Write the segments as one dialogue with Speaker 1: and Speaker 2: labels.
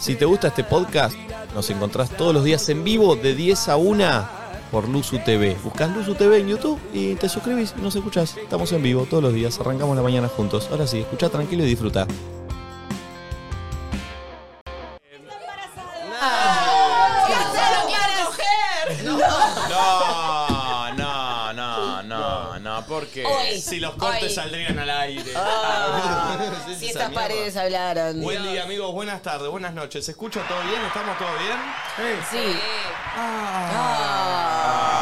Speaker 1: Si te gusta este podcast, nos encontrás todos los días en vivo de 10 a 1 por Luzu TV. Buscás Luzu TV en YouTube y te suscribís y nos escuchás. Estamos en vivo todos los días, arrancamos la mañana juntos. Ahora sí, escucha tranquilo y disfruta.
Speaker 2: No, no, no, no, no, porque
Speaker 3: Hoy,
Speaker 2: si los cortes
Speaker 3: hoy.
Speaker 2: saldrían al aire.
Speaker 3: Ah,
Speaker 2: Es esa
Speaker 3: si estas
Speaker 2: mierda.
Speaker 3: paredes hablaran.
Speaker 2: Buen día amigos, buenas tardes, buenas noches. ¿Se escucha todo bien? ¿Estamos todo bien?
Speaker 3: Sí. Ah.
Speaker 2: Ah.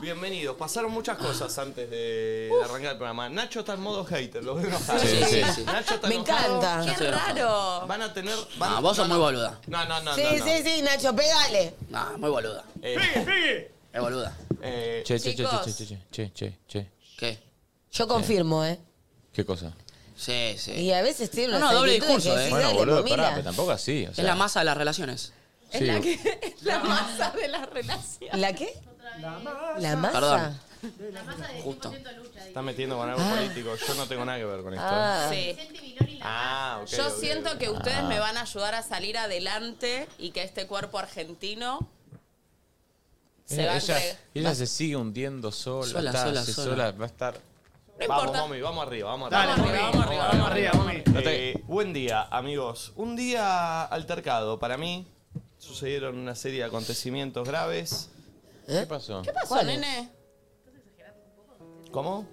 Speaker 2: Bienvenidos. Pasaron muchas cosas antes de arrancar el programa. Nacho está en modo hater, lo veo enojado.
Speaker 4: Sí, sí, sí.
Speaker 2: Nacho está
Speaker 3: Me
Speaker 2: enojado.
Speaker 3: encanta.
Speaker 4: Qué raro.
Speaker 2: Van a tener... van-
Speaker 4: No, Ah, vos sos muy boluda.
Speaker 2: No, no, no.
Speaker 3: Sí,
Speaker 2: no, no.
Speaker 3: sí, sí, Nacho, pegale.
Speaker 4: No, muy boluda.
Speaker 2: Eh,
Speaker 4: Es boluda.
Speaker 2: eh,
Speaker 5: Che, che, che,
Speaker 4: Chicos.
Speaker 5: che, che, che, che, che, che.
Speaker 4: ¿Qué?
Speaker 3: Yo confirmo, ¿eh?
Speaker 5: ¿Qué cosa?
Speaker 4: Sí, sí.
Speaker 3: Y a veces tiene
Speaker 4: No,
Speaker 3: una
Speaker 4: no, doble discurso, ¿eh?
Speaker 5: Bueno, boludo, pará,
Speaker 3: mira,
Speaker 5: pero tampoco así. O sea,
Speaker 4: Es la masa de las relaciones.
Speaker 5: sí.
Speaker 6: La masa de la relación.
Speaker 3: ¿La qué? La masa.
Speaker 4: Perdón. Justo.
Speaker 2: está metiendo con algo político. Yo no tengo nada que ver con esto.
Speaker 3: Ah.
Speaker 6: Sí.
Speaker 2: Ah, ok.
Speaker 6: Yo
Speaker 2: ok, Ah.
Speaker 6: siento
Speaker 2: ok.
Speaker 6: que ustedes me van a ayudar a salir adelante y que este cuerpo argentino se va
Speaker 5: Ella,
Speaker 6: a
Speaker 5: ella,
Speaker 6: entregar.
Speaker 5: ella se sigue hundiendo sola.
Speaker 4: Sola,
Speaker 5: está,
Speaker 4: sola,
Speaker 5: se
Speaker 4: sola.
Speaker 5: Va a estar.
Speaker 6: No
Speaker 2: Vamos,
Speaker 6: importa.
Speaker 2: mami, vamos arriba, vamos arriba.
Speaker 7: Dale,
Speaker 6: Vamos
Speaker 7: mami.
Speaker 6: arriba, vamos arriba, vamos
Speaker 7: arriba, mami.
Speaker 2: No te- Eh, buen día, amigos. Un día altercado para mí. Sucedieron una serie de acontecimientos graves.
Speaker 5: ¿Qué pasó?
Speaker 6: ¿Qué pasó,
Speaker 3: ¿Cuál es?
Speaker 6: nene?
Speaker 2: ¿Cómo?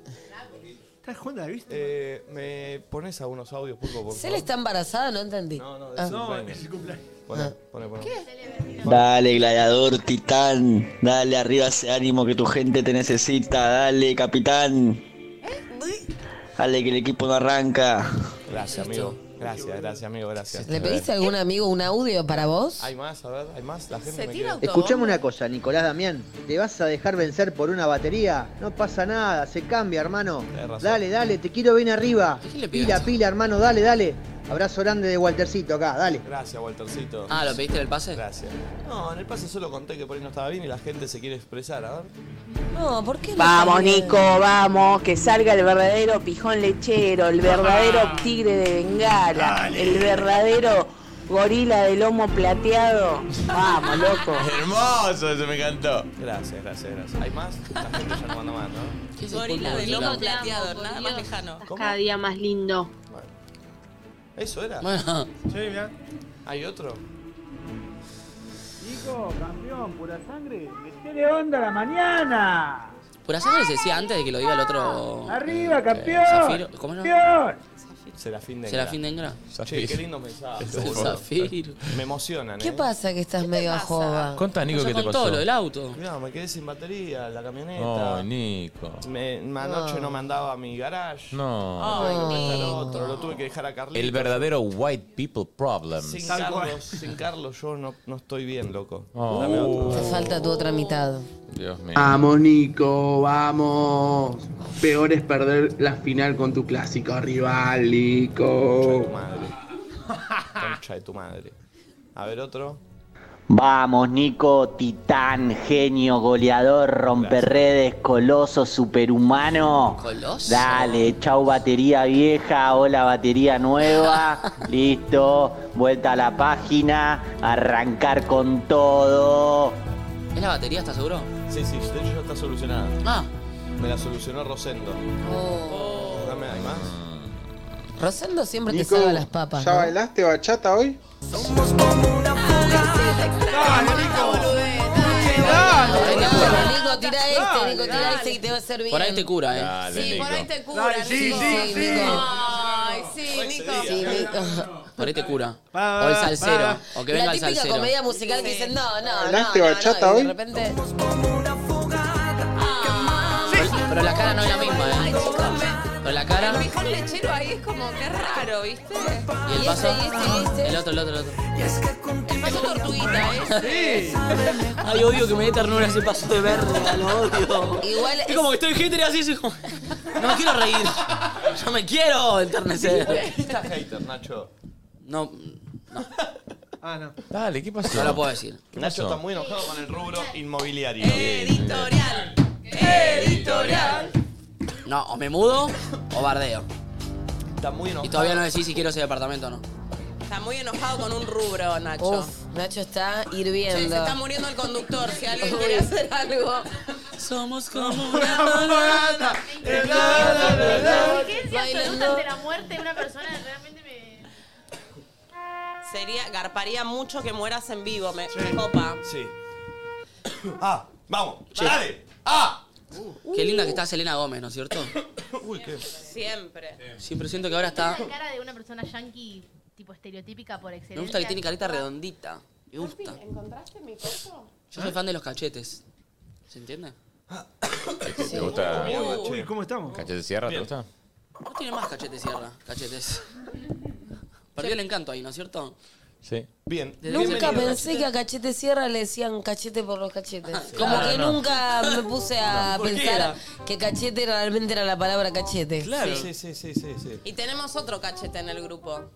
Speaker 7: ¿Estás jugando, viste?
Speaker 2: Eh, ¿Me pones algunos audios, Pulpo, por
Speaker 3: Cel
Speaker 2: favor?
Speaker 3: está embarazada, no entendí.
Speaker 2: No, no,
Speaker 3: Ah.
Speaker 2: de
Speaker 7: No,
Speaker 2: no,
Speaker 7: es el cumpleaños.
Speaker 2: Poné, poné, poné.
Speaker 8: Dale, gladiador titán. Dale arriba ese ánimo que tu gente te necesita. Dale, capitán. Dale, que el equipo no arranca.
Speaker 2: Gracias, amigo. Gracias, gracias, amigo, gracias.
Speaker 3: ¿Le pediste a algún amigo un audio para vos?
Speaker 2: ¿Hay más? A ver, ¿hay más? La gente
Speaker 6: Se
Speaker 2: me
Speaker 6: tira
Speaker 2: quiere-
Speaker 6: auto.
Speaker 9: Escuchame una cosa, Nicolás Damián. ¿Te vas a dejar vencer por una batería? No pasa nada, se cambia, hermano.
Speaker 2: Tenés razón.
Speaker 9: Dale, dale, te quiero bien arriba.
Speaker 4: ¿Qué le pides?
Speaker 9: Pila, pila, hermano, dale, dale. Abrazo grande de Waltercito acá, dale.
Speaker 2: Gracias, Waltercito.
Speaker 4: Ah, ¿lo pediste en el pase?
Speaker 2: Gracias. No, en el pase solo conté que por ahí no estaba bien y la gente se quiere expresar. A ver.
Speaker 3: No, ¿por qué no?
Speaker 10: Vamos,
Speaker 3: salió?
Speaker 10: Nico, vamos, que salga el verdadero pijón lechero, el verdadero tigre de bengala, el verdadero gorila de lomo plateado.
Speaker 5: Ah,
Speaker 10: Vamos, loco.
Speaker 5: Hermoso, eso me encantó.
Speaker 2: Gracias, gracias, gracias. ¿Hay más? La gente ya no manda más, ¿no?
Speaker 4: ¿Qué es el
Speaker 6: Gorila
Speaker 4: pulpo
Speaker 6: de
Speaker 4: gorila?
Speaker 6: lomo plateado, nada más lejano.
Speaker 2: ¿Cómo?
Speaker 11: Cada día más lindo.
Speaker 2: Bueno. ¿Eso era?
Speaker 4: Bueno,
Speaker 7: Sí, mirá.
Speaker 2: ¿Hay otro?
Speaker 7: Nico, campeón, pura sangre. ¡Metele onda a la mañana!
Speaker 4: pura sangre se decía antes de que lo diga el otro.
Speaker 9: Arriba,
Speaker 4: eh,
Speaker 9: campeón.
Speaker 4: Zafiro. ¿Cómo se llama?
Speaker 2: Serafín de
Speaker 4: ¿Serafín de Ingra?
Speaker 2: Che, qué lindo mensaje.
Speaker 4: El
Speaker 2: boludo.
Speaker 4: Zafiro.
Speaker 2: Me emocionan,
Speaker 3: ¿Qué
Speaker 2: eh.
Speaker 3: pasa que estás medio
Speaker 6: pasa?
Speaker 3: ajoba?
Speaker 5: Contá, Nico,
Speaker 4: Pasó
Speaker 5: ¿qué te
Speaker 4: con
Speaker 5: pasó?
Speaker 4: todo lo del auto.
Speaker 2: No, me quedé sin batería, la camioneta.
Speaker 5: Oh, Nico.
Speaker 2: Me- me- anoche no. me andaba a mi garage.
Speaker 5: No.
Speaker 2: Está el
Speaker 6: Ay,
Speaker 2: otro, lo tuve que dejar a Carlitos.
Speaker 5: El verdadero white people problem.
Speaker 2: Sin
Speaker 7: Tal
Speaker 2: Carlos,
Speaker 7: cual.
Speaker 2: sin Carlos yo no, no estoy bien, loco.
Speaker 5: Oh.
Speaker 2: Dame otro.
Speaker 3: Te falta tu otra mitad.
Speaker 5: Dios mío.
Speaker 12: Vamos, Nico, vamos. Peor es perder la final con tu clásico rival,
Speaker 2: Concha de
Speaker 12: Nico.
Speaker 2: tu madre. Concha de tu madre. A ver, otro.
Speaker 8: Vamos, Nico, titán, genio, goleador, romperredes, coloso, superhumano.
Speaker 4: Coloso.
Speaker 8: Dale, chau batería vieja, hola batería nueva. Listo, vuelta a la página, arrancar con todo.
Speaker 4: ¿Es la batería, estás seguro?
Speaker 2: Sí, sí, de hecho ya está solucionada.
Speaker 4: Ah, Oh.
Speaker 2: Me la solucionó Rosendo. Dame, ¿hay más?
Speaker 3: Rosendo siempre te salva las papas.
Speaker 12: ¿ya
Speaker 3: ¿no?
Speaker 12: bailaste bachata hoy?
Speaker 3: Nico, Nico, tirá este, Nico, tirá este y te va a servir.
Speaker 4: por ahí te cura, eh.
Speaker 5: Dale,
Speaker 6: Sí,
Speaker 5: Nico.
Speaker 6: por ahí te curan,
Speaker 7: sí,
Speaker 6: Nico.
Speaker 7: sí, sí.
Speaker 6: Ay, sí, Nico.
Speaker 3: Sí, Nico.
Speaker 4: Por ahí te cura.
Speaker 7: Va, va,
Speaker 4: O el
Speaker 7: va,
Speaker 4: salsero.
Speaker 7: va.
Speaker 4: O que venga
Speaker 3: La
Speaker 4: el
Speaker 3: típica
Speaker 4: salsero.
Speaker 3: comedia musical que dicen, no, no, no, no,
Speaker 12: ¿Bailaste
Speaker 3: no,
Speaker 12: bachata
Speaker 3: y
Speaker 12: hoy?
Speaker 3: de repente...
Speaker 4: Pero la cara no es la misma, eh. Pero la cara
Speaker 6: El pijón lechero ahí es como que raro, ¿viste?
Speaker 4: y
Speaker 6: Este,
Speaker 4: el
Speaker 3: Y
Speaker 4: paso.
Speaker 3: ese, y ese, y ese.
Speaker 4: El otro, el otro, el otro.
Speaker 6: El paso tortuguita, ¿eh?
Speaker 7: Sí.
Speaker 4: Ay, odio que me dé ternura ese paso de verga, lo odio.
Speaker 3: Igual ah,
Speaker 4: Es como que estoy hater y así es como. No me quiero reír. Yo me quiero enternecer.
Speaker 2: Estás hater, Nacho.
Speaker 4: No,
Speaker 7: Ah, no.
Speaker 5: Dale, ¿qué pasó?
Speaker 4: no lo puedo decir. Eh,
Speaker 2: Nacho
Speaker 5: pasó?
Speaker 2: está muy enojado con el rubro inmobiliario.
Speaker 6: Editorial. Editorial.
Speaker 4: No, o me mudo o bardeo.
Speaker 2: Está muy enojado.
Speaker 4: Y todavía no decís si quiero ese departamento o no.
Speaker 6: Está muy enojado con un rubro, Nacho.
Speaker 3: Uf, Nacho está hirviendo.
Speaker 6: Che, se está muriendo el conductor. Si alguien quiere hacer algo.
Speaker 4: Somos
Speaker 6: como
Speaker 4: una
Speaker 6: manada.
Speaker 11: Urgencias
Speaker 6: Bailando.
Speaker 11: absolutas de la muerte de una persona realmente me.
Speaker 6: Sería, garparía mucho que mueras en vivo, me, me copa.
Speaker 2: Sí. Ah, vamos,
Speaker 4: Che.
Speaker 2: dale. Ah.
Speaker 4: Uh, Qué linda que está Selena Gómez, ¿no es cierto?
Speaker 2: Uy, qué.
Speaker 6: Siempre.
Speaker 4: Siempre siento que ahora está.
Speaker 11: Tiene la cara de una persona yankee, tipo estereotípica por excelencia.
Speaker 4: Me gusta que tiene carita redondita. Me
Speaker 6: Papi,
Speaker 4: gusta.
Speaker 6: ¿Encontraste mi coso?
Speaker 4: Yo soy fan de los cachetes. ¿Se entiende?
Speaker 5: ¿Te gusta?
Speaker 4: Uy,
Speaker 5: ¿cómo estamos? ¿Cachete Sierra te gusta?
Speaker 4: No tiene más cachete sierra, cachetes. Perdió el encanto ahí, ¿no es cierto?
Speaker 5: Sí.
Speaker 2: Bien.
Speaker 3: Nunca pensé que a Cachete Sierra le decían cachete por los cachetes. Como
Speaker 4: claro,
Speaker 3: que
Speaker 4: no.
Speaker 3: nunca me puse a
Speaker 2: ¿Por qué
Speaker 3: pensar
Speaker 2: era?
Speaker 3: que cachete realmente era la palabra cachete.
Speaker 2: Claro. Sí, sí, sí, sí, sí.
Speaker 6: Y tenemos otro cachete en el grupo.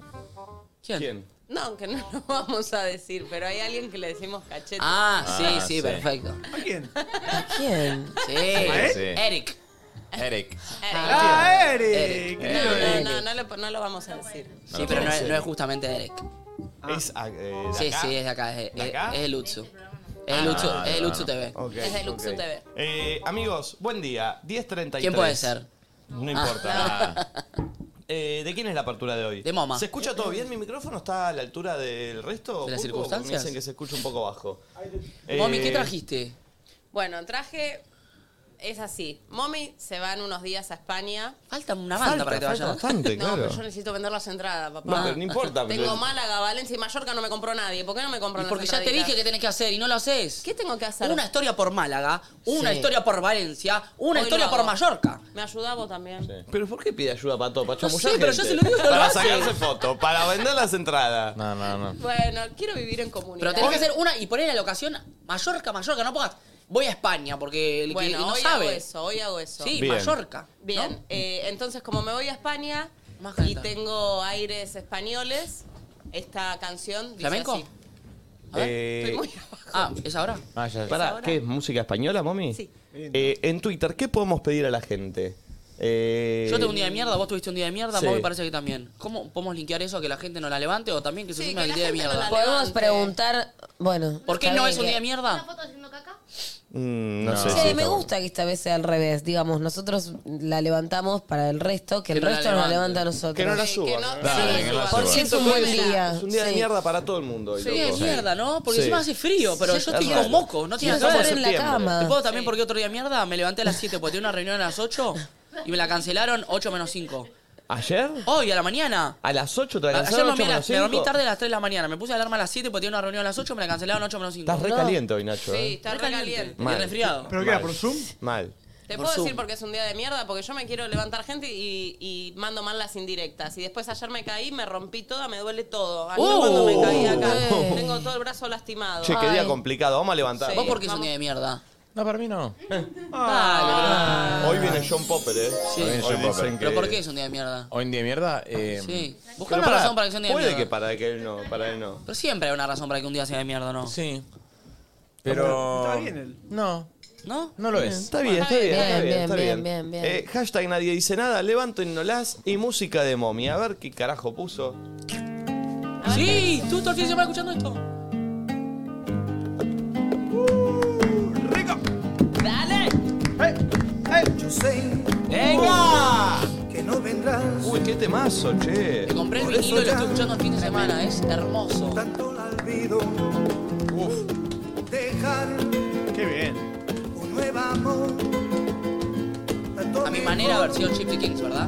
Speaker 4: ¿Quién?
Speaker 6: No, que no lo vamos a decir, pero hay alguien que le decimos cachete.
Speaker 4: Ah, sí,
Speaker 5: Ah,
Speaker 4: sí,
Speaker 5: sí.
Speaker 4: perfecto.
Speaker 6: ¿A quién?
Speaker 3: ¿Quién?
Speaker 4: Sí,
Speaker 5: ¿Eh?
Speaker 4: Eric.
Speaker 5: Eric.
Speaker 6: Ah,
Speaker 4: Eh, Eric.
Speaker 6: No, no, no, no lo, no lo vamos a decir.
Speaker 4: Sí, pero no es, no es justamente Eric.
Speaker 2: Es ah, eh, de
Speaker 4: Sí,
Speaker 2: acá.
Speaker 4: sí, es de acá. Es,
Speaker 2: ¿De acá?
Speaker 4: es- es el Utsu. Es
Speaker 2: Ah,
Speaker 4: el Utsu,
Speaker 2: no,
Speaker 4: es el
Speaker 2: no,
Speaker 4: Utsu
Speaker 2: no.
Speaker 4: TV.
Speaker 2: Ok,
Speaker 6: Es de Luxu
Speaker 2: ok.
Speaker 6: TV.
Speaker 2: Eh, amigos, buen día. 10.33.
Speaker 4: ¿Quién puede ser? Ah,
Speaker 2: No
Speaker 3: Ah,
Speaker 2: importa. Eh, ¿De quién es la apertura de hoy?
Speaker 4: De Moma.
Speaker 2: ¿Se escucha todo bien? ¿Mi micrófono está a la altura del resto?
Speaker 4: ¿De las
Speaker 2: Pulpo?
Speaker 4: circunstancias?
Speaker 2: Me dicen que se escucha un poco bajo.
Speaker 4: Mami, ¿qué
Speaker 2: Eh,
Speaker 4: trajiste?
Speaker 6: Bueno, traje. Es así. Mommy se va en unos días a España.
Speaker 4: Falta una
Speaker 2: Falta,
Speaker 4: banda para que te
Speaker 2: falta
Speaker 4: vayas.
Speaker 2: bastante,
Speaker 6: no,
Speaker 2: claro.
Speaker 6: pero yo necesito vender las entradas, papá.
Speaker 2: No, pero no importa,
Speaker 6: Tengo
Speaker 2: pero-
Speaker 6: Málaga, Valencia y Mallorca, no me compró nadie. ¿Por qué no me compró
Speaker 4: Y
Speaker 6: las
Speaker 4: porque ya te
Speaker 6: entraditas?
Speaker 4: dije que tenés que hacer y no lo haces.
Speaker 6: ¿Qué tengo que hacer?
Speaker 4: Una historia por Málaga, una
Speaker 6: Sí.
Speaker 4: historia por Valencia, una
Speaker 6: Hoy
Speaker 4: historia
Speaker 6: lo
Speaker 4: por
Speaker 6: hago.
Speaker 4: Mallorca.
Speaker 6: Me ayudaba vos también.
Speaker 2: ¿Pero por qué pide ayuda para todo? Para
Speaker 4: No
Speaker 2: chamullar
Speaker 4: sé, pero
Speaker 2: gente?
Speaker 4: yo se lo digo, no lo
Speaker 2: Para
Speaker 4: hace.
Speaker 2: sacarse fotos, para vender las entradas.
Speaker 5: No, no, no.
Speaker 6: Bueno, quiero vivir en
Speaker 4: Pero
Speaker 6: comunidad.
Speaker 4: tenés que hacer una y poner la locación Mallorca, Mallorca, no pongas. Voy a España, porque el que
Speaker 6: Bueno,
Speaker 4: no
Speaker 6: hoy
Speaker 4: sabe.
Speaker 6: hago eso, hoy hago eso.
Speaker 4: Sí,
Speaker 5: Bien.
Speaker 4: Mallorca.
Speaker 6: Bien, eh, entonces como me voy a España
Speaker 4: Más
Speaker 6: y
Speaker 4: calentado.
Speaker 6: tengo aires españoles, esta canción dice
Speaker 4: ¿Flamenco?
Speaker 6: así.
Speaker 2: Eh,
Speaker 6: Estoy muy-
Speaker 4: Ah, ¿es ahora?
Speaker 5: Ah, ya, ya.
Speaker 2: Pará, ¿qué es música española, mami?
Speaker 6: Sí.
Speaker 2: Eh, en Twitter, ¿qué podemos pedir a la gente? Eh,
Speaker 4: Yo tengo un día de mierda, vos tuviste un día de mierda,
Speaker 2: Sí.
Speaker 4: vos me parece que también. ¿Cómo podemos linkear eso a que la gente no la levante o también que se
Speaker 6: Sí,
Speaker 4: sume
Speaker 6: que
Speaker 4: al
Speaker 6: la
Speaker 4: día de
Speaker 6: gente no
Speaker 4: mierda?
Speaker 6: la-
Speaker 3: Podemos
Speaker 6: Levante.
Speaker 3: preguntar, bueno.
Speaker 4: ¿Por qué
Speaker 3: está
Speaker 4: no
Speaker 3: bien
Speaker 4: es un
Speaker 3: que-
Speaker 4: día de mierda?
Speaker 11: ¿Una foto haciendo caca?
Speaker 2: Mm, no, sé.
Speaker 3: Che,
Speaker 2: si está
Speaker 3: me
Speaker 2: bueno.
Speaker 3: gusta que esta vez sea al revés, digamos, nosotros la levantamos para el resto, que el
Speaker 4: Que no la
Speaker 3: resto nos la
Speaker 4: levante.
Speaker 3: levanta a nosotros.
Speaker 2: Que no la
Speaker 6: Sí,
Speaker 2: suba.
Speaker 6: que no-
Speaker 2: ¿no?
Speaker 6: Dale,
Speaker 2: Sí,
Speaker 6: que no la
Speaker 3: Porque
Speaker 5: suba.
Speaker 3: es un buen día.
Speaker 2: Es un día de
Speaker 3: sí.
Speaker 2: mierda para todo el mundo. hoy,
Speaker 4: Un día de
Speaker 2: loco.
Speaker 4: mierda, ¿no? Porque
Speaker 2: Sí.
Speaker 4: encima hace frío, pero yo estoy
Speaker 2: es
Speaker 4: con
Speaker 2: raro.
Speaker 4: moco, no tiene
Speaker 2: Sí,
Speaker 4: nada
Speaker 3: Estamos
Speaker 4: que
Speaker 3: en
Speaker 4: ver.
Speaker 3: la
Speaker 2: septiembre.
Speaker 4: ¿Te
Speaker 3: cama.
Speaker 4: puedo también porque otro día de mierda? Me levanté a las 7 porque tenía una reunión a las 8 y me la cancelaron 8 menos 5.
Speaker 2: ¿Ayer?
Speaker 4: Hoy, a la mañana.
Speaker 2: ¿A las 8 te la
Speaker 4: Ayer
Speaker 2: lanzaron?
Speaker 4: me, dormí a las- me dormí
Speaker 2: 8,
Speaker 4: tarde a las 3 de la mañana. Me puse alarma a las 7 porque tenía una reunión a las 8, me la cancelaron 8 menos 5.
Speaker 2: Estás re caliente hoy, Nacho.
Speaker 6: Sí,
Speaker 2: ¿eh?
Speaker 6: está re caliente.
Speaker 4: Y
Speaker 2: Mal.
Speaker 4: resfriado.
Speaker 2: ¿Pero qué era, por
Speaker 5: Zoom?
Speaker 2: Mal.
Speaker 6: Te
Speaker 4: Por
Speaker 6: puedo
Speaker 4: Zoom.
Speaker 6: decir porque es un día de mierda, porque yo me quiero levantar gente y, y mando mal las indirectas. Y después ayer me caí, me rompí toda, me duele todo. Ayer
Speaker 4: Oh.
Speaker 6: cuando me caí acá,
Speaker 3: Eh.
Speaker 6: tengo todo el brazo lastimado.
Speaker 2: Che, qué día
Speaker 3: Ay.
Speaker 2: complicado. Vamos a levantar.
Speaker 6: Sí.
Speaker 4: ¿Vos por qué es un día de mierda?
Speaker 5: No, para mí no.
Speaker 4: Dale,
Speaker 2: Hoy viene John Popper, ¿eh?
Speaker 4: Sí.
Speaker 5: Hoy viene John
Speaker 2: Hoy dicen
Speaker 5: Popper.
Speaker 4: pero, pero
Speaker 2: que-
Speaker 4: ¿por qué es un día de mierda?
Speaker 5: Hoy en día de mierda. Eh,
Speaker 4: Sí. Busca
Speaker 2: Pero
Speaker 4: una
Speaker 2: pará,
Speaker 4: razón para que sea un día de
Speaker 2: Puede
Speaker 4: mierda.
Speaker 2: que para que él no, para él no.
Speaker 4: Pero siempre hay una razón para que un día sea de mierda, ¿no?
Speaker 5: Sí. Pero.
Speaker 12: Está bien él.
Speaker 5: No,
Speaker 4: ¿no?
Speaker 5: no lo es.
Speaker 2: Está bien, está bien, está
Speaker 3: Bien,
Speaker 2: bien, está
Speaker 3: bien,
Speaker 2: bien.
Speaker 3: bien, bien,
Speaker 2: Eh, hashtag nadie dice nada, levántenolas y música de momia. A ver qué carajo puso. Eh.
Speaker 4: Sí, tú todo el fin de semana escuchando esto.
Speaker 2: Uh,
Speaker 6: ¡Dale!
Speaker 2: Eh,
Speaker 4: ¡Venga!
Speaker 2: Uy, qué temazo, che.
Speaker 4: Te compré el vinilo y lo estoy escuchando el fin de semana, es hermoso.
Speaker 12: Qué bien.
Speaker 4: A mi manera versión Gypsy Kings, ¿verdad?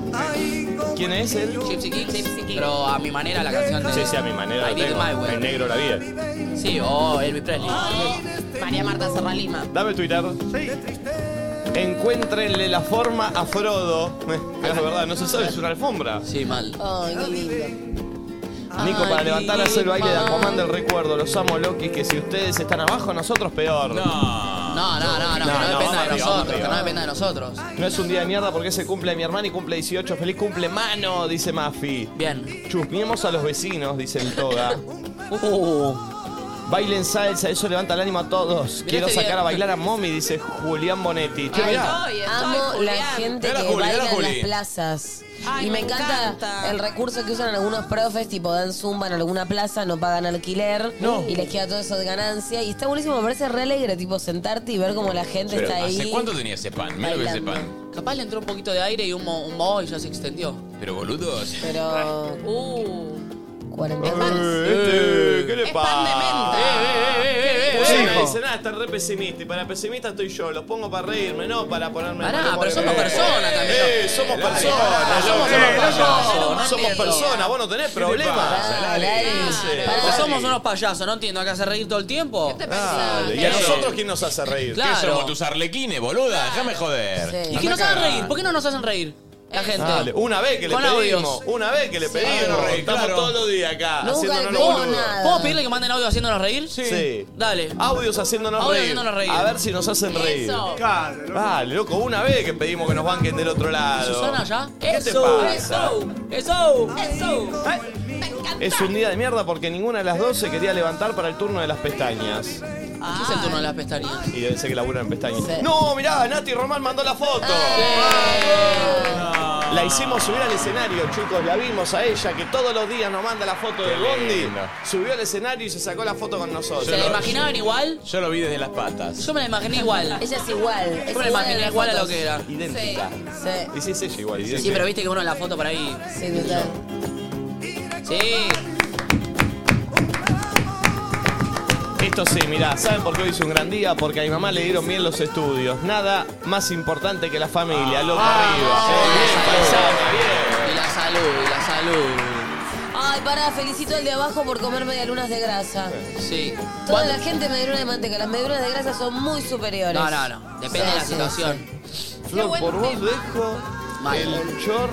Speaker 2: ¿Quién es él?
Speaker 4: Gypsy Kings,
Speaker 6: Gypsy Kings.
Speaker 4: Pero a mi manera la canción de...
Speaker 2: Sí, sí, a mi manera.
Speaker 4: I
Speaker 2: lo
Speaker 4: did it
Speaker 2: tengo.
Speaker 4: my way.
Speaker 2: En negro la vida.
Speaker 4: Sí, oh, Elvis Presley.
Speaker 6: María Marta Serralima.
Speaker 2: Dame el Twitter.
Speaker 12: Sí.
Speaker 2: Encuéntrenle la forma a Frodo. Eh, Es verdad, no se sabe, es una alfombra.
Speaker 4: Sí, mal.
Speaker 3: Ay, qué lindo.
Speaker 2: Nico, para
Speaker 3: Ay,
Speaker 2: levantar hace el baile de
Speaker 3: Nico.
Speaker 2: Aquaman del recuerdo. Los amo, Loki, que si ustedes están abajo, nosotros peor.
Speaker 5: No.
Speaker 4: No, no, no, no, que
Speaker 2: No,
Speaker 4: no
Speaker 2: no,
Speaker 4: dependa de
Speaker 2: vamos arriba,
Speaker 4: nosotros, que
Speaker 2: vamos
Speaker 4: no
Speaker 2: arriba.
Speaker 4: dependa de nosotros.
Speaker 2: No es un día de mierda porque se cumple de mi hermana y cumple 18. ¡Feliz cumple, mano! Dice Mafi.
Speaker 4: Bien.
Speaker 2: Chusmiemos a los vecinos, dice el toga.
Speaker 4: Uh,
Speaker 2: Bailen salsa, eso levanta el ánimo a todos.
Speaker 3: Mirá
Speaker 2: Quiero
Speaker 3: este
Speaker 2: sacar a
Speaker 3: video.
Speaker 2: bailar a mommy, dice Julián Bonetti. Che, mirá.
Speaker 4: eh.
Speaker 3: Amo la gente
Speaker 2: Era
Speaker 3: que
Speaker 2: Juli, era
Speaker 3: baila en
Speaker 2: Juli.
Speaker 3: las plazas.
Speaker 6: Ay,
Speaker 3: y me,
Speaker 6: me
Speaker 3: encanta,
Speaker 6: encanta.
Speaker 3: el recurso que usan algunos profes, tipo dan zumba en alguna plaza, no pagan alquiler y les queda todo eso de ganancia. Y está buenísimo, me parece re alegre, tipo sentarte y ver cómo la gente
Speaker 5: Pero,
Speaker 3: está ahí.
Speaker 5: ¿Hace cuánto tenía ese pan? Mira lo que es ese pan.
Speaker 4: Capaz le entró un poquito de aire y un, mo- un moho y ya se extendió.
Speaker 5: Pero boludos.
Speaker 3: Pero.
Speaker 6: Uh.
Speaker 2: Este, ¿Qué le
Speaker 6: Es pan de
Speaker 2: pasa? Eh,
Speaker 6: menta.
Speaker 2: Sí, me
Speaker 4: hijo.
Speaker 2: dicen, ah, están re pesimista. Y para pesimista estoy yo. Los pongo para reírme, no para ponerme.
Speaker 4: Pará,
Speaker 2: en
Speaker 4: pero somos
Speaker 2: Eh,
Speaker 4: personas también.
Speaker 2: Eh, somos
Speaker 4: Dale,
Speaker 2: personas.
Speaker 4: pará,
Speaker 2: Eh, loco.
Speaker 4: somos unos payasos,
Speaker 2: Somos
Speaker 4: no
Speaker 2: Somos
Speaker 4: entiendo.
Speaker 2: personas, vos no tenés problemas.
Speaker 4: Porque somos unos payasos, no entiendo. ¿Hay que hacer reír todo el tiempo? ¿Qué te Eh,
Speaker 2: Dale, ¿Y a nosotros quién nos hace reír?
Speaker 5: ¿Qué somos tus arlequines, boluda? Déjame joder.
Speaker 4: ¿Y que nos hagan reír? ¿Por qué no nos hacen reír? La gente.
Speaker 2: Dale, una vez que le
Speaker 4: Con
Speaker 2: pedimos,
Speaker 4: audios.
Speaker 2: una vez que le
Speaker 4: Sí.
Speaker 2: pedimos,
Speaker 4: Claro,
Speaker 2: estamos
Speaker 4: claro.
Speaker 2: todos los días acá,
Speaker 4: Nunca
Speaker 2: haciéndonos los
Speaker 4: digo
Speaker 2: boludos.
Speaker 4: nada. ¿Puedo pedirle que manden audio haciéndonos reír?
Speaker 2: Sí.
Speaker 4: Dale.
Speaker 2: Audios haciéndonos,
Speaker 4: Audios
Speaker 2: reír.
Speaker 4: haciéndonos reír.
Speaker 2: A ver si nos hacen reír.
Speaker 4: Claro.
Speaker 2: Vale, loco, una vez que pedimos que nos banquen del otro lado.
Speaker 4: ¿Susana ya?
Speaker 2: ¿Qué te
Speaker 4: Eso,
Speaker 2: pasa?
Speaker 4: ¡Eso!
Speaker 6: ¡Eso!
Speaker 2: Es un día de mierda porque ninguna de las dos se quería levantar para el turno de las pestañas.
Speaker 4: Ah. ¿Qué es el turno de las pestañas?
Speaker 2: Y deben ser que laburan en pestañas.
Speaker 4: Sí.
Speaker 2: No, mirá, Nati Román mandó la foto. La hicimos subir al escenario, chicos. La vimos a ella que todos los días nos manda la foto de Bondi. Subió al escenario y se sacó la foto con nosotros.
Speaker 4: ¿Se la imaginaban igual?
Speaker 5: Yo lo vi desde las patas.
Speaker 4: Yo me la imaginé igual.
Speaker 3: Ella es igual.
Speaker 4: Yo me la imaginé igual a lo que era.
Speaker 2: Idéntica.
Speaker 3: Sí.
Speaker 2: Y sí, es ella igual.
Speaker 4: Sí, pero viste que uno en la foto por ahí.
Speaker 3: Sí, total.
Speaker 4: Sí.
Speaker 2: Esto sí, mirá, ¿saben por qué hoy es un gran día? Porque a mi mamá le dieron bien los estudios. Nada más importante que la familia, loco arriba.
Speaker 4: Y la salud, y la salud.
Speaker 3: Ay, pará, felicito al de abajo por comer medialunas de grasa.
Speaker 4: Sí.
Speaker 3: Toda la gente medialuna de manteca. Las medialunas de grasa son muy superiores.
Speaker 4: No, no, no. Depende
Speaker 3: Sí,
Speaker 4: de la
Speaker 3: sí,
Speaker 4: situación.
Speaker 2: Flor, por vos dejo
Speaker 4: Mal.
Speaker 2: el chor.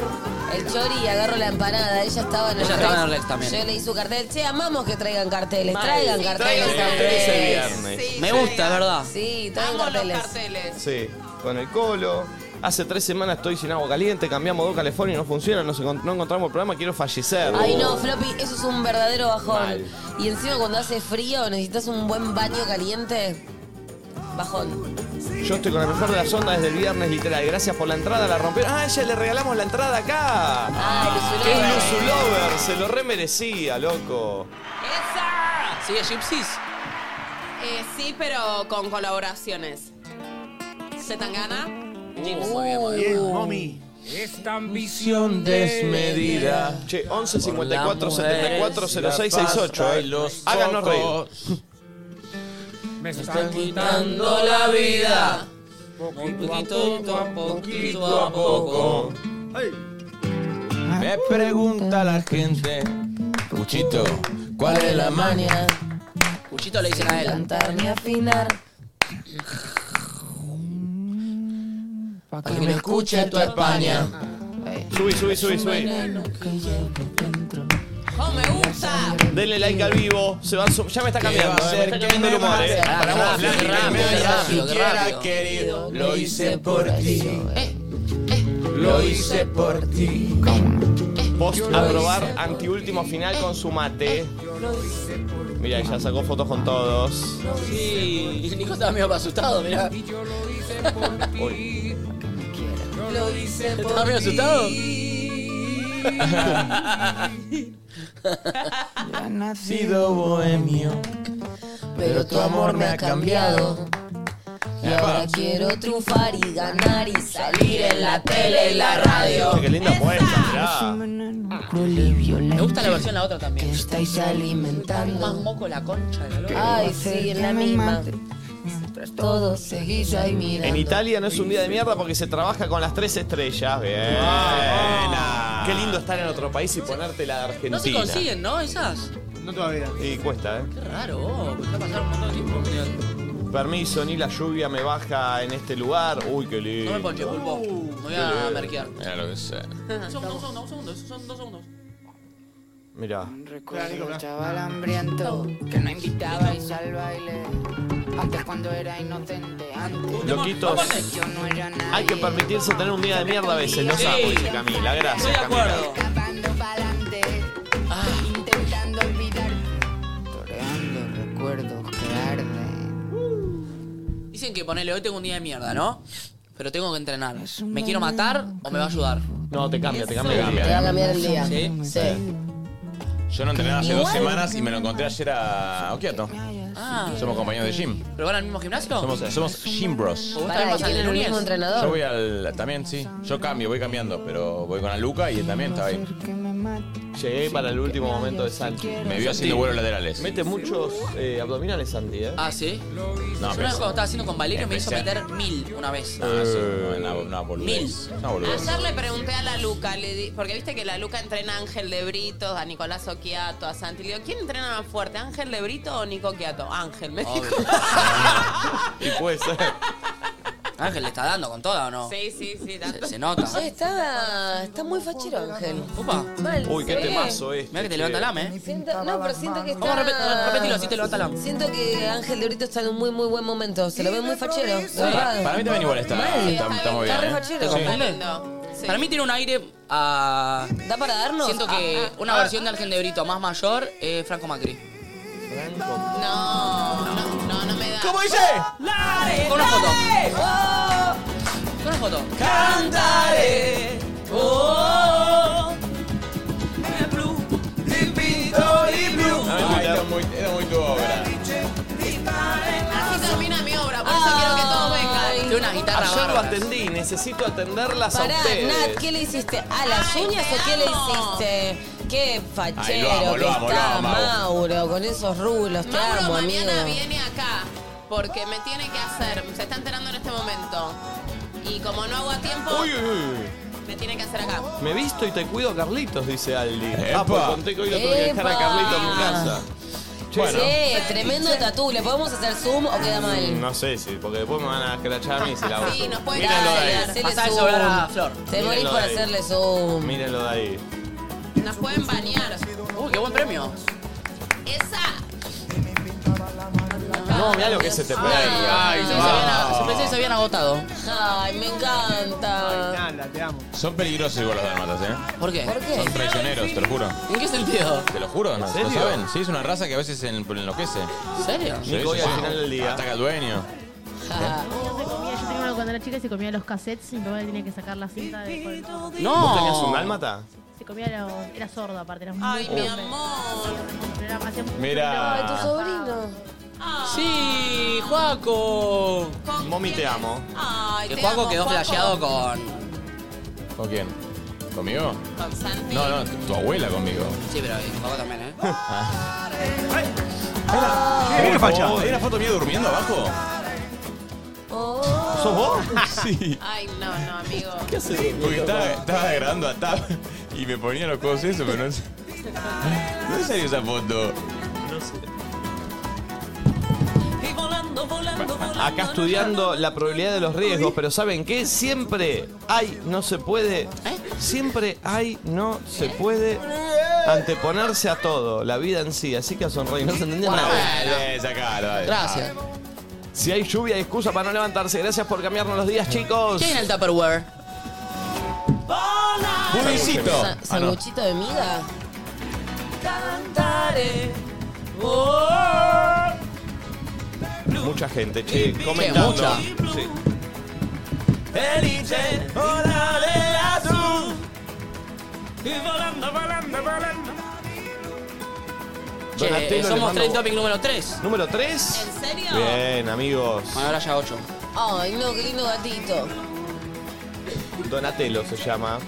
Speaker 3: El chori y agarro la empanada. Ella estaba en el
Speaker 4: Ella
Speaker 3: Rex.
Speaker 4: estaba en el Rex también.
Speaker 3: Yo leí su cartel. Che, amamos que traigan carteles. Traigan carteles.
Speaker 2: Traigan carteles el viernes.
Speaker 4: Me gusta, ¿verdad?
Speaker 3: Sí, traigan carteles. carteles.
Speaker 2: Sí, con el colo. Hace tres semanas estoy sin agua caliente, cambiamos dos calefones y no funciona, no, se encont- no encontramos el programa, quiero fallecer.
Speaker 3: Ay, no, Floppy, eso es un verdadero bajón.
Speaker 2: Mal.
Speaker 3: Y encima cuando hace frío, necesitas un buen baño caliente. Bajón.
Speaker 2: Yo estoy con la mejor de las ondas desde el viernes, literal. Gracias por la entrada, la rompieron. Ah, ella le regalamos la entrada acá.
Speaker 3: Ah,
Speaker 2: ¡Qué Luzu Lover! Se lo remerecía, loco.
Speaker 4: Sigue Gypsies.
Speaker 6: Eh, sí, pero con colaboraciones. Zetangana.
Speaker 4: Uh,
Speaker 2: Mami. Esta ambición desmedida. Che, 11 54 74 06 68. eh. Háganos reír.
Speaker 4: Me
Speaker 2: están
Speaker 4: quitando la vida. Poquito a poquito a poco.
Speaker 2: Ah.
Speaker 5: Me pregunta la gente. Cuchito, ¿cuál es la maña?
Speaker 4: Cuchito le dicen a él.
Speaker 3: Cantar ni afinar.
Speaker 4: Para
Speaker 5: que me escuche tu España.
Speaker 2: Subí, subí, subí, subí.
Speaker 6: me gusta!
Speaker 2: Denle like al vivo. Se va su- ya me está cambiando.
Speaker 5: ¿Qué va a
Speaker 2: eh.
Speaker 5: ser?
Speaker 2: Me está
Speaker 5: ¿Qué
Speaker 2: cambiando el
Speaker 5: me va a
Speaker 2: humor, eh.
Speaker 5: hacer?
Speaker 2: Para vos,
Speaker 5: Rápido,
Speaker 2: Blanca,
Speaker 5: rápido,
Speaker 2: me
Speaker 5: rápido,
Speaker 2: da
Speaker 5: rápido,
Speaker 2: siquiera
Speaker 5: rápido.
Speaker 2: querido.
Speaker 5: Lo hice por ti.
Speaker 4: Eh,
Speaker 5: Lo hice por ti.
Speaker 2: Post aprobar antiúltimo final con su
Speaker 4: Eh.
Speaker 2: mate. Mira, ya sacó fotos con todos.
Speaker 4: Sí. Y Nico estaba medio asustado, mirá.
Speaker 3: Lo hice
Speaker 4: ¿Estaba medio asustado?
Speaker 5: Ha nacido bohemio, pero tu amor me ha cambiado.
Speaker 3: Y ahora quiero triunfar y ganar y salir en la tele y la radio.
Speaker 2: Qué linda puesta, mirá.
Speaker 4: Me gusta la versión la otra también.
Speaker 3: estáis
Speaker 4: Más
Speaker 3: alimentando.
Speaker 4: moco la concha de la lora.
Speaker 3: Ay, sí, en la misma. Todos seguís ahí
Speaker 2: En
Speaker 3: mirando.
Speaker 2: Italia no es un día de mierda porque se trabaja con las tres estrellas. Bien. Qué lindo estar en otro país y ponerte la de Argentina.
Speaker 4: Ah, No se consiguen, ¿no? Esas.
Speaker 2: No todavía. Y cuesta, ¿eh?
Speaker 4: Qué raro, vos, porque va a pasar un montón de tiempo. mirá.
Speaker 2: Permiso, ni la lluvia me baja en este lugar. Uy, qué lindo.
Speaker 4: No me ponche, pulpo.
Speaker 2: Uh.
Speaker 4: Me voy
Speaker 2: Qué
Speaker 4: a
Speaker 2: lindo.
Speaker 4: merquear.
Speaker 5: Mira lo que sé.
Speaker 4: Un segundo, un segundo, un segundo. Esos son dos segundos.
Speaker 2: Mirá.
Speaker 13: Recuerdo un chaval hambriento que no invitabais al baile. Antes cuando era inocente, antes.
Speaker 2: Loquitos.
Speaker 13: Yo no era nadie.
Speaker 2: Hay que permitirse tener un día de mierda a veces. Los amo, dice Camila. Gracias, Camila.
Speaker 13: Escapando pa'lante, intentando olvidar. Toreando recuerdos.
Speaker 4: dicen que ponele, hoy tengo un día de mierda, ¿no? Pero tengo que entrenar. ¿Me quiero matar o me va a ayudar?
Speaker 2: No, te cambia, te
Speaker 3: Te
Speaker 2: cambia. el día.
Speaker 3: va a cambiar el día.
Speaker 4: Sí.
Speaker 3: Sí.
Speaker 5: Yo no entrenaba hace dos
Speaker 3: Igual.
Speaker 5: semanas y me lo encontré ayer a Okiato.
Speaker 4: Ah,
Speaker 5: Somos compañeros de gym.
Speaker 4: ¿pero van al mismo gimnasio?
Speaker 5: Somos, somos gym bros.
Speaker 4: ¿O vos
Speaker 3: Pará,
Speaker 4: también vas al de
Speaker 3: ¿tienen el
Speaker 4: lunes?
Speaker 3: mismo entrenador?
Speaker 5: Yo voy al. También, sí. Yo cambio, voy cambiando, pero voy con la Luca y él también estaba ahí.
Speaker 2: Llegué para el último momento de Santi.
Speaker 5: Me vio haciendo
Speaker 2: Santi,
Speaker 5: vuelos laterales.
Speaker 2: Mete muchos eh, abdominales, Santi, ¿eh?
Speaker 4: Ah, ¿sí?
Speaker 5: No,
Speaker 4: Yo una
Speaker 5: pero-
Speaker 4: vez cuando estaba haciendo con Valerio me hizo
Speaker 5: Empecé a-
Speaker 4: meter mil una vez.
Speaker 5: Ah, sí.
Speaker 2: Eh.
Speaker 5: No, una, una boludez.
Speaker 4: Mil.
Speaker 5: Una boludez.
Speaker 6: Ayer le pregunté a la Luca, le di- porque viste que la Luca entrena a Ángel de Brito, a Nicolás Oquiato, a Santi. Le digo, ¿quién entrena más fuerte, Ángel de Brito o Nico Oquiato? Ángel, me dijo.
Speaker 2: Y puede ser.
Speaker 4: Ángel le está dando con toda o no?
Speaker 6: Sí, sí, sí,
Speaker 4: Se,
Speaker 6: tanto.
Speaker 4: se nota.
Speaker 3: Sí, está, está muy fachero, Ángel.
Speaker 4: Opa.
Speaker 3: Mal,
Speaker 2: Uy, qué
Speaker 3: se ve.
Speaker 2: temazo este.
Speaker 4: Mira que te levanta el AME, ¿eh?
Speaker 3: Siento- no, pero siento que está...
Speaker 4: Vamos a
Speaker 13: Ah.
Speaker 4: repet- repetilo, así te levanta el AME.
Speaker 3: Siento que Ángel de Brito está en un muy, muy buen momento. Se lo ve muy fachero. de verdad.
Speaker 5: Para mí también igual está, está, está muy bien.
Speaker 3: Está re
Speaker 5: ¿eh?
Speaker 3: fachero.
Speaker 4: ¿Te confunde?
Speaker 6: Sí.
Speaker 4: Para mí tiene un aire a...
Speaker 3: ¿Da para darnos?
Speaker 4: Siento
Speaker 6: Ah,
Speaker 4: que una versión de Ángel de Brito más mayor es Franco Macri.
Speaker 6: No, no, no, no me da.
Speaker 5: ¿Cómo dice?
Speaker 4: Con una foto. Con una foto.
Speaker 5: Cantaré.
Speaker 6: Oh.
Speaker 5: Era muy, era muy tu obra.
Speaker 6: Así termina mi obra, por eso quiero que todos vengan.
Speaker 4: Tiene una guitarra
Speaker 2: Ayer lo
Speaker 4: bárbara.
Speaker 2: atendí, necesito atenderlas
Speaker 3: Pará,
Speaker 2: a ustedes.
Speaker 3: Nat, ¿qué le hiciste? ¿A las
Speaker 6: Ay,
Speaker 3: uñas
Speaker 6: te
Speaker 3: o qué le
Speaker 6: amo.
Speaker 3: hiciste? Qué fachero
Speaker 5: Ay, lo amo,
Speaker 3: que
Speaker 5: lo amo, lo
Speaker 3: está
Speaker 5: amo, Mau.
Speaker 3: Mauro, con esos rulos. Te
Speaker 6: Mauro
Speaker 3: amo, amigo.
Speaker 6: mañana viene acá porque me tiene que hacer, se está enterando en este momento. Y como no hago a tiempo,
Speaker 2: Uy, uy, uy.
Speaker 6: me tiene que hacer acá.
Speaker 2: Me visto y te cuido, Carlitos, dice Aldi.
Speaker 5: Epa.
Speaker 2: Ah, pues conté que hoy lo tuve que dejar a
Speaker 3: Epa.
Speaker 2: Carlitos en mi casa. Bueno.
Speaker 3: Sí, tremendo tatú. ¿Le podemos hacer zoom o queda
Speaker 2: Mm,
Speaker 3: mal?
Speaker 2: No sé si, porque después me van a escrachar a mí si la hago.
Speaker 6: Sí, nos pueden
Speaker 2: Mírenlo de
Speaker 6: hacer.
Speaker 2: ahí.
Speaker 3: Hacele
Speaker 4: Pasá el
Speaker 3: zoom.
Speaker 4: celular a Flor.
Speaker 3: Te morís
Speaker 2: Mírenlo
Speaker 3: por
Speaker 2: ahí.
Speaker 3: hacerle zoom.
Speaker 2: Mírenlo de ahí.
Speaker 6: Nos pueden bañar.
Speaker 4: Uy, qué buen premio.
Speaker 6: Esa.
Speaker 2: No, mirá lo que es este
Speaker 5: Ay, ay,
Speaker 4: Pensé que se habían-
Speaker 5: wow.
Speaker 4: Pensé que se habían agotado.
Speaker 3: Ay, me encanta.
Speaker 7: Nada, te amo.
Speaker 5: Son peligrosos igual los dálmatas, ¿eh?
Speaker 4: ¿Por qué?
Speaker 3: ¿Por qué?
Speaker 5: Son traicioneros, te lo juro.
Speaker 4: ¿En qué sentido?
Speaker 5: Te lo juro, no,
Speaker 2: serio?
Speaker 5: ¿lo saben? Sí, es una raza que a veces en- enloquece.
Speaker 4: ¿En serio?
Speaker 5: Sí,
Speaker 2: Nico, hoy
Speaker 5: sí,
Speaker 2: al
Speaker 5: sí.
Speaker 2: final del día.
Speaker 5: Ataca al dueño.
Speaker 3: Ja.
Speaker 11: Se comía, yo tenía cuando era chica y se comía los cassettes y mi mamá le tenía que sacar la cinta de por el coso.
Speaker 4: No.
Speaker 2: ¿Vos tenías un dálmata?
Speaker 11: Se comía, los- era sordo aparte, era muy
Speaker 6: Ay, mi
Speaker 11: grande.
Speaker 6: amor.
Speaker 11: Pero era- hacía mucho
Speaker 2: Mirá.
Speaker 11: calor.
Speaker 3: Ay, tu sobrino.
Speaker 4: Sí, Juaco.
Speaker 6: Con-
Speaker 2: Mami, te amo.
Speaker 6: Ay,
Speaker 4: Que
Speaker 6: te
Speaker 4: Juaco
Speaker 6: amo,
Speaker 4: quedó
Speaker 6: Juaco.
Speaker 4: flasheado con...
Speaker 5: ¿Con quién? ¿Conmigo?
Speaker 6: Con Santi.
Speaker 5: No, no, tu abuela conmigo.
Speaker 4: Sí, pero eh, Juaco también, ¿eh?
Speaker 6: Ah.
Speaker 5: Uy,
Speaker 2: una facha.
Speaker 5: ¿Hay una foto mía durmiendo abajo?
Speaker 3: Oh.
Speaker 2: ¿Sos vos? Sí.
Speaker 6: Ay, no, no, amigo.
Speaker 2: ¿Qué haces?
Speaker 5: Porque estaba, estaba grabando a Tap y me ponía los codos eso, pero no sé. ¿Dónde salió esa foto?
Speaker 2: Acá estudiando la probabilidad de los riesgos, pero ¿saben qué? Siempre hay, no se puede.
Speaker 4: ¿Eh?
Speaker 2: Siempre hay, no se puede anteponerse a todo, la vida en sí. Así que a sonreír, no se entendía nada.
Speaker 5: Dale, sacalo, dale.
Speaker 4: Gracias.
Speaker 2: Si hay lluvia, hay excusa para no levantarse. Gracias por cambiarnos los días, chicos.
Speaker 4: ¿Qué hay en el Tupperware?
Speaker 5: Budicito.
Speaker 3: Sa- ¿Sanguchito de miga?
Speaker 2: Mucha gente, che,
Speaker 4: comentando. mucha. Che,
Speaker 2: Donatello,
Speaker 4: eh,
Speaker 2: le
Speaker 4: somos
Speaker 2: mando-
Speaker 4: Trend Topic número 3.
Speaker 2: Número 3.
Speaker 6: ¿En serio?
Speaker 2: Bien, amigos.
Speaker 4: Bueno, ahora ya 8.
Speaker 3: Ay, no, qué lindo gatito.
Speaker 2: Donatello se llama.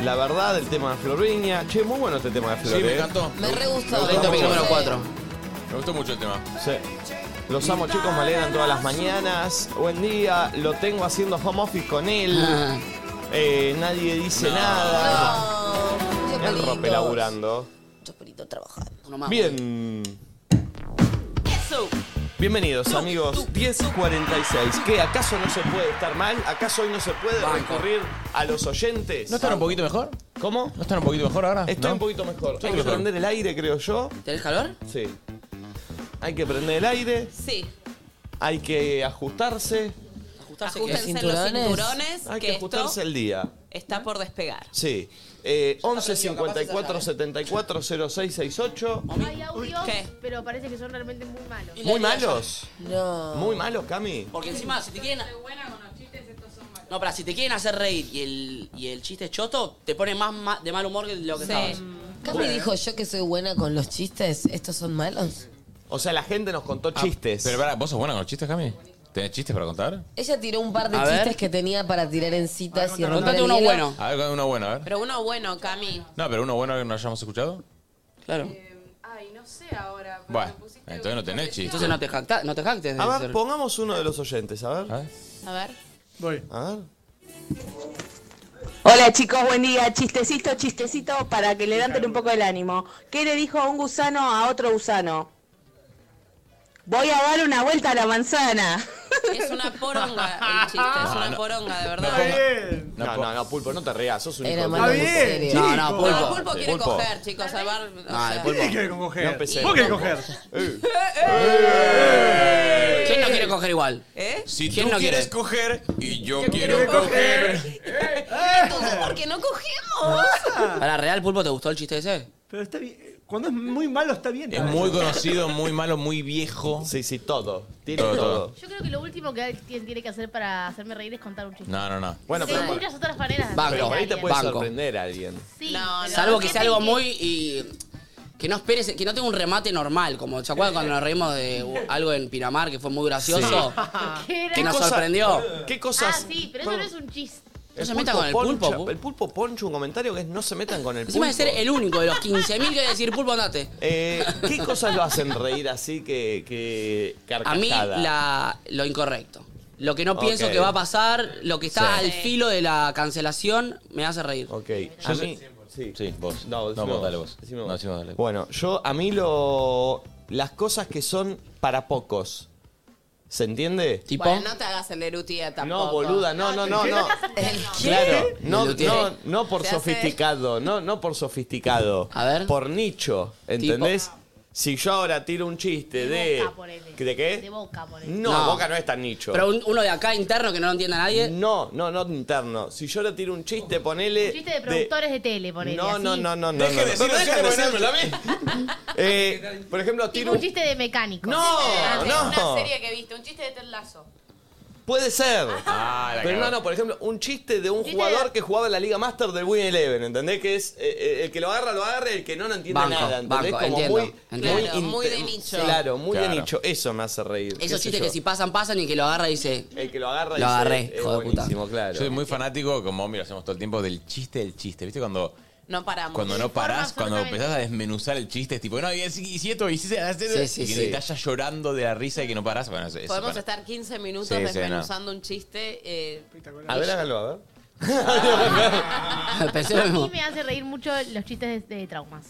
Speaker 2: La verdad, el tema de Florviña. Che, muy bueno este tema de
Speaker 5: Sí,
Speaker 2: Flor.
Speaker 5: me
Speaker 2: eh.
Speaker 5: encantó.
Speaker 3: Me re gustó.
Speaker 4: Trend Topic número 4.
Speaker 5: Me gustó mucho el tema.
Speaker 2: Sí. Los amo chicos, me alegran todas las mañanas. Buen día, lo tengo haciendo home office con él.
Speaker 4: Ah.
Speaker 2: Eh, nadie dice nada.
Speaker 3: No, muchos
Speaker 2: El
Speaker 3: pelitos.
Speaker 2: rope laburando.
Speaker 3: Muchos pelitos trabajando.
Speaker 4: Uno más.
Speaker 2: Bien. Bienvenidos amigos, 10.46. ¿Qué? ¿Acaso no se puede estar mal? ¿Acaso hoy no se puede
Speaker 4: Banco.
Speaker 2: recurrir a los oyentes?
Speaker 5: ¿No están un poquito mejor?
Speaker 2: ¿Cómo?
Speaker 5: ¿No están un poquito mejor ahora?
Speaker 2: Estoy
Speaker 5: ¿No?
Speaker 2: un poquito mejor.
Speaker 5: Estoy
Speaker 2: Hay que
Speaker 5: mejor.
Speaker 2: prender el aire, creo yo.
Speaker 4: ¿Tenés calor?
Speaker 2: Sí. Hay que prender el aire,
Speaker 6: Sí.
Speaker 2: hay que ajustarse,
Speaker 4: Ajustarse que
Speaker 6: Ajustense los
Speaker 3: ¿Cinturones?
Speaker 6: cinturones.
Speaker 2: hay que,
Speaker 6: que esto
Speaker 2: ajustarse el día.
Speaker 6: está por despegar.
Speaker 2: Sí. Eh, 11 54 74 06 68.
Speaker 11: Hay audios, pero parece que son realmente muy malos.
Speaker 2: ¿Muy malos?
Speaker 3: No.
Speaker 2: ¿Muy malos, Cami?
Speaker 4: Porque encima, si te quieren. No, para si te quieren hacer reír y el, y el chiste es choto, te pone más ma- de mal humor que lo que
Speaker 3: Sí.
Speaker 4: estabas.
Speaker 3: Cami dijo yo que soy buena con los chistes, ¿estos son malos?
Speaker 2: O sea, la gente nos contó
Speaker 5: chistes. Ah, Pero pará, ¿vos sos buena con los chistes, Cami? ¿Tenés chistes para contar?
Speaker 3: Ella tiró un par de
Speaker 5: A ver.
Speaker 3: chistes que tenía para tirar en citas y romper
Speaker 5: Contate
Speaker 3: el hielo.
Speaker 5: A ver, uno bueno, a ver.
Speaker 6: Pero uno bueno, Cami.
Speaker 5: No, pero uno bueno que no hayamos escuchado.
Speaker 4: Claro.
Speaker 6: Eh, Ay, no sé ahora.
Speaker 5: Bueno, entonces no tenés chistes.
Speaker 4: Entonces no te, jacta, no te jactes de
Speaker 2: A ver,
Speaker 4: ser-
Speaker 2: pongamos uno de los oyentes, a ver.
Speaker 6: A ver.
Speaker 2: Voy. A ver.
Speaker 10: Hola chicos, buen día. Chistecito, chistecito para que levanten un poco el ánimo. ¿Qué le dijo un gusano a otro gusano? Voy a dar una vuelta a la manzana.
Speaker 6: Es una poronga el chiste,
Speaker 2: Ah,
Speaker 6: es una poronga, de verdad.
Speaker 2: No, no, no, Pulpo, no te reas, sos un hijo
Speaker 6: Era
Speaker 2: de-
Speaker 6: malo, Está muy bien, serio.
Speaker 4: No, no, Pulpo.
Speaker 6: No, Pulpo quiere
Speaker 2: Pulpo.
Speaker 6: coger, chicos. Salvar. o
Speaker 4: Ah,
Speaker 6: sea.
Speaker 4: el pulpo.
Speaker 2: No empecemos,
Speaker 4: ¿Vos querés
Speaker 2: Pulpo.
Speaker 4: coger?
Speaker 5: Eh.
Speaker 2: Eh.
Speaker 4: Eh. ¿Quién no quiere coger igual?
Speaker 6: ¿Eh?
Speaker 5: Si
Speaker 4: ¿Quién
Speaker 5: tú
Speaker 4: no quiere?
Speaker 5: quieres coger y yo quiero coger.
Speaker 6: Entonces, ¿por qué no cogemos?
Speaker 14: Ah.
Speaker 2: Ah.
Speaker 4: ¿Para real, Pulpo, te gustó el chiste ese?
Speaker 15: Pero está bien. Cuando es muy malo, está bien.
Speaker 5: Es muy conocido, muy malo, muy viejo.
Speaker 2: Sí, sí, todo. Tiene
Speaker 5: todo.
Speaker 2: todo.
Speaker 11: Yo creo que lo último que alguien tiene que hacer para hacerme reír es contar un chiste.
Speaker 5: No, no, no.
Speaker 2: Bueno,
Speaker 11: Porque
Speaker 2: pero,
Speaker 11: hay muchas otras maneras. de
Speaker 2: pero
Speaker 11: hacer
Speaker 2: por ahí
Speaker 11: reír a
Speaker 2: te
Speaker 11: alguien.
Speaker 2: puede
Speaker 4: Banco.
Speaker 2: sorprender a alguien.
Speaker 11: Sí.
Speaker 6: No,
Speaker 4: Salvo que sea algo muy y que no esperes, que no tenga un remate normal, como ¿se acuerdan cuando nos reímos de algo en Pinamar que fue muy gracioso?
Speaker 11: ¿Qué era?
Speaker 4: Que nos
Speaker 2: cosa-
Speaker 4: sorprendió.
Speaker 2: ¿Qué cosas?
Speaker 11: Ah, sí, pero eso no es un chiste.
Speaker 4: No se meta con el
Speaker 2: poncha-
Speaker 4: pulpo, pu-
Speaker 2: El pulpo poncho un comentario que es no se metan con el pulpo.
Speaker 4: Encima de ser el único de los 15.000 que va a decir pulpo andate.
Speaker 2: Eh, ¿Qué cosas lo hacen reír así que, que
Speaker 4: A mí
Speaker 2: carcajada?
Speaker 4: la, lo incorrecto. Lo que no
Speaker 2: Ok.
Speaker 4: pienso que va a pasar, lo que está
Speaker 2: Sí.
Speaker 4: al filo de la cancelación, me hace reír.
Speaker 2: Ok.
Speaker 4: A
Speaker 2: Yo sé-
Speaker 4: mí-
Speaker 2: sí.
Speaker 5: vos.
Speaker 2: No,
Speaker 5: No,
Speaker 2: decime
Speaker 5: vos,
Speaker 2: vos.
Speaker 5: dale vos.
Speaker 2: Decime vos.
Speaker 5: No, decime vos, dale vos.
Speaker 2: Bueno, yo a mí lo las cosas que son para pocos. ¿Se entiende?
Speaker 4: Tipo
Speaker 6: Bueno, no te hagas el erutía tampoco. Ah,
Speaker 2: No, boluda, no, no, no, no. Claro, no, no, no por
Speaker 6: Se hace-
Speaker 2: sofisticado, no, no por sofisticado. A ver. Por nicho, ¿entendés? Si yo ahora tiro un chiste de. ¿De qué?
Speaker 11: De boca, pues. por
Speaker 2: No,
Speaker 4: No.
Speaker 2: Boca no es tan nicho.
Speaker 4: Pero un- uno de acá interno que no lo entienda nadie.
Speaker 2: No, no, no interno. Si yo ahora tiro un chiste, ponele.
Speaker 11: Un chiste de productores de, tele, por
Speaker 2: No, no, no, no, no.
Speaker 5: Deje
Speaker 2: no,
Speaker 5: de
Speaker 2: no.
Speaker 5: decir
Speaker 2: No, dejen
Speaker 5: opciones,
Speaker 2: de
Speaker 5: ponémelo a
Speaker 2: decir- Eh, por ejemplo, tiro
Speaker 11: un
Speaker 2: un...
Speaker 11: chiste de mecánico.
Speaker 2: No,
Speaker 11: Ah,
Speaker 2: no.
Speaker 6: Una serie que viste, un chiste de Ted Lasso.
Speaker 2: Puede ser.
Speaker 5: Ah, la
Speaker 2: Pero no,
Speaker 5: cagó.
Speaker 2: no, por ejemplo, un chiste de un
Speaker 6: Chiste
Speaker 2: jugador
Speaker 6: de-
Speaker 2: que jugaba en la Liga Master del Win Eleven, ¿entendés? Que es eh, eh, el que lo agarra, lo agarra, el que no, no entiende
Speaker 4: Banco,
Speaker 2: nada, ¿entendés?
Speaker 4: banco, entiendo, entiendo. Claro,
Speaker 2: inte-
Speaker 4: muy de nicho.
Speaker 2: Claro, muy
Speaker 4: Claro.
Speaker 2: de nicho. Eso me hace reír. qué
Speaker 4: Esos
Speaker 2: sé
Speaker 4: chistes
Speaker 2: yo.
Speaker 4: que si pasan, pasan y el que lo agarra dice.
Speaker 2: El que lo agarra
Speaker 4: Lo
Speaker 2: dice,
Speaker 4: agarré,
Speaker 2: es
Speaker 4: hijo de puta.
Speaker 2: buenísimo, claro.
Speaker 5: Yo soy muy fanático, como mira, hacemos todo el tiempo, del chiste del chiste. ¿Viste cuando,
Speaker 6: No paramos.
Speaker 5: cuando no parás, cuando empezás a desmenuzar el chiste? Es tipo, no, y si, y si esto, y si se hace.
Speaker 4: Sí, sí,
Speaker 5: y que
Speaker 4: sí.
Speaker 5: te estás llorando de la risa y que no parás. Bueno, eso, eso,
Speaker 6: Podemos
Speaker 5: para-
Speaker 6: estar 15 minutos
Speaker 5: Sí, sí,
Speaker 6: desmenuzando un chiste. eh,
Speaker 2: A ver, háganlo, a ver.
Speaker 4: Ah, Pensé
Speaker 11: A
Speaker 4: lo
Speaker 11: mí
Speaker 4: mismo.
Speaker 11: me hace reír mucho los chistes de, de traumas.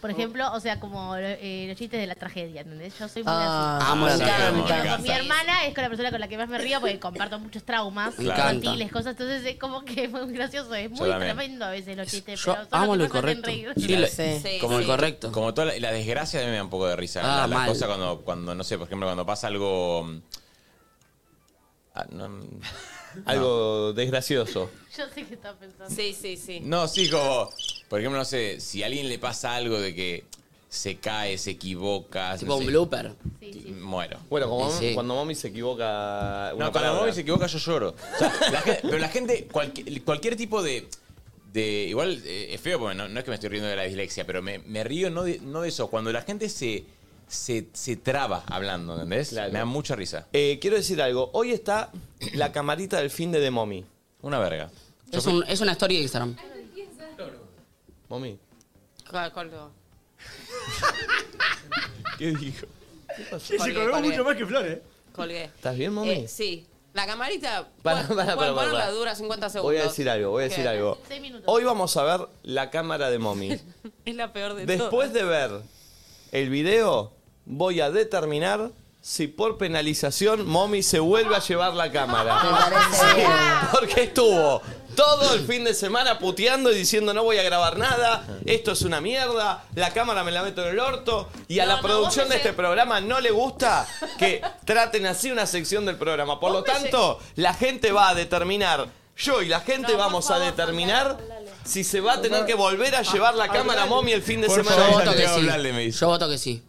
Speaker 11: Por ejemplo, o sea, como eh, los chistes de la tragedia, ¿entendés? Yo soy muy
Speaker 4: Ah,
Speaker 11: así.
Speaker 4: amo la
Speaker 11: Me
Speaker 4: tragedia,
Speaker 11: encanta.
Speaker 4: me encanta.
Speaker 11: Mi hermana es con la persona con la que más me río porque comparto muchos traumas,
Speaker 4: Me encanta.
Speaker 11: infantiles, cosas. Entonces es como que muy gracioso. Es muy
Speaker 5: también.
Speaker 11: tremendo a veces los chistes,
Speaker 4: Yo
Speaker 11: pero son
Speaker 4: amo
Speaker 11: los
Speaker 4: lo
Speaker 11: que más hacen
Speaker 4: incorrecto.
Speaker 11: reír.
Speaker 5: Sí, lo-
Speaker 4: como el correcto.
Speaker 5: Como toda la, la desgracia a mí me da un poco de risa.
Speaker 4: Ah,
Speaker 5: la, la
Speaker 4: mal.
Speaker 5: cosa cuando, cuando, no sé, por ejemplo, cuando pasa algo. mm, ah, no, mm,
Speaker 2: Algo desgracioso.
Speaker 11: Yo sé que estás pensando.
Speaker 6: Sí, sí, sí.
Speaker 5: No, sí, como. Por ejemplo, no sé, si a alguien le pasa algo de que se cae, se equivoca.
Speaker 4: Tipo
Speaker 5: no
Speaker 4: un
Speaker 5: sé,
Speaker 4: blooper.
Speaker 5: Muero.
Speaker 2: Bueno, como
Speaker 5: Y sí.
Speaker 2: cuando mami se equivoca. Una
Speaker 5: No, cuando
Speaker 2: palabra.
Speaker 5: Bobby se equivoca yo lloro. O sea, la gente- pero la gente, cualquier, cualquier tipo de... de- igual eh, es feo porque no, no es que me estoy riendo de la dislexia, pero me, me río no de, no de eso. Cuando la gente se, se, se traba hablando, ¿entendés? Me da mucha risa.
Speaker 2: Eh, quiero decir algo. Hoy está la camarita del fin de The Mommy.
Speaker 5: Una verga.
Speaker 4: Es, un- es una historia de Instagram.
Speaker 2: Mommy.
Speaker 6: ¿Cuál- cuál lo-
Speaker 2: ¿Qué dijo?
Speaker 15: Sí, se colgó
Speaker 6: Colgué,
Speaker 15: mucho más que
Speaker 4: eh.
Speaker 15: Flores.
Speaker 6: Colgué.
Speaker 2: ¿Estás bien, mami?
Speaker 6: Eh, sí. La camarita.
Speaker 2: Para, para,
Speaker 6: puede- puede
Speaker 2: para, para,
Speaker 6: ponerla,
Speaker 2: para.
Speaker 6: dura 50 segundos.
Speaker 2: Voy a decir algo, voy a decir
Speaker 6: ¿Qué?
Speaker 2: algo. Hoy vamos a ver la cámara de mommy.
Speaker 6: Es la peor de
Speaker 2: Después de ver el video, voy a determinar si por penalización mommy se vuelve a llevar la cámara. Sí, porque estuvo todo el fin de semana puteando y diciendo no voy a grabar nada, esto es una mierda, la cámara me la meto en el orto y a la producción de este programa no le gusta que traten así una sección del programa. Por lo tanto, la gente va a determinar Yo y la gente vamos a determinar si se va a tener que volver a llevar la cámara momia el fin de
Speaker 4: Por
Speaker 2: semana.
Speaker 4: favor, Yo voto que sí. hablale, Yo voto que sí.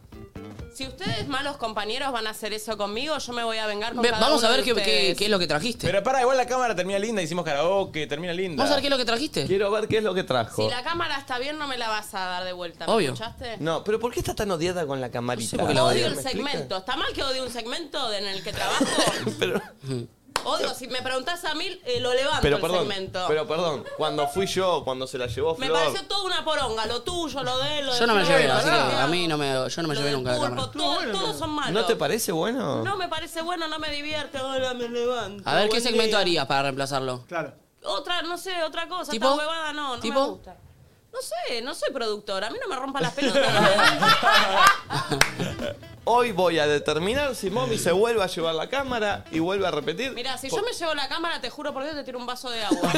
Speaker 6: Si ustedes, malos compañeros, van a hacer eso conmigo, yo me voy a vengar con
Speaker 4: Ve-
Speaker 6: cada
Speaker 4: vamos a ver
Speaker 6: uno de
Speaker 4: qué, qué-
Speaker 6: ustedes.
Speaker 4: qué es lo que trajiste.
Speaker 5: Pero para, igual la cámara termina linda, hicimos karaoke, termina linda.
Speaker 4: Vamos a ver qué es lo que trajiste.
Speaker 2: Quiero ver qué es lo que trajo.
Speaker 6: Si la cámara está bien, no me la vas a dar de vuelta. ¿me
Speaker 2: Obvio.
Speaker 6: escuchaste?
Speaker 2: No, pero ¿por qué está tan odiada con la camarita?
Speaker 6: Porque odio el segmento. ¿Está mal que odie un segmento en el que trabajo? Odio, si me preguntás a mí, eh, lo levanto
Speaker 2: Pero
Speaker 6: el
Speaker 2: perdón,
Speaker 6: segmento.
Speaker 2: pero perdón, cuando fui yo, cuando se la llevó
Speaker 6: me
Speaker 2: Flor,
Speaker 6: pareció toda una poronga, lo tuyo, lo de él, lo de
Speaker 4: Yo no me
Speaker 6: Flor,
Speaker 4: llevé,
Speaker 6: lo
Speaker 4: así que
Speaker 6: de-
Speaker 4: a mí no me, yo no me llevé nunca la cámara.
Speaker 6: Todo- Todos son malos.
Speaker 2: ¿no te parece bueno?
Speaker 6: No me parece bueno, no me divierte, ahora me levanto.
Speaker 4: A ver qué
Speaker 6: Buen
Speaker 4: segmento
Speaker 6: día.
Speaker 4: harías para reemplazarlo.
Speaker 15: Claro.
Speaker 6: Otra, no sé, otra cosa.
Speaker 4: ¿Tipo?
Speaker 6: ¿Tipo? huevada no, no
Speaker 4: ¿Tipo?
Speaker 6: me gusta. No sé, no soy productora. A mí no me rompa las pelotas.
Speaker 2: Hoy voy a determinar si Mommy se vuelve a llevar la cámara y vuelve a repetir.
Speaker 6: Mira, si
Speaker 2: Por-
Speaker 6: yo me llevo la cámara, te juro por Dios, te tiro un vaso de agua.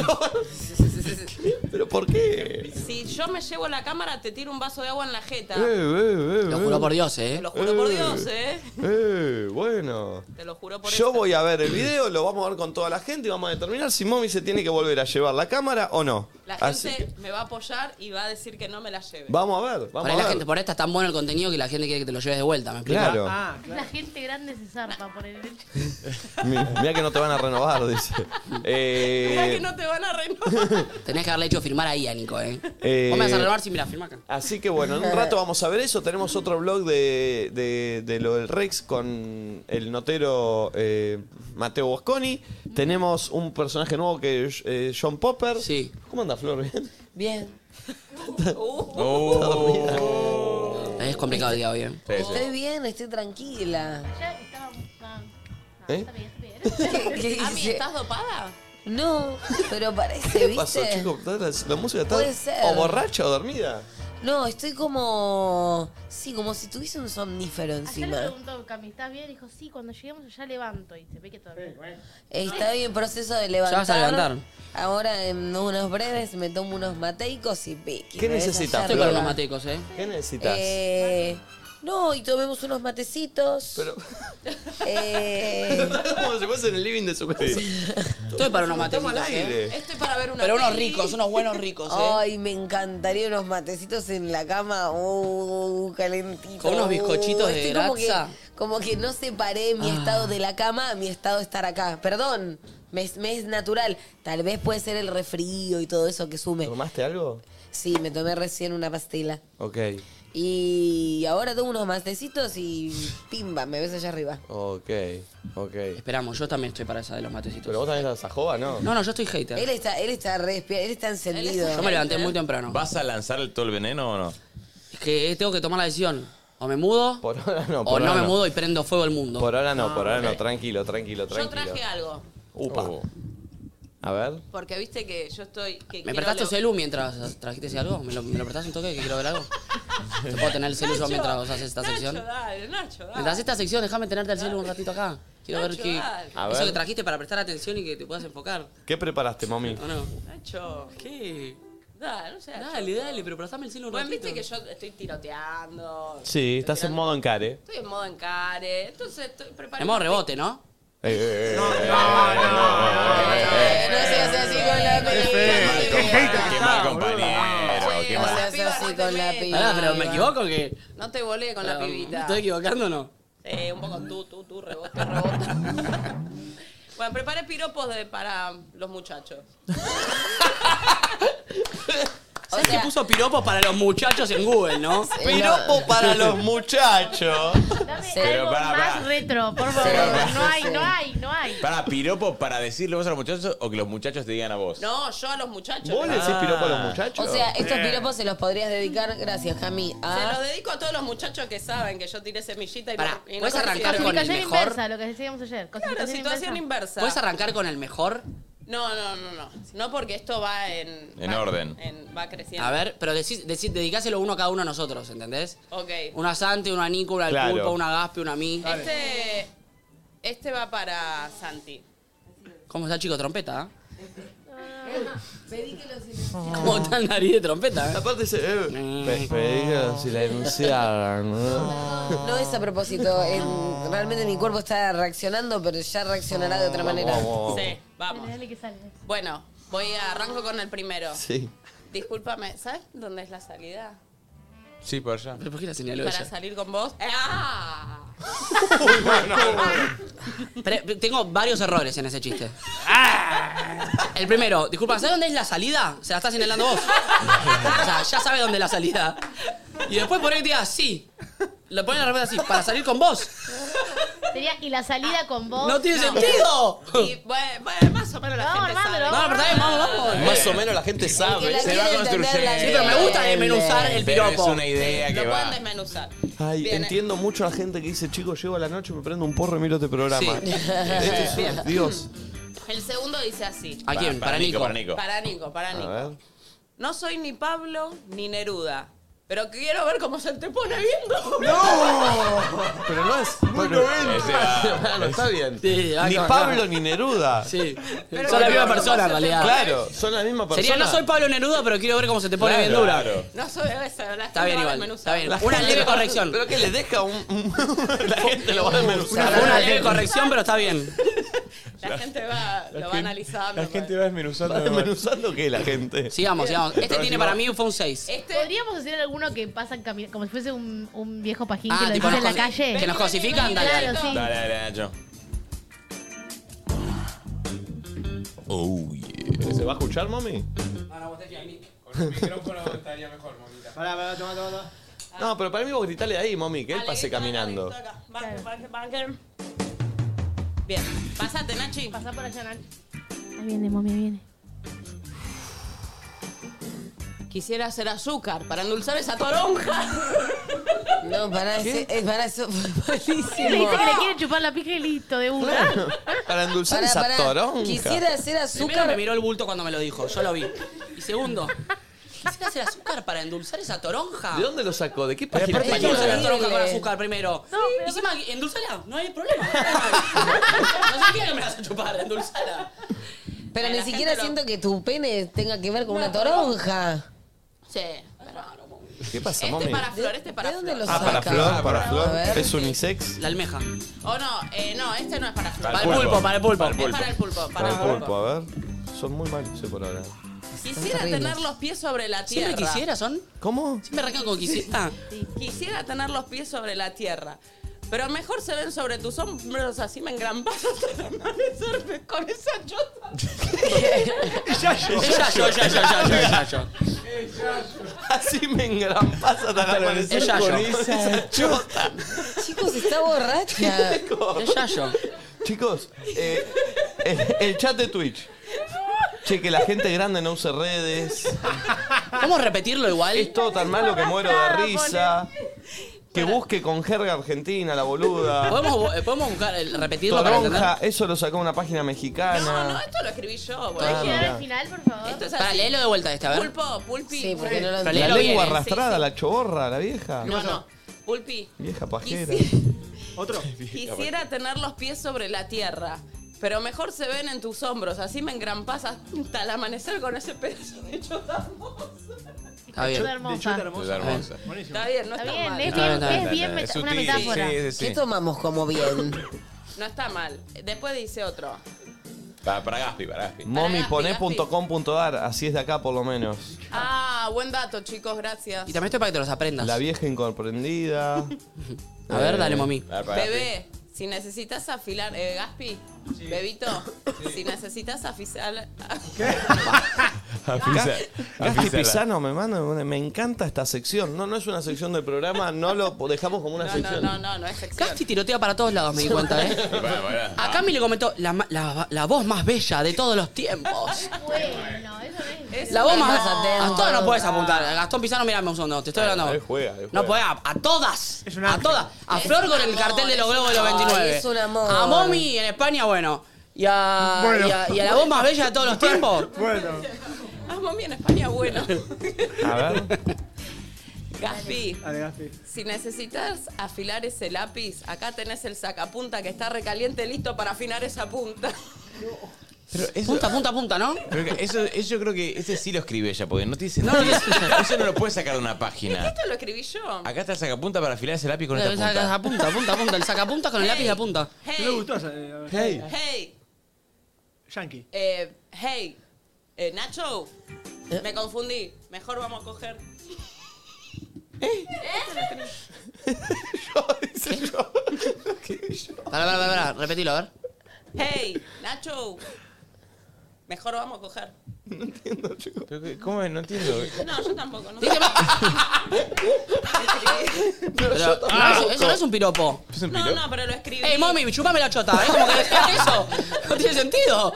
Speaker 2: ¿Pero por qué? Eh,
Speaker 6: Si yo me llevo la cámara, te tiro un vaso de agua en la jeta.
Speaker 2: Lo
Speaker 4: juro por Dios, eh.
Speaker 6: Lo juro por Dios, eh.
Speaker 2: Eh, bueno.
Speaker 6: Te lo juro por
Speaker 2: Yo voy a ver el video, lo vamos a ver con toda la gente y vamos a determinar si Mommy se tiene que volver a llevar la cámara o no.
Speaker 6: La
Speaker 2: Así
Speaker 6: gente me va a apoyar y va a decir que no me la lleve.
Speaker 2: Vamos a ver,
Speaker 4: Por
Speaker 2: vamos
Speaker 4: ahí
Speaker 2: a
Speaker 4: la
Speaker 2: ver.
Speaker 4: gente, por ahí está tan bueno el contenido que la gente quiere que te lo lleves de vuelta, ¿me explico?
Speaker 2: Claro.
Speaker 6: Ah,
Speaker 11: La gente grande se zarpa por el hecho.
Speaker 2: Mira que no te van a renovar, dice. Eh,
Speaker 4: Mirá que
Speaker 6: no te van a renovar.
Speaker 4: Tenés que haberle hecho firmar ahí a Nico, ¿eh?
Speaker 2: eh,
Speaker 4: Vos me vas a renovar si mira, firma acá.
Speaker 2: Así que bueno, en un rato vamos a ver eso. Tenemos otro blog de, de- de lo del Rex con el notero eh, Mateo Bosconi. Tenemos un personaje nuevo que es eh, John Popper. Sí. ¿Cómo anda, Flor? ¿Bien?
Speaker 3: Bien.
Speaker 2: Oh.
Speaker 4: Es complicado el día hoy, ¿eh?
Speaker 3: Estoy bien, estoy tranquila.
Speaker 2: ¿Eh?
Speaker 3: A
Speaker 6: Ami, ¿estás dopada?
Speaker 3: No, pero parece,
Speaker 2: ¿Qué pasó,
Speaker 3: ¿viste?
Speaker 2: chicos? ¿Toda La, la música está
Speaker 3: Puede ser.
Speaker 2: o borracha o dormida.
Speaker 3: No, estoy como. Sí, como si tuviese un somnífero
Speaker 11: Ayer le
Speaker 3: encima.
Speaker 11: preguntó Cami, ¿estás bien? Dijo, sí, cuando lleguemos allá levanto. Y se ve que todavía.
Speaker 3: Eh, Está bien proceso de
Speaker 4: vas a
Speaker 3: levantar.
Speaker 4: levantar.
Speaker 3: Ahora en unos breves me tomo unos mateicos y piqui.
Speaker 4: ¿Qué
Speaker 3: me ves
Speaker 4: necesitas,
Speaker 3: allá
Speaker 4: Flor?
Speaker 3: arriba.
Speaker 4: Los matecos, ¿eh?
Speaker 2: ¿Qué necesitas?
Speaker 3: Eh, no, y tomemos unos matecitos.
Speaker 2: Pero-
Speaker 3: Eh,
Speaker 2: Está como si fuese en el living de su casa.
Speaker 4: Estoy para unos
Speaker 2: Estamos
Speaker 4: matecitos,
Speaker 2: al aire.
Speaker 4: ¿eh?
Speaker 3: Este
Speaker 6: Estoy para ver una
Speaker 4: Pero unos
Speaker 6: peli.
Speaker 4: ricos, unos buenos ricos, ¿eh?
Speaker 3: Ay, me encantaría unos matecitos en la cama, uh, calentito.
Speaker 4: Con unos bizcochitos de
Speaker 3: estoy como
Speaker 4: grasa. Ah.
Speaker 3: que, como que no separé mi estado de la cama a mi estado de estar acá. Perdón, me, es- me es natural. Tal vez puede ser el refrío y todo eso que sume.
Speaker 2: ¿Tomaste algo?
Speaker 3: Sí, me tomé recién una pastila.
Speaker 2: Ok.
Speaker 3: Y ahora tengo unos matecitos y pimba, me ves allá arriba.
Speaker 2: Ok, ok.
Speaker 4: Esperamos, yo también estoy para esa de los matecitos. Pero
Speaker 2: vos también estás a joba, ¿no?
Speaker 4: No, no, yo estoy hater.
Speaker 3: Él está, él está re espi- él está encendido.
Speaker 4: Yo me
Speaker 6: ¿eh?
Speaker 4: levanté muy temprano.
Speaker 5: ¿Vas a lanzar el- todo el veneno o no?
Speaker 4: Es que eh, tengo que tomar la decisión. O me mudo,
Speaker 2: Por ahora no.
Speaker 4: o
Speaker 2: por
Speaker 4: no
Speaker 2: ahora
Speaker 4: me mudo y prendo fuego al mundo.
Speaker 2: Por ahora no, por ahora
Speaker 4: ok.
Speaker 2: no. Tranquilo, tranquilo,
Speaker 6: Ah, Yo
Speaker 2: tranquilo.
Speaker 6: traje algo.
Speaker 2: Upa. A ver.
Speaker 6: Porque viste que yo estoy. Que
Speaker 4: ¿Me
Speaker 6: quiero
Speaker 4: prestaste
Speaker 6: lev-
Speaker 4: el celu mientras trajiste ese algo? ¿Me lo, ¿Me lo prestaste un toque que quiero ver algo? ¿Te puedo tener el celu yo
Speaker 6: Nacho,
Speaker 4: mientras vos haces esta
Speaker 6: Nacho,
Speaker 4: sección?
Speaker 6: dale, Nacho, dale.
Speaker 4: Mientras haces esta sección, déjame tenerte el celu un ratito acá. Quiero ver
Speaker 6: Nacho,
Speaker 4: qué.
Speaker 6: dale.
Speaker 2: A
Speaker 4: Eso
Speaker 2: ver.
Speaker 4: que trajiste para prestar atención y que te puedas enfocar.
Speaker 2: ¿Qué preparaste, mami?
Speaker 4: ¿O no?
Speaker 6: Nacho.
Speaker 4: ¿Qué?
Speaker 6: Dale, no sé.
Speaker 4: Dale, dale, pero prestame el celu un
Speaker 6: Bueno,
Speaker 4: ratito.
Speaker 6: viste que yo estoy tiroteando.
Speaker 2: Sí, estás en modo encare.
Speaker 6: Estoy en modo encare. Entonces estoy preparando.
Speaker 4: En modo rebote, ¿no?
Speaker 2: Eh, No,
Speaker 4: no,
Speaker 2: eh.
Speaker 3: No seas así con la
Speaker 5: Qué mal compañero, qué
Speaker 3: No
Speaker 5: mal.
Speaker 3: seas así con la
Speaker 4: Pará, pero me
Speaker 3: piba.
Speaker 4: equivoco que.
Speaker 6: No te volé con la
Speaker 4: Pero, ¿me
Speaker 6: pibita.
Speaker 4: ¿Estoy equivocando o no?
Speaker 6: Eh, un poco tú, tú, tú, rebote, rebote. bueno, preparé piropos de, para los muchachos.
Speaker 4: ¿Sabes que puso piropos para los muchachos en Google, no?
Speaker 2: Piropo para los muchachos.
Speaker 5: Pero
Speaker 11: Algo
Speaker 5: para,
Speaker 11: más
Speaker 5: para.
Speaker 11: retro, por favor. No hay, no hay, no hay.
Speaker 5: Para, piropo para decirle vos a los muchachos o que los muchachos te digan a vos.
Speaker 6: No, yo a los muchachos.
Speaker 5: ¿Vos le decís piropo a los muchachos?
Speaker 3: O sea, estos
Speaker 5: Eh.
Speaker 3: piropos se los podrías dedicar, gracias, Jami,
Speaker 6: Se los
Speaker 3: a...
Speaker 6: dedico a todos los muchachos que saben que yo tiré semillita y
Speaker 4: Ah. Pará,
Speaker 6: no. y no
Speaker 4: ¿puedes
Speaker 6: consiguieron.
Speaker 4: arrancar con el
Speaker 11: Cosificación
Speaker 4: mejor?
Speaker 11: inversa, lo que decíamos ayer.
Speaker 6: Claro, situación inversa.
Speaker 4: ¿Puedes arrancar con el mejor?
Speaker 6: No, no, no, no. No porque esto va en.
Speaker 4: En
Speaker 6: va-
Speaker 4: orden.
Speaker 6: en- va creciendo.
Speaker 4: A ver, pero decí, decí- dedicáselo uno a cada uno a nosotros, ¿entendés?
Speaker 6: Ok.
Speaker 4: Una Santi, una Nico, una
Speaker 2: Claro.
Speaker 4: El Pulpo, una Gaspi, una mí.
Speaker 6: Este, este va para Santi.
Speaker 4: ¿Cómo está el chico trompeta? ah?
Speaker 3: Pedí que los
Speaker 4: Como tal nariz de trompeta, ¿eh?
Speaker 2: Aparte se. Pedí que si la denunciaran. ¿no?
Speaker 3: No es a propósito. en- realmente mi cuerpo está reaccionando, pero ya reaccionará de otra manera.
Speaker 2: vamos, vamos.
Speaker 6: Sí, vamos. Bueno, voy a arranco con el primero.
Speaker 2: Sí.
Speaker 6: Discúlpame, ¿sabes dónde es la salida?
Speaker 5: Sí, por allá.
Speaker 4: ¿Pero por qué la señaló
Speaker 6: Para
Speaker 4: ella?
Speaker 6: salir con vos. ¡Ah!
Speaker 4: Pre- tengo varios errores en ese chiste. El primero, disculpa, ¿sabes dónde es la salida? Se la estás señalando vos. O sea, ya sabe dónde es la salida. Y después por ahí te diga, sí. Le ponen la respuesta así, para salir con vos.
Speaker 11: Sería, y la salida con vos.
Speaker 4: ¡No tiene sentido!
Speaker 6: Y, bueno, bueno, más o menos la gente sabe.
Speaker 4: No, pero está bien, vamos, vamos.
Speaker 2: Más o menos la gente sabe.
Speaker 6: la quiere entender, la
Speaker 4: Sí, pero me gusta desmenuzar el
Speaker 2: Pero
Speaker 4: piropo.
Speaker 2: es una idea
Speaker 4: Sí,
Speaker 2: que
Speaker 4: lo
Speaker 2: va.
Speaker 4: pueden
Speaker 6: Desmenuzar.
Speaker 2: Ay,
Speaker 4: Bien.
Speaker 2: entiendo mucho a la gente que dice, chicos, llego a la noche, me prendo un porro y miro este programa.
Speaker 6: Sí.
Speaker 2: Este es un-
Speaker 6: Bien.
Speaker 2: Dios.
Speaker 6: El segundo dice así.
Speaker 2: ¿A quién? Para- para Para Nico, Nico. para Nico.
Speaker 6: Para Nico, para Nico.
Speaker 2: ver.
Speaker 6: No soy ni Pablo ni Neruda, pero quiero ver cómo se te pone viendo.
Speaker 2: Pero no es. Bueno, ese va. Bueno, está bien.
Speaker 4: va
Speaker 2: ni
Speaker 4: con-
Speaker 2: Pablo ni Neruda.
Speaker 4: Sí. Son la misma persona, en realidad.
Speaker 2: Claro, son la misma persona.
Speaker 4: Sería, no soy Pablo Neruda, pero quiero ver cómo se te pone
Speaker 2: Claro,
Speaker 4: bien dura.
Speaker 2: claro.
Speaker 6: No soy esa, la
Speaker 4: Está bien
Speaker 6: gente va
Speaker 4: igual,
Speaker 6: desmenuzando.
Speaker 4: está bien. Una leve corrección.
Speaker 2: Pero que le deja un. la gente lo va a desmenuzar.
Speaker 4: Una leve corrección, pero está bien.
Speaker 6: La gente va, lo va analizando.
Speaker 2: gente va desmenuzando. ¿Va desmenuzando qué la gente?
Speaker 4: pues. Sigamos, sigamos. Este tiene para mí fue un 6.
Speaker 6: Este-
Speaker 11: ¿Podríamos hacer alguno que pasan caminando, como si fuese un, un viejo pajín
Speaker 4: Ah,
Speaker 11: que lo
Speaker 4: tipo
Speaker 11: dice en
Speaker 4: nos
Speaker 11: la
Speaker 4: cosi-
Speaker 11: calle?
Speaker 4: que nos cosifican, dale,
Speaker 11: Claro,
Speaker 4: dale.
Speaker 11: sí.
Speaker 5: Dale, dale, Nacho.
Speaker 2: Oh, yeah. ¿Se va a escuchar, mami?
Speaker 4: Ah,
Speaker 15: Con el micrófono estaría mejor, mamita. Pará, pará, toma, toma, toma.
Speaker 2: No, pero para mí vos gritale ahí, mami, que él pase caminando.
Speaker 6: Banque, banque, banque. Bien, pasate, Nachi.
Speaker 11: Pasá por allá, Nachi. Ahí viene, mami, ahí viene.
Speaker 6: Quisiera hacer azúcar para endulzar esa toronja.
Speaker 3: No, para ese, eh, pará, eso fue
Speaker 11: Le
Speaker 3: malísimo.
Speaker 11: dice
Speaker 4: Ah.
Speaker 11: que le quiere chupar la pija y listo, de una.
Speaker 2: Para endulzar
Speaker 3: Pará,
Speaker 2: esa
Speaker 3: pará.
Speaker 2: toronja.
Speaker 3: Quisiera hacer
Speaker 4: Primero me
Speaker 3: azúcar.
Speaker 4: miró el bulto cuando me lo dijo, yo lo vi. Y segundo, quisiera hacer azúcar para endulzar esa toronja.
Speaker 2: ¿De dónde lo sacó? ¿De qué
Speaker 4: ¿Qué
Speaker 2: página?
Speaker 4: endulzar la toronja con
Speaker 3: horrible.
Speaker 4: azúcar primero?
Speaker 6: No,
Speaker 4: y encima, endulzala, no hay problema. No sentía que me la vas a chupar, endulzala.
Speaker 3: Pero
Speaker 4: La
Speaker 3: ni
Speaker 4: gente
Speaker 3: siquiera
Speaker 4: lo-
Speaker 3: siento que tu pene tenga que ver con una toronja.
Speaker 6: Sí.
Speaker 2: ¿Qué pasa,
Speaker 6: Este
Speaker 2: mami?
Speaker 6: para Flor, este para Flor.
Speaker 2: Ah, para Flor, para Flor. ¿Es unisex?
Speaker 4: La almeja.
Speaker 6: Oh, no, eh, no, este no es para Flor.
Speaker 2: Para el pulpo, para el pulpo. Para el
Speaker 6: Es para el pulpo. Para
Speaker 2: Para
Speaker 6: el
Speaker 2: el pulpo, a ver. Son muy malos, sé por ahora.
Speaker 6: pulpo. Quisiera
Speaker 4: Son terribles.
Speaker 6: tener los pies sobre la tierra.
Speaker 4: Siempre quisiera, son.
Speaker 2: ¿Cómo?
Speaker 4: Siempre arrancan con Ah, quisiera.
Speaker 6: Quisiera tener los pies sobre la tierra. Pero mejor se ven sobre tus hombros, así me engrampas hasta el amanecer con esa chota.
Speaker 2: Ya, yo,
Speaker 4: ya, yo, ya, yo, ya, yo, ya, yo.
Speaker 2: Así me engrampas hasta el amanecer
Speaker 4: Es Yayo.
Speaker 2: con esa chota.
Speaker 3: Chicos, está borracha.
Speaker 4: Es Yayo.
Speaker 2: Chicos, eh, el, el chat de Twitch. Che, que la gente grande no use redes.
Speaker 4: ¿Podemos repetirlo igual?
Speaker 2: Es todo tan malo que muero de risa. Que busque con jerga argentina, la boluda.
Speaker 4: ¿Podemos, eh, podemos buscar, el- repetirlo para
Speaker 2: Toronja,
Speaker 4: entender?
Speaker 2: eso lo sacó una página
Speaker 4: Ah,
Speaker 2: mexicana.
Speaker 6: No, esto lo escribí yo,
Speaker 2: Ah,
Speaker 6: boludo.
Speaker 2: mirá.
Speaker 11: Final, por favor.
Speaker 6: Esto es
Speaker 4: Para,
Speaker 6: así.
Speaker 4: léelo de vuelta este, a ver.
Speaker 6: Pulpo, pulpi.
Speaker 3: Sí, porque no lo
Speaker 4: Pero
Speaker 2: La
Speaker 4: léelo
Speaker 2: lengua
Speaker 4: bien.
Speaker 2: arrastrada, la choborra, la vieja.
Speaker 6: No, no. Pulpi.
Speaker 2: Vieja pajera.
Speaker 15: Otro.
Speaker 6: Quisiera tener los pies sobre la tierra, pero mejor se ven en tus hombros, así me engrampas hasta el amanecer con ese pedazo de chota hermosa.
Speaker 4: Está bien.
Speaker 11: Chota hermosa.
Speaker 15: Chota hermosa.
Speaker 5: Chota hermosa.
Speaker 15: Buenísimo.
Speaker 6: Está bien, no
Speaker 11: Está
Speaker 6: está,
Speaker 11: bien,
Speaker 6: mal.
Speaker 11: es
Speaker 5: Está bien,
Speaker 11: bien,
Speaker 5: está bien,
Speaker 11: es bien
Speaker 5: está
Speaker 11: meta- una
Speaker 5: bien. Es sutil,
Speaker 11: metáfora.
Speaker 5: sí, sí,
Speaker 3: ¿Qué
Speaker 5: sí.
Speaker 3: tomamos como bien?
Speaker 6: No está mal. Después dice otro.
Speaker 5: Para, para Gaspi, para Gaspi.
Speaker 2: Momi,
Speaker 6: Gaspi,
Speaker 2: poné
Speaker 6: Gaspi.
Speaker 2: punto com punto ar, así es de acá por lo menos.
Speaker 6: Ah, buen dato, chicos, gracias.
Speaker 4: Y también estoy para que te los aprendas.
Speaker 2: La vieja incomprendida.
Speaker 4: A ver, dale, mami.
Speaker 5: Para, para Gaspi.
Speaker 6: Bebé, si necesitas afilar. eh, Gaspi, bebito, si necesitas afilar.
Speaker 5: Afisa-
Speaker 2: Gasti
Speaker 5: afísala.
Speaker 2: Pisano me manda, una- me encanta esta sección. No, no es una sección del programa, no lo dejamos como una
Speaker 6: No, no,
Speaker 2: sección.
Speaker 6: no, no, no es sección.
Speaker 4: Casti tirotea para todos lados, me di cuenta, ¿eh?
Speaker 5: Para, para.
Speaker 4: A Cami le comentó la, ma- la- la voz más bella de todos los tiempos.
Speaker 11: Bueno, eso es.
Speaker 6: Es
Speaker 4: La voz
Speaker 6: una-
Speaker 4: más.
Speaker 3: atento,
Speaker 4: A todas no puedes
Speaker 3: boluda.
Speaker 4: apuntar. A Gastón Pisano, mirame un segundo, te estoy hablando.
Speaker 2: Él juega, él
Speaker 4: No
Speaker 2: juega.
Speaker 4: podés, a, a todas.
Speaker 15: Es un
Speaker 4: a
Speaker 15: ángel.
Speaker 4: todas. A
Speaker 6: Es
Speaker 4: Flor
Speaker 6: un
Speaker 4: con el
Speaker 6: amor,
Speaker 4: cartel de los
Speaker 6: es
Speaker 4: globos de los
Speaker 3: un amor.
Speaker 4: 29.
Speaker 3: Es un amor.
Speaker 4: A Momi en España, bueno. Y a,
Speaker 15: Bueno.
Speaker 4: y a- y a la voz más bella de todos los tiempos.
Speaker 15: Bueno.
Speaker 6: Amo bien Ah, España, bueno.
Speaker 2: A ver,
Speaker 6: Gaspi.
Speaker 15: Dale, Gaspi.
Speaker 6: Si necesitas afilar ese lápiz, acá tenés el sacapunta que está recaliente listo para afinar esa punta.
Speaker 4: Punta, punta, punta, ¿no?
Speaker 5: Creo que eso, eso yo creo que ese sí lo escribe ella, porque no te dice
Speaker 4: No,
Speaker 5: nada.
Speaker 4: no te-
Speaker 5: eso no lo puedes sacar de una página.
Speaker 6: Esto lo escribí yo.
Speaker 5: Acá está el sacapunta para afilar ese lápiz con esta
Speaker 4: El saca-
Speaker 5: punta.
Speaker 4: Apunta, apunta, apunta. El sacapuntas con el lápiz de punta.
Speaker 6: Hey. No me gustó
Speaker 15: eh,
Speaker 5: Hey.
Speaker 6: Hey,
Speaker 4: Yankee.
Speaker 6: eh, hey, eh, Nacho, me confundí. Mejor vamos a coger. ¿Eh?
Speaker 4: Pará, pará, pará, pará. Repetilo, a ver.
Speaker 6: Hey, Nacho, mejor vamos a coger.
Speaker 5: Pero que- ¿Cómo es? No entiendo.
Speaker 6: No, yo tampoco. No
Speaker 4: Pero- ah,
Speaker 5: tampoco.
Speaker 4: eso, eso no es un piropo.
Speaker 5: ah, ¿Es un
Speaker 6: No, no, pero lo escribí.
Speaker 4: Ey, mami, chupame la chota. Es como que es eso. No tiene sentido.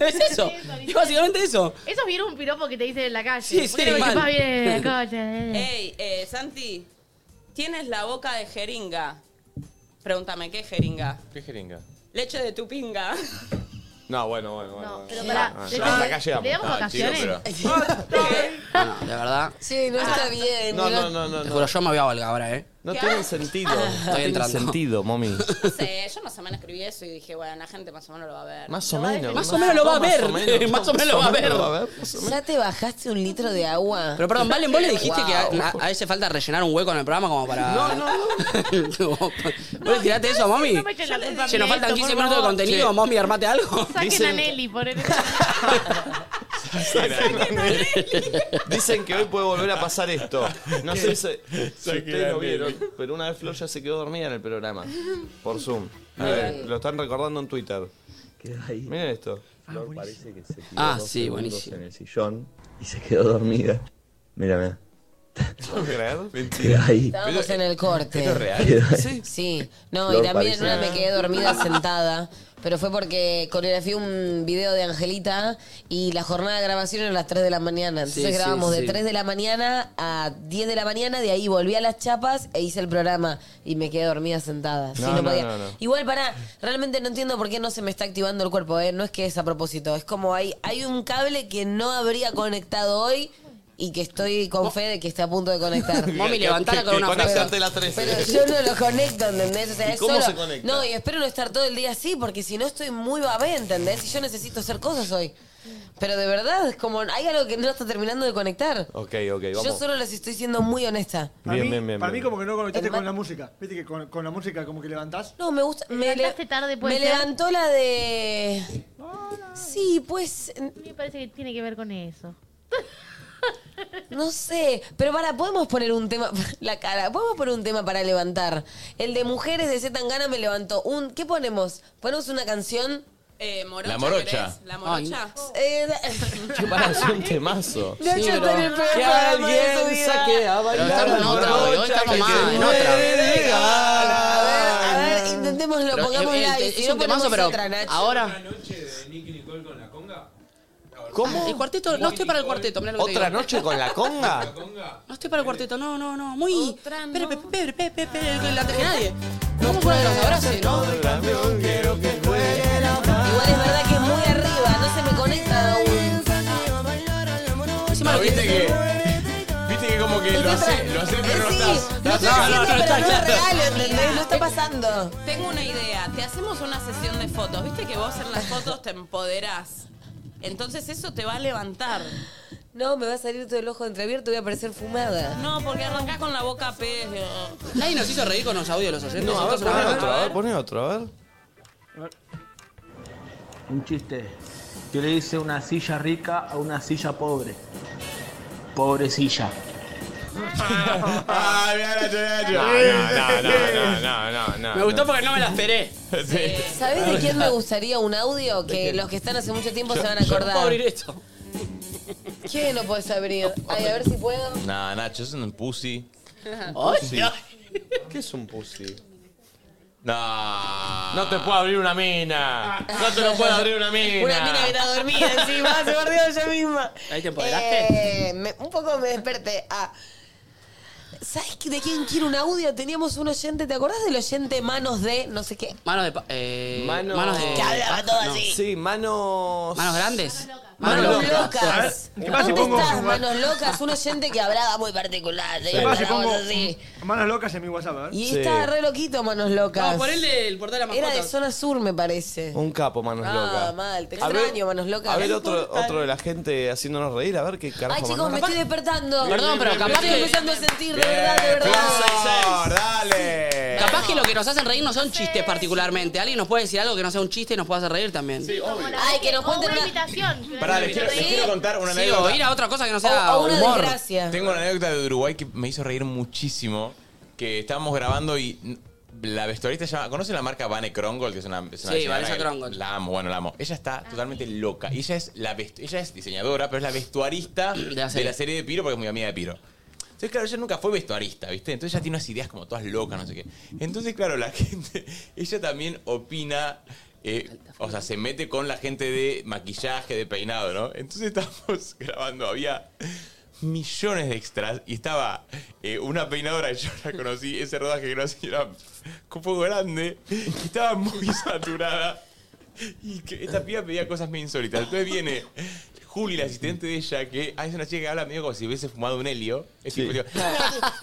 Speaker 4: Es eso. Es básicamente eso.
Speaker 11: Eso es bien un piropo que te dicen en la calle.
Speaker 4: Sí, sí,
Speaker 11: Una vez que
Speaker 4: mal.
Speaker 11: vas bien en la calle.
Speaker 6: Ey, eh, Santi, tienes la boca de jeringa. Pregúntame, ¿qué jeringa?
Speaker 2: ¿Qué jeringa?
Speaker 6: Leche de tu pinga.
Speaker 2: No, bueno, bueno, bueno.
Speaker 6: pero
Speaker 2: bueno.
Speaker 6: pará,
Speaker 2: Ah,
Speaker 6: ¿le
Speaker 2: ya,
Speaker 6: damos-
Speaker 2: hasta acá llegamos.
Speaker 6: le damos
Speaker 2: Ah, chico,
Speaker 4: vacaciones?
Speaker 2: pero-
Speaker 4: Bueno, de verdad.
Speaker 3: Sí, no está bien.
Speaker 4: No,
Speaker 3: mirá.
Speaker 4: no, no, no. Te juro, yo me voy a Valga ahora, ¿eh?
Speaker 2: No tiene sentido.
Speaker 4: Estoy
Speaker 2: No tiene
Speaker 4: entrando.
Speaker 2: sentido, mommy.
Speaker 6: No sé, yo más o menos escribí eso y dije, bueno, la gente más o menos lo va a ver.
Speaker 2: Más o menos.
Speaker 4: Más o menos lo va a ver. Más o menos lo va a ver.
Speaker 3: ¿Ya te bajaste un litro de agua?
Speaker 4: Pero perdón, Valen, vos le dijiste
Speaker 3: Wow.
Speaker 4: que a, a- a ese falta rellenar un hueco en el programa como para.
Speaker 3: No,
Speaker 4: no. ¿Vos le tiraste eso, mami?
Speaker 11: No me echen la culpa a mí
Speaker 4: Che, nos
Speaker 11: de
Speaker 4: faltan
Speaker 11: esto,
Speaker 4: 15
Speaker 11: por
Speaker 4: minutos de
Speaker 11: favor.
Speaker 4: contenido,
Speaker 11: Che.
Speaker 4: mami, armate algo.
Speaker 11: Saquen a Nelly, por el...
Speaker 2: Dicen que hoy puede volver a pasar esto. No sé si, si
Speaker 5: Saqué la
Speaker 2: ustedes lo
Speaker 5: tele.
Speaker 2: vieron, pero una vez Flor ya se quedó dormida en el programa. Por Zoom. Miren, lo están recordando en Twitter. Miren esto.
Speaker 16: Flor parece que se tiró
Speaker 4: Ah,
Speaker 16: dos
Speaker 4: sí,
Speaker 16: segundos
Speaker 4: buenísimo.
Speaker 16: en el sillón y se quedó dormida. Mira, mira. Mentira. Ahí.
Speaker 3: Estábamos en
Speaker 10: eh,
Speaker 3: el corte.
Speaker 16: ¿Esto es real?
Speaker 3: Sí. Sí. No,
Speaker 16: Flor
Speaker 3: y también en una
Speaker 16: parecía-
Speaker 3: me quedé dormida sentada. Pero fue porque coreografié un video de Angelita y la jornada de grabación era a las 3 de la mañana. Entonces
Speaker 10: Sí, sí,
Speaker 3: grabamos
Speaker 10: sí.
Speaker 3: de 3 de la mañana a 10 de la mañana, de ahí volví a las chapas e hice el programa y me quedé dormida sentada. Sí,
Speaker 10: No,
Speaker 3: no
Speaker 10: no,
Speaker 3: podía.
Speaker 10: no, no.
Speaker 3: Igual para, realmente no entiendo por qué no se me está activando el cuerpo, ¿eh? no es que es a propósito, es como hay, hay un cable que no habría conectado hoy y que estoy con fe de que está a punto de conectar.
Speaker 4: Mami, levantala con una
Speaker 2: frase.
Speaker 4: frase.
Speaker 2: Conectate la 13.
Speaker 3: Pero yo no lo conecto, ¿entendés? O sea,
Speaker 2: ¿Y
Speaker 3: es
Speaker 2: cómo
Speaker 3: solo-
Speaker 2: se conecta?
Speaker 3: No, y espero no estar todo el día así, porque si no estoy muy babé, ¿entendés? Y yo necesito hacer cosas hoy. Pero de verdad, es como hay algo que no está terminando de conectar.
Speaker 2: Ok, ok,
Speaker 3: Yo
Speaker 2: vamos.
Speaker 3: solo les estoy siendo muy honesta.
Speaker 2: Bien, bien, bien.
Speaker 15: Para mí
Speaker 2: bien.
Speaker 15: como que no conectaste
Speaker 3: El ma-
Speaker 15: con la música. Viste que con, con la música como que levantás.
Speaker 3: No, me gusta. Me, le-
Speaker 11: puede
Speaker 3: me
Speaker 11: ser.
Speaker 3: levantó la de. Sí, pues.
Speaker 11: Me parece que tiene que ver con eso.
Speaker 3: No sé. Pero para, podemos poner un tema. La cara. Podemos poner un tema para levantar. El de mujeres de Z Tangana me levantó. Un, ¿Qué ponemos? ¿Ponemos una canción?
Speaker 6: Eh, morocha.
Speaker 2: La morocha.
Speaker 6: ¿querés? La morocha.
Speaker 3: Eh,
Speaker 2: Qué pará, es un temazo.
Speaker 3: Nacho
Speaker 4: Sí,
Speaker 3: está en el
Speaker 4: pero-
Speaker 3: peor
Speaker 4: Que
Speaker 3: programa de su
Speaker 4: alguien
Speaker 3: vida.
Speaker 4: saque a bailar Pero estamos en otra, hoy, hoy estamos
Speaker 3: Que
Speaker 4: más, en
Speaker 3: muere
Speaker 4: otra.
Speaker 3: de gana. A ver, a ver, intentémoslo,
Speaker 4: Pero,
Speaker 3: pongámosla
Speaker 4: eh, eh,
Speaker 3: ahí.
Speaker 4: es
Speaker 3: Si
Speaker 4: un
Speaker 3: no
Speaker 4: temazo,
Speaker 3: ponemos
Speaker 4: pero
Speaker 3: otra, Nacho.
Speaker 4: ahora-
Speaker 2: ¿Cómo?
Speaker 4: Ah, El cuarteto, no estoy para el cuarteto, mirá lo que te
Speaker 2: ¿Otra
Speaker 4: digo.
Speaker 2: noche con la conga?
Speaker 4: No estoy para el cuarteto, no, no, no. Muy. Pepe, pepe, pepe, pepe, pepe, la que nadie. Vamos con los abrazos, ¿no?
Speaker 3: Igual es verdad que es muy arriba, no se me conecta aún.
Speaker 4: Encima lo que
Speaker 5: Viste que. Viste que como que lo hace, lo hace, pero no estás.
Speaker 3: Eh, No estoy
Speaker 5: No, no,
Speaker 3: haciendo,
Speaker 5: no estás, no
Speaker 3: pero no es
Speaker 5: estás.
Speaker 3: real, ¿entendés? No está pasando.
Speaker 6: Tengo una idea. Te hacemos una sesión de fotos. Viste que vos en las fotos te empoderás. Entonces eso te va a levantar.
Speaker 3: No, me va a salir todo el ojo entreabierto, voy a parecer fumada.
Speaker 6: No, porque arrancás con la boca pez.
Speaker 4: Nadie nos hizo reír con los audios de los oyentes.
Speaker 2: No, a ver,
Speaker 4: entonces,
Speaker 2: poné
Speaker 4: bueno,
Speaker 2: otro, a ver, poné otro, a ver.
Speaker 12: Un chiste. que le dice una silla rica a una silla pobre? Pobre silla.
Speaker 5: Ah, mira, Nacho, mira, Nacho.
Speaker 12: No,
Speaker 5: No, no, no, no, no.
Speaker 4: Me gustó porque no me la esperé. Eh,
Speaker 3: ¿Sabés de quién me gustaría un audio que los que están hace mucho tiempo se van a
Speaker 4: Yo no puedo abrir
Speaker 3: acordar?
Speaker 4: esto.
Speaker 3: ¿Quién no puedes abrir? Ay, a ver si puedo.
Speaker 5: Nah, Nacho, es un pussy.
Speaker 2: Pussy. ¿Qué es un pussy?
Speaker 5: No. No te puedo abrir una mina.
Speaker 4: Ah.
Speaker 5: No te lo puedo abrir una mina.
Speaker 3: Una mina que está dormida encima, se perdió ella misma.
Speaker 4: Ahí te
Speaker 3: Eh, me- un poco me desperté. Ah. ¿Sabes de quién quiero un audio? Teníamos un oyente, ¿te acordás del oyente Manos de no sé qué?
Speaker 4: Manos de. pa- eh,
Speaker 2: Mano-
Speaker 4: Manos de.
Speaker 2: Que hablaba
Speaker 4: paja,
Speaker 3: todo
Speaker 4: no.
Speaker 3: así.
Speaker 2: Sí, manos.
Speaker 4: Manos grandes.
Speaker 3: Manos
Speaker 15: Manos
Speaker 3: locas.
Speaker 15: locas. A ver, ¿qué pasa si
Speaker 3: ¿Dónde
Speaker 15: pongo-
Speaker 3: estás, manos locas? Un oyente que hablaba muy particular.
Speaker 15: Sí.
Speaker 3: y
Speaker 15: Va, si
Speaker 3: hablaba
Speaker 15: pongo
Speaker 3: así.
Speaker 15: manos locas en mi WhatsApp, a ver.
Speaker 3: Y estaba re loquito, manos locas.
Speaker 15: No, ponele
Speaker 4: el portal a
Speaker 3: Era de zona sur, me parece.
Speaker 2: Un capo, manos
Speaker 3: Ah,
Speaker 2: locas.
Speaker 3: mal, te
Speaker 2: A ver-
Speaker 3: extraño, manos locas.
Speaker 2: A ver,
Speaker 3: No
Speaker 2: otro,
Speaker 3: importa.
Speaker 2: otro de la gente haciéndonos reír, a ver qué carajo.
Speaker 3: Ay, chicos,
Speaker 2: mandó.
Speaker 3: me estoy despertando.
Speaker 4: Bien, Perdón, bien, pero bien, capaz bien. que-
Speaker 3: estoy empezando a sentir, de
Speaker 2: Bien,
Speaker 3: verdad, de verdad.
Speaker 2: aplausos, ¡Dale!
Speaker 4: Capaz que lo que nos hacen reír no son chistes particularmente. Alguien nos puede decir algo que no sea un chiste y nos puede hacer reír también. Sí,
Speaker 3: Ay, que nos
Speaker 11: O
Speaker 3: cuenten
Speaker 11: una
Speaker 3: una-
Speaker 11: invitación.
Speaker 5: Pará, les quiero, les
Speaker 3: Sí.
Speaker 5: quiero contar una
Speaker 4: Sí,
Speaker 5: anécdota.
Speaker 4: o ir a otra cosa que no sea O- o una humor. desgracia.
Speaker 5: Tengo una anécdota de Uruguay que me hizo reír muchísimo. Que estábamos grabando y n- la vestuarista se llama. ¿Conocen la marca Vane Krongol? Que es una, es una
Speaker 4: Sí,
Speaker 5: diseñadora
Speaker 4: Vanessa
Speaker 5: que
Speaker 4: Krongol.
Speaker 5: La amo, bueno, la amo. Ella está totalmente loca. Y Ella es, la vestu- ella es diseñadora, pero es la vestuarista de la,
Speaker 4: serie.
Speaker 5: serie de Piro porque es muy amiga de Piro. Entonces, claro, ella nunca fue vestuarista, ¿viste? Entonces ella tiene unas ideas como todas locas, no sé qué. Entonces, claro, la gente, ella también opina eh, o sea, se mete con la gente de maquillaje, de peinado, ¿no? Entonces estábamos grabando, había millones de extras y estaba eh, una peinadora que yo la conocí, ese rodaje que no hacía era un poco grande y estaba muy saturada. Y que esta piba pedía cosas medio insólitas. Entonces viene Juli, la asistente de ella, que ah, es una chica que habla medio como si hubiese fumado un helio. Es tipo, digo,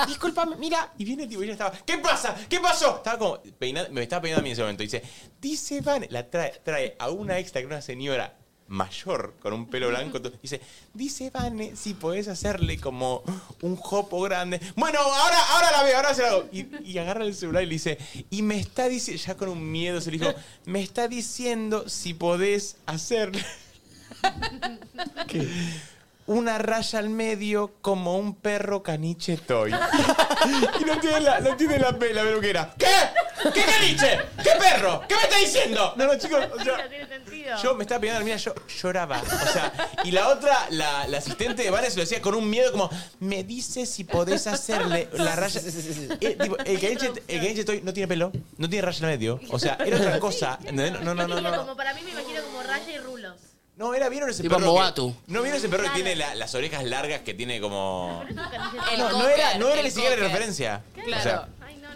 Speaker 5: Disculpame, mira. Y viene el tipo y ella estaba, ¿qué pasa? ¿Qué pasó? Estaba como peinando, me estaba peinando a mí en ese momento. Y dice, dice Van, la trae, trae a una extra que era una señora mayor con un pelo blanco. todo. Dice, dice Vane, si podés hacerle como un jopo grande. Bueno, ahora, ahora la veo, ahora se la hago. Y, y agarra el celular y le dice, y me está diciendo, ya con un miedo se le dijo, me está diciendo si podés hacerle una raya al medio como un perro caniche toy. y no tiene la, no tiene la pela, pero que era. ¿Qué? ¿Qué caniche? ¿Qué perro? ¿Qué me está diciendo? No, no, chicos, o sea, yo me estaba pidiendo, mira, yo lloraba. O sea, y la otra, la, la asistente de Vane se lo hacía con un miedo como, me dice si podés hacerle la raya. Eh, tipo, el caniche, el caniche toy no tiene pelo, no tiene raya en el medio. O sea, era otra cosa. ¿entendés? No, no, no, no. no.
Speaker 11: Como para mí me imagino como raya y rulos.
Speaker 5: No, era, ¿vieron ese
Speaker 4: Tipo
Speaker 5: perro?
Speaker 4: Moatu.
Speaker 5: que- ¿No vieron ese perro que tiene la- las orejas largas que tiene como.
Speaker 11: El
Speaker 15: Eh,
Speaker 5: No, no
Speaker 11: cocker,
Speaker 5: era, no era
Speaker 11: el
Speaker 5: ni siquiera la
Speaker 11: cocker.
Speaker 5: referencia.
Speaker 11: Claro.
Speaker 5: O sea,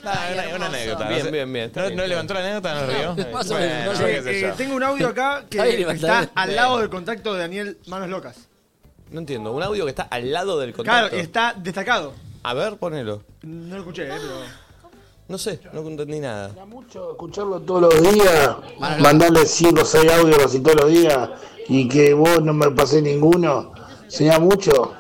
Speaker 5: nada, una, una anécdota. no
Speaker 2: Bien,
Speaker 5: sé.
Speaker 2: bien, bien, está
Speaker 5: ¿No,
Speaker 2: bien,
Speaker 5: no
Speaker 2: está
Speaker 5: levantó la anécdota? ¿No rió?
Speaker 2: Más o menos, más o
Speaker 5: qué
Speaker 2: menos.
Speaker 5: sé
Speaker 15: Eh,
Speaker 5: yo.
Speaker 15: tengo un audio acá que
Speaker 2: Está bien, está
Speaker 15: está
Speaker 2: bien.
Speaker 15: al lado del contacto de Daniel Manos Locas.
Speaker 2: No entiendo, un audio que está al lado del contacto.
Speaker 15: Claro, está destacado.
Speaker 2: A ver, ponelo.
Speaker 15: No lo escuché, eh, pero.
Speaker 2: No sé, no entendí nada.
Speaker 17: mucho escucharlo todos los días, mandarle 5 o 6 audios así todos los días y que vos no me pasé ninguno, sea mucho.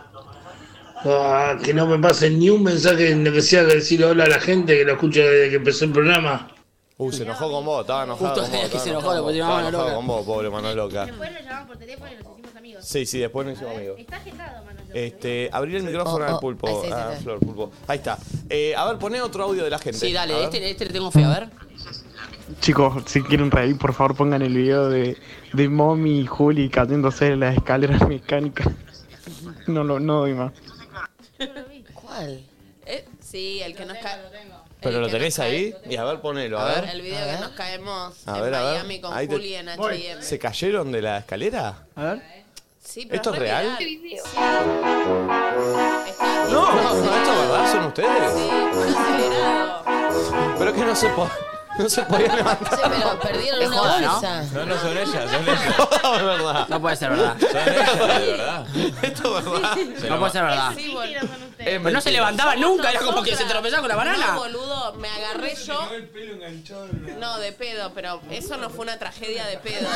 Speaker 17: Ah, que no me pase ni un mensaje en lo que sea que decirle hola a la gente que lo escucha desde que empezó el programa.
Speaker 2: Uh, se enojó con vos, estaba enojado
Speaker 17: Justo
Speaker 2: con vos.
Speaker 17: es que
Speaker 2: estaba
Speaker 17: se
Speaker 2: enojado
Speaker 17: enojó,
Speaker 2: con
Speaker 17: le
Speaker 2: vos,
Speaker 17: pusieron
Speaker 2: estaba
Speaker 17: mano
Speaker 2: enojado
Speaker 17: loca.
Speaker 2: con vos, pobre mano loca.
Speaker 11: Después lo llamamos por teléfono y nos hicimos amigos.
Speaker 2: Sí, sí, después nos hicimos amigos.
Speaker 11: Está agendado, mano.
Speaker 2: Este, abrir el micrófono
Speaker 4: Oh, oh,
Speaker 2: al pulpo.
Speaker 4: ahí sí, sí,
Speaker 2: ah,
Speaker 4: sí.
Speaker 2: Flor, pulpo. Ahí está. Eh, a ver, poné otro audio de la gente.
Speaker 4: Sí,
Speaker 2: A
Speaker 4: dale,
Speaker 2: ver.
Speaker 4: este, este le tengo fe, a ver.
Speaker 18: Chicos, si quieren reír, por favor pongan el video de, de Mommy y Juli cayéndose en las escaleras mecánicas. No, no, no doy más.
Speaker 3: ¿Cuál?
Speaker 6: Eh, sí, el que nos cae.
Speaker 2: Pero lo tenés ahí. Y a ver, ponelo. A
Speaker 6: El
Speaker 2: ver.
Speaker 6: video que nos caemos
Speaker 2: A
Speaker 6: en
Speaker 2: ver, a ver.
Speaker 6: Miami con
Speaker 2: Ahí te-
Speaker 6: Juli en H&M.
Speaker 2: ¿Se cayeron de la escalera?
Speaker 15: A ver.
Speaker 6: Sí, pero
Speaker 2: ¿Esto es
Speaker 6: re
Speaker 2: real?
Speaker 6: viral.
Speaker 2: No, no, esto es verdad, son ustedes. Pero que no se, po- no se podía levantar.
Speaker 3: Sí, pero perdieron
Speaker 4: Es
Speaker 3: una
Speaker 4: joda, ¿no?
Speaker 3: bolsa.
Speaker 5: No, no son ellas, son ellas.
Speaker 2: No, es verdad.
Speaker 4: No puede ser verdad.
Speaker 5: Son ellas, de verdad.
Speaker 2: Esto es verdad.
Speaker 4: No puede ser verdad. Pero no se levantaba nunca, era como que se tropezaba con la
Speaker 6: No,
Speaker 4: banana.
Speaker 6: boludo, me agarré yo. No, de pedo, pero eso no fue una tragedia de pedo.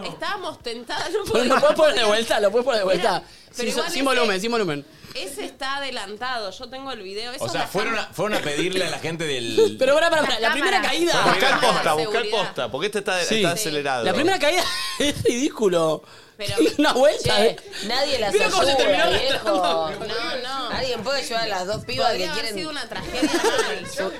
Speaker 6: Estábamos tentadas, no
Speaker 4: Pero Lo
Speaker 6: podíamos.
Speaker 4: puedes poner de vuelta, lo puedes poner de vuelta.
Speaker 6: pero
Speaker 4: Sin,
Speaker 6: igual
Speaker 4: sin
Speaker 6: ese-
Speaker 4: volumen, sin volumen.
Speaker 6: Ese está adelantado, yo tengo el video.
Speaker 5: O
Speaker 6: esos
Speaker 5: sea,
Speaker 6: la-
Speaker 5: fueron a, fueron a pedirle a la gente del.
Speaker 4: Pero ahora, para, la primera caída.
Speaker 2: Busca el posta,
Speaker 6: de
Speaker 2: busca el
Speaker 6: seguridad.
Speaker 2: posta, porque este está,
Speaker 4: Sí.
Speaker 2: está acelerado.
Speaker 4: La primera caída es ridículo. Una vuelta,
Speaker 3: Che,
Speaker 4: eh.
Speaker 3: Nadie las
Speaker 4: Mira cómo se
Speaker 3: ayuda,
Speaker 4: terminó
Speaker 3: viejo.
Speaker 4: arrastrando.
Speaker 3: No, no. Alguien puede ayudar a las dos pibas
Speaker 6: Podría
Speaker 3: que
Speaker 6: haber
Speaker 3: quieren...
Speaker 6: sido una tragedia.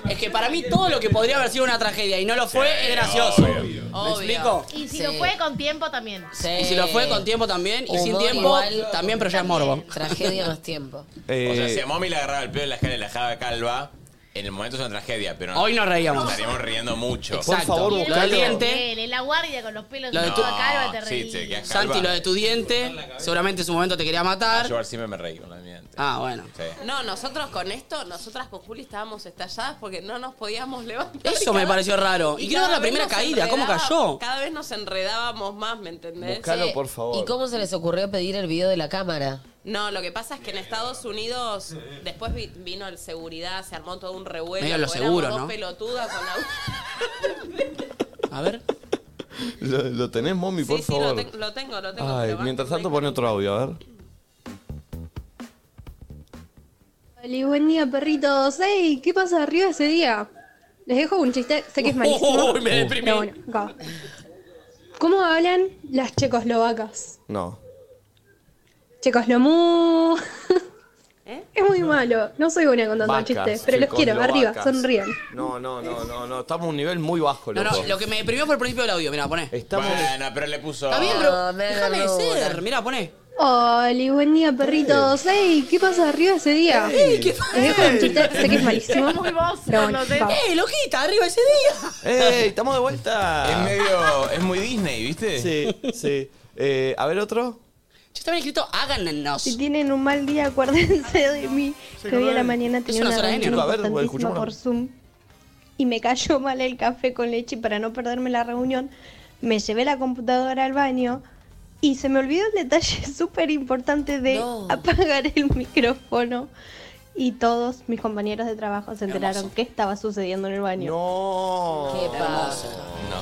Speaker 4: Es que para mí todo lo que podría haber sido una tragedia y no lo fue es gracioso. ¿Me explico?
Speaker 11: Y si lo fue con tiempo también.
Speaker 4: Y si lo fue con tiempo también y sin
Speaker 3: Humor
Speaker 4: tiempo
Speaker 3: igual.
Speaker 4: también, pero ya es morbo.
Speaker 3: Tragedia más tiempo.
Speaker 5: Eh, O sea, si a Mommy le agarraba el pelo en la escalera y la dejaba calva. en el momento es una tragedia, pero
Speaker 4: Hoy nos reíamos.
Speaker 5: Nos estaríamos riendo mucho.
Speaker 4: Exacto. Por favor,
Speaker 11: Y el
Speaker 4: buscalo.
Speaker 11: otro
Speaker 4: Caliente.
Speaker 11: nivel, en la guardia con los pelos
Speaker 4: Lo de tu-
Speaker 11: encima, calva, te
Speaker 5: Sí,
Speaker 11: reí.
Speaker 5: te quedas calva.
Speaker 4: Santi, lo de tu diente, seguramente en su momento te quería matar.
Speaker 5: Yo siempre me reí con la mía.
Speaker 4: Ah, bueno.
Speaker 6: No, nosotros con esto, nosotras con Juli estábamos estalladas porque no nos podíamos levantar.
Speaker 4: Eso me
Speaker 6: Cada-
Speaker 4: pareció raro. Y quiero ver
Speaker 6: cada
Speaker 4: la
Speaker 6: vez
Speaker 4: primera
Speaker 6: nos
Speaker 4: caída, ¿cómo
Speaker 6: enredaba-
Speaker 4: cayó?
Speaker 6: Cada vez nos enredábamos más, ¿me entendés?
Speaker 3: Che, ¿Y cómo se les ocurrió pedir el video de la cámara?
Speaker 6: No, lo que pasa es que en Estados Unidos después vi- vino el seguridad, se armó todo un revuelo.
Speaker 4: Medio lo
Speaker 6: porque
Speaker 4: seguro,
Speaker 6: éramos
Speaker 4: ¿no?
Speaker 6: dos pelotudas con la...
Speaker 4: A ver.
Speaker 2: ¿Lo, lo tenés, mommy, por
Speaker 6: sí, sí,
Speaker 2: favor?
Speaker 6: lo, ten- lo tengo, lo tengo.
Speaker 2: Ay,
Speaker 6: pero va-
Speaker 2: mientras tanto pone otro audio, a ver.
Speaker 19: Oli, buen día, perritos. ¡Ey! ¿Qué pasa arriba ese día? Les dejo un chiste, sé que es malísimo.
Speaker 2: Uy, me deprimí.
Speaker 19: Pero bueno, acá va. ¿Cómo hablan las checoslovacas?
Speaker 2: No.
Speaker 19: Checoslomu. Es muy malo. No soy buena contando
Speaker 2: Vacas,
Speaker 19: chistes, pero los
Speaker 2: chicos,
Speaker 19: quiero. Arriba,
Speaker 2: vacas.
Speaker 19: sonrían.
Speaker 2: No, no, no, no, no. Estamos a un nivel muy bajo,
Speaker 4: No,
Speaker 2: loco.
Speaker 4: no, lo que me deprimió fue el principio del audio, mira, poné.
Speaker 2: Estamos...
Speaker 5: Bueno, pero le puso.
Speaker 4: Está bien,
Speaker 19: No,
Speaker 4: pero
Speaker 19: Ah, me
Speaker 4: déjame de
Speaker 19: agarró
Speaker 4: ser.
Speaker 19: una.
Speaker 4: Mira, poné.
Speaker 19: Oli, buen día, perritos. ¡Ey! ¿Qué pasa arriba ese día?
Speaker 4: Ey, ¿qué
Speaker 19: Les dejo un chiste, sé que es malísimo.
Speaker 4: Muy
Speaker 19: Pero bueno, va.
Speaker 4: ¡Eh, loquita! ¡Arriba ese día!
Speaker 2: ¡Ey! ¡Estamos de vuelta!
Speaker 5: Es medio. Es muy Disney, ¿viste?
Speaker 2: Sí, sí. Eh, a ver otro.
Speaker 4: Yo estaba escrito, háganos.
Speaker 19: Si tienen un mal día, acuérdense de mí.
Speaker 4: Sí,
Speaker 19: que hoy a la
Speaker 4: claro.
Speaker 19: mañana tenía
Speaker 4: una
Speaker 19: una
Speaker 4: sola N,
Speaker 19: reunión
Speaker 4: ¿no? A ver,
Speaker 19: importantísima
Speaker 4: escuchémoslo.
Speaker 19: por Zoom y me cayó mal el café con leche y para no perderme la reunión me llevé la computadora al baño y se me olvidó el detalle súper importante de apagar el micrófono y todos mis compañeros de trabajo se enteraron qué estaba sucediendo en el baño.
Speaker 2: No.
Speaker 4: Qué hermoso.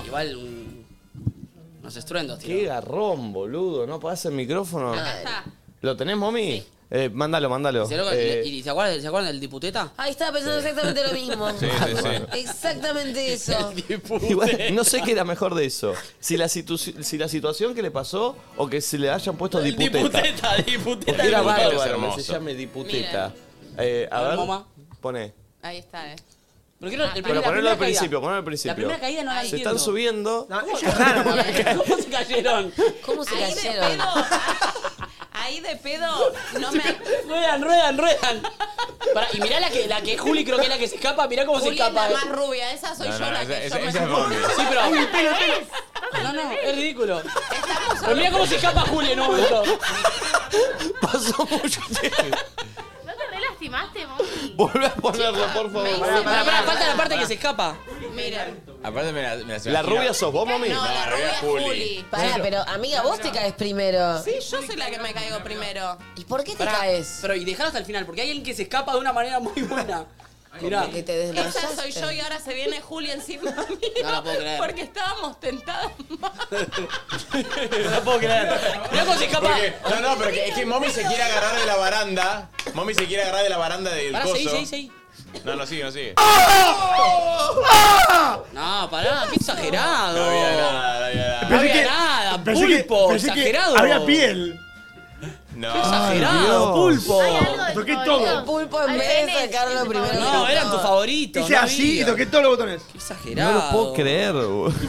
Speaker 4: Igual un... unos estruendos, tío.
Speaker 2: Qué garrón, boludo. No pagás el micrófono.
Speaker 4: Acá está.
Speaker 2: ¿Lo tenés, mommy? Eh, mándalo, mándalo.
Speaker 4: ¿Se, lo-
Speaker 2: Eh,
Speaker 4: ¿Y se acuerdan, se acuerdan del diputeta?
Speaker 3: Ahí estaba pensando exactamente lo mismo.
Speaker 2: bárbaro.
Speaker 3: Exactamente eso.
Speaker 2: Igual, no sé qué era mejor de eso. Si la, situ- si la situación que le pasó o que se le hayan puesto diputeta.
Speaker 4: Diputeta,
Speaker 2: Porque
Speaker 4: diputeta.
Speaker 2: era
Speaker 4: diputeta.
Speaker 2: bárbaro que se llame diputeta. Eh, a
Speaker 4: A ver,
Speaker 2: ver,
Speaker 4: Moma.
Speaker 2: pone.
Speaker 6: Ahí está, eh.
Speaker 4: Pero quiero el
Speaker 2: Pero
Speaker 4: primer- la
Speaker 2: ponelo al
Speaker 4: primera caída.
Speaker 2: principio, ponelo al principio.
Speaker 4: La primera caída no la
Speaker 2: Se
Speaker 4: entiendo.
Speaker 2: están subiendo.
Speaker 4: ¿Cómo se cayeron?
Speaker 3: ¿Cómo se
Speaker 6: Ahí de
Speaker 3: cayeron?
Speaker 6: pedo, ah, ahí de pedo, no me...
Speaker 4: Ruedan, ruedan, ruedan. Pará, y mirá la que, la que es Juli, creo que es la que se escapa. Mirá cómo
Speaker 6: Juli
Speaker 4: se escapa. eh.
Speaker 6: es la más rubia, esa soy
Speaker 5: No,
Speaker 6: yo
Speaker 5: no,
Speaker 6: la
Speaker 5: esa-
Speaker 6: que
Speaker 5: esa-
Speaker 6: yo me...
Speaker 5: esa es Mommy.
Speaker 4: Sí, pero. No, no, es ridículo. Pero mirá cómo se escapa Juli en un momento.
Speaker 2: Pasó mucho tiempo.
Speaker 11: ¿No te re lastimaste, mami?
Speaker 2: Volvé a ponerlo, por favor.
Speaker 4: Pará, pará, pará, falta la parte
Speaker 5: Pará.
Speaker 4: que se escapa.
Speaker 6: Miren.
Speaker 5: Aparte me la, me
Speaker 2: ¿La rubia sos vos, mami? No,
Speaker 5: No,
Speaker 2: la
Speaker 5: la rubia es Juli.
Speaker 3: Pará, pero ah, amiga, vos te caes primero.
Speaker 6: Sí, yo soy la que me caigo primero.
Speaker 3: ¿Y por qué te
Speaker 4: Pará,
Speaker 3: caes?
Speaker 4: Pero y dejalo hasta el final, porque hay alguien que se escapa de una manera muy buena. Mirá.
Speaker 3: Que te
Speaker 6: Esa
Speaker 3: desmayaste.
Speaker 6: soy yo y ahora se viene Juli encima mío.
Speaker 4: No la puedo creer.
Speaker 6: Porque estábamos tentadas.
Speaker 4: No la puedo creer. Mirá cómo se escapa.
Speaker 5: Porque- no, no, pero que- es que Mommy se quiere agarrar de la baranda. Mommy se quiere agarrar de la baranda del
Speaker 4: Pará,
Speaker 5: coso.
Speaker 4: seguí, seguí, seguí.
Speaker 5: No, no sigue, no sigue.
Speaker 2: ¡Ah!
Speaker 4: No, pará, qué exagerado.
Speaker 5: No había nada, no había nada.
Speaker 4: No había nada, pulpo, exagerado.
Speaker 15: piel.
Speaker 5: No.
Speaker 4: Exagerado, pulpo.
Speaker 15: Toqué
Speaker 3: El
Speaker 15: todo.
Speaker 3: pulpo en vez de sacarlo primero.
Speaker 4: No, eran tus favoritos.
Speaker 15: Hice
Speaker 4: no
Speaker 15: así y
Speaker 4: había.
Speaker 15: toqué todos los botones.
Speaker 4: Exagerado.
Speaker 2: No lo puedo creer. boludo.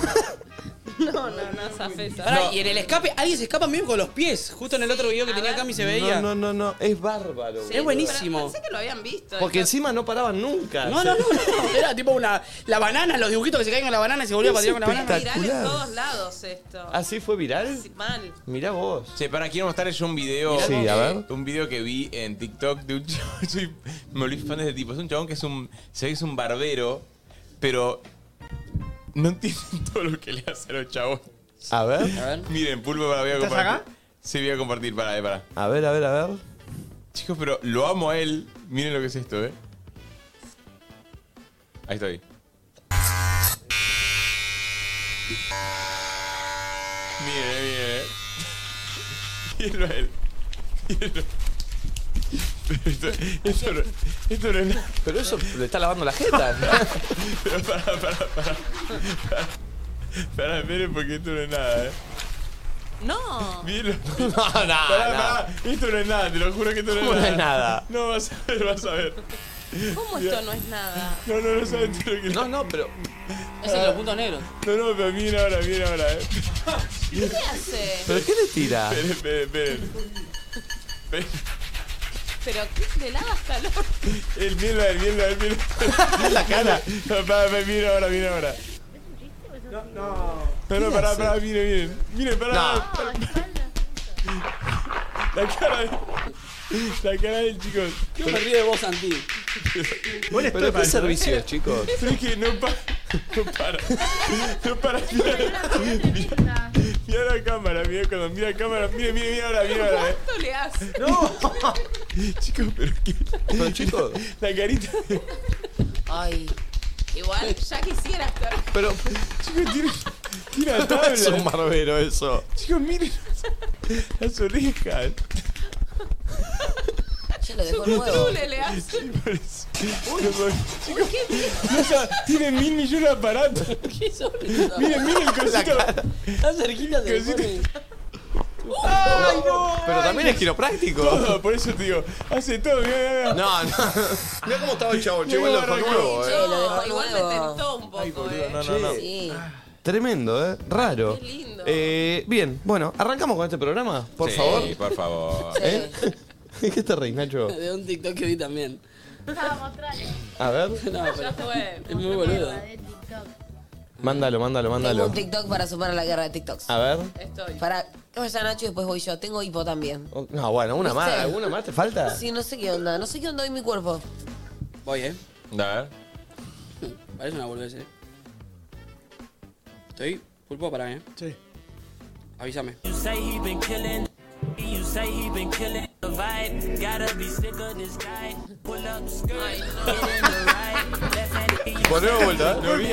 Speaker 6: No, no, no, esa esa.
Speaker 4: Pará, y en el escape, alguien se escapa mismo con los pies. Justo en el otro video que tenía Cami se veía.
Speaker 2: No, no, no, no. Es bárbaro.
Speaker 4: es buenísimo.
Speaker 6: Pensé que lo habían visto.
Speaker 2: Porque encima no paraban nunca.
Speaker 4: No, no, no, no. Era tipo una. La banana, los dibujitos que se caen con la banana y se volvió a patear con la banana.
Speaker 6: Viral en todos lados esto.
Speaker 2: ¿Así Ah, fue viral?
Speaker 6: Mal.
Speaker 2: Mirá vos.
Speaker 5: Che, para quiero mostrarles un video.
Speaker 2: Mirá Sí, vos. a ver.
Speaker 5: Un video que vi en TikTok de un chabón. Soy, me volví fan de este tipo. Es un chabón que es un. Se ve que es un barbero, pero. No entienden todo lo que le hace a los chavos.
Speaker 2: A ver.
Speaker 5: Miren, pulpo para voy a
Speaker 15: ¿Estás
Speaker 5: compartir.
Speaker 15: acá?
Speaker 5: Sí, voy a compartir, eh, para, para.
Speaker 2: A ver, a ver, a ver.
Speaker 5: Chicos, pero lo amo a él. Miren lo que es esto, eh. Ahí estoy. Miren, miren, eh. Mírenlo a él. Mírenlo. Pero esto, esto no, esto no es nada.
Speaker 2: Pero eso le está lavando la jeta.
Speaker 5: Pero pará, pará, pará. Pará. Pará, miren porque esto no es nada, eh.
Speaker 6: No.
Speaker 5: Mírenlo.
Speaker 2: no, no.
Speaker 5: Pará, pará. Esto no es nada, te lo juro que esto no es
Speaker 2: ¿Cómo
Speaker 5: nada.
Speaker 2: no es nada?
Speaker 5: No, vas a ver, vas a ver.
Speaker 6: ¿Cómo esto no es nada?
Speaker 5: No, no, no saben todo lo que
Speaker 2: No, no, pero.
Speaker 4: Ese es de los puntos negros.
Speaker 5: No, no, pero miren ahora, miren ahora, eh.
Speaker 6: ¿Qué hace?
Speaker 2: ¿Pero qué le tira?
Speaker 5: Esperen, esperen, esperen. Esperen.
Speaker 6: Pero qué de lava hasta el orto.
Speaker 13: El miedo, el miedo, el miedo. la cara. Pará, pará, Mira ahora, mira ahora.
Speaker 14: No, no.
Speaker 13: Pero
Speaker 14: ¿Qué
Speaker 13: pará,
Speaker 14: hace?
Speaker 13: pará, miren, miren. Miren, pará.
Speaker 14: No.
Speaker 13: pará. La cara de. La cara del chico.
Speaker 4: Yo me río de vos, Santi.
Speaker 13: Pero
Speaker 2: Pero qué servicios, chicos.
Speaker 13: Pero es que no, pa no para. No para. Mira, mira- mira la cámara, mira cuando mira la cámara. Mira, mira, mira ahora, mira ahora. eh.
Speaker 6: ¿Cuánto le hace?
Speaker 13: Chicos, pero qué. Pero chicos. La carita.
Speaker 6: Ay. Igual, ya quisiera estar.
Speaker 2: Pero.
Speaker 13: Chicos, tiene. Tira la tabla.
Speaker 2: Es un barbero eso.
Speaker 13: Chicos, miren. Las orejas.
Speaker 3: Yo lo dejo
Speaker 13: Son
Speaker 3: nuevo.
Speaker 13: horribles,
Speaker 6: le hace.
Speaker 13: Chicos, no sabe- tiene mil millones de aparatos.
Speaker 4: ¿Qué son?
Speaker 13: Miren, miren el cosito.
Speaker 4: Está cerquita de
Speaker 13: ¡Ay, no!
Speaker 2: Pero también es quiropráctico.
Speaker 13: Todo, por eso te digo, hace todo, mirá, mirá, mirá.
Speaker 2: No, no. Mirá cómo estaba el chabón, che, igual lo dejó nuevo, eh.
Speaker 6: Yo, igual me
Speaker 3: nuevo.
Speaker 13: Oh.
Speaker 6: tentó un poco, eh.
Speaker 2: no, no, no.
Speaker 6: Sí.
Speaker 2: Tremendo, ¿eh? Raro. Eh, bien, bueno, arrancamos con este programa, por
Speaker 13: Sí,
Speaker 2: favor.
Speaker 13: por favor.
Speaker 2: ¿Eh? ¿Qué te reís, Nacho?
Speaker 4: De un TikTok que vi también.
Speaker 2: A ver,
Speaker 4: No, pero-
Speaker 6: fue.
Speaker 4: Es muy boludo.
Speaker 2: mándalo, mándalo,
Speaker 3: Tengo
Speaker 2: mándalo.
Speaker 3: un TikTok para sumar a la guerra de TikToks.
Speaker 2: A ver.
Speaker 3: Estoy. Para que vaya Nacho y después voy yo. Tengo hipo también.
Speaker 2: No, bueno, una más,
Speaker 3: ¿Viste?
Speaker 2: ¿alguna más te falta?
Speaker 3: Sí, no sé qué onda. No sé qué onda hoy mi cuerpo.
Speaker 4: Voy, eh.
Speaker 13: A ver.
Speaker 4: Parece una boludez, eh. ¿Estoy? Pulpo para mí, eh. Sí. Avísame.
Speaker 2: Ponemos vuelta, ¿eh?
Speaker 13: Lo vi,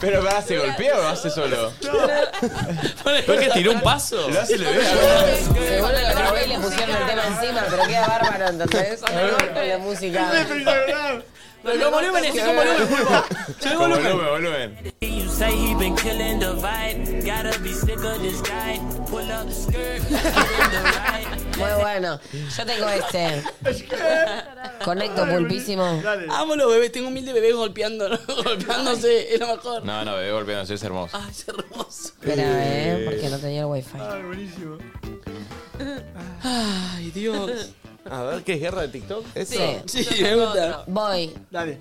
Speaker 13: Pero va, ¿se golpea o lo hace solo?
Speaker 4: ¿Pero
Speaker 13: que tiró un
Speaker 4: paso?
Speaker 13: Lo hace el bebé.
Speaker 3: Se vuelve a la y le pusieron el tema encima, pero queda bárbaro, ¿entendés? Con la música.
Speaker 4: Pero con volumen, ese con volumen, Pulpo. Sube
Speaker 13: Con
Speaker 4: volumen.
Speaker 13: volumen, volumen.
Speaker 3: Muy bueno. Yo tengo este. Conecto pulpísimo.
Speaker 4: Amo los bebés, tengo mil de bebés golpeando, golpeándose, es lo mejor.
Speaker 13: No, no, bebé golpeándose, es hermoso.
Speaker 4: Ay, es hermoso.
Speaker 3: Espera, ¿eh? Porque no tenía el wifi.
Speaker 4: Ay, buenísimo. Ay, Dios.
Speaker 2: A ver, ¿qué es guerra de TikTok? ¿Eso?
Speaker 4: Sí, me gusta.
Speaker 3: Voy.
Speaker 14: Dale.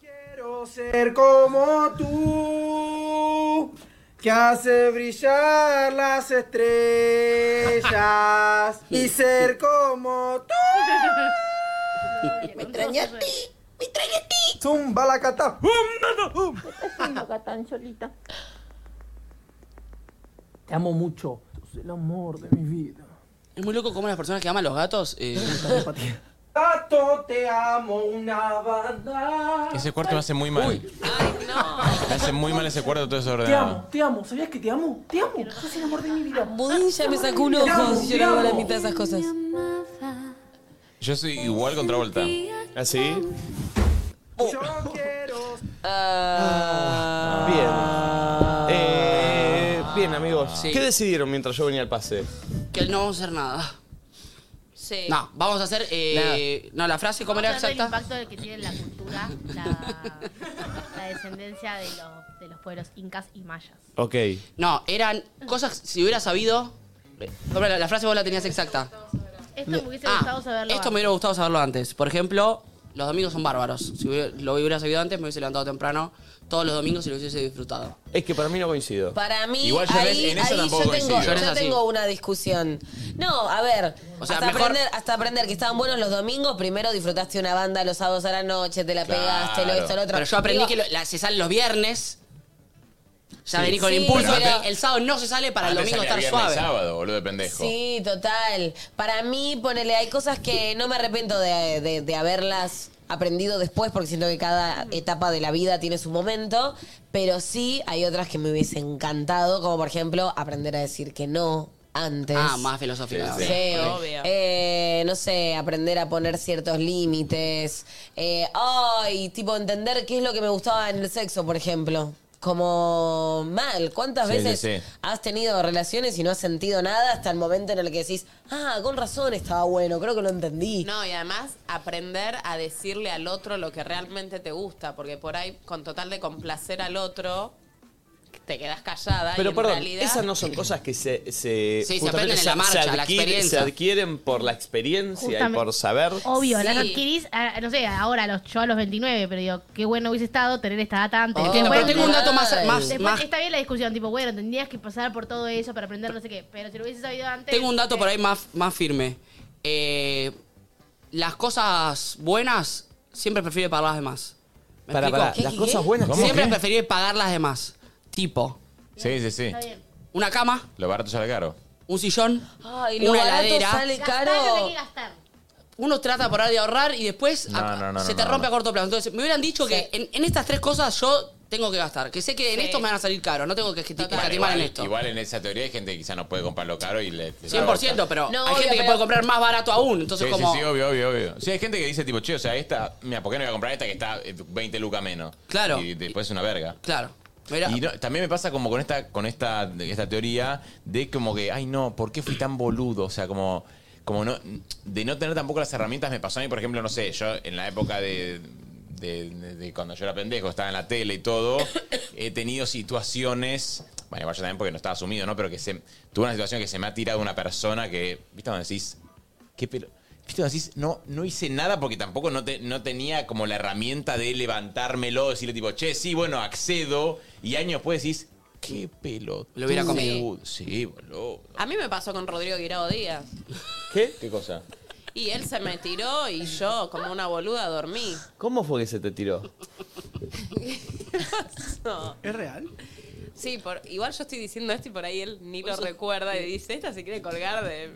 Speaker 14: Quiero ser como tú, que hace brillar las estrellas. y ser como tú. Me extrañé a ti, me extrañé a ti. Zumba la cata.
Speaker 20: haciendo Catán solita?
Speaker 21: Te amo mucho. Sos el amor de mi vida.
Speaker 4: Es muy loco cómo las personas que aman los gatos. eh,
Speaker 14: Gato, te amo una banda.
Speaker 13: Ese cuarto me hace muy mal. Me hace muy mal ese cuarto todo
Speaker 14: Te amo,
Speaker 13: desordenado.
Speaker 14: te amo. ¿Sabías que te amo? Te amo. Sos el amor de mi vida.
Speaker 3: Budín ya me sacó un
Speaker 14: Te
Speaker 3: ojo
Speaker 14: amo,
Speaker 3: si
Speaker 14: te
Speaker 3: yo no hago la
Speaker 14: amo.
Speaker 3: mitad de esas cosas.
Speaker 13: Yo soy igual contra Volta.
Speaker 2: ¿Ah, sí?
Speaker 3: Ah,
Speaker 2: Bien. Eh, bien, amigos. ¿Qué decidieron mientras yo venía al pase?
Speaker 4: que no vamos a hacer nada.
Speaker 6: Sí.
Speaker 4: No, vamos a hacer. eh, no, la frase, ¿cómo
Speaker 11: Vamos
Speaker 4: era
Speaker 11: a hablar del
Speaker 4: exacta?
Speaker 11: impacto que tiene en la cultura, la, la descendencia de los, de los pueblos incas y mayas.
Speaker 2: Ok.
Speaker 4: No, eran cosas, si hubiera sabido. Hombre, la, la frase vos la tenías exacta.
Speaker 11: Esto me hubiese gustado saberlo.
Speaker 4: Ah, Esto me hubiera gustado saberlo antes. Por ejemplo, los domingos son bárbaros. Si hubiera- lo hubiera sabido antes, me hubiese levantado temprano todos los domingos y lo hubiese disfrutado.
Speaker 2: Es que para mí no coincido.
Speaker 3: Para mí,
Speaker 4: Igual yo en
Speaker 3: ahí,
Speaker 4: es- en eso
Speaker 3: ahí
Speaker 4: tampoco
Speaker 3: yo, tengo,
Speaker 4: coincido. Yo en
Speaker 3: yo
Speaker 4: esa sí.
Speaker 3: tengo una discusión. No, a ver,
Speaker 4: O sea,
Speaker 3: hasta,
Speaker 4: mejor-
Speaker 3: aprender, hasta aprender que estaban buenos los domingos, primero disfrutaste una banda los sábados a la noche, te la pegaste, lo esto, lo otro.
Speaker 4: Pero yo aprendí que lo-
Speaker 3: Digo,
Speaker 4: la- se sale los viernes. Ya
Speaker 3: Sí.
Speaker 4: vení con
Speaker 3: Sí,
Speaker 4: impulso.
Speaker 3: pero-
Speaker 4: El, el sábado no se sale para el
Speaker 13: Antes
Speaker 4: domingo
Speaker 13: salía
Speaker 4: estar
Speaker 13: viernes y
Speaker 4: suave.
Speaker 13: sábado, boludo de pendejo.
Speaker 3: Sí, total. Para mí, ponele, hay cosas que no me arrepiento de, de- de haberlas aprendido después, porque siento que cada etapa de la vida tiene su momento, pero sí hay otras que me hubiese encantado, como por ejemplo aprender a decir que no antes.
Speaker 4: Ah, más filosófico.
Speaker 3: Sí, o, eh, no sé, aprender a poner ciertos límites. Eh, Ay, tipo entender qué es lo que me gustaba en el sexo, por ejemplo. Como mal, ¿cuántas
Speaker 13: Sí,
Speaker 3: veces
Speaker 13: sí, sí.
Speaker 3: has tenido relaciones y no has sentido nada hasta el momento en el que decís, ah, con razón estaba bueno, creo que lo entendí?
Speaker 6: No, y además aprender a decirle al otro lo que realmente te gusta, porque por ahí con total de complacer al otro te quedas callada y
Speaker 2: Pero
Speaker 6: en
Speaker 2: perdón,
Speaker 6: realidad...
Speaker 2: esas no son cosas que se, se,
Speaker 6: Sí, se
Speaker 2: justamente
Speaker 6: aprenden en la marcha, la
Speaker 2: adquiere-
Speaker 6: experiencia.
Speaker 2: se adquieren por la experiencia
Speaker 11: Justamente.
Speaker 2: y por saber.
Speaker 11: Obvio, las adquirís, ah, no sé, ahora a los, yo a los 29, pero digo, qué bueno hubiese estado tener esta data antes.
Speaker 4: Entiendo,
Speaker 11: Después-
Speaker 4: Ah, pero tengo un dato más- más-
Speaker 11: Después
Speaker 4: más-
Speaker 11: Está bien la discusión, tipo, bueno, tendrías que pasar por todo eso para aprender no sé qué, pero si lo hubiese sabido antes...
Speaker 4: Tengo un dato por ahí más, más firme. Eh, las cosas buenas siempre prefiero pagar las demás. ¿Me
Speaker 2: Para,
Speaker 4: explico?
Speaker 2: para, ¿Qué, las qué, cosas qué? buenas, ¿cómo?
Speaker 4: Siempre
Speaker 2: ¿Qué?
Speaker 4: preferí pagar las demás. Tipo.
Speaker 5: Sí, sí, sí.
Speaker 4: Una cama,
Speaker 5: Lo barato sale caro.
Speaker 4: un sillón,
Speaker 3: Ay,
Speaker 4: una
Speaker 3: barato
Speaker 4: heladera.
Speaker 3: sale
Speaker 11: Gastar lo que hay que gastar.
Speaker 4: Uno trata por ahí de ahorrar y después
Speaker 5: No,
Speaker 4: a-
Speaker 5: no, no,
Speaker 4: se
Speaker 5: no,
Speaker 4: te
Speaker 5: no,
Speaker 4: rompe
Speaker 5: no.
Speaker 4: a corto plazo. Entonces, me hubieran dicho que en, en estas tres cosas yo tengo que gastar. Que sé que en
Speaker 6: Sí.
Speaker 4: esto me van a salir caro. No tengo que escati-
Speaker 5: Bueno,
Speaker 4: escatimar
Speaker 5: igual,
Speaker 4: en esto.
Speaker 5: igual en esa teoría hay gente que quizá no puede comprarlo caro y le.
Speaker 4: 100%, pero
Speaker 5: No,
Speaker 4: hay
Speaker 5: obvio,
Speaker 4: gente que
Speaker 5: pero-
Speaker 4: puede comprar más barato aún. Entonces,
Speaker 5: sí,
Speaker 4: como.
Speaker 5: sí, sí, obvio, obvio, obvio. Sí, hay gente que dice tipo, che, o sea, esta, mira, ¿por qué no voy a comprar esta que está eh, 20 lucas menos?
Speaker 4: Claro.
Speaker 5: Y después es una verga.
Speaker 4: Claro.
Speaker 5: Y no- también me pasa como con esta, con esta, esta teoría de como que, ay no, ¿por qué fui tan boludo? O sea, como, como no, de no tener tampoco las herramientas me pasó a mí, por ejemplo, no sé, yo en la época de, de- de- de cuando yo era pendejo, estaba en la tele y todo, he tenido situaciones, bueno, igual yo también porque no estaba asumido, ¿no? Pero que se, tuve una situación que se me ha tirado una persona que, ¿viste cuando decís? ¿Qué pelo? ¿Viste cuando decís? No, no hice nada porque tampoco no, te- no tenía como la herramienta de levantármelo, decirle tipo, che, sí, bueno, accedo. Y años después decís, qué pelo.
Speaker 4: Lo hubiera comido.
Speaker 5: Sí, boludo.
Speaker 6: A mí me pasó con Rodrigo Guirao Díaz.
Speaker 2: ¿Qué?
Speaker 5: ¿Qué cosa?
Speaker 6: Y él se me tiró y yo, como una boluda, dormí.
Speaker 2: ¿Cómo fue que se te tiró?
Speaker 6: No.
Speaker 15: ¿Es real?
Speaker 6: Sí, por, igual yo estoy diciendo esto y por ahí él ni lo recuerda y dice, esta se quiere colgar de...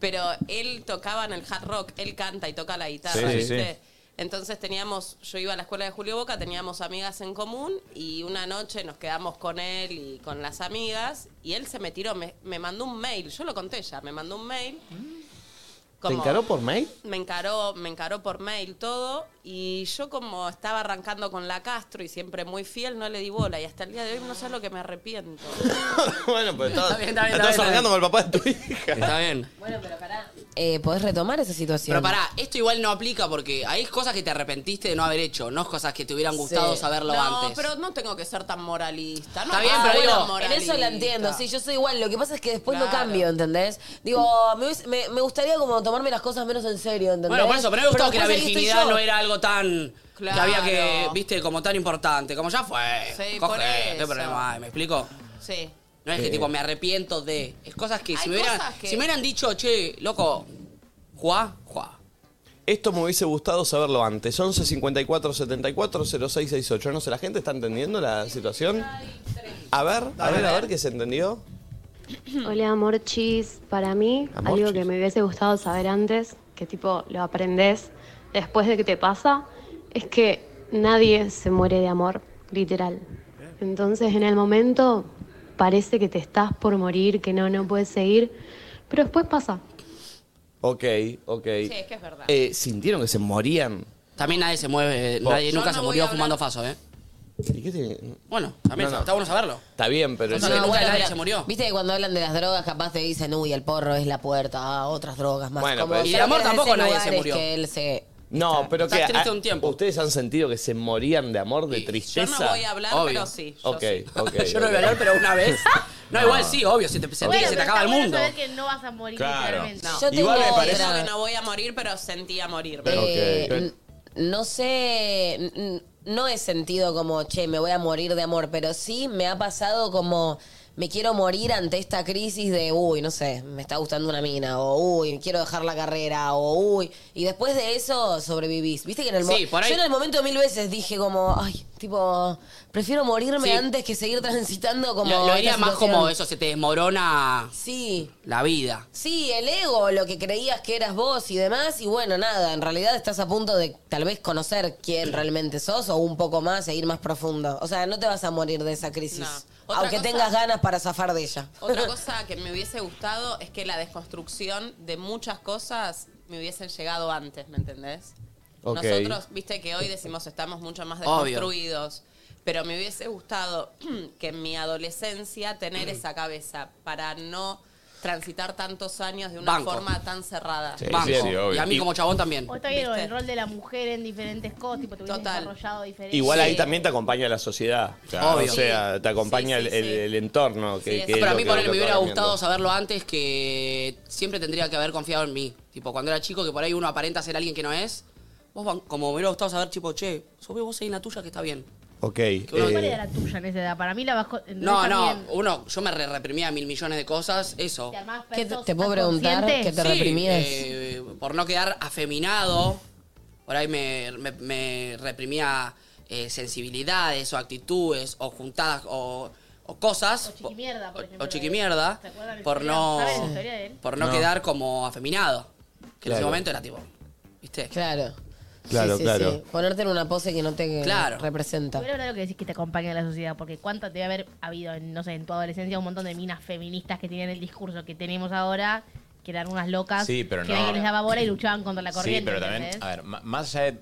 Speaker 6: Pero él tocaba en el hard rock, él canta y toca la guitarra,
Speaker 15: Sí, sí,
Speaker 6: ¿viste?
Speaker 15: sí.
Speaker 6: Entonces teníamos, yo iba a la escuela de Julio Boca, teníamos amigas en común y una noche nos quedamos con él y con las amigas y él se me tiró, me, me mandó un mail, yo lo conté ya, me mandó un mail.
Speaker 2: ¿Te
Speaker 6: como-
Speaker 2: encaró por mail?
Speaker 6: me encaró, me encaró por mail todo y yo como estaba arrancando con la Castro y siempre muy fiel, no le di bola y hasta el día de hoy no sé lo que me arrepiento.
Speaker 2: bueno, pues estabas,
Speaker 6: Está bien, está bien,
Speaker 2: estabas
Speaker 4: está bien,
Speaker 2: hablando con el papá de tu hija.
Speaker 4: Está bien.
Speaker 3: Eh, ¿Podés retomar esa situación?
Speaker 4: Pero pará, esto igual no aplica porque hay cosas que te arrepentiste de no haber hecho, no cosas que te hubieran gustado
Speaker 3: Sí.
Speaker 4: saberlo
Speaker 6: no,
Speaker 4: antes.
Speaker 6: pero no tengo que ser tan moralista. No,
Speaker 4: Está bien,
Speaker 6: ah,
Speaker 4: pero
Speaker 6: bueno,
Speaker 4: digo-
Speaker 3: En eso la entiendo, sí,
Speaker 6: moralista.
Speaker 3: yo soy igual. Lo que pasa es que después no
Speaker 6: Claro.
Speaker 3: cambio, ¿entendés? Digo, me, hubiese- me- me gustaría como tomarme las cosas menos en serio, ¿entendés?
Speaker 4: Bueno, por eso, pero me gustó que la
Speaker 3: después aquí estoy
Speaker 4: virginidad
Speaker 3: yo.
Speaker 4: no era algo tan.
Speaker 3: Claro.
Speaker 4: Que había que, viste, como tan importante, como ya fue. Coge,
Speaker 6: Sí, por
Speaker 4: ¿qué
Speaker 6: eso.
Speaker 4: problema hay? ¿Me explico?
Speaker 6: Sí.
Speaker 4: No es que
Speaker 6: Sí.
Speaker 4: tipo me arrepiento de. Es cosas que si
Speaker 6: Hay
Speaker 4: me, hubieran,
Speaker 6: cosas que-
Speaker 4: si me hubieran dicho, che, loco, Juá, Juá.
Speaker 2: Esto me hubiese gustado saberlo antes. 11 54 74 06 68. No sé, ¿la gente está entendiendo la situación? A ver, a ver, a ver qué se entendió.
Speaker 22: Hola, Morchis. Para mí, algo que me hubiese gustado saber antes, que tipo lo aprendés después de que te pasa, es que nadie se muere de amor, literal. Entonces, en el momento parece que te estás por morir, que no, no puedes seguir, pero después pasa.
Speaker 2: Ok, ok.
Speaker 6: Sí, es que es verdad.
Speaker 2: Eh, ¿Sintieron que se morían?
Speaker 4: También nadie se mueve, eh,
Speaker 3: Oh.
Speaker 2: Vos.
Speaker 4: nadie
Speaker 2: Yo
Speaker 4: nunca
Speaker 2: no
Speaker 4: se
Speaker 2: voy
Speaker 4: murió
Speaker 2: a hablar-
Speaker 4: fumando faso, ¿eh?
Speaker 2: ¿Y qué tiene?
Speaker 4: Bueno, también
Speaker 2: No, no.
Speaker 4: está bueno saberlo.
Speaker 2: Está bien, pero...
Speaker 4: Cosa que nunca nadie se murió.
Speaker 3: Viste que cuando hablan de las drogas, capaz te dicen, uy, el porro es la puerta a otras drogas más.
Speaker 2: Bueno,
Speaker 3: Como
Speaker 2: pero- Y el
Speaker 3: yo
Speaker 2: amor
Speaker 3: creo que
Speaker 2: tampoco
Speaker 3: ese
Speaker 2: nadie se
Speaker 3: lugar es
Speaker 2: murió.
Speaker 3: que él se-
Speaker 2: No, pero
Speaker 3: Estás
Speaker 2: que...
Speaker 3: triste
Speaker 2: ah,
Speaker 3: un
Speaker 2: ¿Ustedes han sentido que se morían de amor, de tristeza?
Speaker 6: no voy a hablar, pero sí, yo
Speaker 2: ok, ok.
Speaker 4: Yo no voy a hablar, pero una vez. No, igual sí, obvio, si te sentís
Speaker 11: Bueno,
Speaker 4: que se te
Speaker 11: pero
Speaker 4: acaba
Speaker 11: está
Speaker 4: el
Speaker 11: bueno
Speaker 4: mundo.
Speaker 11: saber que no vas a morir, literalmente.
Speaker 6: No.
Speaker 3: Yo tengo Igual me otra. parece-
Speaker 6: que no voy a morir, pero sentía morirme.
Speaker 3: Eh, n- No sé, n- n- no he sentido como, che, me voy a morir de amor, pero sí me ha pasado como, me quiero morir ante esta crisis de, uy, no sé, me está gustando una mina, o uy, quiero dejar la carrera, o uy. Y después de eso sobrevivís. Viste que en el, mo-
Speaker 4: Sí, por ahí-
Speaker 3: yo en el momento mil veces dije como, ay, tipo, prefiero morirme
Speaker 4: Sí.
Speaker 3: antes que seguir transitando como...
Speaker 4: lo, lo
Speaker 3: esta
Speaker 4: diría más
Speaker 3: situación".
Speaker 4: como eso, se te desmorona
Speaker 3: Sí.
Speaker 4: la vida.
Speaker 3: Sí, el ego, lo que creías que eras vos y demás, y bueno, nada, en realidad estás a punto de tal vez conocer quién realmente sos o un poco más e ir más profundo. O sea, no te vas a morir de esa crisis,
Speaker 6: Otra
Speaker 3: aunque
Speaker 6: cosa-
Speaker 3: tengas ganas para zafar de ella.
Speaker 6: Otra cosa que me hubiese gustado es que la desconstrucción de muchas cosas me hubiesen llegado antes, ¿me entendés?
Speaker 15: Ok.
Speaker 6: Nosotros, viste que hoy decimos estamos mucho más
Speaker 15: Obvio.
Speaker 6: desconstruidos, pero me
Speaker 4: Mm.
Speaker 6: hubiese gustado que en mi adolescencia tener esa cabeza para no transitar tantos años de una
Speaker 4: Banco.
Speaker 6: forma tan cerrada.
Speaker 4: Sí, Banco. sí, sí, obvio. Y a mí como chabón también.
Speaker 11: O está bien, o el rol de la mujer en diferentes cosas, tipo, te hubieses desarrollado diferente.
Speaker 23: Igual ahí también te acompaña la sociedad.
Speaker 4: Obvio.
Speaker 23: O sea, te acompaña el, el- el entorno. Que, que es
Speaker 4: Pero a
Speaker 23: lo
Speaker 4: mí
Speaker 23: que-
Speaker 4: por
Speaker 23: lo que
Speaker 4: me hubiera
Speaker 23: va
Speaker 4: gustado saberlo antes que siempre tendría que haber confiado en mí. Tipo, cuando era chico, que por ahí uno aparenta ser alguien que no es. Vos, van- como me hubiera gustado saber, tipo, che, sobre vos seguís en la tuya que está bien.
Speaker 23: Ok.
Speaker 11: Pero ¿Cuál
Speaker 23: eh,
Speaker 11: era la tuya en esa edad? Para mí la bajó.
Speaker 4: No, no, uno, yo me re- reprimía mil millones de cosas, eso.
Speaker 3: ¿Qué te, te puedo preguntar que te
Speaker 4: Sí,
Speaker 3: reprimías?
Speaker 4: eh, por no quedar afeminado, por ahí me, me- me reprimía eh, sensibilidades o actitudes o juntadas o, o cosas. O
Speaker 11: chiquimierda, por
Speaker 4: ejemplo. O chiquimierda,
Speaker 11: ¿Se acuerdan la
Speaker 4: por
Speaker 11: historia?
Speaker 4: no,
Speaker 11: ¿Saben la historia de él?
Speaker 4: por no,
Speaker 23: No.
Speaker 4: quedar como afeminado. Que en ese
Speaker 23: Claro.
Speaker 4: momento era tipo, ¿viste?
Speaker 3: Claro.
Speaker 23: Claro,
Speaker 3: Sí, sí,
Speaker 23: claro.
Speaker 3: sí. Ponerte en una pose que no te
Speaker 4: Claro.
Speaker 3: representa.
Speaker 11: Pero verdad lo que decís que te acompaña la sociedad, porque cuánto debe haber habido, en, no sé, en tu adolescencia un montón de minas feministas que tenían el discurso que tenemos ahora, que eran unas locas,
Speaker 5: Sí, pero
Speaker 11: que
Speaker 5: no.
Speaker 11: nadie les daba bola y luchaban contra la corriente.
Speaker 5: Sí, pero también,
Speaker 11: ¿entendés?
Speaker 5: a ver, ma- más allá de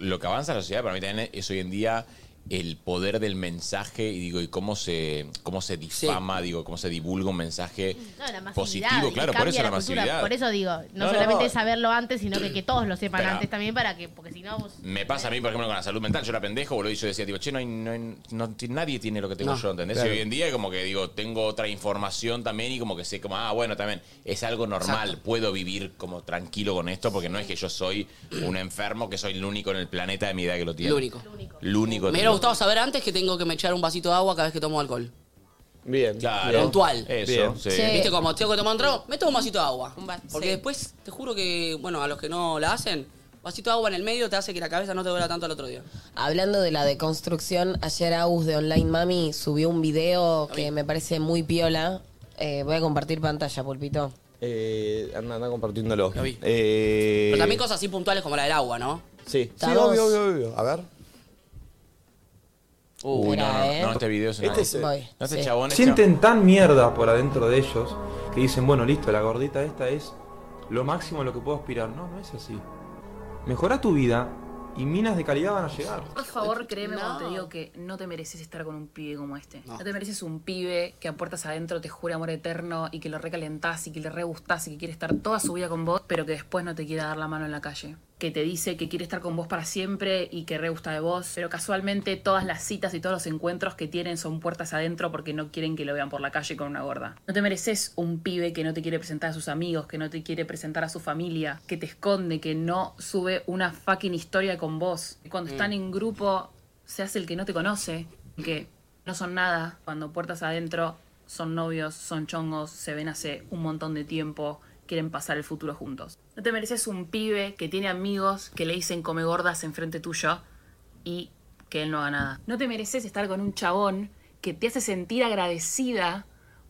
Speaker 5: lo que avanza la sociedad, para mí también es hoy en día el poder del mensaje y digo, y cómo se, cómo se difama, digo, cómo se divulga un mensaje
Speaker 11: No, la masividad,
Speaker 5: positivo,
Speaker 11: que
Speaker 5: claro, por
Speaker 11: cambia
Speaker 5: eso la,
Speaker 11: cultura.
Speaker 5: masividad.
Speaker 11: Por eso digo,
Speaker 5: No,
Speaker 11: no,
Speaker 5: no,
Speaker 11: solamente
Speaker 5: no.
Speaker 11: saberlo antes, sino que, que todos lo sepan
Speaker 5: Espera.
Speaker 11: antes también para que, porque si no vos...
Speaker 5: Me pasa a mí, por ejemplo, con la salud mental. Yo era pendejo, boludo, y yo decía, tipo, che, no hay, no hay- no ti- nadie tiene lo que tengo
Speaker 23: No,
Speaker 5: yo, ¿entendés?
Speaker 23: claro.
Speaker 5: Y hoy en día, como que digo, tengo otra información también y como que sé, como, ah, bueno, también es algo normal, puedo vivir como tranquilo con esto, porque no es que yo soy un enfermo, que soy el único en el planeta de mi edad que lo tiene.
Speaker 4: El único.
Speaker 5: El único.
Speaker 4: Me hubiera
Speaker 5: tipo.
Speaker 4: gustado saber antes que tengo que me echar un vasito de agua cada vez que tomo alcohol.
Speaker 23: Bien.
Speaker 5: Claro.
Speaker 4: Puntual.
Speaker 5: Eso, sí.
Speaker 4: Viste, como tengo que tomar un trago, me tomo un vasito de agua. Porque después, te juro que, bueno, a los que no la hacen, vasito de agua en el medio te hace que la cabeza no te duela tanto al otro día.
Speaker 3: Hablando de la deconstrucción, ayer Agus de Online Mami subió un video que me parece muy piola. Eh, voy a compartir pantalla, Pulpito.
Speaker 23: eh, anda, anda compartiéndolo. Eh,
Speaker 2: Eh.
Speaker 4: Pero también cosas así puntuales como la del agua, ¿no?
Speaker 23: Sí, sí
Speaker 4: Estamos-
Speaker 23: obvio, obvio, obvio. A ver.
Speaker 5: Uy, no,
Speaker 4: Espera,
Speaker 5: no,
Speaker 4: ¿eh?
Speaker 5: no, este video es una-
Speaker 23: Este es- Voy,
Speaker 5: No, este
Speaker 23: sí.
Speaker 5: chabón es
Speaker 15: Sienten tan mierda por adentro de ellos que dicen, bueno, listo, la gordita esta es lo máximo a lo que puedo aspirar. No, no es así. Mejora tu vida y minas de calidad van a llegar.
Speaker 24: Por favor, créeme cuando te digo que no te mereces estar con un pibe como este. No, te mereces un pibe que a puertas adentro te jura amor eterno y que lo recalentás y que le re gustás y que quiere estar toda su vida con vos, pero que después no te quiere dar la mano en la calle. Que te dice que quiere estar con vos para siempre y que re gusta de vos, pero casualmente todas las citas y todos los encuentros que tienen son puertas adentro porque no quieren que lo vean por la calle con una gorda. No te mereces un pibe que no te quiere presentar a sus amigos, que no te quiere presentar a su familia, que te esconde, que no sube una fucking historia con vos. Cuando
Speaker 25: Mm.
Speaker 24: están en grupo, se hace el que no te conoce, el que no son nada. Cuando puertas adentro son novios, son chongos, se ven hace un montón de tiempo, quieren pasar el futuro juntos. No te mereces un pibe que tiene amigos que le dicen come gordas enfrente tuyo y que él no haga nada. No te mereces estar con un chabón que te hace sentir agradecida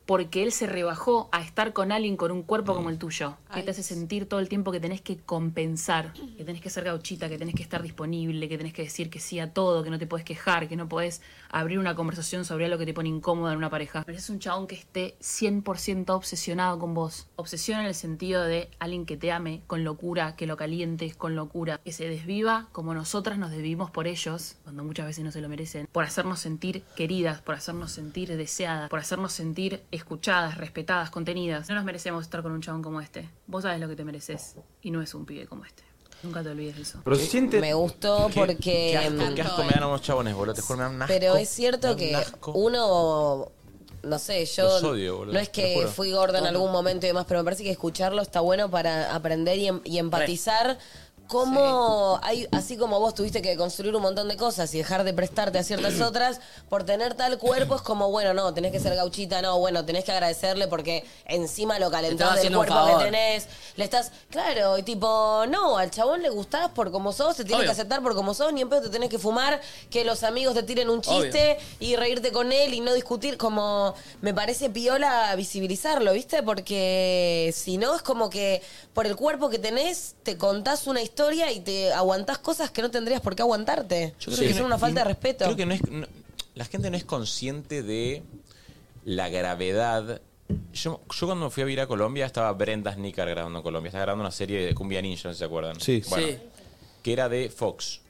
Speaker 24: porque él se rebajó a estar con alguien con un cuerpo como el tuyo. Que te hace sentir todo el tiempo que tenés que compensar, que tenés que ser gauchita, que tenés que estar disponible, que tenés que decir que sí a todo, que no te podés quejar, que no podés abrir una conversación sobre algo que te pone incómoda en una pareja. Pero es un chabón que esté 100% obsesionado con vos. Obsesión en el sentido de alguien que te ame con locura, que lo calientes con locura, que se desviva como nosotras nos desvivimos por ellos, cuando muchas veces no se lo merecen, por hacernos sentir queridas, por hacernos sentir deseadas, por hacernos sentir escuchadas, respetadas, contenidas. No nos merecemos estar con un chabón como este. Vos sabés lo que te mereces y no es un pibe como este. Nunca te olvides de eso.
Speaker 5: Pero se siente-
Speaker 3: Me gustó
Speaker 5: Qué-
Speaker 3: porque...
Speaker 5: Qué asco,
Speaker 3: mm,
Speaker 5: qué asco me dan unos chabones, boludo. Te juro, me dan un asco.
Speaker 3: Pero es cierto que uno, no sé, yo
Speaker 5: Los odio, boludo,
Speaker 3: no es
Speaker 5: te
Speaker 3: que
Speaker 5: juro.
Speaker 3: fui gorda en algún momento y demás, pero me parece que escucharlo está bueno para aprender y, em- y empatizar. Cómo hay, así como vos tuviste que construir un montón de cosas y dejar de prestarte a ciertas otras, por tener tal cuerpo es como, bueno, no, tenés que ser gauchita, no, bueno, tenés que agradecerle porque encima lo
Speaker 4: estaba
Speaker 3: calentás del
Speaker 4: haciendo un
Speaker 3: cuerpo
Speaker 4: favor.
Speaker 3: que tenés. Le estás, claro, y tipo, no, al chabón le gustás por como sos, te tiene
Speaker 4: Obvio.
Speaker 3: que aceptar por como sos, ni en pedo te tenés que fumar, que los amigos te tiren un
Speaker 4: Obvio.
Speaker 3: chiste y reírte con él y no discutir, como me parece piola visibilizarlo, ¿viste? Porque si no es como que por el cuerpo que tenés te contás una historia y te aguantás cosas que no tendrías por qué aguantarte. Yo creo que es
Speaker 5: no-
Speaker 3: una falta de
Speaker 5: no-
Speaker 3: respeto.
Speaker 5: Creo que no es, no- la gente no es consciente de la gravedad. Yo, yo cuando fui a vivir a Colombia estaba Brenda Snicker grabando en Colombia. Estaba grabando una serie de Cumbia Ninja, no sé si se acuerdan.
Speaker 23: Sí.
Speaker 5: Bueno,
Speaker 23: Sí.
Speaker 5: Que era de Fox.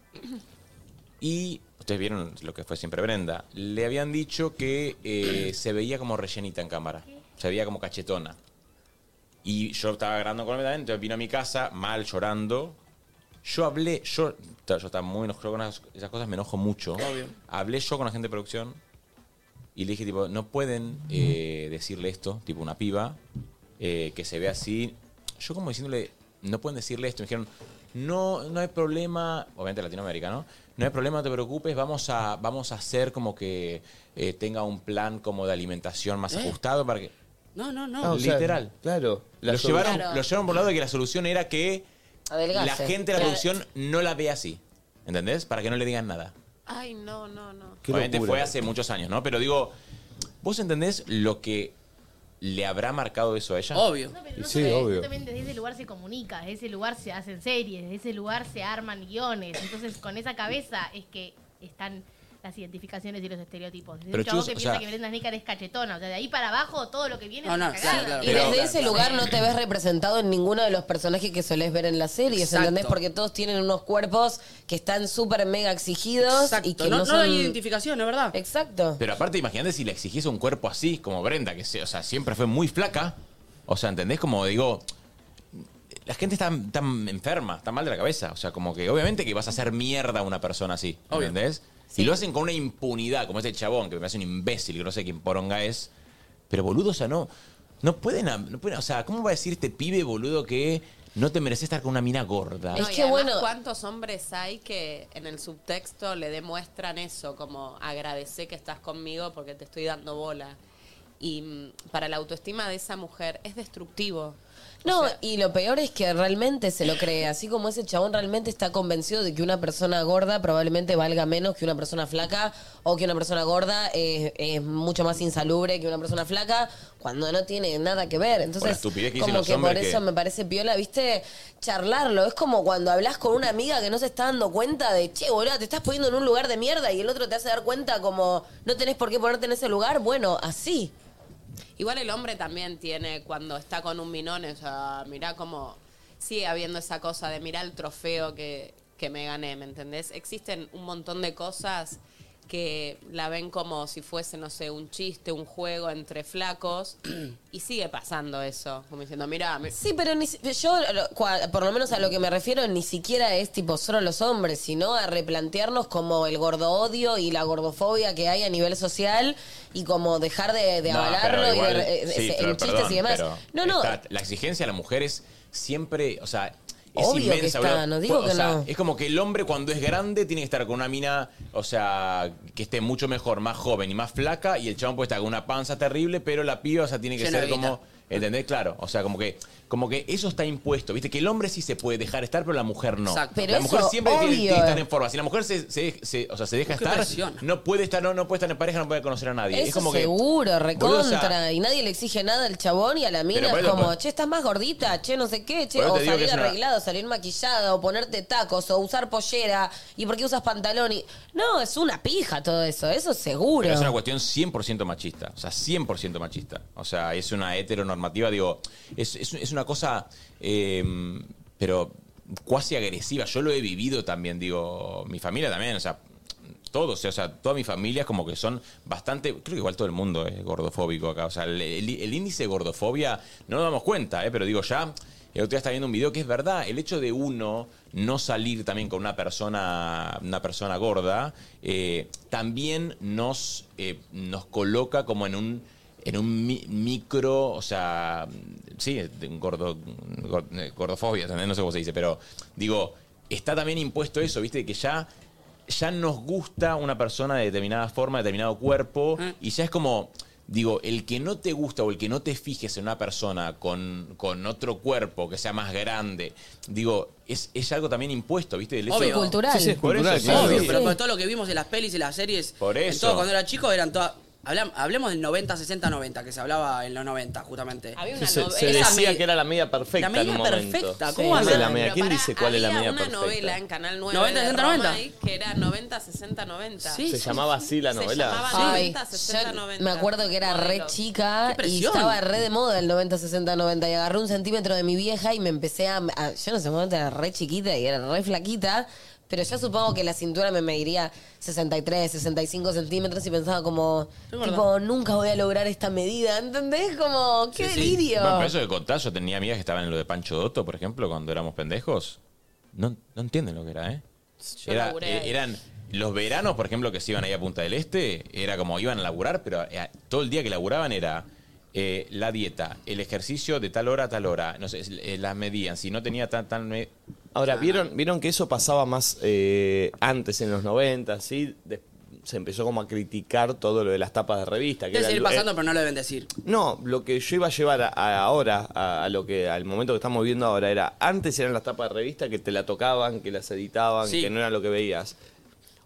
Speaker 5: Y ustedes vieron lo que fue siempre Brenda. Le habían dicho que eh, se veía como rellenita en cámara. Se veía como cachetona. Y yo estaba grabando con él también, entonces vino a mi casa, mal, llorando. Yo hablé, yo, yo estaba muy enojado con esas esas cosas, me enojo mucho.
Speaker 4: Obvio.
Speaker 5: Hablé yo con la gente de producción y le dije, tipo, no pueden eh, decirle esto, tipo una piba, eh, que se ve así. Yo como diciéndole, no pueden decirle esto. Me dijeron, no, no hay problema, obviamente latinoamericano, no hay problema, no te preocupes, vamos a, vamos a hacer como que eh, tenga un plan como de alimentación más
Speaker 4: ¿Eh?
Speaker 5: ajustado para que...
Speaker 4: No, no, no.
Speaker 5: No, literal. claro. Lo
Speaker 4: solución.
Speaker 5: llevaron,
Speaker 4: Ah, Claro.
Speaker 5: lo llevaron por un lado de que la solución era que
Speaker 3: Adelgace.
Speaker 5: la gente de la
Speaker 3: Claro.
Speaker 5: producción no la vea así. ¿Entendés? Para que no le digan nada.
Speaker 6: Ay, no, no, no.
Speaker 5: Obviamente fue hace muchos años, ¿no? Pero digo, ¿vos entendés lo que le habrá marcado eso a ella?
Speaker 4: Obvio.
Speaker 11: No sé, Justamente desde ese lugar se comunica, desde ese lugar se hacen series, desde ese lugar se arman guiones. Entonces, con esa cabeza es que están las identificaciones y los estereotipos. Desde
Speaker 5: Pero,
Speaker 11: un chabón
Speaker 5: chus,
Speaker 11: que
Speaker 5: o
Speaker 11: piensa
Speaker 5: sea-
Speaker 11: que Brenda Snicker es cachetona. O sea, de ahí para abajo todo lo que viene
Speaker 4: No,
Speaker 11: es
Speaker 4: no,
Speaker 11: una cagada.
Speaker 4: sí, Ah, claro.
Speaker 3: Y
Speaker 4: Pero-
Speaker 3: desde ese
Speaker 4: Claro.
Speaker 3: lugar no te ves representado en ninguno de los personajes que solés ver en las series,
Speaker 4: Exacto.
Speaker 3: ¿entendés? Porque todos tienen unos cuerpos que están súper mega exigidos y que no,
Speaker 4: no, no
Speaker 3: son...
Speaker 4: hay identificación, es verdad.
Speaker 3: Exacto.
Speaker 5: Pero aparte, imagínate si le exigís un cuerpo así, como Brenda, que se- o sea, siempre fue muy flaca. O sea, ¿entendés? Como digo, la gente está tan enferma, está mal de la cabeza. O sea, como que obviamente que vas a hacer mierda a una persona así,
Speaker 4: Obvio.
Speaker 5: ¿entendés? Y lo hacen con una impunidad, como ese chabón que me hace un imbécil, que no sé quién poronga es. Pero boludo, o sea, no, no, pueden, am- no pueden- o sea, ¿cómo va a decir este pibe boludo que no te mereces estar con una mina gorda?
Speaker 6: No, y además, ¿Cuántos hombres hay que en el subtexto le demuestran eso? Como agradece que estás conmigo porque te estoy dando bola. Y mm, para la autoestima de esa mujer es destructivo.
Speaker 3: No, y lo peor es que realmente se lo cree. Así como ese chabón realmente está convencido de que una persona gorda probablemente valga menos que una persona flaca o que una persona gorda es, es mucho más insalubre que una persona flaca cuando no tiene nada que ver.
Speaker 5: O la
Speaker 3: Entonces,
Speaker 5: estupidez que dicen
Speaker 3: como
Speaker 5: los
Speaker 3: que por
Speaker 5: hombres
Speaker 3: eso
Speaker 5: que-
Speaker 3: me parece piola, viste, charlarlo. Es como cuando hablas con una amiga que no se está dando cuenta de, che, boludo, te estás poniendo en un lugar de mierda y el otro te hace dar cuenta como, no tenés por qué ponerte en ese lugar. Bueno, así.
Speaker 6: Igual el hombre también tiene cuando está con un minón, o sea, mirá como sigue habiendo esa cosa de mirá el trofeo que, que me gané, ¿me entendés? Existen un montón de cosas que la ven como si fuese, no sé, un chiste, un juego entre flacos y sigue pasando eso, como diciendo, mirá, mi-
Speaker 3: Sí, pero ni si- yo, lo- cua- por lo menos a lo que me refiero, ni siquiera es tipo solo los hombres, sino a replantearnos como el gordo odio y la gordofobia que hay a nivel social y como dejar de, de
Speaker 5: No,
Speaker 3: avalarlo
Speaker 5: pero igual-
Speaker 3: y de- eh,
Speaker 5: sí,
Speaker 3: eh,
Speaker 5: Flor,
Speaker 3: en chistes
Speaker 5: perdón,
Speaker 3: y demás.
Speaker 5: pero
Speaker 3: No, no,
Speaker 5: está- la exigencia de la mujer es siempre, o sea, es
Speaker 3: Obvio que
Speaker 5: inmensa.
Speaker 3: está,
Speaker 5: boludo.
Speaker 3: no digo
Speaker 5: o
Speaker 3: que
Speaker 5: sea,
Speaker 3: no.
Speaker 5: Es como que el hombre cuando es grande tiene que estar con una mina, o sea, que esté mucho mejor, más joven y más flaca, y el chabón puede estar con una panza terrible, pero la piba, o sea, tiene que
Speaker 4: Llena
Speaker 5: ser
Speaker 4: de guita.
Speaker 5: como, ¿entendés? Claro, o sea, como que, como que eso está impuesto, ¿viste? Que el hombre sí se puede dejar estar, pero la mujer no.
Speaker 4: Exacto. Pero
Speaker 5: la mujer
Speaker 4: eso,
Speaker 5: siempre tiene,
Speaker 4: obvio.
Speaker 5: tiene que estar en forma. Si la mujer se, se- se- o sea, se deja
Speaker 4: Qué
Speaker 5: estar,
Speaker 4: presión.
Speaker 5: no puede estar, no, no puede estar en pareja, no puede conocer a nadie.
Speaker 3: eso
Speaker 5: es como que
Speaker 3: seguro,
Speaker 5: Boludo, o sea,
Speaker 3: recontra. y nadie le exige nada al chabón y a la mina.
Speaker 5: Pero
Speaker 3: Es
Speaker 5: bueno,
Speaker 3: como,
Speaker 5: pues-
Speaker 3: che, estás más gordita, che, no sé qué, che.
Speaker 5: Bueno,
Speaker 3: o
Speaker 5: te digo que
Speaker 3: salir
Speaker 5: es una-
Speaker 3: arreglado, salir maquillada, o ponerte tacos, o usar pollera. ¿Y por qué usas pantalón? Y... No, es una pija todo eso, eso seguro.
Speaker 5: Pero es una cuestión 100% machista. O sea, 100% machista. O sea, es una heteronormativa, digo, es, es- es una cosa, eh, pero cuasi agresiva. Yo lo he vivido también, digo, mi familia también, o sea, todos, o sea, toda mi familia es como que son bastante, creo que igual todo el mundo es gordofóbico acá, o sea, el, el- el índice de gordofobia no nos damos cuenta, ¿eh? pero digo ya, el otro día estaba viendo un video que es verdad, el hecho de uno no salir también con una persona, una persona gorda, eh, también nos, eh, nos coloca como en un, en un mi- micro, o sea, sí, de un gordo, gor- eh, gordofobia, ¿entendés? no sé cómo se dice, pero digo, está también impuesto eso, viste, que ya ya nos gusta una persona de determinada forma, de determinado cuerpo,
Speaker 4: Ah.
Speaker 5: y ya es como, digo, el que no te gusta o el que no te fijes en una persona con, con otro cuerpo que sea más grande, digo, es, es algo también impuesto, ¿viste? El hecho-
Speaker 4: Obvio.
Speaker 5: Sí, sí, es cultural, claro.
Speaker 4: Obvio, pero con todo lo que vimos en las pelis y las series.
Speaker 5: Por
Speaker 4: en
Speaker 5: eso.
Speaker 4: todo, cuando era chico eran todas. hablam- hablemos del 90, 60, 90, que se hablaba en los 90, justamente. Había
Speaker 2: Sí, se, se decía que era la media perfecta
Speaker 4: La media
Speaker 2: en un momento.
Speaker 4: perfecta, ¿cómo va a
Speaker 2: ¿Cuál
Speaker 4: ser?
Speaker 2: es la media?
Speaker 4: Pero
Speaker 2: ¿Quién
Speaker 4: pará,
Speaker 2: dice cuál es la
Speaker 6: había
Speaker 2: media
Speaker 6: una
Speaker 2: perfecta?
Speaker 6: novela en Canal 9
Speaker 4: 90,
Speaker 6: de
Speaker 4: 60,
Speaker 6: Romay
Speaker 4: 90.
Speaker 6: que era 90, 60, 90.
Speaker 2: ¿Se llamaba así la
Speaker 6: Se
Speaker 2: novela?
Speaker 6: llamaba
Speaker 3: Ay,
Speaker 6: 90, 60,
Speaker 3: yo
Speaker 6: 90.
Speaker 3: Me acuerdo que era re chica
Speaker 6: Qué
Speaker 3: y
Speaker 6: presión.
Speaker 3: estaba re de moda el 90, 60, 90. Y agarré un centímetro de mi vieja y me empecé a. a- yo en ese momento era re chiquita y era re flaquita. Pero yo supongo que la cintura me mediría 63, 65 centímetros y pensaba como,
Speaker 6: Es verdad.
Speaker 3: tipo, nunca voy a lograr esta medida, ¿entendés? Como, qué
Speaker 5: Sí, sí.
Speaker 3: delirio.
Speaker 5: Bueno, pero eso que contás, yo tenía amigas que estaban en lo de Pancho Dotto, por ejemplo, cuando éramos pendejos. No, no entienden lo que era, ¿eh?
Speaker 6: Yo
Speaker 5: Era-
Speaker 6: laburé
Speaker 5: eh,
Speaker 6: ahí.
Speaker 5: eran los veranos, por ejemplo, que se iban ahí a Punta del Este, era como iban a laburar, pero eh, todo el día que laburaban era eh, la dieta, el ejercicio de tal hora a tal hora. No sé, eh, las medían. Si no tenía tan... tan me-
Speaker 2: Ahora, ¿vieron, vieron que eso pasaba más eh, antes, en los 90, ¿sí? De- se empezó como a criticar todo lo de las tapas de revista. Que
Speaker 4: Debe
Speaker 2: era
Speaker 4: seguir
Speaker 2: el-
Speaker 4: pasando,
Speaker 2: eh,
Speaker 4: pero no lo deben decir.
Speaker 2: no, lo que yo iba a llevar a- a ahora, a, a lo que al momento que estamos viendo ahora, era antes eran las tapas de revista que te la tocaban, que las editaban,
Speaker 4: Sí.
Speaker 2: que no era lo que veías.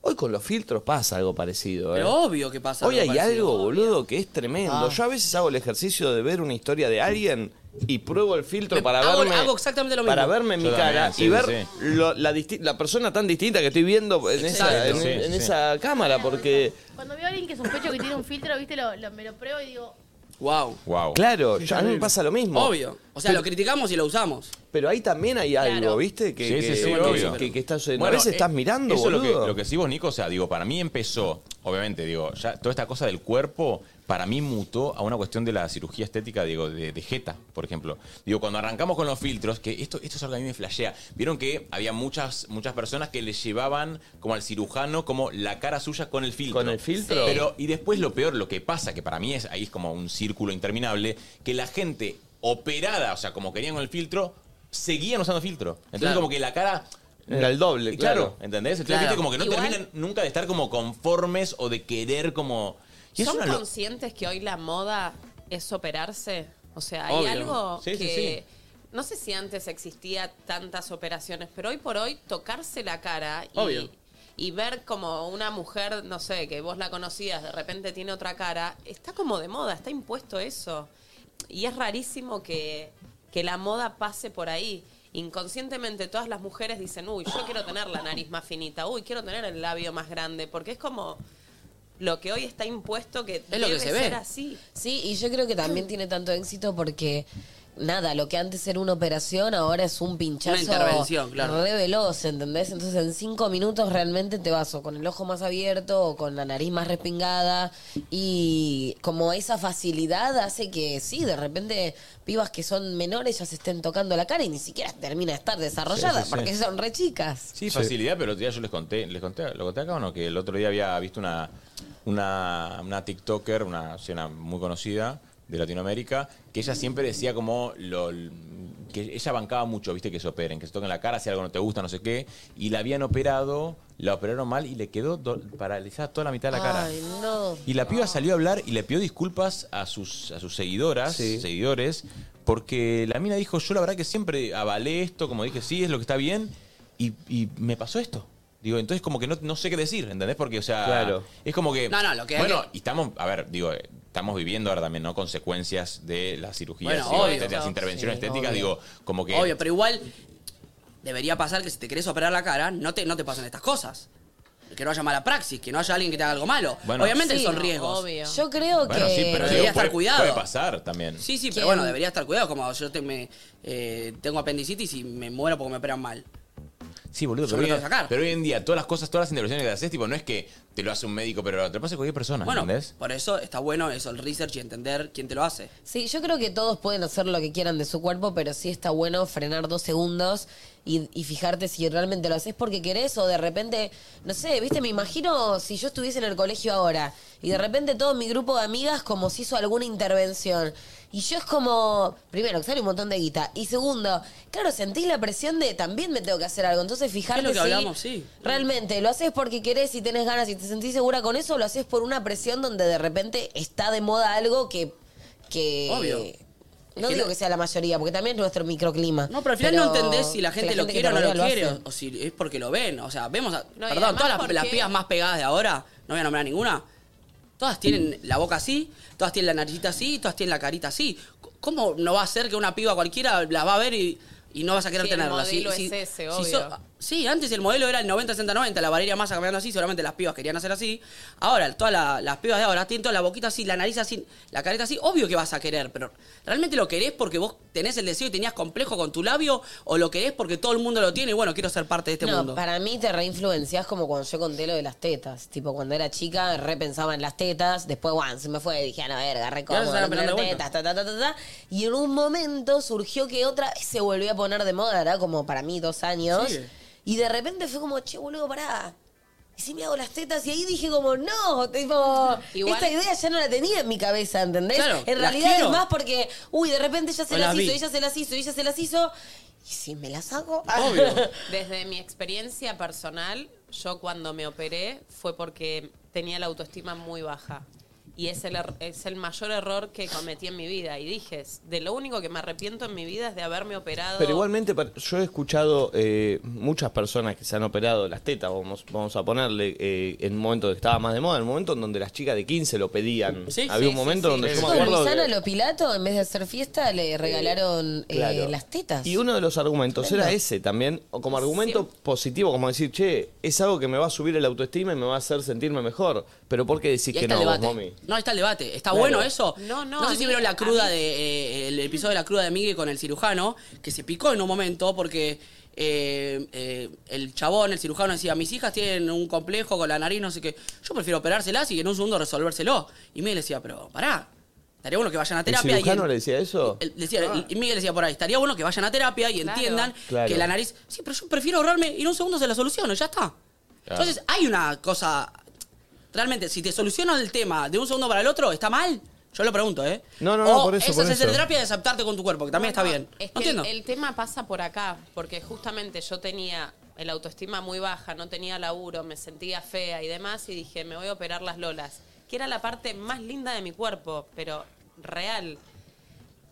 Speaker 2: Hoy con los filtros pasa algo parecido.
Speaker 4: Pero
Speaker 2: ¿eh?
Speaker 4: obvio que pasa.
Speaker 2: Hoy hay
Speaker 4: parecido.
Speaker 2: algo, boludo, que es tremendo.
Speaker 4: Ah.
Speaker 2: Yo a veces hago el ejercicio de ver una historia de alguien y pruebo el filtro para
Speaker 4: hago-
Speaker 2: verme.
Speaker 4: hago exactamente lo mismo.
Speaker 2: Para verme en
Speaker 4: Yo
Speaker 2: mi
Speaker 4: también,
Speaker 2: cara
Speaker 4: sí,
Speaker 2: y ver
Speaker 4: sí.
Speaker 2: lo- la, disti- la persona tan distinta que estoy viendo en, esa, en,
Speaker 4: Exacto. Sí,
Speaker 2: en
Speaker 4: sí.
Speaker 2: esa cámara, porque.
Speaker 11: Cuando veo a alguien que sospecho que tiene un filtro, viste, lo, lo- me lo pruebo y digo,
Speaker 4: Wow.
Speaker 5: Wow.
Speaker 2: Claro, yo- a mí me pasa lo mismo.
Speaker 4: Obvio. O sea, lo criticamos y lo usamos.
Speaker 2: Pero ahí también hay algo,
Speaker 4: Claro.
Speaker 2: ¿viste? Que,
Speaker 5: Sí, sí,
Speaker 2: que-
Speaker 5: sí,
Speaker 2: que-
Speaker 5: obvio.
Speaker 2: que- que estás, a
Speaker 5: Bueno,
Speaker 2: veces
Speaker 5: eh,
Speaker 2: estás mirando,
Speaker 5: eso es
Speaker 2: boludo.
Speaker 5: Lo que, lo que sí vos, Nico, o sea, digo, para mí empezó, obviamente, digo, ya toda esta cosa del cuerpo, para mí mutó a una cuestión de la cirugía estética, digo, de, de jeta, por ejemplo. Digo, cuando arrancamos con los filtros, que esto, esto es algo que a mí me flashea. Vieron que había muchas, muchas personas que le llevaban como al cirujano, como la cara suya con el filtro. Con el
Speaker 2: filtro.
Speaker 5: Pero, y después lo peor, lo que pasa, que para mí es, ahí es como un círculo interminable, que la gente operada, o sea, como querían con el filtro, seguían usando filtro. Entonces,
Speaker 2: Claro.
Speaker 5: como que la cara eh,
Speaker 2: Era el doble, claro.
Speaker 5: ¿entendés? Entonces,
Speaker 2: Claro.
Speaker 5: viste, como que no
Speaker 2: Igual-
Speaker 5: terminan nunca de estar como conformes o de querer como. Y es
Speaker 6: ¿Son
Speaker 5: una lo-
Speaker 6: conscientes que hoy la moda es operarse? O sea, hay
Speaker 5: Obvio.
Speaker 6: algo
Speaker 5: Sí, sí,
Speaker 6: que...
Speaker 5: sí.
Speaker 6: No sé si antes existía tantas operaciones, pero hoy por hoy tocarse la cara
Speaker 4: Obvio.
Speaker 6: y, y ver como una mujer, no sé, que vos la conocías, de repente tiene otra cara, está como de moda, está impuesto eso. Y es rarísimo que, que la moda pase por ahí. Inconscientemente todas las mujeres dicen, uy, yo quiero tener la nariz más finita, uy, quiero tener el labio más grande, porque es como lo que hoy está impuesto que
Speaker 3: Es
Speaker 6: debe
Speaker 3: lo que se ve.
Speaker 6: ser así.
Speaker 3: Sí, y yo creo que también tiene tanto éxito porque, nada, lo que antes era una operación, ahora es un pinchazo.
Speaker 4: Una intervención, claro.
Speaker 3: Re veloz, ¿entendés? Entonces en cinco minutos realmente te vas o con el ojo más abierto o con la nariz más respingada. Y como esa facilidad hace que, sí, de repente pibas que son menores ya se estén tocando la cara y ni siquiera termina de estar desarrollada
Speaker 5: sí.
Speaker 3: porque son re chicas.
Speaker 5: Sí, facilidad, pero el otro día yo les conté, les conté, lo conté acá o no, que el otro día había visto una, una, una TikToker, una, sí, una muy conocida de Latinoamérica, que ella siempre decía como lo, que ella bancaba mucho, viste, que se operen, que se toquen la cara si algo no te gusta, no sé qué, y la habían operado, la operaron mal y le quedó do- paralizada toda la mitad de la cara.
Speaker 3: Ay, no.
Speaker 5: Y la piba salió a hablar y le pidió disculpas a sus, a sus seguidoras, seguidores, porque la mina dijo, yo la verdad que siempre avalé esto, como dije, sí, es lo que está bien, y, y me pasó esto. Digo, entonces como que no, no sé qué decir, ¿entendés? Porque, o sea,
Speaker 4: Claro.
Speaker 5: es como que...
Speaker 4: No, no, lo que hay
Speaker 5: Bueno,
Speaker 4: que-
Speaker 5: y estamos, a ver, digo, eh, estamos viviendo ahora también, ¿no? Consecuencias de las cirugías,
Speaker 4: Bueno,
Speaker 5: digo,
Speaker 4: obvio.
Speaker 5: de las intervenciones
Speaker 4: Sí,
Speaker 5: estéticas,
Speaker 4: obvio.
Speaker 5: digo, como que...
Speaker 4: Obvio, pero igual debería pasar que si te querés operar la cara, no te, no te pasan estas cosas. Que no haya mala praxis, que no haya alguien que te haga algo malo.
Speaker 5: Bueno,
Speaker 4: Obviamente
Speaker 5: Sí,
Speaker 4: son
Speaker 5: no,
Speaker 4: riesgos.
Speaker 3: Yo creo
Speaker 5: Bueno,
Speaker 3: que...
Speaker 5: sí, pero
Speaker 4: debería
Speaker 5: digo,
Speaker 4: estar
Speaker 5: puede-
Speaker 4: cuidado.
Speaker 5: Puede pasar también.
Speaker 4: Sí, sí,
Speaker 3: ¿Quién?
Speaker 4: pero bueno, debería estar cuidado. Como yo te- me, eh, tengo apendicitis y me muero porque me operan mal.
Speaker 5: Sí, boludo,
Speaker 4: Yo
Speaker 5: pero,
Speaker 4: me lo
Speaker 5: hoy,
Speaker 4: tengo que sacar.
Speaker 5: pero hoy en día todas las cosas, todas las intervenciones que haces, tipo, no es que te lo hace un médico, pero te lo pasa cualquier persona,
Speaker 4: Bueno,
Speaker 5: ¿entendés?
Speaker 4: por eso está bueno eso, el research y entender quién te lo hace.
Speaker 3: Sí, yo creo que todos pueden hacer lo que quieran de su cuerpo, pero sí está bueno frenar dos segundos y, y fijarte si realmente lo haces porque querés o de repente, no sé, viste, me imagino si yo estuviese en el colegio ahora y de repente todo mi grupo de amigas como si hizo alguna intervención. Y yo es como, primero, que sale un montón de guita. Y segundo, claro, sentís la presión de también me tengo que hacer algo. Entonces fijarte
Speaker 4: Es lo que
Speaker 3: si
Speaker 4: hablamos, sí.
Speaker 3: Realmente, ¿lo haces porque querés y tenés ganas y te sentís segura con eso o lo haces por una presión donde de repente está de moda algo que... que
Speaker 4: Obvio.
Speaker 3: No
Speaker 4: Es que
Speaker 3: digo
Speaker 4: no-
Speaker 3: que sea la mayoría, porque también es nuestro microclima.
Speaker 4: No, pero al final no entendés si la gente lo
Speaker 3: que
Speaker 4: quiere o no
Speaker 3: te
Speaker 4: lo
Speaker 3: rodea
Speaker 4: quiere,
Speaker 3: hace.
Speaker 4: o, o si es porque lo ven. O sea, vemos, a-
Speaker 6: No, y
Speaker 4: perdón,
Speaker 6: además
Speaker 4: todas las,
Speaker 6: porque-
Speaker 4: las pibas más pegadas de ahora, no voy a nombrar ninguna, todas tienen la boca así, todas tienen la naricita así, todas tienen la carita así. C- ¿Cómo no va a ser que una piba cualquiera las va a ver y, y no vas a querer
Speaker 6: Sí, el
Speaker 4: tenerla? Si-
Speaker 6: modelo
Speaker 4: si-
Speaker 6: es ese,
Speaker 4: si
Speaker 6: obvio.
Speaker 4: so- Sí, antes el modelo era el 90-60-90, la Valeria Massa caminando así, seguramente las pibas querían hacer así. Ahora, todas la- las pibas de ahora tienen toda la boquita así, la nariz así, la careta así. Obvio que vas a querer, pero ¿realmente lo querés porque vos tenés el deseo y tenías complejo con tu labio? ¿O lo querés porque todo el mundo lo tiene y bueno, quiero ser parte de este
Speaker 3: no,
Speaker 4: mundo?
Speaker 3: para mí te reinfluencias como cuando yo conté lo de las tetas. Tipo, cuando era chica, repensaba en las tetas. Después, bueno, se me fue y dije, a la verga, re
Speaker 4: Claro,
Speaker 3: cómodo,
Speaker 4: se
Speaker 3: no
Speaker 4: estaba
Speaker 3: tener
Speaker 4: pelando de
Speaker 3: tetas, ta, ta, ta, ta, ta. Y en un momento surgió que otra vez se volvió a poner de moda, era como para mí dos años.
Speaker 4: Sí.
Speaker 3: Y de repente fue como, che, boludo, pará. Y si me hago las tetas, y ahí dije como, no, tipo,
Speaker 6: Igual-
Speaker 3: esta idea ya no la tenía en mi cabeza, ¿entendés?
Speaker 6: Claro,
Speaker 3: en
Speaker 6: las
Speaker 3: realidad es
Speaker 6: quiero.
Speaker 3: más porque, uy, de repente ella se
Speaker 6: O las
Speaker 3: las hizo,
Speaker 6: vi.
Speaker 3: ella se las hizo, ella se las hizo. Y si me las hago.
Speaker 6: Desde mi experiencia personal, yo cuando me operé fue porque tenía la autoestima muy baja. Y es el, er- es el mayor error que cometí en mi vida. Y dije, es- de lo único que me arrepiento en mi vida es de haberme operado.
Speaker 2: Pero igualmente, par- yo he escuchado eh, muchas personas que se han operado las tetas, vamos, vamos a ponerle, eh, en un momento que estaba más de moda, en el momento en donde las chicas de 15 lo pedían.
Speaker 3: Sí,
Speaker 2: Había
Speaker 3: sí,
Speaker 2: un momento
Speaker 3: sí,
Speaker 2: donde
Speaker 3: sí.
Speaker 2: yo me
Speaker 3: Chicos,
Speaker 2: acuerdo.
Speaker 3: Luisana
Speaker 2: que-
Speaker 3: Lopilato, en vez de hacer fiesta, le regalaron eh,
Speaker 2: Claro.
Speaker 3: las tetas.
Speaker 2: Y uno de los argumentos era
Speaker 3: Tremendo.
Speaker 2: ese también, o como argumento positivo, como decir, che, es algo que me va a subir el autoestima y me va a hacer sentirme mejor. Pero ¿por qué decís
Speaker 4: Y ahí
Speaker 2: que
Speaker 4: está
Speaker 2: no,
Speaker 4: el
Speaker 2: vos,
Speaker 4: debate.
Speaker 2: mami?
Speaker 4: No, ahí está el debate. ¿Está
Speaker 2: Claro.
Speaker 4: bueno eso?
Speaker 6: No,
Speaker 4: No
Speaker 6: no, a
Speaker 4: sé si
Speaker 6: mí-
Speaker 4: vieron la
Speaker 6: a
Speaker 4: cruda
Speaker 6: mí-
Speaker 4: de, eh, el episodio de la cruda de Miguel con el cirujano, que se picó en un momento porque eh, eh, el chabón, el cirujano decía, mis hijas tienen un complejo con la nariz, no sé qué. Yo prefiero operárselas y en un segundo resolvérselo. Y Miguel decía, pero pará, estaría bueno que vayan a
Speaker 2: ¿El
Speaker 4: terapia. y
Speaker 2: cirujano le decía eso?
Speaker 4: él decía,
Speaker 6: Ah.
Speaker 4: y Miguel decía por ahí, estaría bueno que vayan a terapia y
Speaker 2: Claro.
Speaker 4: entiendan
Speaker 2: Claro.
Speaker 4: que la nariz. Sí, pero yo prefiero ahorrarme y en un segundo se la soluciono, ya está.
Speaker 2: Claro.
Speaker 4: Entonces hay una cosa. Realmente, si te soluciona el tema de un segundo para el otro, ¿está mal? Yo lo pregunto, ¿eh?
Speaker 2: No, no, no,
Speaker 4: O
Speaker 2: por eso,
Speaker 4: Esa
Speaker 2: por
Speaker 4: es
Speaker 2: eso.
Speaker 4: hacer terapia de aceptarte con tu cuerpo, que también está bien.
Speaker 6: Es
Speaker 4: no
Speaker 6: que el,
Speaker 4: entiendo.
Speaker 6: el tema pasa por acá, porque justamente yo tenía el autoestima muy baja, no tenía laburo, me sentía fea y demás, y dije, me voy a operar las lolas, que era la parte más linda de mi cuerpo, pero real.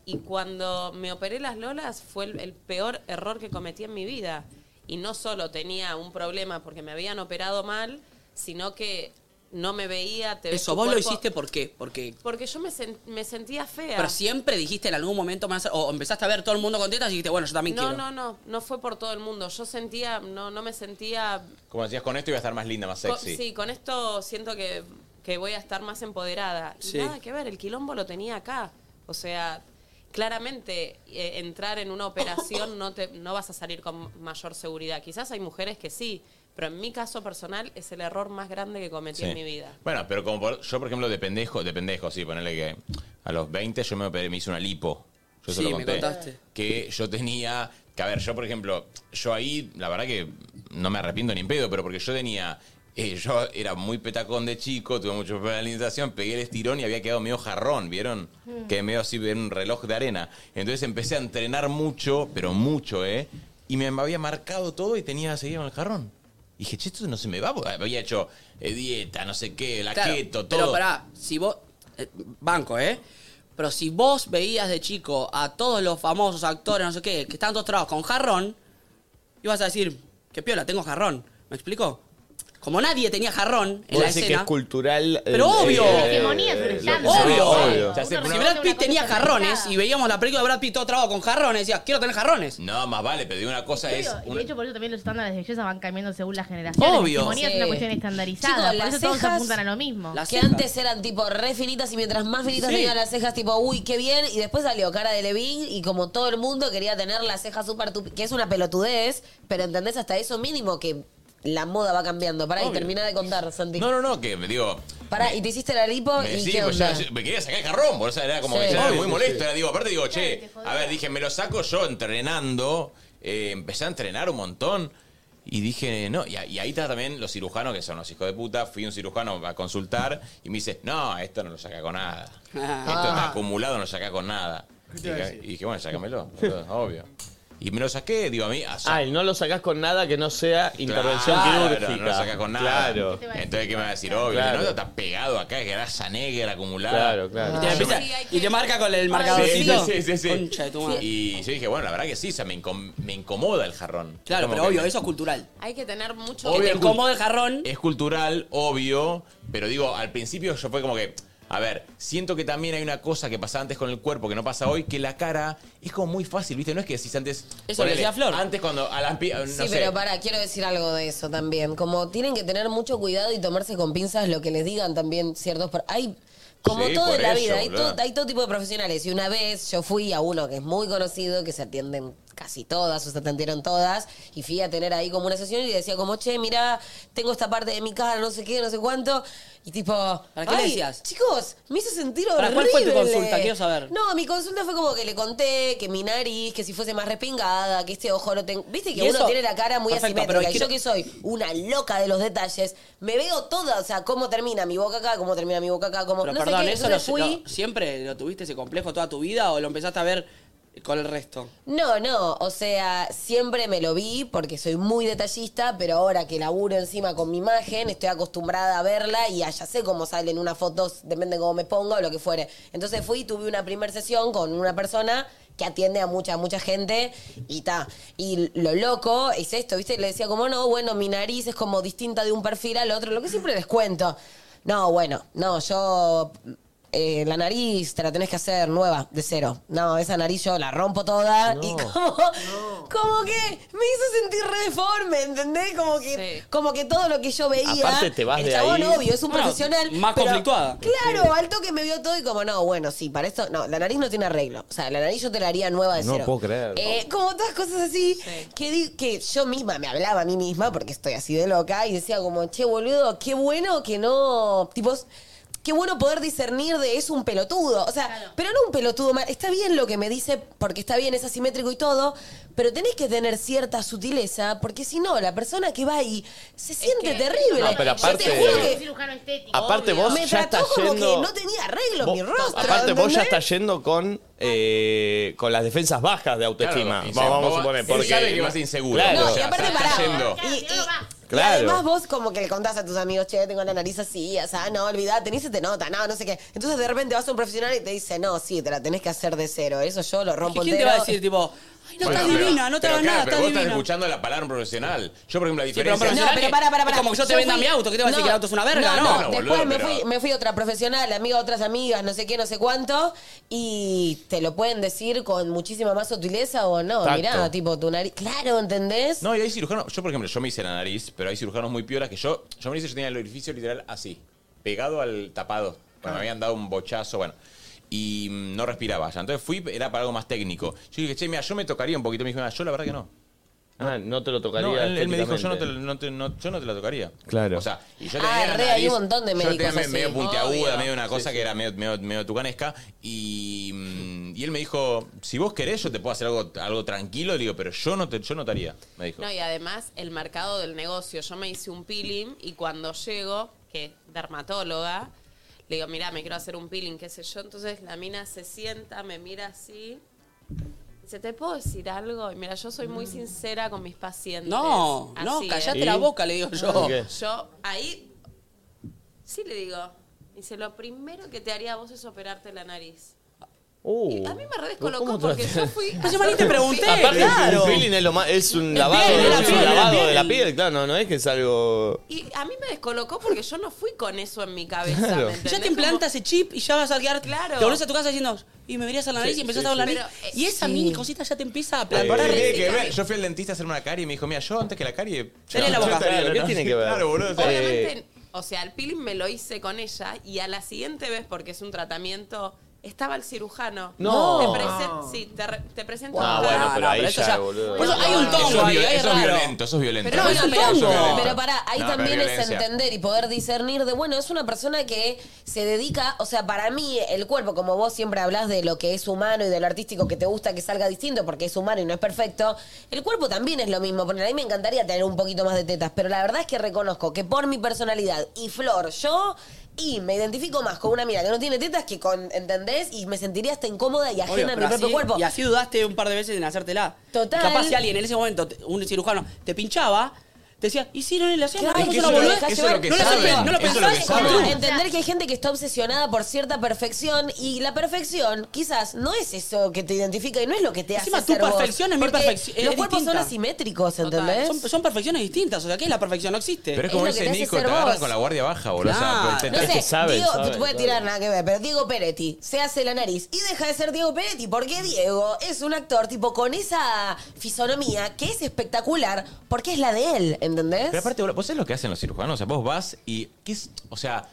Speaker 6: Y cuando me operé las lolas fue el, el peor error que cometí en mi vida. Y no solo tenía un problema porque me habían operado mal, sino que no me veía. Te ves
Speaker 4: Eso,
Speaker 6: tu
Speaker 4: vos lo
Speaker 6: cuerpo-
Speaker 4: hiciste por qué? Porque.
Speaker 6: Porque yo me, sen- me sentía fea.
Speaker 4: Pero siempre dijiste en algún momento, me vas a- o empezaste a ver todo el mundo con tetas y dijiste, bueno, yo también
Speaker 6: no,
Speaker 4: quiero.
Speaker 6: no, no, no fue por todo el mundo. Yo sentía, no, no me sentía.
Speaker 5: Como decías, con esto iba a estar más linda, más
Speaker 6: con-
Speaker 5: sexy.
Speaker 6: sí, con esto siento que, que voy a estar más empoderada. Y
Speaker 5: Sí.
Speaker 6: Nada que ver, el quilombo lo tenía acá. O sea, claramente eh, entrar en una operación no, te, no vas a salir con mayor seguridad. Quizás hay mujeres que sí, pero en mi caso personal es el error más grande que cometí
Speaker 5: Sí.
Speaker 6: en mi vida.
Speaker 5: Bueno, pero como por- yo, por ejemplo, de pendejo, de pendejo, sí, ponerle que a los 20 yo me, operé, me hice una lipo. Yo se
Speaker 4: Sí,
Speaker 5: lo
Speaker 4: me
Speaker 5: conté.
Speaker 4: contaste.
Speaker 5: Que yo tenía. Que a ver, yo, por ejemplo, yo ahí, la verdad que no me arrepiento ni en pedo, pero porque yo tenía. eh, yo era muy petacón de chico, tuve mucho problema de alimentación, pegué el estirón y había quedado medio jarrón, ¿vieron?
Speaker 1: Mm.
Speaker 5: Que medio así en un reloj de arena. Entonces empecé a entrenar mucho, pero mucho, ¿eh? Y me había marcado todo y tenía seguido en el jarrón. Y dije, che, esto no se me va, porque había hecho eh, dieta, no sé qué, la
Speaker 4: Claro,
Speaker 5: keto, todo.
Speaker 4: Pero pará, si vos. eh, banco, ¿eh? Pero si vos veías de chico a todos los famosos actores, no sé qué, que estaban todos trabados con jarrón, ibas a decir, qué piola, tengo jarrón. ¿Me explico? Como nadie tenía jarrón en
Speaker 2: Vos
Speaker 4: la
Speaker 2: decís
Speaker 4: escena.
Speaker 2: que es cultural.
Speaker 4: Pero obvio.
Speaker 2: eh, lo que se ve,
Speaker 4: Obvio.
Speaker 2: obvio.
Speaker 4: Si Brad Pitt tenía jarrones y veíamos la película de Brad Pitt todo trabado con jarrones, decías, quiero tener jarrones.
Speaker 5: No, más vale, pero una cosa
Speaker 11: Obvio, y De hecho, por eso también los estándares de belleza van cambiando según las generaciones.
Speaker 4: Obvio.
Speaker 11: La hegemonía es una
Speaker 4: Sí.
Speaker 11: cuestión
Speaker 3: Chicos,
Speaker 11: estandarizada. por
Speaker 3: las
Speaker 11: eso todos
Speaker 3: cejas-
Speaker 11: apuntan a lo mismo.
Speaker 3: que antes eran tipo re finitas y mientras más finitas
Speaker 11: Sí.
Speaker 3: tenían las cejas, tipo, uy, qué bien. Y después salió cara de Levin y como todo el mundo quería tener las cejas súper tupi- que es una pelotudez, pero entendés hasta eso mínimo que la moda va cambiando. Pará, y
Speaker 5: Obvio.
Speaker 3: termina de contar, Santi.
Speaker 5: No, no, no, que me digo.
Speaker 3: Pará, y te hiciste la lipo
Speaker 5: Me,
Speaker 3: Oh, y
Speaker 5: sí,
Speaker 3: qué
Speaker 5: pues
Speaker 3: onda.
Speaker 5: ya- yo- me quería sacar el jarrón, por eso era como
Speaker 3: Sí.
Speaker 5: que ya era
Speaker 3: Obvio,
Speaker 5: muy
Speaker 3: sí,
Speaker 5: molesto.
Speaker 3: sí.
Speaker 5: Era, digo, aparte digo, che, a ver, dije, me lo saco yo entrenando. eh, empecé a entrenar un montón. Y dije, no, y, a- y ahí está también los cirujanos que son los hijos de puta. Fui a un cirujano a consultar y me dice, no, esto no lo saca con nada.
Speaker 13: Ah.
Speaker 5: Esto está
Speaker 3: Ah.
Speaker 5: acumulado, no lo saca con nada. Y
Speaker 2: te iba a
Speaker 5: dije, y dije, bueno, sácamelo, boludo, obvio. Y me lo saqué, digo, a mí, a
Speaker 2: Ah, y no lo sacás con nada que no sea intervención
Speaker 5: Claro,
Speaker 2: quirúrgica.
Speaker 5: No lo sacas con nada.
Speaker 2: Claro.
Speaker 5: Entonces, ¿qué me va a decir? Obvio,
Speaker 2: Claro.
Speaker 5: no, esto está pegado acá, es grasa negra acumulada.
Speaker 2: Claro, claro.
Speaker 5: Ah.
Speaker 4: Y te, empieza- y te marca con el
Speaker 5: Sí,
Speaker 4: marcadorcito.
Speaker 5: sí, sí, sí.
Speaker 4: Concha de tu madre.
Speaker 5: Y yo dije, bueno, la verdad que sí, o sea, me, incom- me incomoda el jarrón.
Speaker 4: Claro,
Speaker 5: Como
Speaker 4: pero
Speaker 5: que
Speaker 4: obvio,
Speaker 5: me-
Speaker 4: eso es cultural.
Speaker 6: Hay que tener mucho.
Speaker 5: Obvio,
Speaker 6: que
Speaker 5: es
Speaker 6: te
Speaker 5: cul-
Speaker 6: incomode
Speaker 4: el jarrón.
Speaker 5: Es cultural, obvio, pero digo, al principio yo fue como que, A ver, siento que también hay una cosa que pasaba antes con el cuerpo que no pasa hoy, que la cara es como muy fácil, ¿viste? No es que decís antes.
Speaker 3: Eso que decía
Speaker 5: Flor. Antes cuando a las pi- no
Speaker 3: Sí,
Speaker 5: sé.
Speaker 3: pero para, quiero decir algo de eso también. Como tienen que tener mucho cuidado y tomarse con pinzas lo que les digan también ciertos... per- Hay, como
Speaker 5: Sí,
Speaker 3: todo
Speaker 5: por
Speaker 3: en la
Speaker 5: eso,
Speaker 3: vida, hay
Speaker 5: boluda.
Speaker 3: todo, hay todo tipo de profesionales. Y una vez yo fui a uno que es muy conocido, que se atienden casi todas, o se atendieron todas, y fui a tener ahí como una sesión y decía como, che, mirá, tengo esta parte de mi cara, no sé qué, no sé cuánto. Y tipo,
Speaker 4: ¿Para qué le
Speaker 3: "Ay,
Speaker 4: decías?
Speaker 3: Chicos, me hizo sentir
Speaker 4: ¿Para cuál fue tu
Speaker 3: horrible".
Speaker 4: consulta? Quiero saber.
Speaker 3: No, mi consulta fue como que le conté que mi nariz, que si fuese más respingada, que este ojo no tengo. Viste que
Speaker 4: ¿Y
Speaker 3: uno
Speaker 4: eso?
Speaker 3: tiene la cara muy
Speaker 4: Perfecto, pero
Speaker 3: asimétrica. Y
Speaker 4: quiero-
Speaker 3: yo que soy una loca de los detalles, me veo toda, o sea, cómo termina mi boca acá, cómo termina mi boca acá, cómo.
Speaker 4: Pero
Speaker 3: no
Speaker 4: perdón,
Speaker 3: sé qué.
Speaker 4: ¿eso lo,
Speaker 3: Entonces fui.
Speaker 4: lo- siempre lo tuviste ese complejo toda tu vida o lo empezaste a ver con el resto?
Speaker 3: No, no, o sea, siempre me lo vi porque soy muy detallista, pero ahora que laburo encima con mi imagen, estoy acostumbrada a verla y ya sé cómo salen unas fotos, depende de cómo me ponga o lo que fuere. Entonces fui y tuve una primera sesión con una persona que atiende a mucha, mucha gente y ta. Y lo loco es esto, ¿viste? Le decía como, no, bueno, mi nariz es como distinta de un perfil al otro, lo que siempre les cuento. No, bueno, no, yo eh, la nariz te la tenés que hacer nueva, de cero. No, esa nariz yo la rompo toda y como, como que me hizo sentir re deforme, ¿entendés? Como que, como que todo lo que yo veía.
Speaker 4: Aparte te vas
Speaker 3: el
Speaker 4: de
Speaker 3: chabón,
Speaker 4: ahí-
Speaker 3: obvio, es un
Speaker 4: Bueno,
Speaker 3: profesional.
Speaker 4: más
Speaker 3: pero-
Speaker 4: conflictuada.
Speaker 3: Claro, al toque me vio todo y como, no, bueno, sí, para esto, no, la nariz no tiene arreglo. O sea, la nariz yo te la haría nueva de
Speaker 23: No
Speaker 3: cero.
Speaker 23: puedo creer.
Speaker 3: Eh, como todas cosas así, que, di- que yo misma me hablaba a mí misma, porque estoy así de loca, y decía como, che, boludo, qué bueno que no... Tipo, qué bueno poder discernir de es un pelotudo. O sea, pero no un pelotudo mal. Está bien lo que me dice, porque está bien, es asimétrico y todo, pero tenés que tener cierta sutileza, porque si no, la persona que va ahí se siente terrible.
Speaker 2: No, pero
Speaker 3: Yo
Speaker 2: aparte-
Speaker 3: te juro
Speaker 2: Un
Speaker 3: que...
Speaker 11: cirujano estético.
Speaker 2: Aparte vos
Speaker 3: me
Speaker 2: ya
Speaker 3: trató
Speaker 2: estás
Speaker 3: como
Speaker 2: yendo-
Speaker 3: que no tenía arreglo
Speaker 2: Vos-
Speaker 3: mi rostro.
Speaker 2: Aparte, vos ya
Speaker 3: ¿entendés?
Speaker 2: estás yendo con, eh, con las defensas bajas de autoestima.
Speaker 5: Claro,
Speaker 2: Va- vamos,
Speaker 5: vos-
Speaker 2: a suponer.
Speaker 5: él
Speaker 2: Porque
Speaker 5: sabe que vas inseguro.
Speaker 2: Claro.
Speaker 5: No, y aparte
Speaker 2: Está
Speaker 5: pará.
Speaker 2: yendo.
Speaker 3: Y- y-
Speaker 2: Claro.
Speaker 3: Y además vos como que le contás a tus amigos, che, tengo la nariz así, o sea, no, olvidate, ni se te nota, no, no sé qué. Entonces de repente vas a un profesional y te dice, no, sí, te la tenés que hacer de cero, eso yo lo rompo
Speaker 4: ¿Quién te
Speaker 3: entero".
Speaker 4: va a decir, tipo, ay, no
Speaker 5: Bueno,
Speaker 4: estás
Speaker 5: pero-
Speaker 4: divina, no te
Speaker 5: pero
Speaker 4: hagas
Speaker 5: claro,
Speaker 4: nada,
Speaker 5: pero
Speaker 4: estás
Speaker 5: vos
Speaker 4: divina?
Speaker 5: estás escuchando la palabra de un profesional. Yo, por ejemplo, la
Speaker 4: pero un
Speaker 5: diferencia...
Speaker 4: profesional
Speaker 3: No, pero para, para, para.
Speaker 4: Es como que yo te venda mi auto, ¿qué te va a decir que el auto es una verga? No,
Speaker 5: no,
Speaker 3: después
Speaker 5: boludo,
Speaker 3: me,
Speaker 5: pero-
Speaker 3: fui, me fui a otra profesional, amiga de otras amigas, no sé qué, no sé cuánto, y te lo pueden decir con muchísima más sutileza o no,
Speaker 5: Tacto.
Speaker 3: mirá, tipo tu nariz. Claro, ¿entendés?
Speaker 5: No, y hay cirujanos. Yo, por ejemplo, yo me hice la nariz, pero hay cirujanos muy piolas que yo. Yo me hice, yo tenía el orificio literal así, pegado al tapado. Bueno, me
Speaker 3: Ah.
Speaker 5: habían dado un bochazo, bueno. Y mm, no respiraba ya. Entonces fui, era para algo más técnico. Yo dije, che, mira, yo me tocaría un poquito. Me dijo, "Ah, yo la verdad que no.
Speaker 2: Ah, no te lo tocaría.
Speaker 5: No, él, él me dijo, yo no, te,
Speaker 2: estéticamente.
Speaker 5: no te- no- yo no te la tocaría.
Speaker 2: Claro.
Speaker 5: O sea, y yo
Speaker 3: Ah,
Speaker 5: tenía la
Speaker 3: re, hay
Speaker 5: nariz-
Speaker 3: un montón de
Speaker 5: yo la
Speaker 3: médicos
Speaker 5: tenía me-
Speaker 3: así,
Speaker 5: medio puntiaguda,
Speaker 3: obvio.
Speaker 5: medio una cosa que era medio, medio, medio tucanesca. Y, mm, y él me dijo, si vos querés, yo te puedo hacer algo, algo tranquilo. Le digo, pero yo no, te, yo no te haría, me dijo.
Speaker 6: No, y además el mercado del negocio. Yo me hice un peeling y cuando llego, que dermatóloga, le digo, mira, me quiero hacer un peeling, qué sé yo. Entonces la mina se sienta, me mira así. Dice, ¿te puedo decir algo? Y mira, yo soy
Speaker 2: Mm.
Speaker 6: muy sincera con mis pacientes.
Speaker 4: No, no,
Speaker 6: Así,
Speaker 4: callate
Speaker 6: ¿eh?
Speaker 4: la boca, le digo yo. ¿Qué?
Speaker 6: Yo ahí sí le digo. Dice, lo primero que te haría a vos es operarte la nariz.
Speaker 2: Uh,
Speaker 6: A mí me re descolocó
Speaker 2: ¿cómo te-
Speaker 6: porque yo fui...
Speaker 4: Pero yo ni te pregunté,
Speaker 2: Aparte,
Speaker 4: claro.
Speaker 2: un peeling es, lo más- es un lavado,
Speaker 4: piel,
Speaker 2: es
Speaker 4: la
Speaker 2: un
Speaker 4: piel, la
Speaker 2: lavado de
Speaker 4: piel.
Speaker 2: la piel, claro, no, no es que es algo.
Speaker 6: Y a mí me descolocó porque yo no fui con eso en mi cabeza.
Speaker 2: Claro.
Speaker 6: ¿me entendés?
Speaker 4: Ya te implanta ese chip y ya vas a quedar.
Speaker 6: Claro.
Speaker 4: Te volvés a tu casa diciendo, y me verías a la nariz
Speaker 5: Sí,
Speaker 4: y empezás
Speaker 5: sí,
Speaker 4: a hablar
Speaker 5: sí.
Speaker 4: la nariz.
Speaker 5: Pero,
Speaker 4: y esa
Speaker 5: sí.
Speaker 4: mini cosita ya te empieza a
Speaker 5: Eh,
Speaker 4: plantar.
Speaker 5: tiene que ver. Yo fui al dentista a hacerme una carie y me dijo, mira, yo antes que la carie...
Speaker 4: Tenés
Speaker 5: yo-
Speaker 4: la
Speaker 5: yo
Speaker 4: boca.
Speaker 5: estaría-
Speaker 4: Claro,
Speaker 2: ¿qué tiene que ver?
Speaker 5: Claro, boludo. o sea, eh,
Speaker 6: Obviamente,
Speaker 2: Eh.
Speaker 6: o sea, el peeling me lo hice con ella y a la siguiente vez, porque es un tratamiento, estaba el cirujano.
Speaker 2: No.
Speaker 6: Te presen- sí, te, re- te presento
Speaker 2: Ah,
Speaker 6: un
Speaker 2: bueno,
Speaker 6: caso.
Speaker 2: pero ahí ya, boludo.
Speaker 4: Por eso hay un tongo
Speaker 5: Eso es,
Speaker 4: ahí,
Speaker 5: viol-
Speaker 4: ahí es
Speaker 5: eso es
Speaker 4: raro.
Speaker 5: violento, eso es violento.
Speaker 3: Pero,
Speaker 5: Eso
Speaker 3: no,
Speaker 5: es violento, eso es violento.
Speaker 3: pero para, ahí
Speaker 5: No, pero
Speaker 3: también es
Speaker 5: violencia.
Speaker 3: entender y poder discernir de, bueno, es una persona que se dedica, o sea, para mí el cuerpo, como vos siempre hablas de lo que es humano y de lo artístico que te gusta que salga distinto porque es humano y no es perfecto, el cuerpo también es lo mismo, porque a mí me encantaría tener un poquito más de tetas, pero la verdad es que reconozco que por mi personalidad y Flor, yo... Y me identifico más con una mina que no tiene tetas que con, ¿entendés? Y me sentiría hasta incómoda y ajena
Speaker 4: Obvio,
Speaker 3: a mi
Speaker 4: pero
Speaker 3: propio
Speaker 4: así-
Speaker 3: cuerpo.
Speaker 4: Y así dudaste un par de veces en hacértela.
Speaker 3: Total.
Speaker 4: Y capaz si alguien en ese momento, te- un cirujano, te pinchaba, Te decía, hicieron el asado.
Speaker 3: Claro,
Speaker 4: no,
Speaker 3: es que
Speaker 4: es una
Speaker 3: eso es lo-
Speaker 4: boludez.
Speaker 3: eso es lo que
Speaker 4: no la
Speaker 3: saben,
Speaker 4: pensás, no la
Speaker 3: eso es
Speaker 4: pensás.
Speaker 3: Entender que hay gente que está obsesionada por cierta perfección y la perfección quizás no es eso que te identifica y no es lo que te
Speaker 4: Encima,
Speaker 3: hace
Speaker 4: tu
Speaker 3: ser vos.
Speaker 4: perfección es mi
Speaker 3: Porque
Speaker 4: perfección. es
Speaker 3: Los cuerpos
Speaker 4: distinta.
Speaker 3: son asimétricos,
Speaker 4: Total,
Speaker 3: ¿entendés?
Speaker 4: Son, son perfecciones distintas. O sea, ¿qué es la perfección? No existe.
Speaker 5: Pero es como ese Nico, te agarran con la guardia baja, boludo.
Speaker 4: Claro.
Speaker 5: O sea, te-
Speaker 3: Ah, No
Speaker 5: te-
Speaker 3: sé, Diego, te puede tirar nada que ver, pero Diego Peretti se hace la nariz y deja de ser Diego Peretti, porque Diego es un actor tipo con esa fisonomía que es espectacular porque es la de él, ¿entendés?
Speaker 5: Pero aparte, boludo, vos sabés lo que hacen los cirujanos. O sea, vos vas y. ¿qué es? O sea,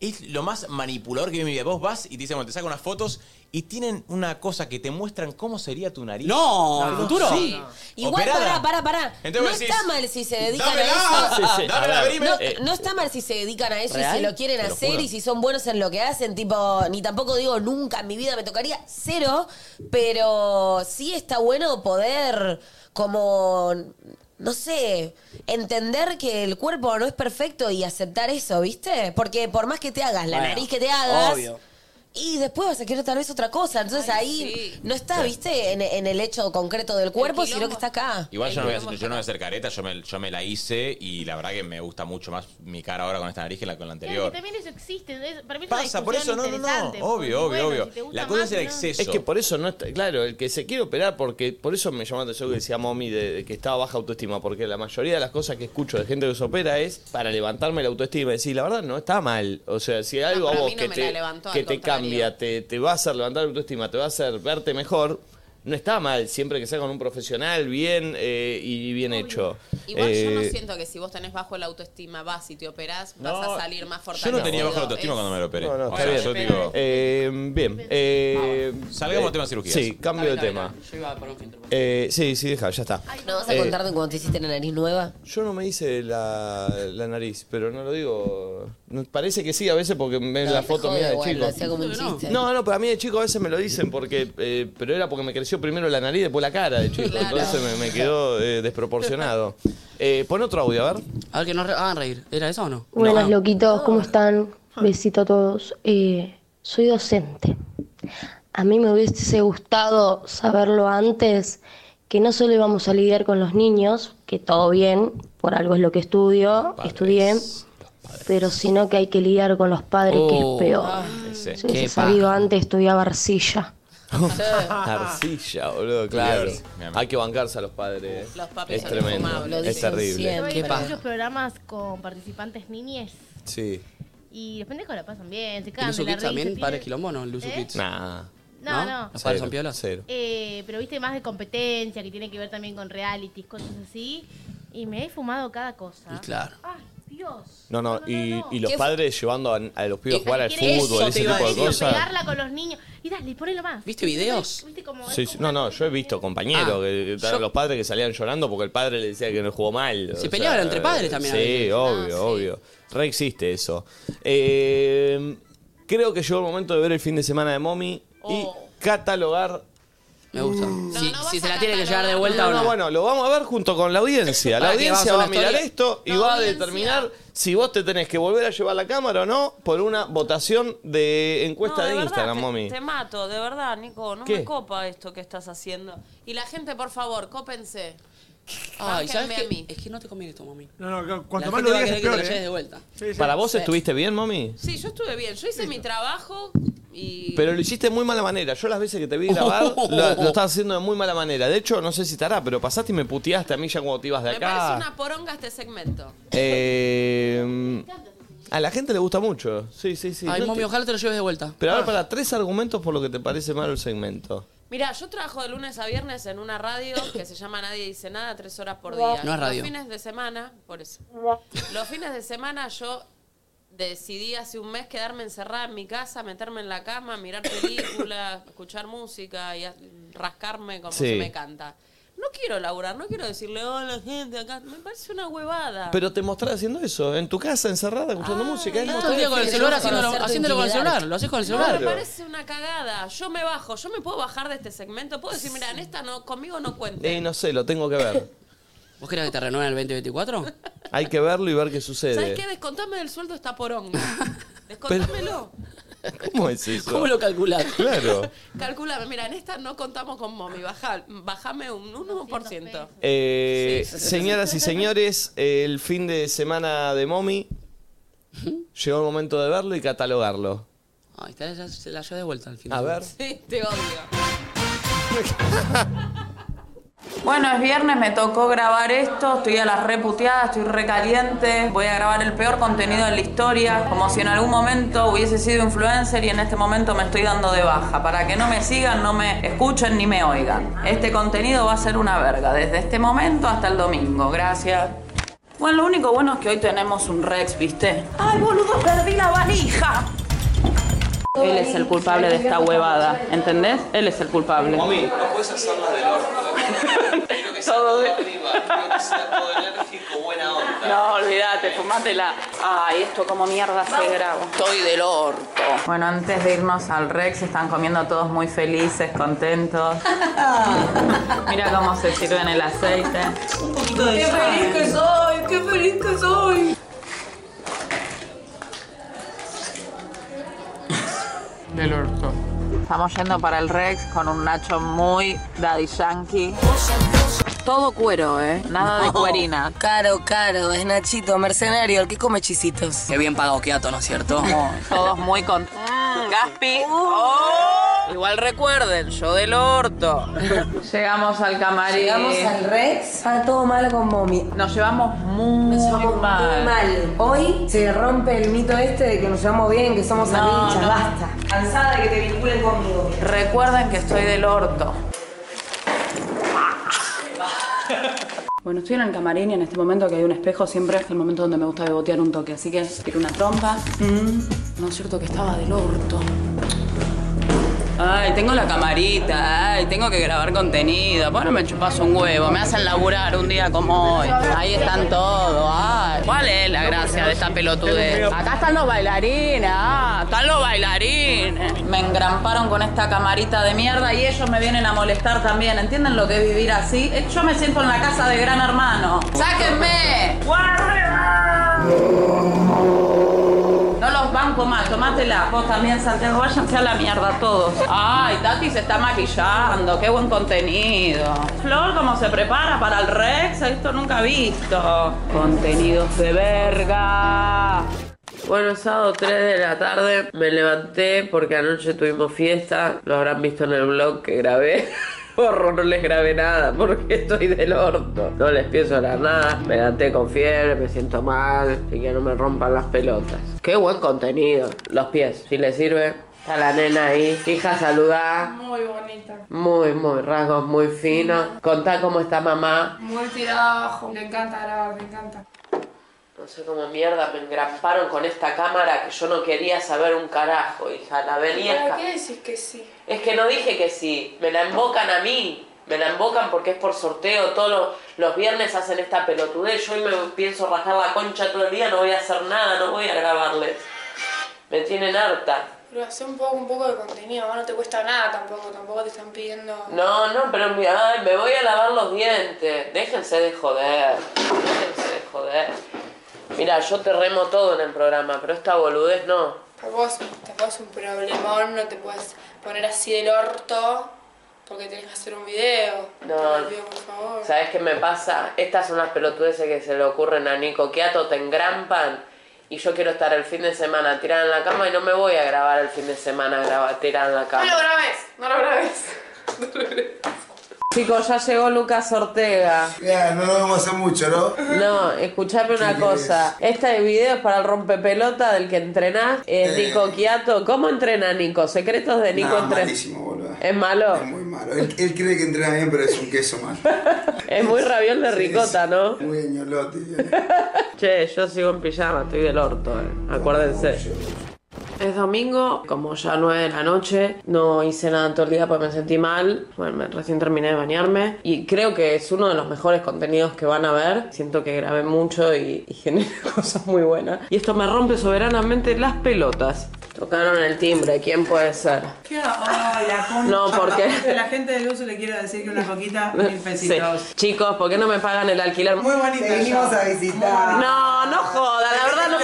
Speaker 5: es lo más manipulador que vi en mi vida. Vos vas y te dicen, bueno, te sacan unas fotos y tienen una cosa que te muestran cómo sería tu nariz.
Speaker 4: No, ¿el futuro?
Speaker 5: Sí.
Speaker 3: Igual,
Speaker 5: Operada.
Speaker 3: pará, pará, pará.
Speaker 5: Entonces
Speaker 3: no
Speaker 5: vos decís,
Speaker 3: está mal si se dedican
Speaker 5: "Dámela,
Speaker 3: a eso.
Speaker 5: sí, sí, dámela,
Speaker 3: No,
Speaker 5: abrime".
Speaker 3: no,
Speaker 5: Eh,
Speaker 3: no está mal si se dedican a eso
Speaker 5: ¿Real?
Speaker 3: y si lo quieren
Speaker 5: Te lo
Speaker 3: hacer
Speaker 5: juro.
Speaker 3: y si son buenos en lo que hacen, tipo, ni tampoco digo nunca en mi vida me tocaría cero, pero sí está bueno poder como no sé, entender que el cuerpo no es perfecto y aceptar eso, ¿viste? Porque por más que te hagas la
Speaker 4: Bueno,
Speaker 3: nariz que te hagas,
Speaker 4: obvio.
Speaker 3: y después vas a querer tal vez otra cosa. Entonces ahí no está,
Speaker 5: Sí.
Speaker 3: viste, en, en el hecho concreto del cuerpo, sino que está acá.
Speaker 5: Igual yo no, voy a hacer, yo no voy a hacer careta, yo me, yo me la hice y la verdad que me gusta mucho más mi cara ahora con esta nariz que la con la
Speaker 11: Claro, que
Speaker 5: anterior.
Speaker 11: también eso existe. entonces, Para mí es una
Speaker 5: Pasa, por eso
Speaker 11: discusión
Speaker 5: no, no, no.
Speaker 11: interesante, porque,
Speaker 5: Obvio, obvio,
Speaker 11: bueno,
Speaker 5: obvio.
Speaker 11: si te gusta
Speaker 5: La cosa
Speaker 11: más,
Speaker 5: es el
Speaker 11: ¿no?
Speaker 5: exceso.
Speaker 2: Es que por eso no está. Claro, el que se quiere operar, porque por eso me llamó la atención que decía Momi de, de que estaba baja autoestima, porque la mayoría de las cosas que escucho de gente que se opera es para levantarme la autoestima y decir, la verdad no está mal. O sea, si hay algo
Speaker 6: pero
Speaker 2: a
Speaker 6: a
Speaker 2: vos
Speaker 6: mí no
Speaker 2: que,
Speaker 6: me
Speaker 2: te,
Speaker 6: la levantó,
Speaker 2: que
Speaker 6: al
Speaker 2: te
Speaker 6: contrario.
Speaker 2: cambia, te, te va a hacer levantar la autoestima, te va a hacer verte mejor. No está mal, siempre que sea con un profesional bien eh, y bien hecho.
Speaker 6: Igual yo no
Speaker 2: Eh,
Speaker 6: siento que si vos tenés bajo la autoestima, vas y te operás,
Speaker 2: No,
Speaker 6: vas a salir más
Speaker 5: Yo
Speaker 6: fortalecido.
Speaker 5: no tenía baja autoestima cuando me lo operé.
Speaker 2: No, no,
Speaker 5: o
Speaker 2: está
Speaker 5: sea, yo
Speaker 2: bien.
Speaker 5: digo.
Speaker 2: Eh, bien. eh,
Speaker 5: Salgamos
Speaker 2: eh,
Speaker 5: del tema de cirugías.
Speaker 2: Sí, cambio de
Speaker 5: Dale,
Speaker 2: tema.
Speaker 5: dale,
Speaker 4: Yo iba por un filtro.
Speaker 2: Eh, sí, sí, deja, ya está.
Speaker 3: ¿No vas a
Speaker 2: Eh,
Speaker 3: contar de cuando te hiciste la nariz nueva?
Speaker 2: Yo no me hice la, la nariz, pero no lo digo. no- Parece que sí, a veces porque ves
Speaker 3: No,
Speaker 2: la
Speaker 3: te
Speaker 2: foto
Speaker 3: jode
Speaker 2: mía de
Speaker 3: igual,
Speaker 2: chico.
Speaker 3: lo hacía como un chiste.
Speaker 2: No, no, pero a mí de chico a veces me lo dicen porque. eh, pero era porque me creció primero la nariz, después la cara de chico.
Speaker 4: Claro.
Speaker 2: Entonces me, me quedó eh, desproporcionado. Eh, pon otro audio, a ver.
Speaker 4: A ver, que nos re- hagan reír. ¿Era eso o no?
Speaker 19: Buenas,
Speaker 4: No.
Speaker 19: loquitos, ¿cómo están? Besito a todos. Eh, soy docente. A mí me hubiese gustado saberlo antes, que no solo íbamos a lidiar con los niños, que todo bien, por algo es lo que estudio, estudié, pero sino que hay que lidiar con los padres, que
Speaker 2: Oh,
Speaker 19: es peor.
Speaker 5: Ah,
Speaker 2: ese.
Speaker 19: Si hubiese
Speaker 2: Qué
Speaker 19: sabido antes, estudiaba arcilla.
Speaker 2: Arcilla, boludo, claro. Hay que bancarse a los padres. eh.
Speaker 11: Los papis
Speaker 2: es
Speaker 11: son
Speaker 2: tremendo.
Speaker 11: infumables, lo
Speaker 2: es
Speaker 11: dicen
Speaker 2: terrible.
Speaker 11: Yo veo muchos programas con participantes niñes
Speaker 2: Sí.
Speaker 11: y los pendejos la pasan bien, se
Speaker 4: ¿Y
Speaker 11: cagan de
Speaker 4: Luzu
Speaker 11: la
Speaker 4: Kids
Speaker 11: risa,
Speaker 4: también?
Speaker 11: tienen-
Speaker 4: ¿Padres quilombo o no? Luzu
Speaker 11: ¿Eh?
Speaker 4: Kids.
Speaker 2: Nah.
Speaker 11: No, no.
Speaker 4: ¿Los padres son piolas?
Speaker 2: Cero.
Speaker 11: Eh, pero viste más de competencia, que tiene que ver también con realities, cosas así. Y me he fumado cada cosa.
Speaker 2: Y claro.
Speaker 11: Ay, Dios.
Speaker 2: No, no, y, y los
Speaker 11: ¿Qué fu-
Speaker 2: padres llevando a, a los pibes a
Speaker 11: Y-
Speaker 2: jugar al
Speaker 11: ¿Qué
Speaker 2: fútbol,
Speaker 11: eso
Speaker 2: ese
Speaker 11: te iba
Speaker 2: tipo
Speaker 11: a
Speaker 2: de
Speaker 11: decir?
Speaker 2: cosas.
Speaker 11: Pegarla con los niños. Y dale, ponelo más.
Speaker 4: ¿Viste videos? Ah,
Speaker 11: ¿Viste cómo
Speaker 2: Sí, sí. No, no, yo he visto compañeros, que,
Speaker 4: yo-
Speaker 2: los padres que salían llorando porque el padre le decía que no jugó mal. o eh,
Speaker 4: Se peleaban entre padres también a
Speaker 2: Ah, Sí,
Speaker 4: veces.
Speaker 2: obvio, obvio. Re existe eso. Eh, creo que llegó el momento de ver el fin de semana de Mommy y catalogar.
Speaker 4: Me gusta.
Speaker 2: Mm.
Speaker 4: Si, si se la tiene que llevar de vuelta
Speaker 2: No,
Speaker 4: o
Speaker 2: no,
Speaker 4: no.
Speaker 2: bueno, lo vamos a ver junto con la audiencia. La
Speaker 4: Para que
Speaker 2: audiencia
Speaker 4: vamos
Speaker 2: va
Speaker 4: a
Speaker 2: a
Speaker 4: una
Speaker 2: mirar
Speaker 4: historia.
Speaker 2: esto y va a determinar si vos te tenés que volver a llevar la cámara o no por una votación de
Speaker 1: No,
Speaker 2: encuesta de,
Speaker 1: verdad,
Speaker 2: Instagram,
Speaker 1: te-
Speaker 2: Mommy.
Speaker 1: Te mato, de verdad, Nico. No
Speaker 2: ¿Qué?
Speaker 1: me copa esto que estás haciendo.
Speaker 6: Y la gente, por favor, cópense.
Speaker 4: Ay, Ah, ¿sabes
Speaker 6: Márquenme
Speaker 4: qué?
Speaker 6: a mí.
Speaker 4: Es que no te conviene esto, mami.
Speaker 6: No, no, cu-
Speaker 1: cuanto
Speaker 4: La
Speaker 1: más lo
Speaker 4: gente va a
Speaker 1: digas,
Speaker 4: querer
Speaker 1: es
Speaker 4: que te
Speaker 1: peor,
Speaker 4: lo lleves
Speaker 1: ¿eh?
Speaker 4: de vuelta.
Speaker 2: ¿Para vos estuviste bien, Mommy?
Speaker 6: Sí, yo estuve bien. Yo hice mi trabajo y.
Speaker 2: Pero lo hiciste de muy mala manera. Yo las veces que te vi grabar, lo, lo estabas haciendo de muy mala manera. De hecho, no sé si estará, pero pasaste y me puteaste a mí ya cuando te ibas de
Speaker 6: me parece
Speaker 2: acá.
Speaker 6: una poronga este segmento.
Speaker 2: Eh, a la gente le gusta mucho. Sí, sí, sí.
Speaker 4: Ay,
Speaker 2: No
Speaker 4: mami,
Speaker 2: te-
Speaker 4: ojalá Ah. te lo lleves de vuelta.
Speaker 2: Pero ahora para tres argumentos por lo que te parece malo el segmento.
Speaker 6: Mira, yo trabajo de lunes a viernes en una radio que se llama Nadie Dice Nada, tres horas por
Speaker 2: No
Speaker 6: día.
Speaker 2: es radio.
Speaker 6: Los fines de semana, por eso. Los fines de semana yo decidí hace un mes quedarme encerrada en mi casa, meterme en la cama, mirar películas, escuchar música y a- rascarme como
Speaker 2: Sí.
Speaker 6: se me canta. No quiero laburar, no quiero decirle, hola gente, acá. Me parece una huevada.
Speaker 2: Pero te mostrás haciendo eso, en tu casa, encerrada, escuchando música. Es
Speaker 6: claro.
Speaker 2: como-
Speaker 4: Todo el día con el celular
Speaker 6: Para
Speaker 4: haciéndolo,
Speaker 6: hacer tu
Speaker 4: haciéndolo con el
Speaker 6: intimidad.
Speaker 4: celular. Lo haces con el
Speaker 6: No,
Speaker 4: celular.
Speaker 6: me parece una cagada. Yo me bajo, yo me puedo bajar de este segmento. Puedo decir, mira, en esta no, conmigo no cuente.
Speaker 2: Eh, no sé, lo tengo que ver.
Speaker 4: ¿Vos querés que te renueven el 2024?
Speaker 2: Hay que verlo y ver qué sucede.
Speaker 6: ¿Sabes qué? Descontame del sueldo esta poronga. Descontámelo.
Speaker 2: ¿Cómo es eso?
Speaker 26: ¿Cómo lo calculás?
Speaker 2: Claro.
Speaker 27: Calculame, mira, en esta no contamos con mommy. Baja, bajame un 1%.
Speaker 2: Eh, Señoras y señores, el fin de semana de Momi llegó el momento de verlo y catalogarlo.
Speaker 26: Ahí está, ya se la llevo de vuelta al final.
Speaker 2: A ver.
Speaker 27: Sí, te odio.
Speaker 6: Bueno, es viernes, me tocó grabar esto, estoy a las reputeadas, estoy recaliente, voy a grabar el peor contenido de la historia, como si en algún momento hubiese sido influencer y en este momento me estoy dando de baja, para que no me sigan, no me escuchen ni me oigan. Este contenido va a ser una verga, desde este momento hasta el domingo, gracias. Bueno, lo único bueno es que hoy tenemos un Rex, ¿viste? ¡Ay, boludo, perdí la valija! Él es el culpable de esta huevada, ¿entendés? Él es el culpable.
Speaker 2: no puedes hacer más del horno. Quiero que
Speaker 6: sea todo
Speaker 2: arriba, quiero que sea todo enérgico, buena onda.
Speaker 6: No, olvídate, fumátela. Ay, esto como mierda se graba. Estoy del orto. Bueno, antes de irnos al Rex, están comiendo todos muy felices, contentos. Mira cómo se sirven el aceite.
Speaker 28: ¡Qué feliz que soy! ¡Qué feliz que soy!
Speaker 6: Del orto. Estamos yendo para el Rex con un Nacho muy daddy yankee. Todo cuero, ¿eh? Nada de
Speaker 3: No.
Speaker 6: cuerina.
Speaker 3: Caro, caro, es Nachito, mercenario, el que come chisitos.
Speaker 26: Qué bien pagado Kiato, ¿no es cierto?
Speaker 6: Todos muy contentos. Gaspi. Oh. Igual recuerden, yo del orto. Llegamos al camarín.
Speaker 3: Llegamos al Rex, está todo mal con Momi.
Speaker 6: Eh, Nos llevamos muy mal.
Speaker 3: Muy mal. Hoy se rompe el mito este de que nos llevamos bien, que somos
Speaker 6: No,
Speaker 3: amigas,
Speaker 6: no.
Speaker 3: basta. Cansada de que te vinculen conmigo.
Speaker 6: Recuerden que estoy del orto. Bueno, estoy en el camarín y en este momento que hay un espejo siempre es el momento donde me gusta bebotear un toque. Así que quiero una trompa. Mm, No es cierto que estaba del orto. Ay, tengo la camarita, ay, tengo que grabar contenido. Bueno, me chupas un huevo, me hacen laburar un día como hoy. Ahí están todos, ay. ¿Cuál es la gracia de esta pelotudez? Acá están los bailarines, ah, están los bailarines. Me engramparon con esta camarita de mierda y ellos me vienen a molestar también. ¿Entienden lo que es vivir así? Eh, Yo me siento en la casa de Gran Hermano. ¡Sáquenme! No los banco más, tomátela. Vos también, Santiago, váyanse a la mierda todos. Ay, Tati se está maquillando, qué buen contenido. Flor, ¿cómo se prepara para el Rex? Esto nunca visto. Contenidos de verga.
Speaker 4: Bueno, el sábado 3 de la tarde me levanté porque anoche tuvimos fiesta. Lo habrán visto en el blog que grabé. Porro, no les grabé nada porque estoy del orto. No les pienso hablar nada. Me levanté con fiebre, me siento mal. Así que no me rompan las pelotas. Qué buen contenido. Los pies, si les sirve. Está la nena ahí. Hija, saludá. Muy bonita. Muy, muy, rasgos muy finos. Contá cómo está mamá. Muy tirada abajo. Me encanta grabar, me encanta. No sé cómo mierda me engramparon con esta cámara que yo no quería saber un carajo, hija. La venía. ¿Para qué decís que sí? Es que no dije que sí, me la embocan a mí. Me la embocan porque es por sorteo, todos los, los viernes hacen esta pelotudez, yo hoy me pienso rajar la concha todo el día, no voy a hacer nada, no voy a grabarles. Me tienen harta. Pero hace un poco, un poco de contenido, no te cuesta nada tampoco, tampoco te están pidiendo... No, no, pero mi- ay, me voy a lavar los dientes. Déjense de joder. Déjense de joder. Mira, yo te remo todo en el programa, pero esta boludez no. Tampoco es, tampoco es un problemón, no te puedes poner así del orto porque tenés que hacer un video. No. Te lo pido, por favor. ¿Sabes qué me pasa? Estas son las pelotudeces que se le ocurren a Nico Quiato, te engrampan y yo quiero estar el fin de semana tirada en la cama y no me voy a grabar el fin de semana graba- tirada en la No cama. lo grabes, no lo grabes.
Speaker 6: Chicos, ya llegó Lucas Ortega.
Speaker 4: Ya, no lo vamos a hacer mucho, ¿no? No, escuchame una cosa. Este video es para el rompepelota del que entrenás, eh, Eh. Nico Quiato. ¿Cómo entrena Nico? ¿Secretos de Nico
Speaker 29: No,
Speaker 4: entre-
Speaker 29: malísimo, boludo.
Speaker 4: ¿Es malo?
Speaker 29: Malo. Él, él cree que entrena bien, pero es un queso malo.
Speaker 4: Es muy rabiol de
Speaker 29: Sí,
Speaker 4: ricota, ¿no?
Speaker 29: Muy ñolote.
Speaker 4: Che, yo sigo en pijama, estoy del orto, eh. acuérdense. Es domingo, como ya 9 de la noche, no hice nada en todo el día porque me sentí mal. Bueno, me- recién terminé de bañarme y creo que es uno de los mejores contenidos que van a ver. Siento que grabé mucho y, y generé cosas muy buenas. Y esto me rompe soberanamente las pelotas. Tocaron el timbre, ¿quién puede ser?
Speaker 14: ¿Qué? Ay, la concha.
Speaker 4: No, ¿por qué?
Speaker 14: La gente de Luzu le quiero decir que una coquita, mil
Speaker 4: Sí.
Speaker 14: pesitos.
Speaker 4: Chicos, ¿por qué no me pagan el alquiler? Muy
Speaker 14: Te vinimos a
Speaker 4: visitar. No, no joda, la verdad no, no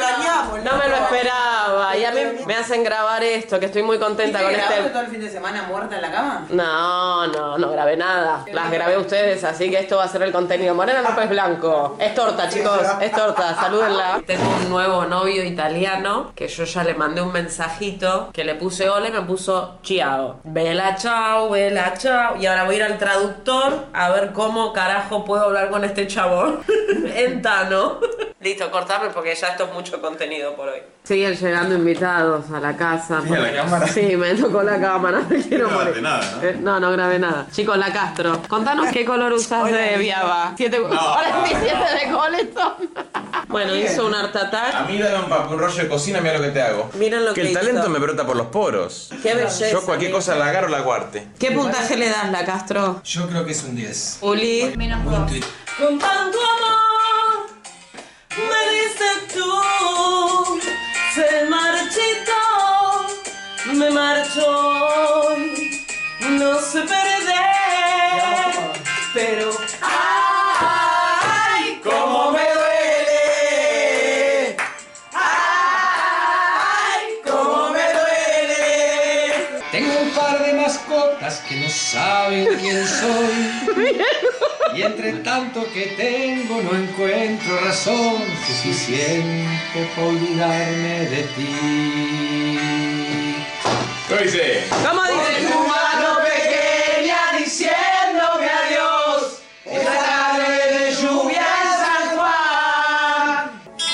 Speaker 4: me lo esperaba.
Speaker 6: bla. Y a mí me hacen grabar esto, que estoy muy contenta con
Speaker 30: ¿Viste que grabaste
Speaker 6: este.
Speaker 30: todo el fin de semana muerta en la cama?
Speaker 6: No, no, no grabé nada. Las grabé ustedes, así que esto va a ser el contenido. Morena López Blanco. Es torta, chicos. Es torta. Salúdenla. Tengo un nuevo novio italiano que yo ya le mandé un mensajito que le puse hola y me puso chiao. Vela chao, vela chao. Y ahora voy a ir al traductor a ver cómo carajo puedo hablar con este chabón en Tano. Listo, cortame porque ya esto es mucho contenido por hoy. Siguen llegando invitados a la casa.
Speaker 31: Sí, a la cámara.
Speaker 6: Sí, me tocó la cámara. Me quiero
Speaker 31: No,
Speaker 6: morir.
Speaker 31: de nada, ¿no?
Speaker 6: Eh, no, no grabé nada. Chicos, la Castro. Contanos qué color usás de Viaba. Siete... Ahora sí, siete de Coleton. bueno, hizo un art attack.
Speaker 5: A mí dame un papel rollo de cocina, mira lo que te hago.
Speaker 6: Miren lo
Speaker 5: que
Speaker 6: que
Speaker 5: el talento
Speaker 6: hizo.
Speaker 5: me brota por los poros.
Speaker 6: Qué belleza,
Speaker 5: Yo cualquier cosa la agarro la aguarte.
Speaker 6: ¿Qué puntaje le das, la Castro?
Speaker 5: Yo creo que es un 10.
Speaker 6: Uli.
Speaker 14: Con tanto amor me dice tú se marchito, me marcho hoy, no se perder, pero ay, cómo me duele, ay, cómo me duele.
Speaker 23: Tengo un par de mascotas que no saben quién soy. Y entre tanto que tengo no encuentro razón suficiente para olvidarme de ti.
Speaker 5: ¿Cómo dice?
Speaker 14: ¿Cómo
Speaker 23: dice?
Speaker 14: tu mano pequeña diciéndome adiós. Esta tarde de lluvia en San Juan.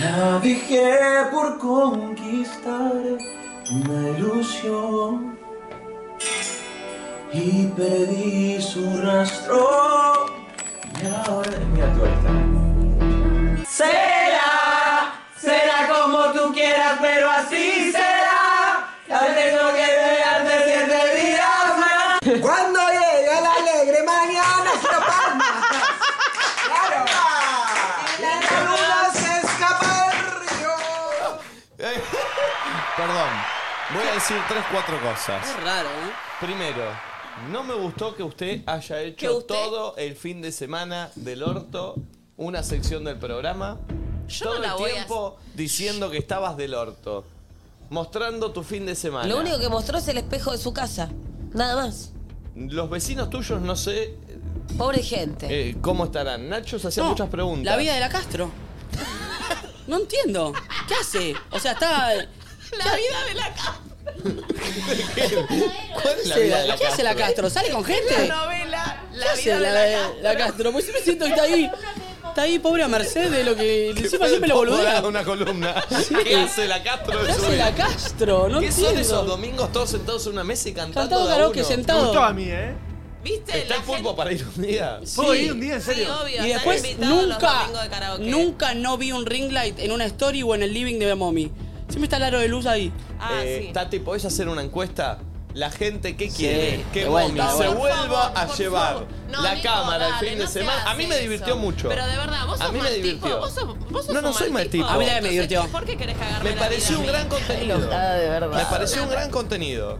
Speaker 30: La dije por conquistar una ilusión y perdí su rastro. Y ahora mira tú ahí
Speaker 14: Será, será como tú quieras, pero así será. Ya tengo que dejarte siete días más. Cuando llega la alegre mañana, se palma. Claro. Y la luna se escapa del río.
Speaker 2: Perdón, voy a decir tres, cuatro cosas.
Speaker 4: Es raro, ¿eh?
Speaker 2: Primero, no me gustó que usted haya
Speaker 4: Que
Speaker 2: hecho
Speaker 4: usted-
Speaker 2: todo el fin de semana del orto una sección del programa. todo
Speaker 3: no la
Speaker 2: el
Speaker 3: voy a
Speaker 2: tiempo diciendo que estabas del orto. Mostrando tu fin de semana.
Speaker 3: Lo único que mostró es el espejo de su casa. Nada más.
Speaker 2: Los vecinos tuyos no sé
Speaker 3: Pobre gente.
Speaker 2: eh, cómo estarán. Nacho se hacía
Speaker 4: No,
Speaker 2: muchas preguntas.
Speaker 4: La vida de la Castro. No entiendo. ¿Qué hace? O sea, está. La vida de la Castro.
Speaker 2: ¿Cuál es la vida de la
Speaker 4: ¿Qué hace la
Speaker 2: Castro?
Speaker 4: Castro? ¿Sale con gente?
Speaker 2: La
Speaker 4: novela.
Speaker 2: La
Speaker 4: ¿Qué hace
Speaker 2: vida
Speaker 4: la,
Speaker 2: de la
Speaker 4: la Castro? Pues siempre siento que está ahí. Está ahí, pobre a merced de lo que. ¿eh? Encima siempre lo boludea.
Speaker 2: Una columna. ¿Qué hace la Castro? de
Speaker 4: ¿Qué
Speaker 2: su
Speaker 4: hace
Speaker 2: vida?
Speaker 4: la Castro? No
Speaker 2: ¿Qué son
Speaker 4: entiendo.
Speaker 2: esos domingos todos sentados en una mesa y cantando?
Speaker 4: Cantando
Speaker 2: de a
Speaker 4: karaoke
Speaker 2: uno?
Speaker 4: sentado. Me gustó a
Speaker 2: mí, ¿eh?
Speaker 32: ¿Viste?
Speaker 2: ¿Está el pulpo para ir un día?
Speaker 4: ¿Puedo ir ¿eh? un día,
Speaker 32: en serio? Sí, obvio,
Speaker 4: y
Speaker 32: están
Speaker 4: después
Speaker 32: invitados los domingos de
Speaker 4: nunca,
Speaker 32: karaoke.
Speaker 4: nunca no vi un ring light en una story o en el living de Mommy. Siempre está el aro de luz ahí.
Speaker 2: Eh, Tati, ¿podés hacer una encuesta? La gente, ¿qué
Speaker 4: Sí,
Speaker 2: quiere? Que
Speaker 4: de vuelta,
Speaker 2: Momi
Speaker 4: de
Speaker 2: se
Speaker 4: vuelta.
Speaker 2: vuelva a llevar
Speaker 32: No,
Speaker 2: la
Speaker 32: Nico,
Speaker 2: cámara el
Speaker 32: dale,
Speaker 2: fin
Speaker 32: no
Speaker 2: de
Speaker 32: se
Speaker 2: semana. A mí me
Speaker 32: hace
Speaker 2: divirtió
Speaker 32: eso.
Speaker 2: mucho.
Speaker 32: Pero de verdad, vos
Speaker 2: A
Speaker 32: sos
Speaker 2: mí me
Speaker 32: mal tipo,
Speaker 2: divirtió.
Speaker 32: vos sos- vos sos
Speaker 2: no, no
Speaker 32: un
Speaker 2: soy
Speaker 32: mal
Speaker 2: mal
Speaker 32: tipo.
Speaker 2: tipo.
Speaker 32: A mí también me
Speaker 2: Entonces,
Speaker 32: divirtió. ¿Por qué querés cagarme
Speaker 2: Me
Speaker 32: la
Speaker 2: pareció
Speaker 32: vida a
Speaker 2: un
Speaker 32: mí?
Speaker 2: gran contenido.
Speaker 32: Enojada, de verdad.
Speaker 2: Me pareció un gran contenido.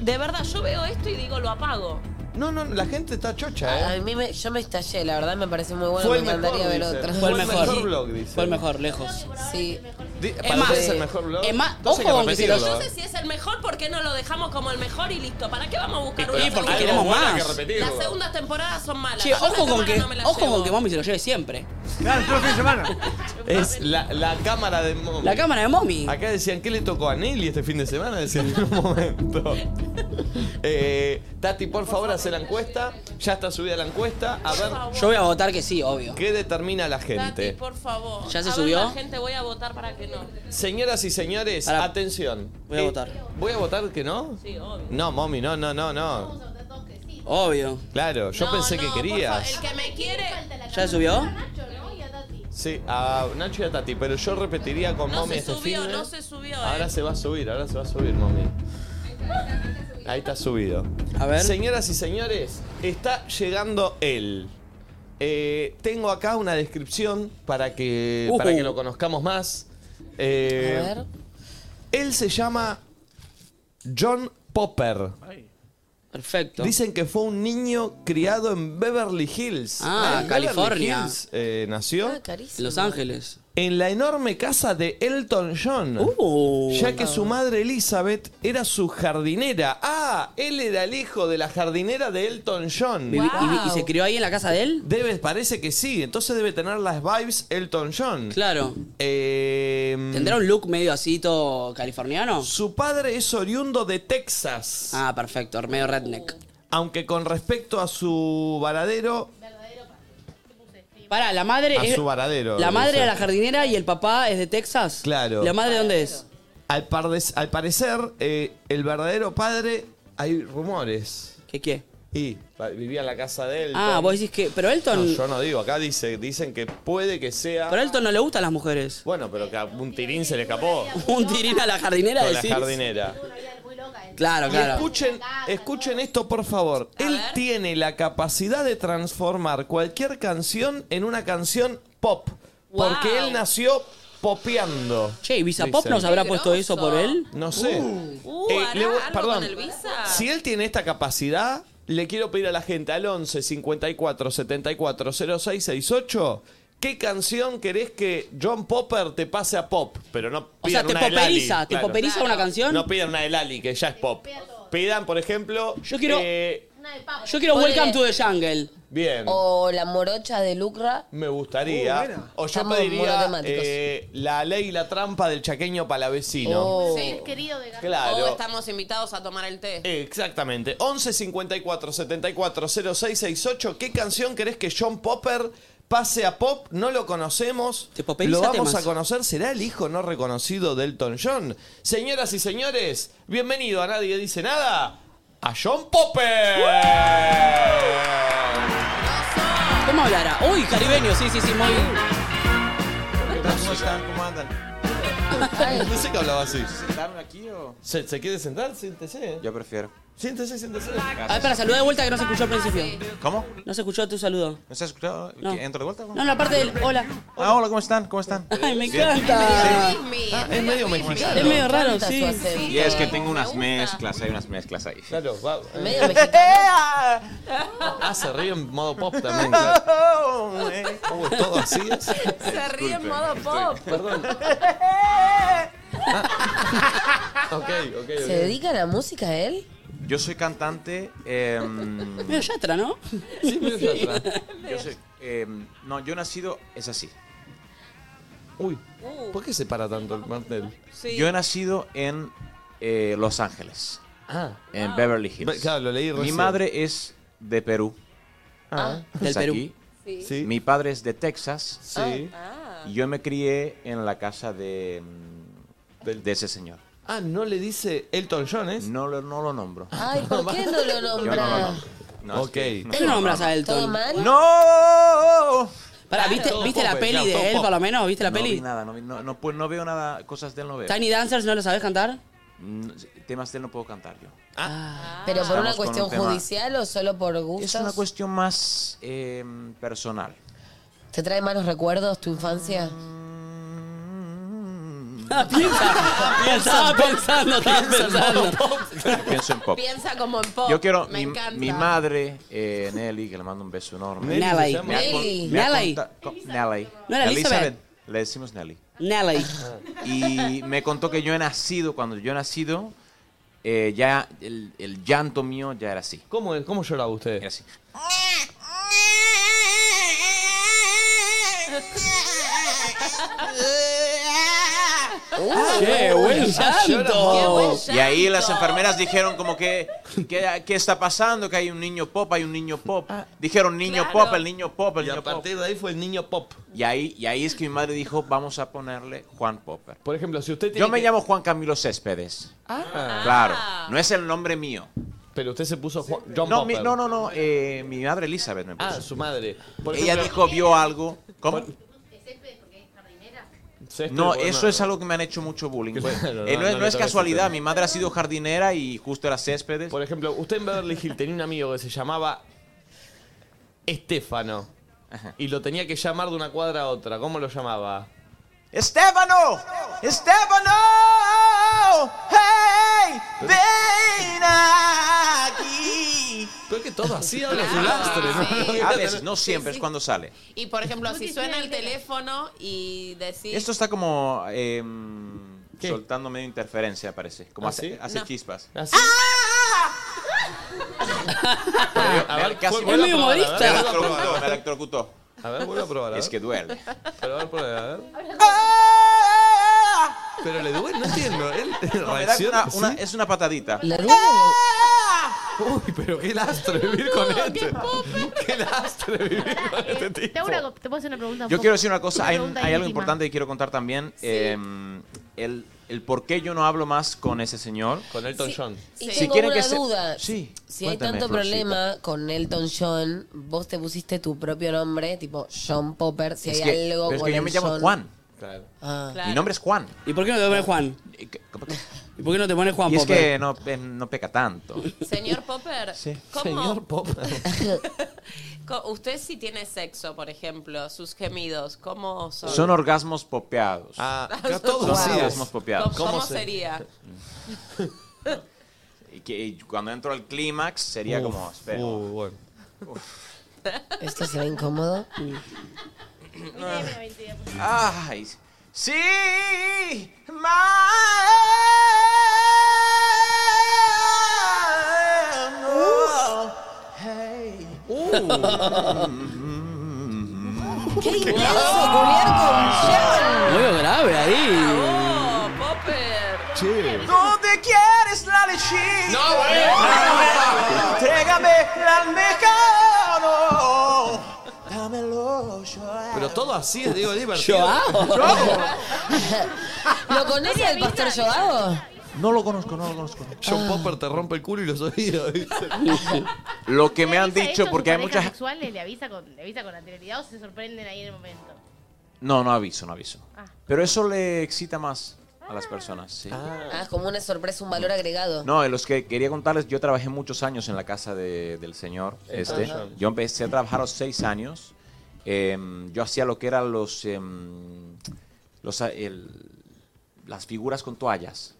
Speaker 32: De verdad, yo veo esto y digo, lo apago.
Speaker 2: No, no, la gente está chocha,
Speaker 3: A
Speaker 2: ¿eh?
Speaker 3: mí me, yo me estallé, la verdad me parece muy bueno.
Speaker 2: Fue
Speaker 3: Me
Speaker 2: el mejor,
Speaker 3: encantaría ver
Speaker 2: dice.
Speaker 3: otro.
Speaker 2: Fue el mejor. blog, dice.
Speaker 4: Fue el mejor, lejos.
Speaker 3: Sí.
Speaker 2: Di-
Speaker 4: Es
Speaker 2: ¿Para
Speaker 4: más,
Speaker 2: ustedes es el mejor blog?
Speaker 4: es más,
Speaker 2: Entonces
Speaker 4: ojo
Speaker 2: hay
Speaker 4: con que si
Speaker 2: repetirlo,
Speaker 4: los-
Speaker 2: ¿eh?
Speaker 32: No sé si es el mejor, ¿por qué no lo dejamos como el mejor y listo? ¿Para qué vamos a buscar
Speaker 4: Y
Speaker 32: una
Speaker 4: porque
Speaker 32: segunda?
Speaker 4: queremos
Speaker 2: Algo bueno
Speaker 4: más.
Speaker 2: que repetirlo.
Speaker 32: Las segundas temporadas son malas.
Speaker 4: Che,
Speaker 32: Yo una
Speaker 4: ojo con
Speaker 32: semana
Speaker 4: que,
Speaker 32: no me la
Speaker 4: ojo
Speaker 32: llevo.
Speaker 4: con que Mommy se lo lleve siempre.
Speaker 2: Claro, todo fin de semana. Es la, la cámara de Momi.
Speaker 4: La cámara de Momi.
Speaker 2: Acá decían, ¿qué le tocó a Nelly este fin de semana? Decían en un momento. Eh, Tati, por favor, hace la encuesta. Ya está subida la encuesta. A ver.
Speaker 4: Yo voy a votar que sí, obvio.
Speaker 2: ¿Qué determina la gente?
Speaker 32: Por favor.
Speaker 2: ¿Ya se
Speaker 32: A ver,
Speaker 2: subió?
Speaker 32: la gente voy a votar para que no.
Speaker 2: Señoras y señores, atención.
Speaker 4: Voy a
Speaker 2: Eh,
Speaker 4: votar.
Speaker 2: ¿Voy a votar que no?
Speaker 32: Sí, obvio.
Speaker 2: No, Momi, no, no, no, no.
Speaker 4: Obvio.
Speaker 2: Claro, yo
Speaker 32: No,
Speaker 2: pensé
Speaker 32: no,
Speaker 2: que
Speaker 32: por
Speaker 2: querías.
Speaker 32: favor, El que me quiere.
Speaker 2: ¿Ya subió? Sí, a Nacho y a Tati, pero yo repetiría con
Speaker 32: No
Speaker 2: Momi
Speaker 32: se
Speaker 2: este
Speaker 32: subió,
Speaker 2: fin de-
Speaker 32: no se subió.
Speaker 2: Ahora
Speaker 32: eh.
Speaker 2: se va a subir, ahora se va a subir, mami. Ahí está subido.
Speaker 4: A ver.
Speaker 2: Señoras y señores, está llegando él. Eh, tengo acá una descripción para que,
Speaker 4: Ujú.
Speaker 2: para que lo conozcamos más. Eh,
Speaker 4: A ver.
Speaker 2: Él se llama John Popper.
Speaker 4: Perfecto.
Speaker 2: Dicen que fue un niño criado en Beverly Hills.
Speaker 4: Ah,
Speaker 2: en Beverly
Speaker 4: California.
Speaker 32: Ah,
Speaker 2: Hills, eh, nació.
Speaker 4: Los Ángeles.
Speaker 2: en la enorme casa de Elton John,
Speaker 4: Uh,
Speaker 2: ya que su madre Elizabeth era su jardinera. Ah, él era el hijo de la jardinera de Elton John.
Speaker 4: ¿Y- y- y- y se crió ahí en la casa de él?
Speaker 2: Debe, parece que sí, entonces debe tener las vibes Elton John. Em,
Speaker 4: Claro. ¿Tendrá un look medio así, todo californiano?
Speaker 2: Su padre es oriundo de Texas.
Speaker 4: Ah, perfecto, medio redneck.
Speaker 2: Aunque con respecto a su varadero,
Speaker 4: Pará, la madre.
Speaker 2: A
Speaker 4: es-
Speaker 2: su varadero,
Speaker 4: La madre
Speaker 2: dice.
Speaker 4: era la jardinera y el papá es de Texas.
Speaker 2: Claro.
Speaker 4: ¿La madre dónde es?
Speaker 2: Al, pardes- al parecer, eh, el verdadero padre, hay rumores.
Speaker 4: ¿Qué qué?
Speaker 2: Y pa- vivía en la casa de Elton.
Speaker 4: Ah, vos decís que. Pero Elton.
Speaker 2: No, yo no digo, acá dice, dicen que puede que sea...
Speaker 4: Pero a Elton no le gustan las mujeres.
Speaker 2: Bueno, pero que a un tirín se le escapó.
Speaker 4: Un tirín a la jardinera,
Speaker 2: Con la
Speaker 4: decís.
Speaker 2: jardinera.
Speaker 4: Claro,
Speaker 2: Y
Speaker 4: claro.
Speaker 2: escuchen, escuchen esto, por favor. Él tiene la capacidad de transformar cualquier canción en una canción pop. Porque él nació popeando.
Speaker 4: Che, ¿y Visa Pop nos habrá puesto eso por él?
Speaker 2: No sé.
Speaker 4: Uh,
Speaker 2: Eh, le voy-
Speaker 4: ¿hará algo
Speaker 2: perdón.
Speaker 4: con el Visa?
Speaker 2: Si él tiene esta capacidad, le quiero pedir a la gente al 11 54 74 06 68 ¿Qué canción querés que John Popper te pase a pop? Pero no
Speaker 4: O sea,
Speaker 2: pidan
Speaker 4: te
Speaker 2: una de Lali,
Speaker 4: poperiza, te
Speaker 2: claro.
Speaker 4: poperiza una canción.
Speaker 2: No pidan una de Lali, que ya es pop. Pidan, por ejemplo.
Speaker 4: Yo quiero-
Speaker 2: eh,
Speaker 4: Yo quiero
Speaker 3: Ponele.
Speaker 4: Welcome to the Jungle.
Speaker 2: bien.
Speaker 4: Oh.
Speaker 3: O la morocha de Lucra.
Speaker 2: Me
Speaker 3: Uh,
Speaker 2: gustaría.
Speaker 3: buena.
Speaker 2: o yo
Speaker 3: Estamos
Speaker 2: pediría
Speaker 3: monotemáticos.
Speaker 2: eh, La ley y la trampa del chaqueño palavecino.
Speaker 4: Oh.
Speaker 6: Sí, querido de García.
Speaker 2: Claro.
Speaker 6: O Oh, estamos invitados a tomar el té.
Speaker 2: Exactamente. 11 54 74 06 68. ¿Qué canción querés que John Popper pase a pop? No lo conocemos.
Speaker 4: poperiza
Speaker 2: Lo vamos
Speaker 4: temas.
Speaker 2: a conocer. ¿Será el hijo no reconocido de Elton John? Señoras y señores, bienvenido a Nadie Dice Nada. A John Popper.
Speaker 4: ¿Cómo hablará? Uy, caribeño, sí, sí, sí, muy.
Speaker 2: ¿Cómo están? ¿Cómo andan? No sé que hablaba así.
Speaker 5: ¿Sentarme aquí o...?
Speaker 2: ¿Se, se quiere sentar? Siéntese.
Speaker 5: Yo prefiero.
Speaker 2: Siéntese, siéntese.
Speaker 4: A ver, para saludar de vuelta que no se escuchó al principio.
Speaker 5: ¿Cómo?
Speaker 4: No se escuchó tu saludo.
Speaker 5: ¿No se ha escuchado?
Speaker 4: No.
Speaker 5: ¿Que ¿Entro de vuelta?
Speaker 4: No, la parte del. Hola.
Speaker 5: Ah, hola, ¿cómo están? ¿Cómo están?
Speaker 4: Ay, me
Speaker 5: Sí. Ah,
Speaker 4: encanta.
Speaker 2: es medio
Speaker 5: mexicano.
Speaker 4: Es medio raro,
Speaker 3: encanta
Speaker 4: sí.
Speaker 3: su acento.
Speaker 14: Y es que tengo unas mezclas, hay unas mezclas ahí.
Speaker 2: Claro, va.
Speaker 3: Medio mexicano.
Speaker 5: ¡Eh!
Speaker 2: Ah, se ríe en modo pop también. claro. Oh, todo así es.
Speaker 6: Se ríe en modo pop.
Speaker 2: Perdón. Ok, ok.
Speaker 3: ¿Se dedica a la música él?
Speaker 5: Yo soy cantante.
Speaker 14: em,
Speaker 4: Medio yatra, ¿no?
Speaker 5: Sí,
Speaker 4: medio
Speaker 2: pues,
Speaker 5: yatra. Yo soy. em, no, yo nacido. Es así.
Speaker 2: Uy, ¿por qué se para tanto el martel?
Speaker 5: Yo he nacido en eh, Los Ángeles.
Speaker 2: Ah.
Speaker 5: En Beverly Hills.
Speaker 2: Ve- claro, lo leí
Speaker 5: Mi
Speaker 2: recién.
Speaker 5: madre es de Perú.
Speaker 2: Ah.
Speaker 5: Es
Speaker 2: Del Perú.
Speaker 5: aquí.
Speaker 2: Sí. Ah. Sí.
Speaker 5: Mi padre es de Texas.
Speaker 2: Sí.
Speaker 5: Y yo me crié en la casa de, mm, de ese señor.
Speaker 2: Ah, no le dice Elton John, ¿eh?
Speaker 5: No, lo- no lo nombro.
Speaker 3: Ay, ¿por qué no lo
Speaker 5: Yo no lo
Speaker 3: nombra?
Speaker 5: nombro. No,
Speaker 2: ok.
Speaker 4: ¿Por qué no nombras a Elton?
Speaker 3: ¿Todo mal?
Speaker 5: ¡No!
Speaker 4: Pará, ¿viste,
Speaker 5: Todo
Speaker 4: ¿viste la
Speaker 5: pop,
Speaker 4: peli
Speaker 5: claro, todo
Speaker 4: de él,
Speaker 5: pop.
Speaker 4: por lo menos? ¿Viste la
Speaker 5: no Vi
Speaker 4: peli?
Speaker 5: nada, no, vi- no, no, pu- no veo nada, cosas de él no veo.
Speaker 4: Tiny Dancers, ¿no lo sabes cantar?
Speaker 5: Mm, temas de él no puedo cantar yo. Ah.
Speaker 3: ¿Pero por una
Speaker 5: Estamos con un
Speaker 3: cuestión
Speaker 5: tema.
Speaker 3: judicial o solo por gustos?
Speaker 5: Es una cuestión más eh, personal.
Speaker 3: ¿Te trae malos recuerdos tu
Speaker 5: Mm.
Speaker 3: infancia?
Speaker 4: piensa,
Speaker 6: Estaba
Speaker 4: pensando, estaba
Speaker 5: pensando. Pienso en pop.
Speaker 6: Piensa como en pop.
Speaker 5: Yo quiero
Speaker 6: Me
Speaker 5: mi,
Speaker 6: encanta.
Speaker 5: mi madre, eh, Nelly, que le mando un beso enorme.
Speaker 4: Nelly, Nelly.
Speaker 5: Me ha con-
Speaker 4: Nelly.
Speaker 5: me ha
Speaker 4: Nelly.
Speaker 5: conta- co- Nelly.
Speaker 4: ¿No era Elizabeth?
Speaker 5: Le decimos Nelly.
Speaker 4: Nelly.
Speaker 5: Y me contó que yo he nacido, cuando yo he nacido, eh, ya el, el llanto mío ya era así.
Speaker 2: ¿Cómo, cómo lloraba usted?
Speaker 5: Era así. Uh,
Speaker 4: ¡Qué buen llanto!
Speaker 5: Y ahí las enfermeras dijeron como que, ¿qué, qué está pasando? Que hay un niño pop, hay un niño pop. Dijeron niño
Speaker 2: claro.
Speaker 5: pop, el niño pop, el
Speaker 2: Y a
Speaker 5: niño pop.
Speaker 2: partir de ahí fue el niño pop.
Speaker 5: Y ahí, y ahí es que mi madre dijo, vamos a ponerle Juan Popper.
Speaker 2: Por ejemplo, si usted tiene
Speaker 5: Yo me
Speaker 2: que-
Speaker 5: llamo Juan Camilo Céspedes.
Speaker 2: Ah.
Speaker 5: Claro, no es el nombre mío.
Speaker 2: Pero usted se puso Juan- John
Speaker 5: no,
Speaker 2: Popper.
Speaker 5: mi- no, no, no, eh, mi madre Elizabeth me puso.
Speaker 2: Ah, su madre.
Speaker 5: Ella dijo, vio algo. ¿Cómo? No, eso es algo que me han hecho mucho bullying.
Speaker 2: Claro,
Speaker 5: Eh, no,
Speaker 2: no,
Speaker 5: es-
Speaker 2: no
Speaker 5: no
Speaker 2: le
Speaker 5: es
Speaker 2: toques ese
Speaker 5: casualidad,
Speaker 2: tema.
Speaker 5: mi madre ha sido jardinera y justo era Céspedes.
Speaker 2: Por ejemplo, usted en Beverly Hills tenía un amigo que se llamaba Estefano. Y lo tenía que llamar de una cuadra a otra. ¿Cómo lo llamaba?
Speaker 5: ¡Estefano! ¡Estefano! ¡Hey! ¡Ven aquí!
Speaker 2: Creo que todo así habla
Speaker 3: Ah,
Speaker 2: su
Speaker 5: Claro,
Speaker 2: lastre,
Speaker 5: Ah, sí.
Speaker 2: ¿no?
Speaker 5: A veces, no siempre, es cuando sale.
Speaker 6: Y por ejemplo,
Speaker 11: No
Speaker 6: si
Speaker 11: te
Speaker 6: suena
Speaker 11: tiene
Speaker 6: el teléfono y decís.
Speaker 5: Esto está como eh, soltando medio interferencia, parece. Como
Speaker 2: ¿Ah,
Speaker 5: hace,
Speaker 2: sí?
Speaker 5: hace
Speaker 6: No.
Speaker 5: chispas.
Speaker 11: Ah.
Speaker 2: A ver,
Speaker 5: Casi
Speaker 2: ¿cuál- vuelve
Speaker 5: me
Speaker 2: a probar,
Speaker 5: electrocutó,
Speaker 2: a ver.
Speaker 5: me electrocutó, me electrocutó.
Speaker 2: A ver, vuelve a probar. a
Speaker 5: Es
Speaker 2: ver.
Speaker 5: que duele.
Speaker 2: Pero a ver, prueba, a ver. Pero le duele, no entiendo. Él
Speaker 5: No, me da
Speaker 2: reacciona.
Speaker 5: una- una-
Speaker 2: así.
Speaker 5: es una patadita.
Speaker 2: Uy, pero qué lastre vivir con este. Qué lastre vivir con este
Speaker 11: Eh, Te,
Speaker 2: tipo.
Speaker 11: hago una, te puedo hacer una pregunta. un
Speaker 5: Yo
Speaker 11: poco-
Speaker 5: quiero decir una cosa, hay,
Speaker 11: pregunta
Speaker 5: hay algo
Speaker 11: íntima.
Speaker 5: importante que quiero contar también. eh, el, el por qué yo no hablo más con ese señor.
Speaker 2: Con Elton John.
Speaker 3: Y tengo una duda. si hay
Speaker 5: cuéntame,
Speaker 3: tanto
Speaker 5: Florcita.
Speaker 3: problema con Elton John, vos te pusiste tu propio nombre, tipo John Popper, si
Speaker 5: Es
Speaker 3: hay
Speaker 5: que-
Speaker 3: algo
Speaker 5: pero es
Speaker 3: con
Speaker 5: que yo
Speaker 3: el
Speaker 5: me llamo
Speaker 3: John.
Speaker 5: Juan.
Speaker 3: Ah.
Speaker 5: Mi nombre es Juan.
Speaker 4: ¿Y por qué no te pones Juan? ¿Y por qué no te pones Juan
Speaker 5: Y es
Speaker 4: Popper?
Speaker 5: que no, eh, no peca tanto.
Speaker 6: Señor Popper, ¿cómo?
Speaker 2: Popper.
Speaker 6: co- Usted si tiene sexo, por ejemplo, sus gemidos, ¿cómo son?
Speaker 5: Son orgasmos popeados.
Speaker 2: Ah,
Speaker 6: Son
Speaker 5: Son orgasmos popeados.
Speaker 6: ¿Cómo, cómo sería?
Speaker 5: Y que- y cuando entro al clímax sería
Speaker 2: Uf,
Speaker 5: como. espera.
Speaker 2: uh, bueno.
Speaker 3: ¿Esto será incómodo? Ah.
Speaker 5: Ay, sí.
Speaker 14: ¡Qué intenso
Speaker 4: Muy grave ahí.
Speaker 14: ¿Dónde quieres la lechita? No, bueno. Entrégame la mecano. Dámelo, Joao.
Speaker 2: Pero todo así es, digo, divertido.
Speaker 4: Joao.
Speaker 3: ¿Lo conoce el pastor Joao?
Speaker 5: No lo conozco, no lo conozco.
Speaker 2: John Popper te rompe el culo y los oídos.
Speaker 5: Lo que me han
Speaker 11: ¿Avisa esto
Speaker 5: dicho,
Speaker 11: a
Speaker 5: porque
Speaker 11: sus
Speaker 5: hay
Speaker 11: parejas
Speaker 5: muchas.
Speaker 11: sexuales? ¿Le avisa, con, ¿Le avisa con anterioridad o se sorprenden ahí en el momento?
Speaker 5: No, no aviso, no aviso.
Speaker 11: Ah.
Speaker 5: Pero eso le excita más a las personas, sí.
Speaker 3: Ah, es como una sorpresa, un valor agregado.
Speaker 5: No, en los que quería contarles, yo trabajé muchos años en la casa de- del señor. Este.
Speaker 3: Ajá.
Speaker 5: Yo empecé a trabajar a los seis años. Em, yo hacía lo que eran los, em, los a- el- las figuras con toallas.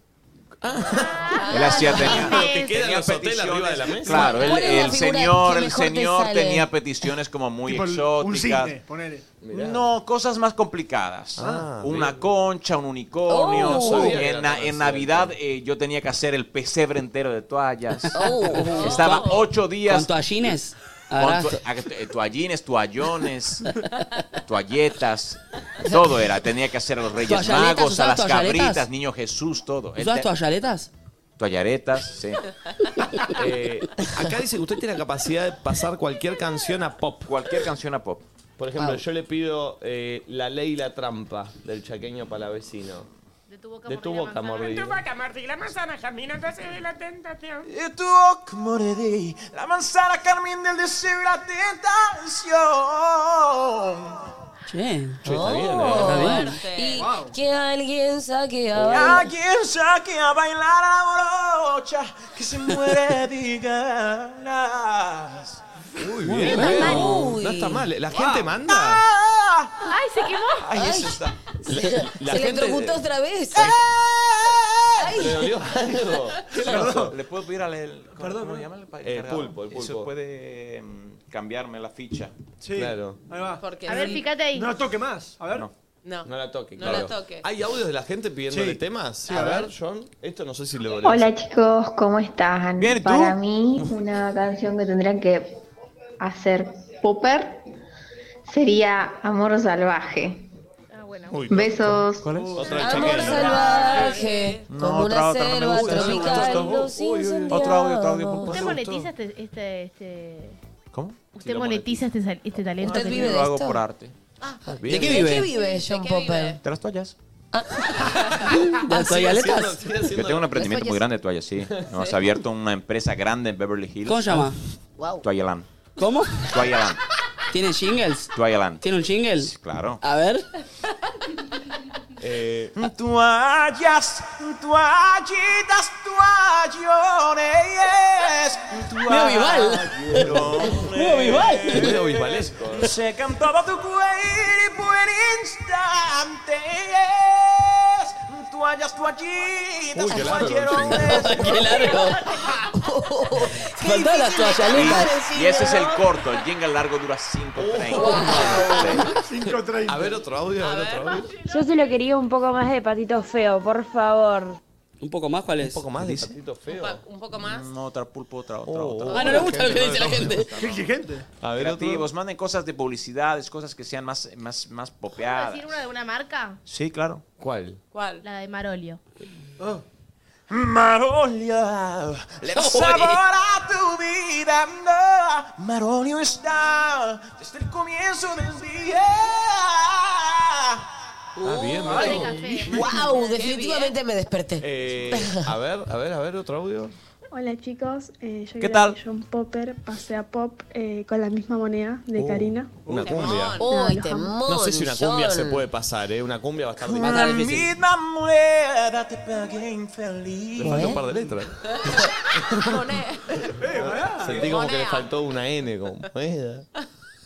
Speaker 5: Él hacía tenía,
Speaker 2: Lo que queda en
Speaker 5: tenía
Speaker 2: Ah. los hoteles arriba de la mesa.
Speaker 5: Claro, el,
Speaker 2: ¿Cuál es la
Speaker 5: el
Speaker 2: figura
Speaker 5: señor,
Speaker 2: que
Speaker 5: el
Speaker 2: mejor te
Speaker 5: señor
Speaker 2: sale?
Speaker 5: tenía peticiones como muy
Speaker 2: Tipo el- un
Speaker 5: exóticas.
Speaker 2: cisne,
Speaker 33: ponele.
Speaker 5: No, cosas más complicadas.
Speaker 2: Ah,
Speaker 5: una
Speaker 2: bien.
Speaker 5: concha, un unicornio.
Speaker 2: Oh. No sabía que
Speaker 5: en
Speaker 2: era
Speaker 5: na-
Speaker 2: tan
Speaker 5: en
Speaker 2: así.
Speaker 5: Navidad eh, yo tenía que hacer el pesebre entero de toallas.
Speaker 2: Uh.
Speaker 4: Oh.
Speaker 5: Estaba ocho días.
Speaker 4: ¿Con toallines?
Speaker 5: Con to- a- eh, toallines, toallones, toalletas, todo era. Tenía que hacer a los Reyes
Speaker 4: ¿Toallaletas?
Speaker 5: Magos, a
Speaker 4: ¿Usabas
Speaker 5: las
Speaker 4: toallaletas?
Speaker 5: cabritas, Niño Jesús, todo. Él
Speaker 4: ¿Usabas
Speaker 5: te-
Speaker 4: toallaletas?
Speaker 5: Toallaretas, sí.
Speaker 2: Eh, acá dice que usted tiene la capacidad de pasar cualquier canción a pop.
Speaker 5: Cualquier canción a pop.
Speaker 2: Por ejemplo,
Speaker 5: Wow.
Speaker 2: yo le pido eh, La ley y la trampa del chaqueño palavecino.
Speaker 11: De tu boca
Speaker 2: De tu boca mordida.
Speaker 14: boca mordí la manzana, camina desde la tentación.
Speaker 5: Y tu boca mordí
Speaker 14: la manzana, carmín del deseo y la tentación.
Speaker 4: Che.
Speaker 2: Che, está bien,
Speaker 14: Oh.
Speaker 2: ¿eh?
Speaker 3: Y que alguien saque a
Speaker 14: A
Speaker 3: bailar.
Speaker 14: quien saque a bailar a la brocha que se muere de ganas.
Speaker 2: Uy,
Speaker 14: Muy
Speaker 2: bien,
Speaker 14: bien.
Speaker 2: bien.
Speaker 14: Uy.
Speaker 2: No está mal. La gente manda.
Speaker 14: ¡Ay,
Speaker 11: se quemó!
Speaker 14: ¡Ay, eso está!
Speaker 2: La
Speaker 3: se le
Speaker 2: gente-
Speaker 3: electrocutó otra vez.
Speaker 2: ¿Le dolió algo?
Speaker 5: Perdón, ¿Le puedo pedir al el, ¿cómo,
Speaker 2: Perdón,
Speaker 5: cómo
Speaker 2: ¿no?
Speaker 5: se llama el pa-
Speaker 2: Eh,
Speaker 5: encargado?
Speaker 2: pulpo, el pulpo.
Speaker 5: Eso puede mm, cambiarme la ficha.
Speaker 33: Sí.
Speaker 2: Claro.
Speaker 33: Ahí va.
Speaker 11: A ver, fíjate ahí.
Speaker 33: No toque más. A ver.
Speaker 5: No.
Speaker 11: No.
Speaker 2: No la toque,
Speaker 11: No
Speaker 2: claro.
Speaker 11: la toque.
Speaker 2: ¿Hay audios de la gente pidiéndole
Speaker 33: Sí.
Speaker 2: temas?
Speaker 33: Sí,
Speaker 2: a
Speaker 33: a
Speaker 2: ver,
Speaker 33: ver.
Speaker 2: John, esto no sé si le volé.
Speaker 19: Hola chicos, ¿cómo están?
Speaker 2: Bien, ¿y tú?
Speaker 19: Para mí, una canción que tendrían que hacer Popper sería Amor Salvaje. Besos.
Speaker 2: Otra
Speaker 6: Ah,
Speaker 19: Amor
Speaker 2: chaqueña.
Speaker 19: salvaje,
Speaker 3: No,
Speaker 19: como una
Speaker 2: otra no me
Speaker 19: selva
Speaker 2: gusta,
Speaker 19: tropical.
Speaker 2: otra no me gusta. Uy,
Speaker 3: nos
Speaker 2: uy, uy.
Speaker 3: incendiamos.
Speaker 2: Otro audio, otro audio, por
Speaker 11: ¿Usted
Speaker 2: favor.
Speaker 11: monetiza este, este, este-
Speaker 5: ¿Cómo?
Speaker 11: ¿Usted monetiza este, sal- este talento?
Speaker 3: ¿Usted
Speaker 11: que
Speaker 3: vive
Speaker 11: tiene?
Speaker 5: Lo hago por arte.
Speaker 4: Ah.
Speaker 5: Ah,
Speaker 3: ¿De qué vive? John Popper?
Speaker 5: De las toallas.
Speaker 4: ¿Las
Speaker 5: Ah,
Speaker 4: toallaletas?
Speaker 5: Yo tengo un emprendimiento muy grande de toallas, sí. Nos ha abierto una empresa grande en Beverly Hills.
Speaker 4: ¿Cómo se llama?
Speaker 3: Wow.
Speaker 5: Toayalan.
Speaker 4: ¿Cómo?
Speaker 5: Toayalan.
Speaker 4: ¿Tiene jingles?
Speaker 5: Toayalan.
Speaker 4: ¿Tiene un jingle?
Speaker 5: Claro. Eh,
Speaker 4: A ver.
Speaker 14: Toallas, toallitas, toallones.
Speaker 4: Medio Vival. Medio Vival.
Speaker 2: Medio bivalesco.
Speaker 14: Se cantaba tu cuerpo en instantes. Toallas, toallitas,
Speaker 2: Uy, qué largo.
Speaker 14: toallerones.
Speaker 4: Qué largo.
Speaker 5: Faltaba
Speaker 3: las toallitas.
Speaker 5: Y, y ese es el corto. El jingle largo dura Oh, 5.30.
Speaker 2: 5.30. A ver otro audio, a ver otro audio.
Speaker 7: Yo se lo quería un poco más de patito feo, por favor.
Speaker 4: ¿Un poco más cuál es? Un
Speaker 2: poco más, dice. Patito feo.
Speaker 6: Un poco más.
Speaker 5: No, otra pulpo, otra, otra, otra.
Speaker 4: Ah, no le gusta lo que dice la gente.
Speaker 5: Qué Oh. exigente. A ver, Creativos, manden cosas de publicidades, cosas que sean más, más, más
Speaker 11: ¿Puedo decir
Speaker 5: popeadas.
Speaker 11: una de una marca?
Speaker 5: Sí, claro. ¿Cuál?
Speaker 11: ¿Cuál? La de Marolio.
Speaker 5: Marolio, le da sabor a tu vida. no. Marolio está desde el comienzo del día.
Speaker 2: Ah, bien, Eh,
Speaker 3: ¡Wow! Definitivamente me desperté.
Speaker 2: A ver, a ver, a ver otro audio.
Speaker 10: Hola chicos, eh, yo
Speaker 2: ¿Qué
Speaker 10: era
Speaker 2: tal?
Speaker 10: de John Popper, pasé a pop eh, con la misma moneda de
Speaker 2: Uh,
Speaker 10: Karina.
Speaker 2: Una cumbia.
Speaker 10: Oh, Uy,
Speaker 2: No sé si una cumbia se puede pasar, ¿eh? Una cumbia va a estar
Speaker 5: Con la
Speaker 2: difícil.
Speaker 5: misma moneda te pagué infeliz.
Speaker 2: Le falta un par de letras. Eh, Sentí como que le faltó una N, como. "Moneda".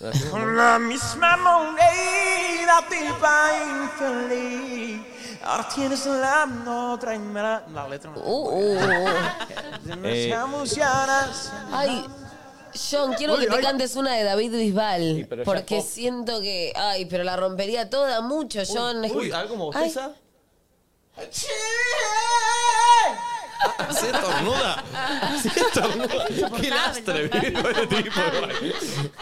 Speaker 2: Así como-
Speaker 5: Con la misma moneda te pagué infeliz. Ahora tienes la otra y me la, la letra.
Speaker 4: Oh,
Speaker 5: no.
Speaker 2: Eh,
Speaker 3: Ay, John, quiero
Speaker 13: Uy,
Speaker 3: que te
Speaker 13: ay.
Speaker 3: cantes una de David Bisbal.
Speaker 2: pero ya
Speaker 3: Porque
Speaker 2: pop.
Speaker 3: siento que. Ay, pero la rompería toda mucho, John. Es-
Speaker 2: uy, a ver cómo
Speaker 3: Ay.
Speaker 2: bosteza. Se Ah, estornuda. Se estornuda.
Speaker 4: Eh,
Speaker 2: Qué lastre, viejo, el tipo.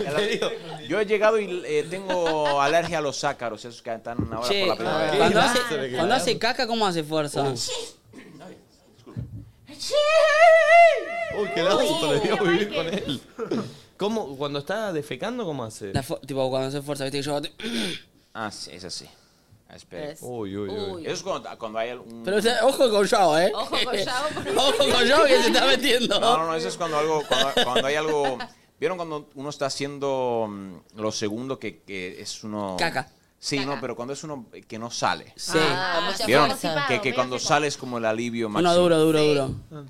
Speaker 5: En serio, Yo he llegado y eh, tengo alergia a los zácaros, esos que están ahora
Speaker 4: Che,
Speaker 5: por la primavera.
Speaker 4: ah, cuando hace, cuando hace caca, ¿cómo hace fuerza?
Speaker 5: Uh.
Speaker 2: Uy, qué lazo, le dio a vivir con él. ¿Cómo? ¿Cuando está defecando, cómo hace?
Speaker 4: La fu- tipo, cuando hace fuerza, viste que yo.
Speaker 5: Ah, sí, es así. Espera.
Speaker 4: Es-
Speaker 2: Uy, uy,
Speaker 4: uy.
Speaker 5: Eso es cuando, cuando hay un...
Speaker 4: Pero o sea, ojo con Yao, ¿eh?
Speaker 6: Ojo con Yao, porque-
Speaker 4: Ojo con Yao que se está metiendo.
Speaker 5: No, no, no, eso es cuando algo, cuando, cuando hay algo. ¿Vieron cuando uno está haciendo mm, lo segundo que, que es uno.
Speaker 4: Caca.
Speaker 5: Sí, no, pero cuando es uno que no sale.
Speaker 4: Sí.
Speaker 13: Ah, mucha
Speaker 5: ¿Vieron?
Speaker 13: fuerza.
Speaker 5: Que, que cuando sale es como el alivio máximo.
Speaker 4: Uno duro, duro, duro.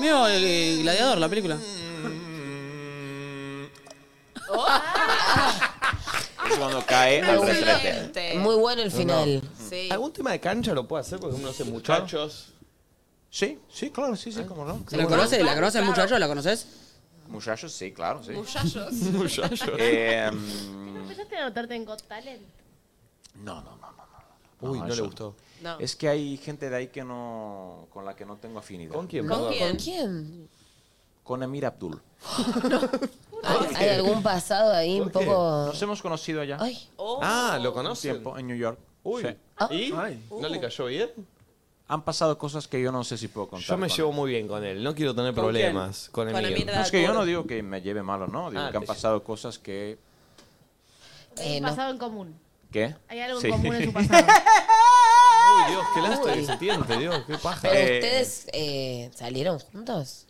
Speaker 4: Mío, el, el gladiador, la película.
Speaker 5: Es cuando cae al retrete.
Speaker 3: Muy bueno el
Speaker 2: No,
Speaker 3: final.
Speaker 2: no. ¿Algún tema de cancha lo puede hacer? Porque uno hace muchachos.
Speaker 5: Sí, sí, claro, sí, sí, como no.
Speaker 4: ¿La conoces? ¿La conoces, muchacho? ¿La conoces?
Speaker 5: Muchachos, sí, claro, sí.
Speaker 11: Muchachos.
Speaker 4: Muchachos.
Speaker 5: Eh, mm,
Speaker 11: ¿Empezaste a anotarte en Got Talent?
Speaker 5: no, no, no, no.
Speaker 2: Uy, no le
Speaker 5: eso
Speaker 2: gustó.
Speaker 11: No.
Speaker 5: Es que hay gente de ahí que no, con la que no tengo afinidad. ¿Con
Speaker 2: quién?
Speaker 3: ¿Con quién? ¿Con quién?
Speaker 5: Con Amir Abdul.
Speaker 3: Ah, ¿Hay, hay algún pasado ahí un poco.?
Speaker 5: Nos hemos conocido allá.
Speaker 2: Ah, ¿lo conoce?
Speaker 5: Tiempo, en New York.
Speaker 2: Uy.
Speaker 5: Sí.
Speaker 3: Ah.
Speaker 2: ¿Y? ¿No le cayó bien?
Speaker 5: Han pasado cosas que yo no sé si puedo contar.
Speaker 2: Yo me
Speaker 5: con-
Speaker 2: llevo muy bien con él. No quiero tener
Speaker 5: ¿Con
Speaker 2: problemas con
Speaker 5: No,
Speaker 2: Emilio.
Speaker 5: es que yo no digo que me lleve malo, no. Digo
Speaker 2: Ah,
Speaker 5: que han
Speaker 2: te-
Speaker 5: pasado cosas que.
Speaker 11: Hay un pasado en común.
Speaker 5: ¿Qué?
Speaker 11: Hay algo
Speaker 5: Sí.
Speaker 11: en común en su pasado.
Speaker 2: Uy, Dios, qué lastre que se tiente, Dios, qué paja.
Speaker 3: ¿Pero
Speaker 5: Eh,
Speaker 3: ustedes eh, salieron juntos?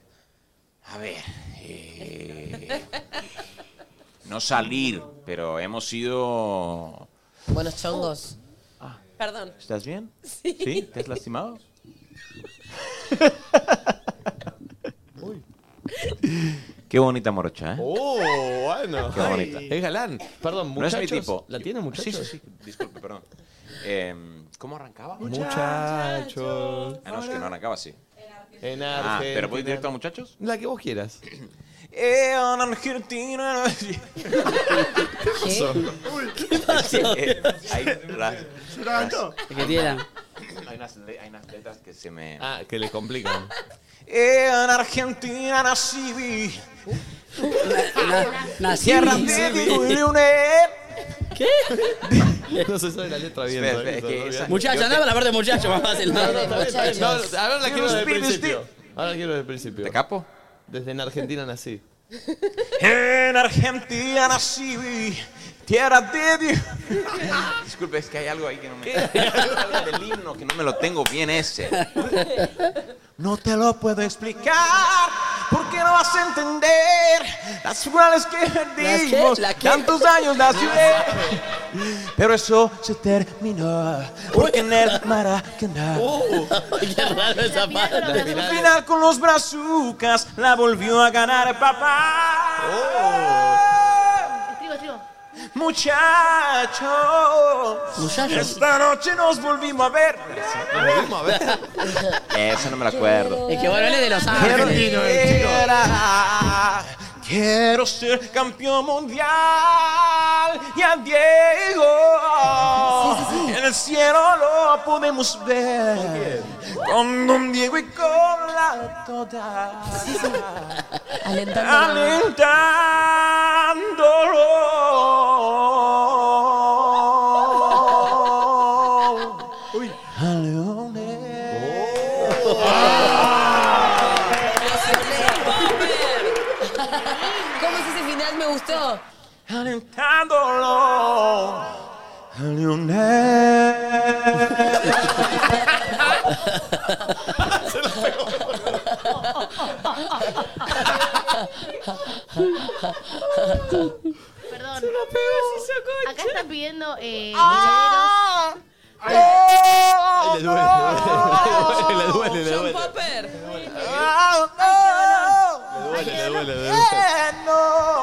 Speaker 5: A ver. eh, no salir, pero hemos sido.
Speaker 3: Buenos chongos.
Speaker 6: Perdón.
Speaker 5: ¿Estás bien? Sí. ¿Te has lastimado? Qué bonita morocha, ¿eh?
Speaker 2: Oh, bueno.
Speaker 5: Qué bonita.
Speaker 2: Es galán. Perdón,
Speaker 5: No es
Speaker 2: muchachos.
Speaker 5: mi tipo.
Speaker 2: ¿La tiene,
Speaker 5: Sí,
Speaker 2: muchachos?
Speaker 5: sí, sí. Disculpe, perdón. Em, ¿Cómo arrancaba?
Speaker 2: Muchachos.
Speaker 5: Ah, no, es que no arrancaba así.
Speaker 2: En
Speaker 5: Ah,
Speaker 2: Argentina.
Speaker 5: ¿pero voy directo a muchachos?
Speaker 2: La que vos quieras.
Speaker 5: Eh, en Argentina.
Speaker 13: ¿Qué pasó?
Speaker 5: Eh, hay las-
Speaker 13: Llorando.
Speaker 5: las-
Speaker 4: Que tiran.
Speaker 5: Hay unas, le- hay unas letras que se me.
Speaker 2: Ah, que le complican.
Speaker 14: Eh,
Speaker 5: En Argentina nací. vi.
Speaker 4: nací,
Speaker 5: Tierra
Speaker 4: vi.
Speaker 5: de
Speaker 14: E.
Speaker 5: millones.
Speaker 2: No se sabe la letra bien.
Speaker 5: Espera,
Speaker 2: todavía,
Speaker 5: espera, es que
Speaker 2: todavía.
Speaker 5: esa-
Speaker 4: Muchacho, andá con la parte de muchacho, más fácil.
Speaker 2: No, no, está bien, está bien. No,
Speaker 4: Muchachos.
Speaker 2: ahora la quiero desde el
Speaker 4: Unos pibes de-
Speaker 2: principio. Ahora la quiero desde el principio. ¿De
Speaker 5: capo?
Speaker 2: Desde en Argentina nací.
Speaker 5: En Argentina nací. vi. Tierra de Dios. Disculpe, es que hay algo ahí que no me. Algo del himno que no me lo tengo bien ese.
Speaker 13: No te lo puedo
Speaker 5: explicar porque no vas a entender las cuales que perdimos tantos años la ciudad. Pero eso se terminó porque en el Maracaná.
Speaker 4: Qué raro esa
Speaker 5: Al
Speaker 4: parte.
Speaker 5: final, con los brazucas la volvió a ganar papá.
Speaker 11: Estribo, estribo.
Speaker 14: Muchacho,
Speaker 5: Muchacho.
Speaker 14: esta noche nos volvimos a ver.
Speaker 5: volvimos a ver. Eso no me lo acuerdo.
Speaker 4: Es que bueno, él es de Los
Speaker 14: Quiero
Speaker 4: Ángeles.
Speaker 14: era, quiero ser campeón mundial y a Diego en el cielo lo podemos ver con Don Diego y con la toda alentándolo. 아, 네. 네.
Speaker 3: ¿Cómo es
Speaker 14: 네.
Speaker 3: ese final? Me gustó.
Speaker 14: Alentándolo. A Leonel.
Speaker 11: Oh, Perdón.
Speaker 13: Se la pegó, se sacó el
Speaker 11: Acá están pidiendo eh,
Speaker 13: Ah.
Speaker 11: millaneros.
Speaker 2: Ay, le duele, le duele, le duele, le duele. Le duele, le duele, le duele.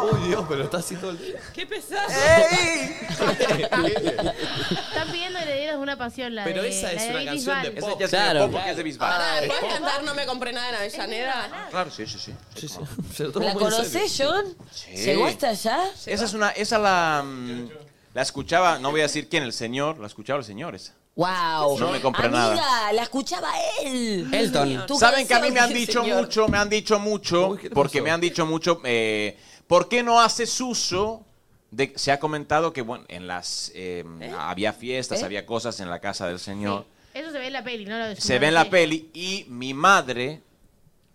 Speaker 2: Uy, Dios, pero está así todo el día.
Speaker 11: ¡Qué pesado! Están pidiendo herederos de una pasión, la
Speaker 2: Pero
Speaker 11: de,
Speaker 2: esa es
Speaker 11: la de
Speaker 2: una
Speaker 11: David
Speaker 2: canción de
Speaker 11: Bisbal.
Speaker 2: pop.
Speaker 5: ya se
Speaker 2: Claro.
Speaker 5: llama pop porque es de Bisbal.
Speaker 2: Ah,
Speaker 5: Es
Speaker 6: ¿Puedes
Speaker 5: pop.
Speaker 6: cantar No me compré nada en Avellaneda?
Speaker 5: Claro, sí, sí, sí.
Speaker 2: Se lo
Speaker 5: tomó
Speaker 3: ¿La
Speaker 5: muy en
Speaker 3: conocés,
Speaker 5: serio.
Speaker 3: John?
Speaker 5: Sí.
Speaker 3: ¿Llegó hasta allá?
Speaker 5: Esa es una, esa la, mm, la escuchaba, no voy a decir quién, el señor, la escuchaba el señor esa.
Speaker 3: ¡Wow!
Speaker 5: No me compré
Speaker 3: Amiga,
Speaker 5: nada.
Speaker 3: la escuchaba él. Tu
Speaker 5: Saben que a mí
Speaker 3: canción
Speaker 5: me han
Speaker 3: del
Speaker 5: dicho
Speaker 3: señor.
Speaker 5: mucho, me han dicho mucho, porque me han dicho mucho, eh, ¿por qué no haces uso? De, se ha comentado que bueno, en las eh, había fiestas,
Speaker 11: ¿Eh?
Speaker 5: había cosas en la casa del señor.
Speaker 11: Eso se ve en la peli, ¿no? Lo-
Speaker 5: Se
Speaker 11: no
Speaker 5: ve en
Speaker 11: lo
Speaker 5: la
Speaker 11: sé.
Speaker 5: peli y mi madre,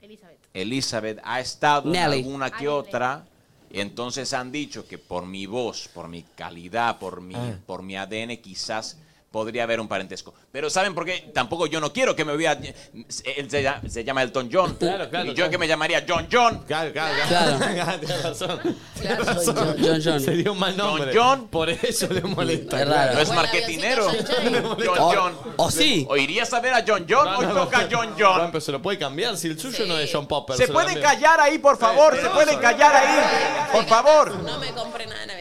Speaker 11: Elizabeth.
Speaker 5: Elizabeth, ha estado
Speaker 4: Nelly.
Speaker 5: en alguna que otra. y entonces han dicho que por mi voz, por mi calidad, por mi,
Speaker 2: Ah.
Speaker 5: por mi ADN, quizás podría haber un parentesco. Pero ¿saben por qué? Tampoco yo no quiero que me vea... Él se, llama- se llama Elton John.
Speaker 2: claro,
Speaker 5: y yo
Speaker 2: claro.
Speaker 5: que me llamaría John John.
Speaker 2: Claro, claro,
Speaker 5: claro.
Speaker 2: Tienes razón.
Speaker 5: Claro,
Speaker 2: Tienes razón.
Speaker 5: John, John, John.
Speaker 2: Sería un mal nombre.
Speaker 5: John
Speaker 2: Por eso le molesta.
Speaker 5: Es raro. No es marketinero. John John.
Speaker 2: O sí.
Speaker 5: O irías a ver a John John. Hoy toca John John.
Speaker 2: pero se lo puede cambiar. Si el suyo no es John Popper.
Speaker 5: Se
Speaker 2: lo
Speaker 5: pueden
Speaker 2: cambia.
Speaker 5: callar ahí, por favor. Se pueden callar ahí. Por favor.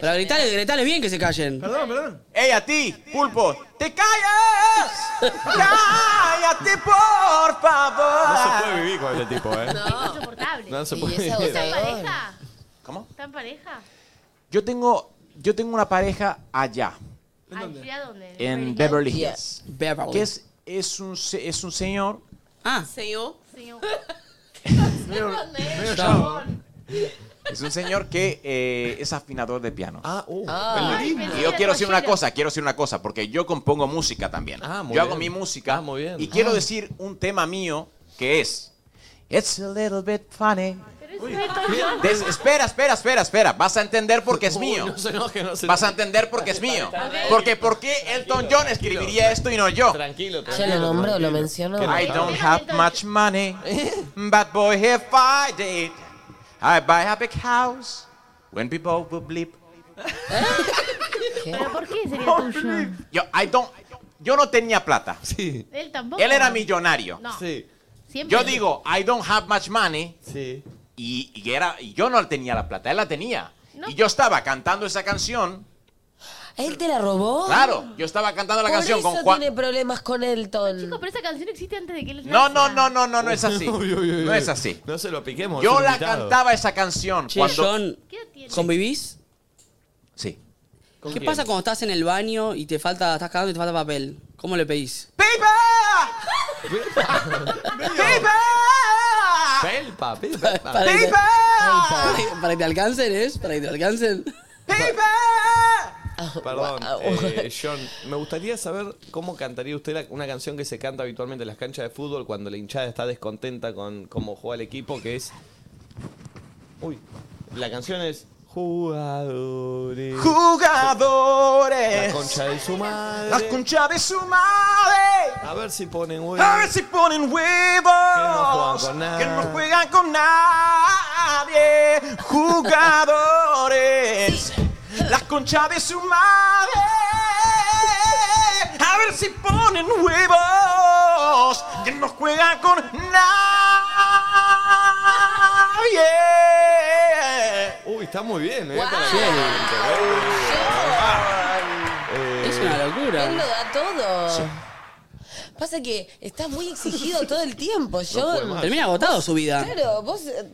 Speaker 4: Pero gritale, gritale bien que se callen.
Speaker 5: Perdón, perdón. ¡Ey, a ti, pulpo! ¡Te callas! ¡Cállate, Este, por favor!
Speaker 2: No se puede vivir con ese tipo, ¿eh?
Speaker 11: Es insoportable.
Speaker 2: No se
Speaker 11: ¿Y
Speaker 2: puede
Speaker 11: esa
Speaker 2: vivir.
Speaker 11: ¿Están pareja?
Speaker 5: ¿Cómo?
Speaker 11: ¿Están pareja?
Speaker 5: Yo tengo, yo tengo una pareja allá,
Speaker 11: ¿Allá dónde?
Speaker 5: en Beverly Hills. Beverly. Que es, es, un, se- es un señor.
Speaker 4: Ah.
Speaker 6: Señor.
Speaker 11: Señor.
Speaker 5: Es un señor que eh, es afinador de piano.
Speaker 2: Ah, uh.
Speaker 11: Ah.
Speaker 2: el lindo.
Speaker 5: Y yo quiero decir una cosa, quiero decir una cosa, porque yo compongo música también. yo
Speaker 2: Ah, muy
Speaker 5: hago mi
Speaker 2: bien.
Speaker 5: música y quiero decir un tema mío que es It's a little bit funny. Des- espera, espera, espera, espera. Vas a entender porque es mío.
Speaker 2: No se enoje, no se
Speaker 5: Vas a entender porque es mío.
Speaker 2: Ok.
Speaker 5: Porque ¿por qué Elton John escribiría esto y no yo?
Speaker 2: Tranquilo,
Speaker 3: Yo lo nombro, lo menciono.
Speaker 5: I don't have much money, but boy, if I did, I buy a big house when people would bleep.
Speaker 11: ¿Pero por qué sería tuyo?
Speaker 5: Yo, I don't, yo no tenía plata.
Speaker 2: Sí.
Speaker 11: Él tampoco.
Speaker 5: Él era millonario.
Speaker 11: No.
Speaker 2: Sí.
Speaker 11: Siempre.
Speaker 5: Yo digo, I don't have much money.
Speaker 2: Sí.
Speaker 5: Y, y era, y yo no tenía la plata, él la tenía.
Speaker 11: No.
Speaker 5: Y yo estaba cantando esa canción.
Speaker 3: ¿Él te la robó?
Speaker 5: Claro, yo estaba cantando la
Speaker 3: Oh. Por
Speaker 5: canción
Speaker 3: eso
Speaker 5: con Juan.
Speaker 3: tiene problemas con Elton.
Speaker 11: Chico, pero esa canción existe antes de que él
Speaker 5: No, no,
Speaker 11: nazca.
Speaker 5: no, no, no, no es así.
Speaker 2: Uy, uy, uy,
Speaker 5: No
Speaker 2: uy.
Speaker 5: es así.
Speaker 2: No se lo piquemos.
Speaker 5: Yo
Speaker 2: es
Speaker 5: la
Speaker 2: invitado.
Speaker 5: cantaba esa canción
Speaker 4: Che,
Speaker 5: cuando.
Speaker 4: John, ¿convivís?
Speaker 5: Sí.
Speaker 4: ¿Qué
Speaker 5: quién?
Speaker 4: pasa cuando estás en el baño y te falta, estás cagando y te falta papel? ¿Cómo le pedís?
Speaker 2: Pelpa, pelpa.
Speaker 4: Para, para que,
Speaker 2: ¡Pipa!
Speaker 4: para- para que te alcancen, ¿es? Para que te alcancen.
Speaker 2: Perdón,
Speaker 4: Wow.
Speaker 2: eh, John, me gustaría saber cómo cantaría usted la- una canción que se canta habitualmente en las canchas de fútbol cuando la hinchada está descontenta con cómo juega el equipo, que es... Uy, la canción es... Jugadores. La
Speaker 5: Jugadores.
Speaker 2: concha de su madre.
Speaker 5: La concha de su madre.
Speaker 2: A ver si ponen huevo.
Speaker 5: A ver si ponen huevos.
Speaker 2: no juegan con nada.
Speaker 5: Que no juegan con nadie. Jugadores. La concha de su madre. A ver si ponen huevos. Que no juegan con nadie.
Speaker 2: Uy, está muy bien, ¿eh?
Speaker 5: Guau.
Speaker 2: Para que- Eh,
Speaker 4: Es una locura.
Speaker 3: Él lo da todo.
Speaker 4: Sí.
Speaker 3: Pasa que está muy exigido todo el tiempo,
Speaker 4: puede
Speaker 3: John.
Speaker 4: más. Termina agotado
Speaker 3: Vos-
Speaker 4: su vida.
Speaker 3: Claro, vos eh,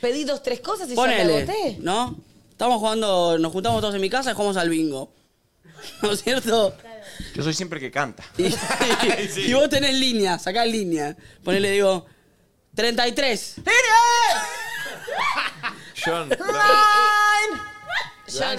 Speaker 3: pedí dos, tres cosas y ya te
Speaker 4: Ponele,
Speaker 3: agoté.
Speaker 4: ¿no? Estamos jugando, nos juntamos todos en mi casa y jugamos al bingo. ¿No es cierto?
Speaker 5: Yo soy siempre el que canta.
Speaker 4: Y, y vos tenés línea, sacás línea. Ponele, digo, 33.
Speaker 2: John.
Speaker 3: John.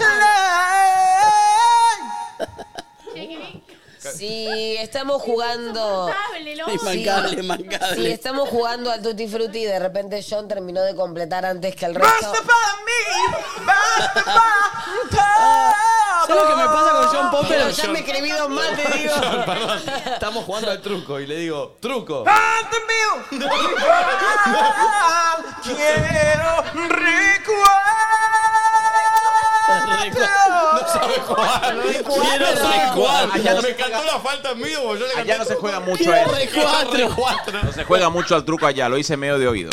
Speaker 3: Si estamos jugando.
Speaker 11: Insoportable, lo
Speaker 4: odio. Imbancable, imbancable.
Speaker 3: Si estamos jugando al Tutti Frutti y de repente John terminó de completar antes que el resto.
Speaker 4: ¿Sabes lo que me pasa con John Popper?
Speaker 3: Pero ya me he escribido mal, te digo.
Speaker 2: John, perdón. Estamos jugando al truco y le digo, truco.
Speaker 14: Quiero
Speaker 2: No sabe jugar.
Speaker 14: Quiero
Speaker 2: recuatro.
Speaker 5: Allá no se
Speaker 2: Me cantó la falta en mí, como yo le canté
Speaker 5: Allá no se juega mucho a
Speaker 2: Quiero
Speaker 5: eso.
Speaker 2: recuatro.
Speaker 5: No se juega mucho al truco allá, lo hice medio de oído.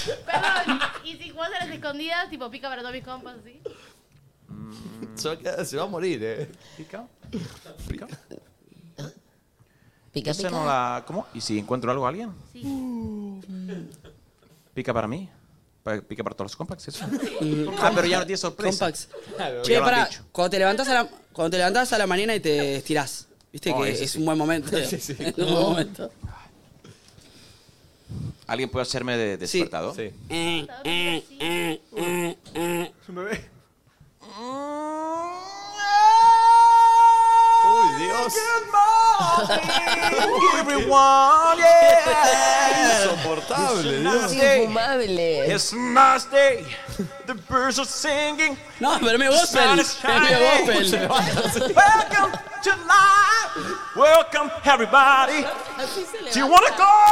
Speaker 11: Y si jugás a las escondidas, tipo pica para todos mis compas, ¿sí?
Speaker 2: Se va a quedar- se va a morir, eh.
Speaker 5: ¿Pica?
Speaker 2: ¿Pica?
Speaker 3: Pica,
Speaker 5: Esa no la- ¿Cómo? ¿Y si encuentro algo a alguien? ¿Pica para mí? Pa- ¿Pica para todos los compacts? eso? ah, pero ya no tiene sorpresa.
Speaker 4: Compacts.
Speaker 5: Claro,
Speaker 4: Che,
Speaker 5: ya lo han
Speaker 4: pará,
Speaker 5: dicho.
Speaker 4: cuando te, levantás a la, cuando te levantás a la mañana y te estirás. Viste
Speaker 5: Oh,
Speaker 4: que
Speaker 5: ese
Speaker 4: es
Speaker 5: sí.
Speaker 4: un buen momento.
Speaker 5: Sí, sí.
Speaker 4: Es un buen momento.
Speaker 5: ¿Alguien puede hacerme de despertador? Sí.
Speaker 4: Eh, eh, eh, eh, eh.
Speaker 2: Uy, Dios.
Speaker 14: Everyone, yeah.
Speaker 2: Insoportable, Dios.
Speaker 3: Infumable.
Speaker 14: It's nice day. The birds are singing.
Speaker 4: No, pero me gospel.
Speaker 14: The sun is shining.
Speaker 4: Es medio gospel.
Speaker 14: Welcome to life. Welcome everybody. Do you want to go?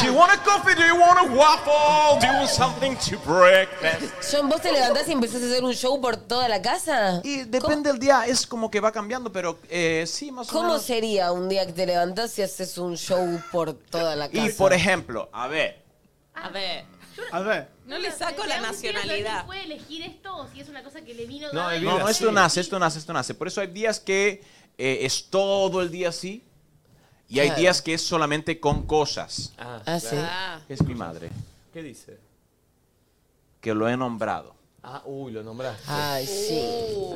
Speaker 14: Do you want a coffee? Do you want a waffle? Do you want something to breakfast?
Speaker 3: John, ¿vos te levantás y empezás a hacer un show por toda la casa?
Speaker 5: Y depende del día, es como que va cambiando, pero eh, sí, más o
Speaker 3: ¿Cómo
Speaker 5: menos.
Speaker 3: sería un día que te levantás y haces un show por toda la casa?
Speaker 5: Y por ejemplo, a ver.
Speaker 6: A ver,
Speaker 11: Ah.
Speaker 5: A ver.
Speaker 6: no le saco la nacionalidad.
Speaker 11: puede elegir esto o si es una cosa que le vino
Speaker 5: No,
Speaker 11: dada y-
Speaker 5: no, no, esto nace, esto nace, esto nace. Por eso hay días que eh, es todo el día así y hay
Speaker 2: Claro.
Speaker 5: días que es solamente con cosas.
Speaker 2: Ah,
Speaker 3: Ah, sí.
Speaker 6: Ah.
Speaker 5: Es mi madre,
Speaker 2: ¿Qué dice?
Speaker 5: que lo he nombrado.
Speaker 2: Ah, uy, lo nombraste.
Speaker 3: Ay, sí.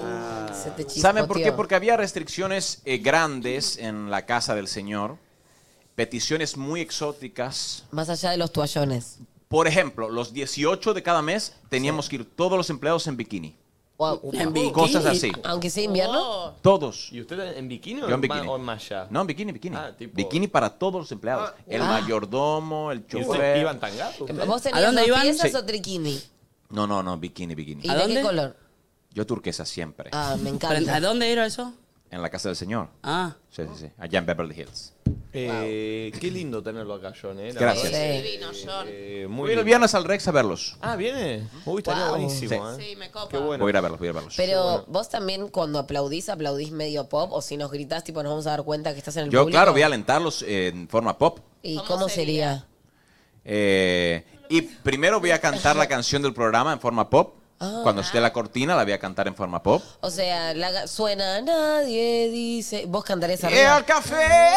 Speaker 6: Ah.
Speaker 3: Se te
Speaker 5: ¿Saben por qué?
Speaker 3: chispoteó.
Speaker 5: Porque había restricciones eh, grandes en la casa del Señor, peticiones muy exóticas.
Speaker 3: Más allá de los toallones.
Speaker 5: Por ejemplo, los 18 de cada mes teníamos que ir todos los empleados en bikini.
Speaker 3: Wow.
Speaker 5: bikini? Cosas así.
Speaker 3: Aunque sea invierno.
Speaker 5: Todos.
Speaker 2: ¿Y usted en bikini o
Speaker 5: Yo en
Speaker 2: ma-
Speaker 5: bikini.
Speaker 2: o en malla?
Speaker 5: No, en bikini, bikini.
Speaker 2: Ah, tipo-
Speaker 5: Bikini para todos los empleados.
Speaker 2: Ah,
Speaker 5: el
Speaker 3: wow.
Speaker 5: mayordomo, el
Speaker 2: ¿Y
Speaker 5: chofer.
Speaker 2: usted iban tangados?
Speaker 3: ¿Vos
Speaker 5: ¿A
Speaker 3: tenías
Speaker 5: dónde
Speaker 3: dos
Speaker 5: iban?
Speaker 3: piezas
Speaker 5: Sí.
Speaker 3: o triquini?
Speaker 5: No, no, no, bikini, bikini.
Speaker 3: ¿Y de qué color?
Speaker 5: Yo turquesa siempre.
Speaker 3: Ah, me
Speaker 4: Pero, ¿A
Speaker 3: encanta.
Speaker 4: dónde era eso?
Speaker 5: En la casa del señor.
Speaker 4: Ah.
Speaker 5: Sí, sí, sí. Allá en Beverly Hills.
Speaker 2: Eh, Qué lindo tenerlo acá, John. Eh, la
Speaker 5: Gracias.
Speaker 2: verdad.
Speaker 5: Sí.
Speaker 6: Divino, John.
Speaker 2: Eh, muy
Speaker 5: Voy a ir el
Speaker 2: lindo.
Speaker 5: viernes al Rex a verlos.
Speaker 2: Ah, viene. Uy, estaría
Speaker 5: Wow.
Speaker 2: buenísimo, ¿eh?
Speaker 5: Sí.
Speaker 6: Sí, me copa.
Speaker 2: Qué bueno.
Speaker 5: Voy a ir a verlos, voy a ir a verlos.
Speaker 3: Pero vos también cuando aplaudís, aplaudís medio pop o si nos gritás, tipo, nos vamos a dar cuenta que estás en el
Speaker 5: Yo,
Speaker 3: público.
Speaker 5: claro, voy a alentarlos en forma pop.
Speaker 3: ¿Y cómo, sería?
Speaker 5: Eh, y primero voy a cantar la canción del programa en forma pop.
Speaker 3: Ah.
Speaker 5: Cuando esté la cortina, la voy a cantar en forma pop.
Speaker 3: O sea, la ga- suena, nadie dice... Vos cantarías
Speaker 14: Y al
Speaker 3: arriba.
Speaker 14: café.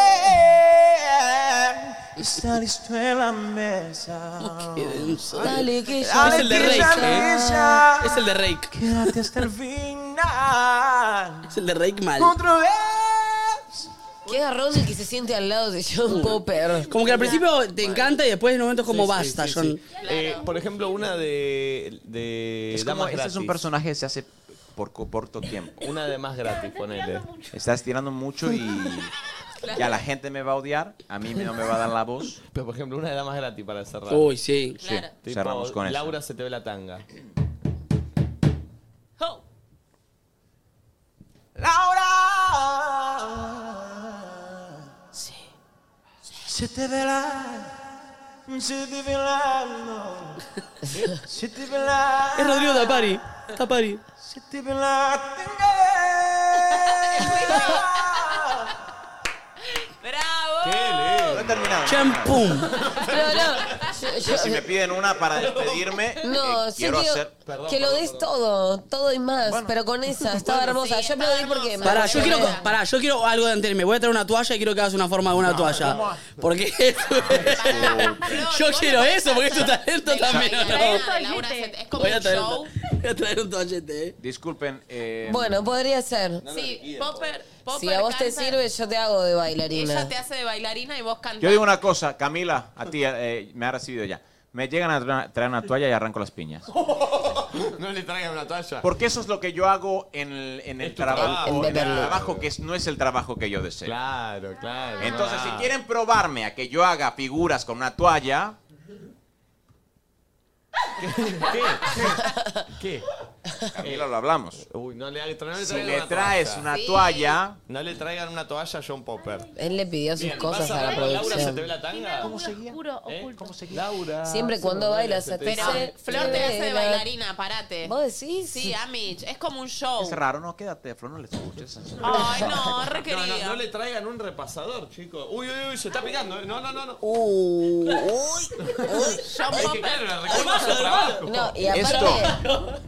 Speaker 14: Está listo en la mesa.
Speaker 3: Dale, que yo...
Speaker 14: Dale,
Speaker 4: Es el de
Speaker 14: que ya
Speaker 4: Rake. ¿eh?
Speaker 5: Ah.
Speaker 14: brilla.
Speaker 4: Es el de Rake.
Speaker 14: Quédate hasta el final.
Speaker 4: Es el de Rake mal.
Speaker 14: Otra vez.
Speaker 3: Qué garrón el que se siente al lado de John Popper.
Speaker 4: Como que al principio te encanta y después en un momento es como
Speaker 2: Sí, sí,
Speaker 4: basta,
Speaker 2: sí,
Speaker 4: John.
Speaker 2: sí. Eh, por ejemplo, una de. de
Speaker 5: Es como,
Speaker 2: damas
Speaker 5: este es un
Speaker 2: Eh, gratis.
Speaker 5: personaje que se hace por co- corto tiempo.
Speaker 2: Una de más gratis, ponele.
Speaker 5: Estás tirando mucho y ya la gente me va a odiar. A mí no me va a dar la voz.
Speaker 2: Pero por ejemplo, una de damas gratis para cerrar.
Speaker 4: Uy, sí.
Speaker 5: Sí, cerramos con eso.
Speaker 2: Laura se te ve la tanga.
Speaker 14: Laura. Sí. Se te ve la. Se te ve la. Se te ve la.
Speaker 4: Es Rodrigo Tapari. Tapari.
Speaker 14: Se te ve la.
Speaker 6: ¡Bravo!
Speaker 5: Lo he terminado.
Speaker 4: Champum.
Speaker 3: No, no, yo-
Speaker 12: si me piden una para despedirme,
Speaker 3: No,
Speaker 12: eh,
Speaker 3: yo
Speaker 12: quiero
Speaker 3: quiero
Speaker 12: hacer.
Speaker 3: que lo des todo, todo y más, pero con esa, estaba hermosa. yo aplaudí porque... me
Speaker 4: Pará,
Speaker 3: pareció
Speaker 4: yo quiero,
Speaker 3: buena.
Speaker 4: co- pará, yo quiero algo de anterior. Me voy a traer una toalla y quiero que hagas una forma de una toalla. Porque eso es- Yo quiero eso, porque es tu talento también. ¿o no?
Speaker 6: Es como
Speaker 4: Voy a
Speaker 6: un
Speaker 4: traer un
Speaker 6: show.
Speaker 4: to- voy a traer un toallete. eh.
Speaker 5: Disculpen. eh,
Speaker 3: Bueno, podría ser.
Speaker 6: Sí, Popper, Popper
Speaker 3: Si a vos te
Speaker 6: canta,
Speaker 3: sirve, yo te hago de
Speaker 6: Ella
Speaker 3: bailarina.
Speaker 6: te hace de bailarina y vos cantás.
Speaker 5: Yo digo una cosa, Camila, a ti eh, me ha recibido ya. Me llegan a tra- traer una toalla y arranco las piñas.
Speaker 2: No le traigan una toalla.
Speaker 5: Porque eso es lo que yo hago en el, en el
Speaker 2: trabajo.
Speaker 5: trabajo. En el
Speaker 2: Claro.
Speaker 5: trabajo que es- no es el trabajo que yo deseo.
Speaker 2: Claro, claro. Ah.
Speaker 5: Entonces, si
Speaker 2: claro.
Speaker 5: quieren probarme a que yo haga figuras con una toalla.
Speaker 2: ¿Qué?
Speaker 5: Camila, lo hablamos.
Speaker 2: Eh, Uy, no le, no
Speaker 5: Si le traes una Sí. toalla-
Speaker 2: No le traigan una toalla a John Popper.
Speaker 3: Él le pidió sus
Speaker 2: Bien,
Speaker 3: cosas
Speaker 2: ¿pasa
Speaker 3: a la
Speaker 2: algo, Laura, se te ve
Speaker 3: producción.
Speaker 2: la tanga?
Speaker 11: ¿Cómo seguía? Oscuro,
Speaker 6: ¿Eh?
Speaker 11: oculto. ¿Cómo seguía?
Speaker 2: Laura.
Speaker 3: Siempre
Speaker 2: se
Speaker 3: cuando
Speaker 2: me duele,
Speaker 3: bailas,
Speaker 2: se te-
Speaker 6: Pero
Speaker 3: Se
Speaker 6: Flor te hace de
Speaker 3: libera.
Speaker 6: bailarina, parate.
Speaker 3: ¿Vos decís?
Speaker 6: Sí, Amich, es como un show.
Speaker 5: Es raro, no, quédate, Flor, no le escuches.
Speaker 6: Ay, no, re
Speaker 2: No, no,
Speaker 6: querida.
Speaker 2: no le traigan un repasador, chicos. Uy, uy, uy, se está picando. eh. No, no, no. no.
Speaker 3: Uy,
Speaker 2: John Popper. Claro, reconoce el trabajo.
Speaker 3: No, y aparte,
Speaker 5: Esto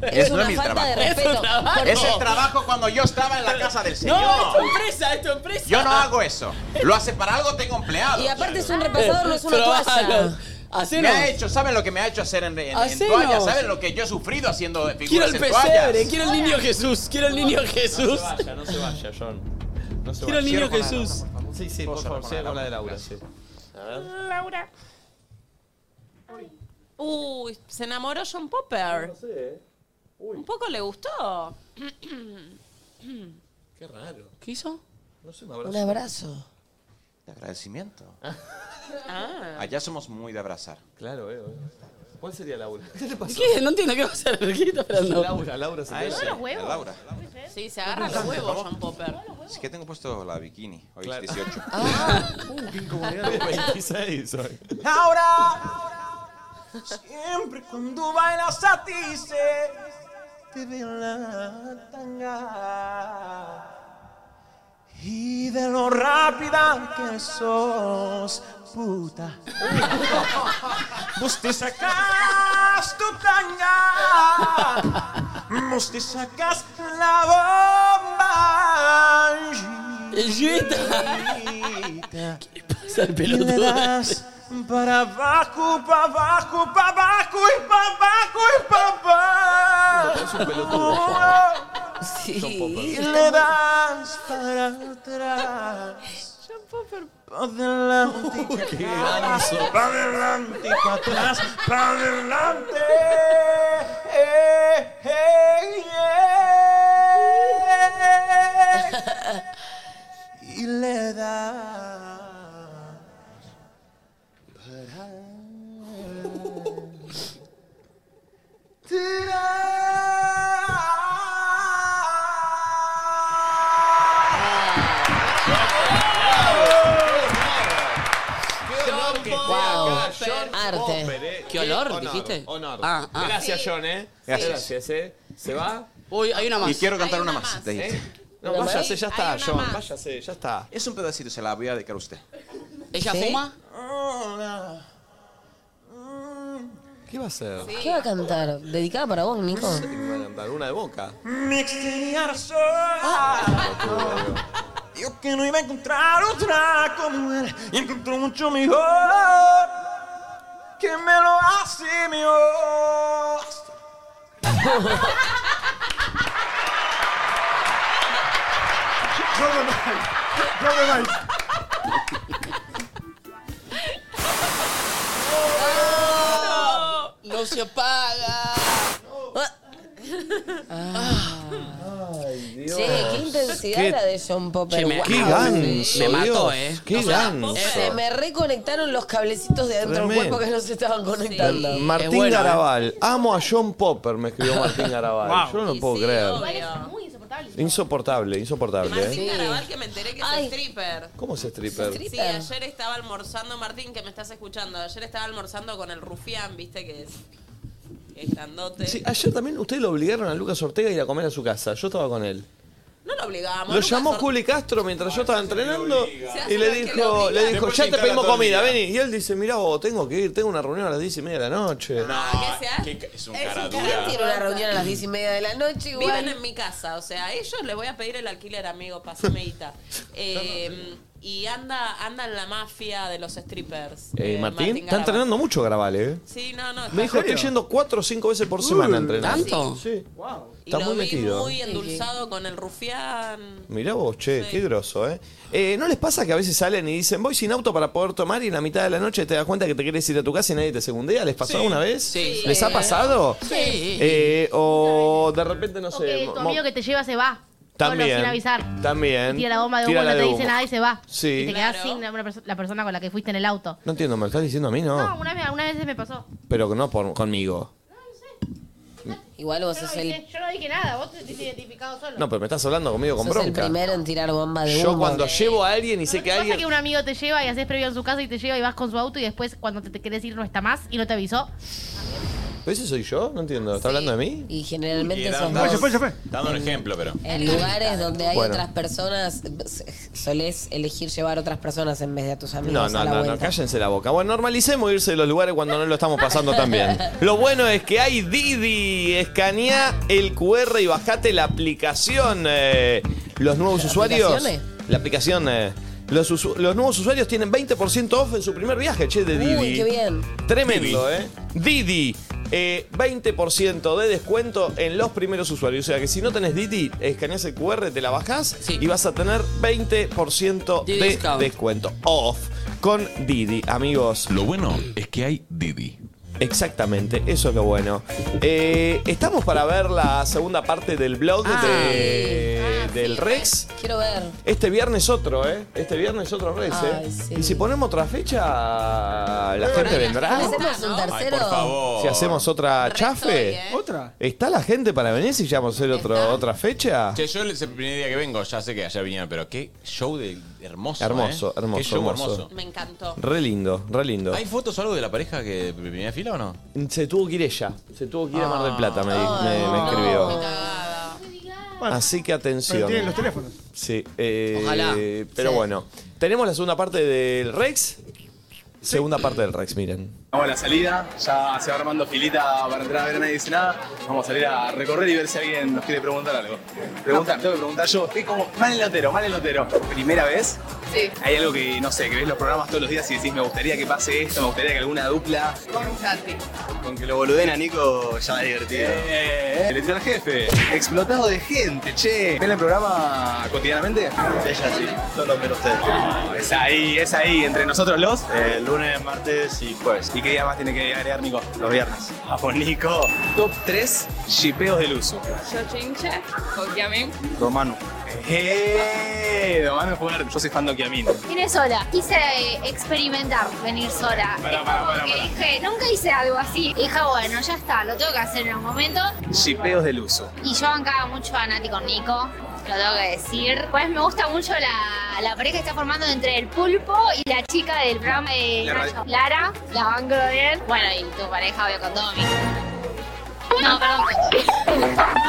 Speaker 3: es,
Speaker 5: es no
Speaker 3: una
Speaker 5: es mi
Speaker 3: falta
Speaker 5: trabajo.
Speaker 3: de respeto. porque-
Speaker 5: Es el trabajo cuando yo estaba en la casa del señor.
Speaker 4: No, es tu empresa, es tu empresa.
Speaker 5: Yo no hago eso. Lo hace para algo, tengo empleado.
Speaker 3: Y aparte es un repasador, no es una toalla.
Speaker 5: Me ha hecho, ¿saben lo que me ha hecho hacer en, en- en
Speaker 4: Hacelo.
Speaker 5: toalla? ¿Saben lo que yo he sufrido haciendo figuras
Speaker 4: Quiero el
Speaker 5: en toallas?
Speaker 4: pesebre, quiero el niño Jesús, quiero el niño
Speaker 2: No
Speaker 4: Jesús.
Speaker 2: se vaya, no se vaya, John. No se
Speaker 4: Quiero el
Speaker 2: vaya.
Speaker 4: niño
Speaker 2: Cierro con la de
Speaker 4: Jesús.
Speaker 2: Laura, por favor. Sí, sí, por favor, cierra con la de Laura. sí. A ver.
Speaker 6: Laura. Uy, se enamoró John Popper. Un poco le gustó.
Speaker 2: Qué raro.
Speaker 4: ¿Qué hizo?
Speaker 2: No sé, un abrazo.
Speaker 5: De agradecimiento.
Speaker 6: Ah.
Speaker 5: Allá somos muy de abrazar.
Speaker 2: Claro, eh. eh. ¿Cuál sería Laura? ¿Qué le pasó?
Speaker 4: ¿Qué? No entiendo qué va a hacer. ¿Qué está esperando?
Speaker 2: Laura, Laura se
Speaker 5: Ah,
Speaker 2: te
Speaker 5: ese,
Speaker 2: ve.
Speaker 5: la Laura.
Speaker 6: Sí, se agarra los huevos John Popper.
Speaker 5: Es que tengo puesto la bikini. Hoy es 18.
Speaker 14: Ah.
Speaker 2: Uh, qué incomodidad de 26 hoy.
Speaker 14: Ahora, siempre cuando bailas a ti se te ve la tanga. Y de lo rápida que sos, puta. Vos te sacas tu tanga. Vos te sacas la bomba. Y le das para abajo, para abajo, para abajo y para abajo y para abajo.
Speaker 2: Parece un pelotudo. John
Speaker 14: Y
Speaker 2: Popper.
Speaker 14: le das para atrás. Para adelante y
Speaker 2: qué
Speaker 14: para atrás.
Speaker 2: ganso.
Speaker 14: Para adelante y para atrás. Para adelante. Eh, eh, eh. Y le das.
Speaker 2: Qué honor que esté acá, John
Speaker 3: Arte.
Speaker 2: Popper, eh.
Speaker 4: ¿Qué olor, dijiste?
Speaker 2: Honor.
Speaker 4: Ah, ah.
Speaker 2: Gracias,
Speaker 4: Sí.
Speaker 2: John, ¿eh?
Speaker 4: Gracias.
Speaker 2: Gracias, ¿eh? ¿Se va?
Speaker 4: Uy, hay una más.
Speaker 5: Y quiero cantar una más. te dije.
Speaker 2: No,
Speaker 4: ¿Lo
Speaker 2: váyase,
Speaker 4: ves?
Speaker 2: ya
Speaker 4: Hay
Speaker 2: está,
Speaker 4: una
Speaker 2: John.
Speaker 4: más.
Speaker 2: Váyase, ya está.
Speaker 5: Es un pedacito, se la voy a dedicar a usted.
Speaker 4: ¿Ella fuma?
Speaker 14: mm,
Speaker 2: ¿Qué va a hacer?
Speaker 3: ¿Qué va a cantar? ¿Dedicada para vos, Nico?
Speaker 2: Va a cantar una de boca.
Speaker 14: Me extrañarás Yo que no iba a encontrar otra como él Y encontró mucho mejor Que me lo hace mejor
Speaker 34: No me vais, no me vais.
Speaker 4: No se apaga. Ah.
Speaker 2: Ay, Dios.
Speaker 3: Che, qué intensidad
Speaker 2: Qué-
Speaker 3: la de John Popper.
Speaker 2: Che, me-
Speaker 3: Guau.
Speaker 2: qué ganso,
Speaker 4: Me mató,
Speaker 2: Dios.
Speaker 4: eh.
Speaker 2: Qué
Speaker 4: O sea,
Speaker 2: ganso.
Speaker 3: Se me reconectaron los cablecitos de adentro del
Speaker 2: Tremendo.
Speaker 3: cuerpo que no se estaban conectando.
Speaker 2: Martín
Speaker 4: bueno, eh.
Speaker 2: Garabal. Amo a John Popper, me escribió Martín Garabal.
Speaker 4: Wow.
Speaker 2: Yo no lo puedo creer.
Speaker 11: Igual es muy insoportable.
Speaker 2: Insoportable, insoportable.
Speaker 6: Martín
Speaker 2: ¿eh?
Speaker 6: Carabal, que me enteré que es stripper.
Speaker 2: ¿Cómo es stripper?
Speaker 6: Sí, ayer estaba almorzando, Martín, que me estás escuchando. Ayer estaba almorzando con el rufián, viste que es. que es grandote.
Speaker 2: Sí, ayer también ustedes lo obligaron a Lucas Ortega a ir a comer a su casa. Yo estaba con él.
Speaker 6: No lo obligamos.
Speaker 2: Lo
Speaker 6: nunca
Speaker 2: llamó
Speaker 6: sor-
Speaker 2: Juli Castro mientras yo estaba entrenando y le
Speaker 6: que lo
Speaker 2: dijo,
Speaker 6: obliga.
Speaker 2: le dijo,
Speaker 6: Después
Speaker 2: ya
Speaker 6: se
Speaker 2: te
Speaker 6: instala
Speaker 2: pedimos
Speaker 6: todo el
Speaker 2: comida,
Speaker 6: día".
Speaker 2: vení. Y él dice, mirá vos, tengo que ir, tengo una reunión a las 10 y media de la noche.
Speaker 5: es un
Speaker 6: Es un
Speaker 5: cara
Speaker 6: cara
Speaker 5: dura.
Speaker 3: Tiene una reunión a las 10 y media de la noche igual.
Speaker 6: Viven en mi casa, o sea, a ellos les voy a pedir el alquiler, amigo, pasame guita. Eh, y anda, anda en la mafia de los strippers.
Speaker 2: Eh,
Speaker 6: eh,
Speaker 2: Martín, está
Speaker 6: Garabal. Ah,
Speaker 2: entrenando mucho Gravale, eh.
Speaker 6: Sí, no, no.
Speaker 2: Me
Speaker 6: está-
Speaker 2: dijo, estoy yendo 4 o 5 veces por semana a entrenar.
Speaker 6: Sí. Y
Speaker 2: Está
Speaker 6: lo
Speaker 2: muy
Speaker 6: vi
Speaker 2: metido.
Speaker 6: muy endulzado con el rufián.
Speaker 2: Mirá vos, che, qué groso, ¿eh? Eh, ¿No les pasa que a veces salen y dicen, voy sin auto para poder tomar y en la mitad de la noche te das cuenta que te quieres ir a tu casa y nadie te segundea? ¿Les pasó
Speaker 4: Sí.
Speaker 2: alguna vez?
Speaker 4: Sí.
Speaker 2: ¿Les ha pasado?
Speaker 11: Sí.
Speaker 2: Eh, o de repente, no sé.
Speaker 11: Que tu
Speaker 2: mo-
Speaker 11: amigo que te lleva se va.
Speaker 2: También.
Speaker 11: Solo, sin avisar.
Speaker 2: También.
Speaker 11: Tira la bomba de humo,
Speaker 2: Tira la
Speaker 11: no te
Speaker 2: de
Speaker 11: dice
Speaker 2: humo.
Speaker 11: nada y se va.
Speaker 2: Sí.
Speaker 11: Y te quedas sin la, una perso- la persona con la que fuiste en el auto.
Speaker 2: No entiendo, ¿me lo estás diciendo a mí? No.
Speaker 11: No, una vez, una vez me pasó.
Speaker 2: Pero no por- conmigo.
Speaker 3: Igual vos
Speaker 11: Yo no,
Speaker 3: sos el,
Speaker 11: dije, yo no dije nada, vos te sentís identificado solo.
Speaker 2: No, pero me estás hablando conmigo con
Speaker 3: sos el
Speaker 2: bronca.
Speaker 3: primero en tirar bomba de humo.
Speaker 2: Yo cuando llevo a alguien y sé que
Speaker 11: ¿Qué pasa que
Speaker 2: alguien...
Speaker 11: un amigo te lleva y haces previo en su casa y te lleva y vas con su auto y después cuando te, te querés ir no está más y no te avisó?
Speaker 2: ¿Pero ese soy yo? No entiendo. ¿Está hablando de mí?
Speaker 3: Y generalmente sos
Speaker 5: No,
Speaker 3: vos.
Speaker 5: se fue, Dando un ejemplo, pero.
Speaker 3: En lugares donde hay
Speaker 2: Bueno.
Speaker 3: otras personas, solés elegir llevar otras personas en vez de a tus amigos.
Speaker 2: No, no,
Speaker 3: a la
Speaker 2: no, no,
Speaker 3: vuelta.
Speaker 2: cállense la boca. Bueno, normalicemos e irse de los lugares cuando no lo estamos pasando tan bien. Lo bueno es que hay Didi. Escanea el QR y bajate la aplicación. eh, los nuevos usuarios.
Speaker 3: aplicaciones?
Speaker 2: La aplicación. eh, los, usu- los nuevos usuarios tienen 20% off en su primer viaje, che, de Didi.
Speaker 3: Uy, qué bien.
Speaker 2: Tremendo, ¿eh? Didi. eh, 20% de descuento en los primeros usuarios. O sea que si no tenés Didi, escaneas el QR, te la bajás y vas a tener 20% de descuento. Off con Didi, amigos.
Speaker 5: Lo bueno es que hay Didi.
Speaker 2: Exactamente, eso es lo bueno. Eh, Estamos para ver la segunda parte del blog
Speaker 3: Ah.
Speaker 2: de- del Rex.
Speaker 3: Quiero ver.
Speaker 2: Este viernes otro, ¿eh? Este viernes otro Rex, ¿eh?
Speaker 3: Ay, sí.
Speaker 2: Y si ponemos otra fecha, la gente vendrá.
Speaker 3: Hacemos un tercero. eh.
Speaker 2: Si hacemos otra chafe. ¿Otra? ¿Está la gente para venir si llegamos a hacer otro, otra fecha?
Speaker 5: Che, yo el ese primer día que vengo, ya sé que ayer vinieron, pero qué show de hermoso.
Speaker 2: Hermoso,
Speaker 5: ¿eh?
Speaker 2: hermoso,
Speaker 5: Qué show
Speaker 2: hermoso.
Speaker 5: hermoso.
Speaker 6: Me encantó.
Speaker 2: Re lindo, re lindo.
Speaker 5: ¿Hay fotos o algo de la pareja que de primera fila o no?
Speaker 2: Se tuvo que ir ella. Se tuvo que ir a Mar del Plata, me, di-
Speaker 5: Ah.
Speaker 2: me- me
Speaker 5: No.
Speaker 2: escribió. Así que atención.
Speaker 34: Pero tienen los teléfonos.
Speaker 2: Sí. eh,
Speaker 34: Ojalá.
Speaker 2: Pero
Speaker 34: Sí.
Speaker 2: bueno, tenemos la segunda parte del Rex. Segunda parte del Rex, miren.
Speaker 17: Vamos a la salida, ya se va armando filita para entrar a ver a nadie dice nada. Vamos a salir a recorrer y ver si alguien nos quiere preguntar algo. Preguntar, tengo que preguntar yo, estoy como mal elotero, mal elotero. ¿Primera vez?
Speaker 18: Sí.
Speaker 17: Hay algo que, no sé, que ves los programas todos los días y decís, me gustaría que pase esto, me gustaría que alguna dupla.
Speaker 18: Con Santi.
Speaker 17: Con que lo boluden a Nico ya es divertido. Eh, el eterno jefe, explotado de gente, che. ¿Ven el programa cotidianamente? Ella sí, solo menos ustedes. es ahí, es ahí, entre nosotros los. lunes, martes y jueves. ¿Y qué día más tiene que agregar Nico? Los viernes. Vamos, Nico. Top 3 shipeos del uso.
Speaker 18: Yo chinche, obviamente.
Speaker 17: Romano. ¡Eh! Romano es jugar. Yo soy fan de Okiamino.
Speaker 22: Vine sola. Quise eh, experimentar venir sola.
Speaker 17: Pará,
Speaker 22: Es
Speaker 17: pará,
Speaker 22: como
Speaker 17: pará,
Speaker 22: que
Speaker 17: pará.
Speaker 22: dije, nunca hice algo así. Y dije, bueno, ya está, lo tengo que hacer en un momento.
Speaker 17: Shipeos del uso.
Speaker 22: Y yo bancaba mucho a Nati con Nico, lo tengo que decir. Pues me gusta mucho la, la pareja que está formando entre el pulpo y la chica del programa de
Speaker 17: La radio.
Speaker 22: Nacho. Lara, la banco de él. Bueno, y tu pareja, obvio, con Domi. No, perdón.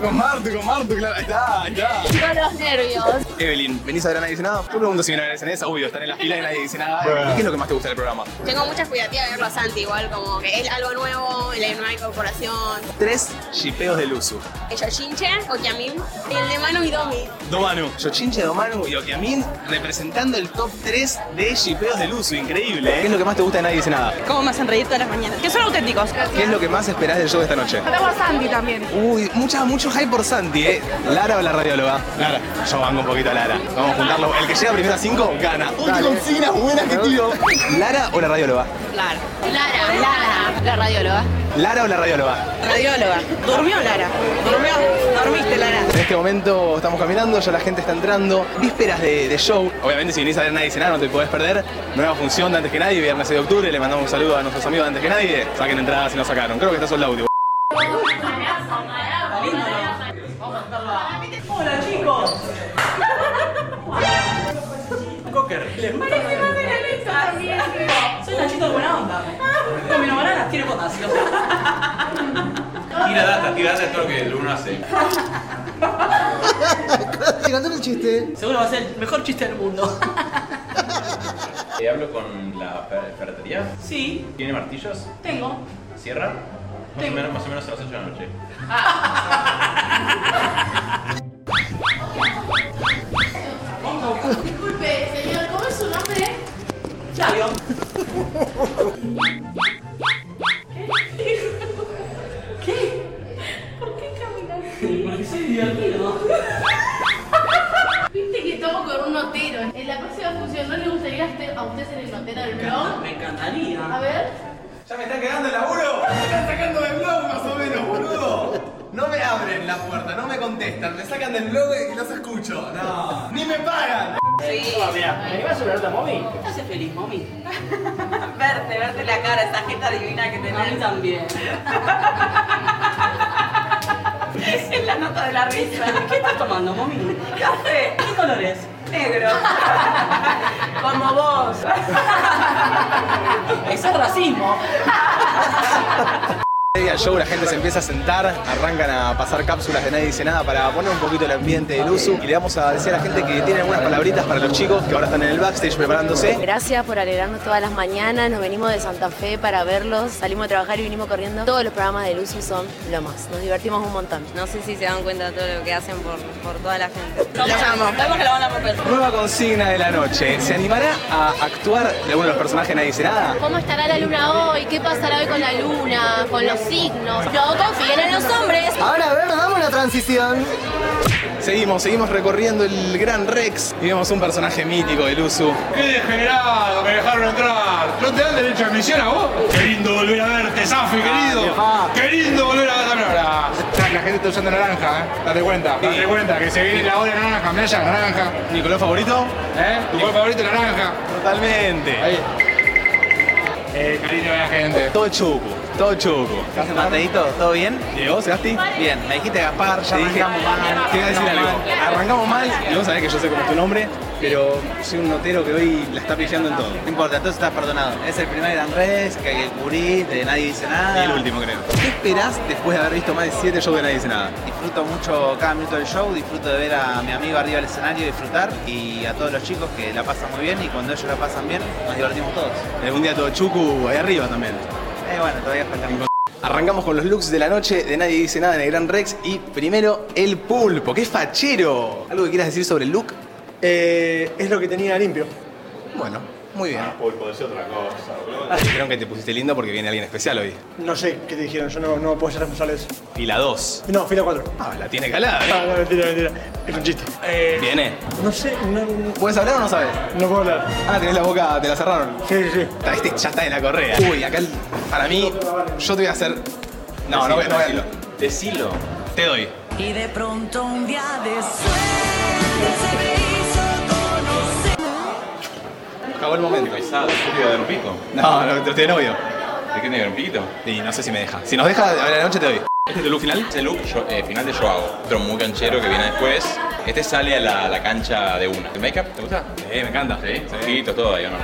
Speaker 17: Con Martu, con Martu, claro. Ahí está, ahí está.
Speaker 22: Con los nervios.
Speaker 17: Evelyn, ¿venís a ver a nadie dice nada? Tú preguntas si viene a ver a nadie dice nada. Obvio, están en la fila y nadie dice nada. ¿Y qué es lo que más te gusta del programa?
Speaker 24: Tengo mucha expectativa de verlo a Santi, igual como que es algo nuevo, la nueva incorporación.
Speaker 17: Tres shipeos del uso.
Speaker 24: El Yoshinche, Okiamin, el de Manu y Domi.
Speaker 17: Domanu. Yochinche, Domanu y Okiamin representando el top 3 de shipeos del uso. Increíble, ¿eh? ¿Qué es lo que más te gusta de nadie dice nada?
Speaker 24: ¿Cómo me hacen reír todas las mañanas? Que son auténticos.
Speaker 17: ¿Qué es lo que más esperás del show de esta noche?
Speaker 24: a Santi también.
Speaker 17: Uy, mucha, mucho hype por Santi, ¿eh? ¿Lara o la radióloga? Lara. Yo banco un poquito a Lara. Vamos a juntarlo. El que llega primero a 5 gana. Uy, qué consignas buenas que tiro. ¿Lara o la radióloga?
Speaker 24: Lara. Lara, Lara, la radióloga.
Speaker 17: ¿Lara o la radióloga?
Speaker 24: Radióloga. ¿Durmió Lara? ¿Durmió? ¿Dormiste Lara?
Speaker 17: En este momento estamos caminando, ya la gente está entrando. Vísperas de, de show. Obviamente, si venís a ver nadie dice nada, no te podés perder. Nueva función de antes que nadie, viernes 6 de octubre. Le mandamos un saludo a nuestros amigos de antes que nadie. Saquen entradas si no sacaron. Creo que está soldado. audio.
Speaker 13: Hola chicos. Cocker. Soy Nachito de buena onda. Comen bananas, tiene potasio.
Speaker 5: Tira data, tira data, es todo lo que el uno hace.
Speaker 35: Santi, cantame el chiste.
Speaker 4: Seguro va a ser el mejor chiste del mundo.
Speaker 5: Eh, hablo con la fer- ferretería.
Speaker 4: Sí.
Speaker 5: ¿Tiene martillos?
Speaker 4: Tengo.
Speaker 5: ¿Cierra? Más o menos, más o menos a las 8 de la noche.
Speaker 11: Disculpe, señor, ¿cómo es su nombre?
Speaker 4: Flavio.
Speaker 14: ¿Qué?
Speaker 11: ¿Por qué caminas
Speaker 14: Porque soy divertido.
Speaker 11: Viste que estamos con un notero. En la próxima función, ¿no le gustaría a usted, a usted ser el notero del blog?
Speaker 14: Me encantaría.
Speaker 11: A ver.
Speaker 14: ¡Ya me está quedando el laburo! ¡Me están sacando del blog más o menos, boludo! No me abren la puerta, no me contestan, me sacan del blog y los escucho. No. ¡Ni me pagan!
Speaker 6: Sí. ¿Qué te hace feliz, mami? verte, verte la cara, esa jeta divina que tenés. A mí también. es la nota de la risa. ¿Qué estás tomando, mami? Café. ¿Qué color es? Negro. Como vos. Eso es racismo.
Speaker 17: Media show, la gente se empieza a sentar, arrancan a pasar cápsulas de nadie dice nada para poner un poquito el ambiente del uso y le vamos a decir a la gente que tiene algunas palabritas para los chicos que ahora están en el backstage preparándose.
Speaker 3: Gracias por alegrarnos todas las mañanas. Nos venimos de Santa Fe para verlos. Salimos a trabajar y vinimos corriendo. Todos los programas de Luzu son lo más. Nos divertimos un montón. No sé si se dan cuenta de todo lo que hacen por, por toda la gente.
Speaker 6: Sabemos que la van a romper.
Speaker 17: Nueva consigna de la noche. ¿Se animará a actuar de alguno de los personajes de nadie dice nada?
Speaker 3: ¿Cómo estará la luna hoy? ¿Qué pasará hoy con la luna? Ah, Con los signos. No confíen en los hombres.
Speaker 35: Ahora, a ver, nos damos una transición.
Speaker 17: Seguimos, seguimos recorriendo el Gran Rex y vemos un personaje mítico del Usu.
Speaker 36: ¡Qué degenerado! ¡Me dejaron entrar! ¿No te dan derecho de admisión a vos? ¡Qué lindo volver a verte, Safi, querido! ¡Qué lindo volver a verme ahora! La gente está usando naranja, ¿eh? Date cuenta, date cuenta que se viene la hora naranja, mirá ya, naranja.
Speaker 17: ¿Mi color favorito?
Speaker 36: ¿Eh? ¿Tu color favorito naranja?
Speaker 17: Totalmente. Ahí.
Speaker 36: Eh, cariño de la gente.
Speaker 17: Todo chuco, todo chuco. ¿Estás Mateito? ¿Todo bien? ¿Y vos, Gasti? Bien, me dijiste Gaspar, ya dije, Te iba a decir algo. Arrancamos mal y vos sabés que yo sé cómo es tu nombre, pero soy un notero que hoy la está pillando en todo. No importa, entonces estás perdonado. Es el primer Gran Rex, que hay que cubrir, de nadie dice nada. Y el último, creo. ¿Qué esperás después de haber visto más de 7 shows de nadie dice nada?
Speaker 8: Disfruto mucho cada minuto del show, disfruto de ver a mi amigo arriba del escenario disfrutar y a todos los chicos que la pasan muy bien y cuando ellos la pasan bien nos divertimos todos.
Speaker 17: Algún día todo chucu ahí arriba también.
Speaker 8: Eh, bueno, todavía falta mucho.
Speaker 17: Arrancamos con los looks de la noche, de nadie dice nada en el Gran Rex y primero el pulpo, qué fachero. ¿Algo que quieras decir sobre el look?
Speaker 35: Eh, es lo que tenía limpio.
Speaker 17: Bueno, muy bien.
Speaker 5: Ah, pulpo, decía otra cosa.
Speaker 17: Dijeron que te pusiste lindo porque viene alguien especial hoy.
Speaker 35: No sé qué te dijeron, yo no, no puedo ser responsable de eso.
Speaker 17: Fila 2.
Speaker 35: No, fila 4.
Speaker 17: Ah, la tiene calada.
Speaker 35: Ah,
Speaker 17: ¿eh?
Speaker 35: no, mentira, mentira. Es un chiste.
Speaker 5: Eh,
Speaker 17: Viene.
Speaker 35: No sé, no.
Speaker 17: ¿Puedes hablar o no sabes?
Speaker 35: No puedo hablar.
Speaker 17: Ah, tenés la boca, te la cerraron.
Speaker 35: Sí, sí, sí.
Speaker 17: Ah, Este ya está en la correa. Uy, acá el- para mí, yo te voy a hacer. No, no voy no voy a
Speaker 5: Decilo, Decilo.
Speaker 17: Te doy.
Speaker 14: Y de pronto un día de
Speaker 17: Acabó el momento.
Speaker 5: Pesado, Julio de un pico.
Speaker 17: No, no, te estoy de novio.
Speaker 5: ¿De qué negro un piquito?
Speaker 17: Y no sé si me deja. Si nos deja, a la noche te doy.
Speaker 5: ¿Este es el look final? Este look yo- eh, final de yo hago. Otro muy canchero que viene después. Este sale a la, la cancha de una. ¿El make-up te gusta? Sí, me encanta. Sí, ojitos, todo ahí, ¿o no?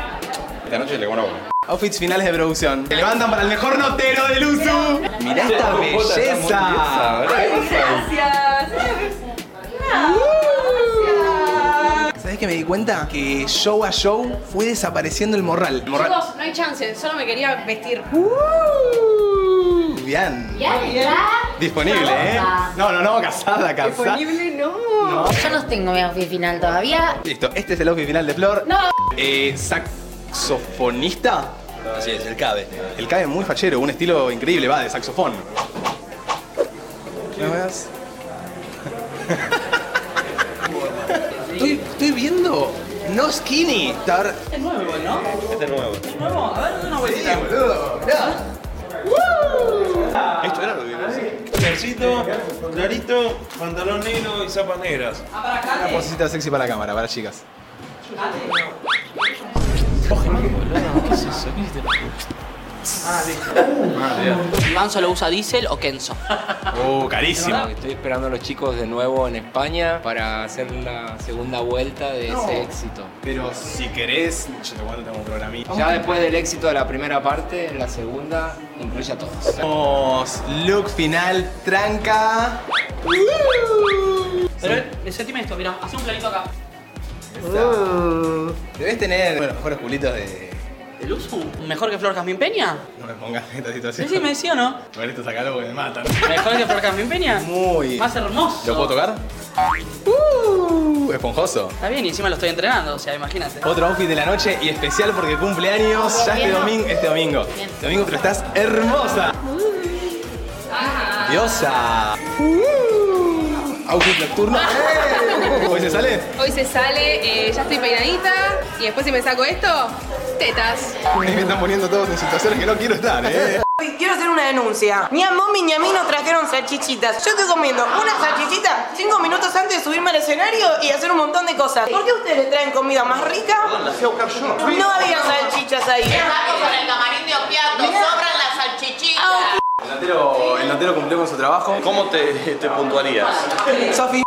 Speaker 5: Esta noche le compro uno.
Speaker 17: Outfits finales de producción. Te levantan para el mejor notero del uso. Mirá esta belleza. ¿Sabés que me di cuenta? Que show a show fue desapareciendo el morral. El morral.
Speaker 37: Chicos, no hay chance, solo me quería vestir.
Speaker 17: Mm. Bien.
Speaker 37: está.
Speaker 17: Disponible, ¿eh? No, no, no, casada, casada.
Speaker 3: no. Yo no tengo mi outfit final todavía.
Speaker 17: Listo, este es el outfit final de Flor.
Speaker 3: No.
Speaker 17: Eh, ¿Saxofonista?
Speaker 5: Así es, el cabe.
Speaker 17: El cabe muy fachero, un estilo increíble, va, de saxofón. ¿Me veas? estoy, estoy viendo No Skinny. Tar-
Speaker 6: Es nuevo, ¿no?
Speaker 5: Este es nuevo.
Speaker 6: Nuevo. A ver, una vueltita.
Speaker 4: Ah.
Speaker 5: Esto era lo que
Speaker 36: Tercito,
Speaker 5: Ah,
Speaker 36: clarito, pantalón negro y zapas negras.
Speaker 17: Una posecita sexy para la cámara, para chicas.
Speaker 4: Ah,
Speaker 8: Ah,
Speaker 4: ¿Manso lo usa Diesel o Kenzo?
Speaker 17: Uh, carísimo.
Speaker 2: Estoy esperando a los chicos de nuevo en España para hacer la segunda vuelta de
Speaker 17: No.
Speaker 2: ese éxito.
Speaker 17: Pero si querés, yo te cuento, tengo un programita.
Speaker 2: Ya después del éxito de la primera parte, en la segunda incluye a todos.
Speaker 6: Uh.
Speaker 17: Vamos, look final, tranca.
Speaker 4: Pero eh, sentime esto, mira, hace un planito acá. Uh.
Speaker 17: Debes tener bueno, mejores culitos de.
Speaker 4: ¿De Luzu? ¿Mejor que Flor Jazmín Peña?
Speaker 17: No me pongas en esta situación.
Speaker 4: Decime, ¿sí o no?
Speaker 17: Por esto sacalo porque me matan.
Speaker 4: ¿Mejor que Flor Jazmín Peña?
Speaker 17: Muy.
Speaker 4: Más hermoso.
Speaker 17: ¿Lo puedo tocar? Uh, esponjoso.
Speaker 4: Está bien, y encima lo estoy entrenando, o sea, imagínate.
Speaker 17: Otro outfit de la noche y especial porque cumple años ya este domingo. Este domingo. Domingo, pero estás hermosa. Diosa. Uh. Outfit nocturno. ¡Eh! Hoy se sale.
Speaker 19: Hoy se sale, eh, ya estoy peinadita y después si me saco esto, tetas.
Speaker 17: Es que están poniendo todos en situaciones que no quiero estar, eh.
Speaker 6: Uy, Quiero hacer una denuncia. Ni a mami ni a mí nos trajeron salchichitas. Yo estoy comiendo una salchichita cinco minutos antes de subirme al escenario y hacer un montón de cosas. ¿Por qué ustedes le traen comida más rica?
Speaker 17: La fui a buscar yo.
Speaker 6: No había salchichas ahí.
Speaker 38: con el camarín de Opiato, sobran las salchichitas.
Speaker 6: Ah,
Speaker 17: El latero, el latero cumplió con su trabajo. ¿Cómo te, te puntuarías? Safi.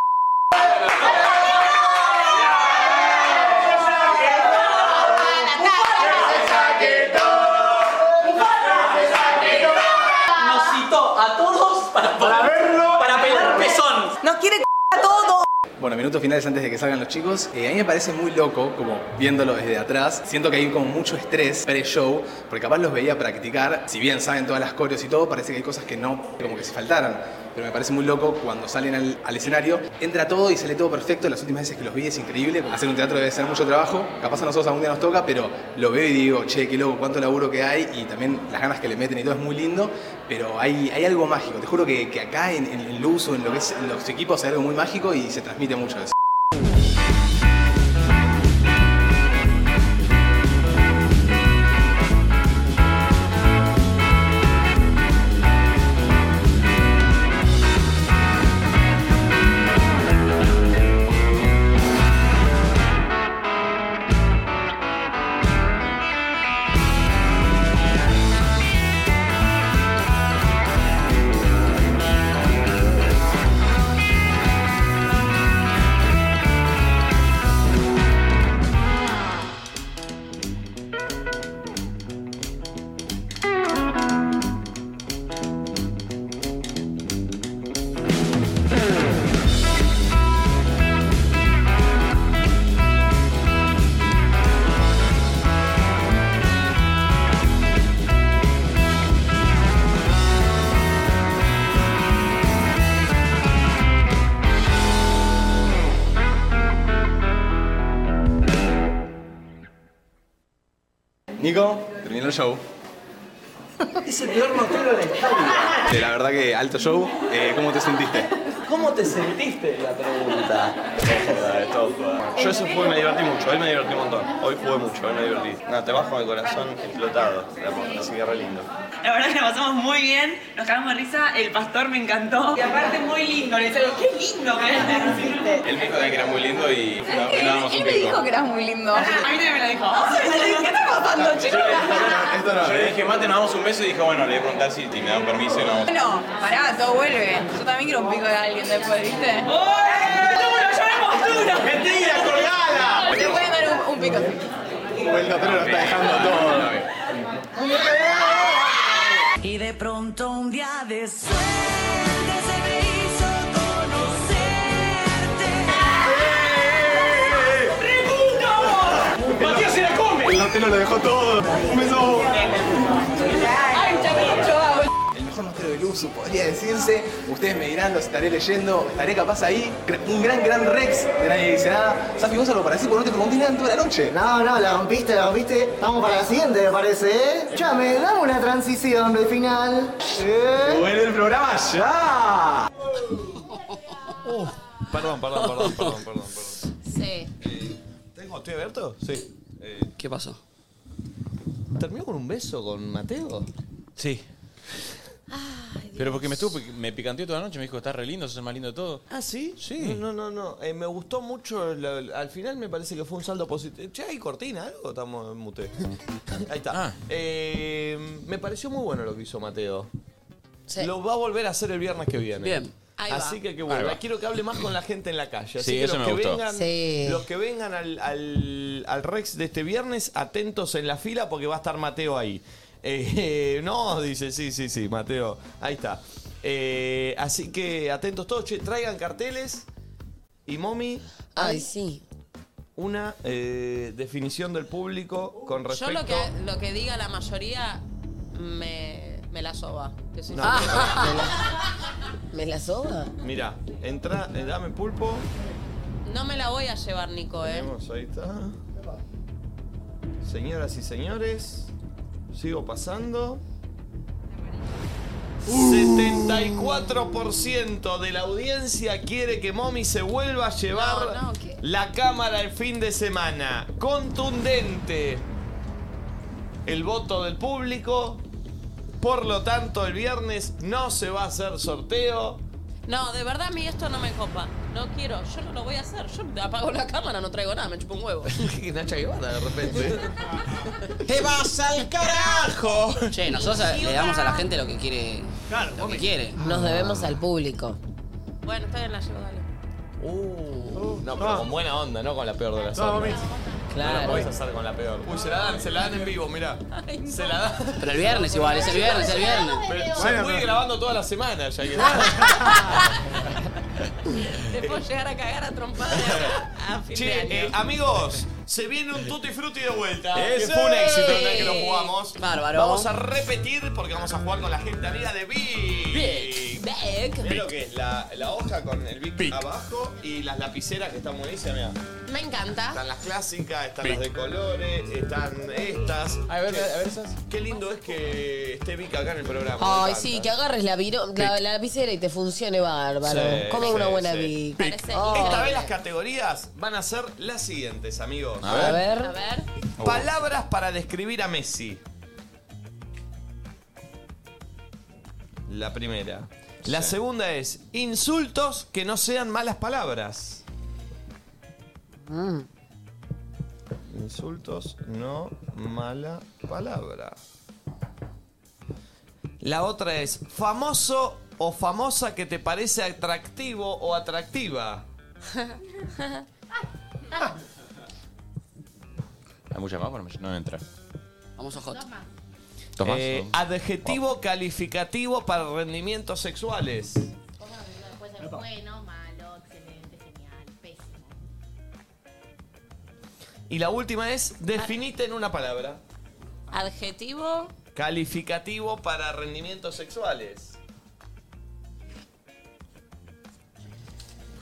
Speaker 4: Nos citó a todos para, para verlo, para pelar pezón.
Speaker 6: Nos quiere a todos.
Speaker 17: Bueno, minutos finales antes de que salgan los chicos. Eh, a mí me parece muy loco, como viéndolo desde atrás. Siento que hay como mucho estrés pre-show, porque capaz los veía practicar. Si bien saben todas las coreos y todo, parece que hay cosas que no, como que se faltaron. Pero me parece muy loco cuando salen al, al escenario, entra todo y sale todo perfecto. Las últimas veces que los vi es increíble. Hacer un teatro debe ser mucho trabajo. Capaz a nosotros algún día nos toca, pero lo veo y digo, che, qué loco, cuánto laburo que hay y también las ganas que le meten y todo es muy lindo. Pero hay, hay algo mágico. Te juro que, que acá en, en el uso, en, lo que es, en los equipos, hay algo muy mágico y se transmite mucho eso. Nico, terminó el show.
Speaker 8: Es el peor notero de la historia.
Speaker 17: Eh, La verdad que alto show. Eh, ¿Cómo te sentiste?
Speaker 8: ¿Cómo te sentiste? La pregunta.
Speaker 39: Yo eso fue, me divertí mucho, hoy me divertí un montón. Hoy jugué mucho, hoy me divertí. Nada, te vas con el corazón explotado, la posta, así que re lindo.
Speaker 14: La verdad que la pasamos muy bien, nos cagamos de risa, el pastor me encantó. Y aparte muy lindo, le decía, qué lindo que es.
Speaker 5: Él me dijo que era muy lindo y no,
Speaker 14: Él-
Speaker 5: dábamos un
Speaker 14: él me
Speaker 5: pico.
Speaker 14: dijo que eras muy lindo. Ah, A mí también me lo dijo. ¿Qué está pasando, chicos?
Speaker 5: Ah, Esto no, eh. yo le dije, mate, nos damos un beso y dijo, bueno, le voy a preguntar si te- me dan permiso y no vamos.
Speaker 14: Bueno, pará, todo vuelve. Yo también quiero un pico de alguien después, ¿viste? ¡Duro, lloremos
Speaker 8: Mentira, colgala.
Speaker 14: Te pueden dar un, un pico.
Speaker 17: El latero lo está dejando todo.
Speaker 8: Y de pronto un día de suerte se me hizo conocerte. ¡Reputo!
Speaker 17: ¡Matías se la come! El latero lo dejó todo. Un beso.
Speaker 14: ¡Ay, chaval, chaval!
Speaker 17: El mejor notero del uso, podría decirse. Ustedes me dirán, los estaré leyendo, estaré capaz ahí. Gr- Un gran, gran Rex de nadie dice nada. Safi, vos algo para decir porque no te pregunté nada en toda la noche.
Speaker 40: No, no, la rompiste, la rompiste. Vamos para la siguiente, me parece, ¿eh? Chame, dame una transición del final. ¿Eh?
Speaker 17: ¡Vuelve el programa ya!
Speaker 2: Perdón, perdón, perdón, perdón, perdón. perdón.
Speaker 41: Sí.
Speaker 2: ¿Tengo, ¿Estoy abierto? Sí.
Speaker 4: ¿Qué pasó?
Speaker 2: ¿Terminó con un beso con Mateo?
Speaker 5: Sí. Pero porque me estuvo, me picanteó toda la noche, me dijo, estás re lindo, sos el más lindo de todo.
Speaker 2: Ah, ¿sí?
Speaker 5: Sí.
Speaker 2: No, no, no. Eh, me gustó mucho. la- la- al final me parece que fue un saldo positivo. Che, ¿hay cortina algo? Estamos en mute. Ahí está.
Speaker 5: Ah.
Speaker 2: Eh, me pareció muy bueno lo que hizo Mateo. Lo va a volver a hacer el viernes que viene.
Speaker 4: Bien. Ahí va.
Speaker 2: Así que qué
Speaker 4: Ahí va.
Speaker 2: bueno. Quiero que hable más con la gente en la calle. Así
Speaker 5: Sí,
Speaker 2: que
Speaker 5: eso
Speaker 2: los
Speaker 5: me
Speaker 2: que
Speaker 5: gustó.
Speaker 2: vengan,
Speaker 6: Eh,
Speaker 5: Sí.
Speaker 2: los que vengan al, al- al Rex de este viernes, atentos en la fila porque va a estar Mateo ahí. Eh, eh, no, dice, sí, sí, sí, Mateo. Ahí está. Eh, así que atentos todos, che, traigan carteles. Y Momi.
Speaker 6: Ay, sí.
Speaker 2: Una eh, definición del público con
Speaker 6: Yo
Speaker 2: respecto.
Speaker 6: lo que, lo que diga la mayoría me, me la soba. Te soy
Speaker 2: No,
Speaker 6: sincera.
Speaker 2: ¿Me la soba? Mira, entra, eh, dame pulpo.
Speaker 6: No me la voy a llevar, Nico, ¿eh?
Speaker 2: Tenemos, ahí está. Señoras y señores, sigo pasando. 74% de la audiencia quiere que Momi se vuelva a llevar
Speaker 6: No, no, ¿qué?
Speaker 2: la cámara el fin de semana. Contundente el voto del público. Por lo tanto, el viernes no se va a hacer sorteo.
Speaker 6: No, de verdad a mí esto no me copa. No quiero, yo no lo voy a hacer. Yo apago la cámara, no traigo nada, me chupo un huevo.
Speaker 2: Nacha Guevara de repente.
Speaker 4: ¡Te vas al carajo! Che, nosotros a- le damos a la gente lo que quiere.
Speaker 6: Claro,
Speaker 4: lo que quiere.
Speaker 9: Nos debemos al público.
Speaker 6: Bueno, está bien, la llevo, dale.
Speaker 2: Uh, No, pero con buena onda, no con la peor de las
Speaker 6: No,
Speaker 2: ondas. No la
Speaker 4: Claro.
Speaker 2: podés hacer con la peor. Uy, se la dan, se la dan en vivo, mirá. Se la dan.
Speaker 4: Pero el viernes igual, es el viernes, es el viernes.
Speaker 2: Pero se
Speaker 4: Bueno,
Speaker 2: puede ir
Speaker 4: pero-
Speaker 2: grabando toda la semana ya que
Speaker 6: Te puedo llegar a cagar a trompadas
Speaker 4: Ah,
Speaker 6: a fin de año.
Speaker 2: Che, eh, amigos, se viene un tutti frutti de vuelta.
Speaker 4: ¡Eh,
Speaker 2: Que fue un
Speaker 4: sí!
Speaker 2: éxito el día que lo jugamos.
Speaker 4: Bárbaro.
Speaker 2: Vamos a repetir porque vamos a jugar con la gente amiga de Big.
Speaker 6: Big.
Speaker 2: Mirá lo que es la, la hoja con el Big, abajo y las lapiceras que están buenísimas, mirá.
Speaker 6: Me encanta.
Speaker 2: Están las clásicas, están las de colores, están estas. A ver, a ver esas. Qué lindo es que esté Vic acá en el programa.
Speaker 9: Ay,
Speaker 2: Me
Speaker 9: sí,
Speaker 2: encanta.
Speaker 9: que agarres la, viro- la, la lapicera y te funcione bárbaro.
Speaker 2: Sí,
Speaker 9: Como
Speaker 2: sí,
Speaker 9: una buena
Speaker 2: sí.
Speaker 9: Vic.
Speaker 2: Esta vez las categorías van a ser las siguientes, amigos. Uh.
Speaker 9: A ver. A
Speaker 6: ver.
Speaker 2: Palabras para describir a Messi. La primera. La segunda es insultos que no sean malas palabras.
Speaker 9: Mm.
Speaker 2: Insultos, no mala palabra. La otra es famoso o famosa que te parece atractivo o atractiva.
Speaker 5: Hay muchas más, bueno, no entra.
Speaker 4: Vamos a Hot.
Speaker 5: Tomás.
Speaker 2: Eh, adjetivo calificativo para rendimientos sexuales.
Speaker 11: Puede ser bueno, malo, excelente, genial, pésimo.
Speaker 2: Y la última es definite en una palabra.
Speaker 6: Adjetivo.
Speaker 2: Calificativo para rendimientos sexuales.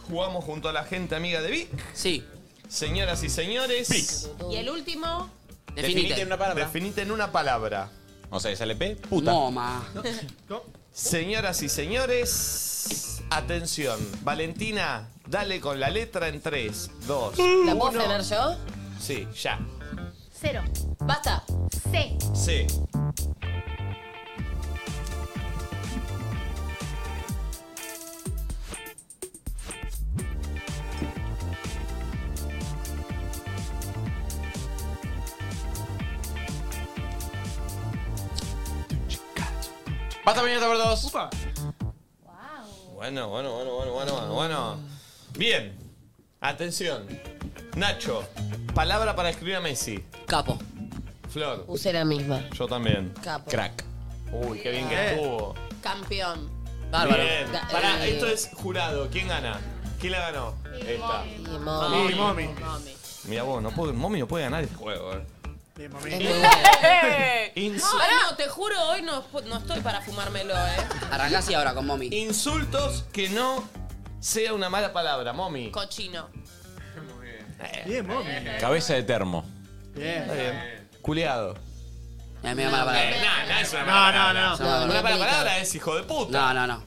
Speaker 2: Jugamos junto a la gente amiga de Vic.
Speaker 4: Sí.
Speaker 2: Señoras y señores.
Speaker 6: Y el último.
Speaker 2: Definite en una palabra. Definite en una palabra.
Speaker 5: O sea, es LP, puta.
Speaker 4: Moma.
Speaker 2: Señoras y señores, atención. Valentina, dale con la letra en 3, 2,
Speaker 9: ¿La puedo
Speaker 2: 1.
Speaker 9: frenar yo?
Speaker 2: Sí, ya.
Speaker 11: Cero.
Speaker 9: Basta.
Speaker 11: C.
Speaker 2: Sí.
Speaker 5: Basta minuto por dos.
Speaker 2: Bueno, bueno, bueno, bueno, bueno, bueno, bueno. Bien. Atención. Nacho, palabra para escribir a Messi.
Speaker 4: Capo.
Speaker 2: Flor.
Speaker 9: Usé la misma.
Speaker 2: Yo también.
Speaker 9: Capo.
Speaker 2: Crack. Uy, qué bien que
Speaker 9: Eh.
Speaker 2: estuvo.
Speaker 6: Campeón.
Speaker 9: Bárbaro.
Speaker 2: Bien.
Speaker 9: Ga-
Speaker 2: Pará,
Speaker 9: eh.
Speaker 2: esto es jurado. ¿Quién gana? ¿Quién la ganó? Esta.
Speaker 9: Mami.
Speaker 2: Y Mami. Mira vos, no puedo, Momi no puede ganar este juego, eh.
Speaker 6: eh.
Speaker 2: Insu-
Speaker 6: Ay, no, te juro, hoy no, no estoy para fumármelo, ¿eh?
Speaker 4: Arrancá así ahora con Momi.
Speaker 2: Insultos que no sea una mala palabra, Momi.
Speaker 6: Cochino.
Speaker 2: Bien, Momi.
Speaker 5: Cabeza de termo.
Speaker 2: Bien. Está bien. Culeado.
Speaker 4: Es medio mala palabra.
Speaker 2: Eh, no, no, es una
Speaker 4: No,
Speaker 2: mala
Speaker 4: no,
Speaker 2: palabra.
Speaker 4: no.
Speaker 2: Es Una
Speaker 4: No,
Speaker 2: mala
Speaker 4: no aplica.
Speaker 2: palabra es hijo de puta.
Speaker 4: No, no, no.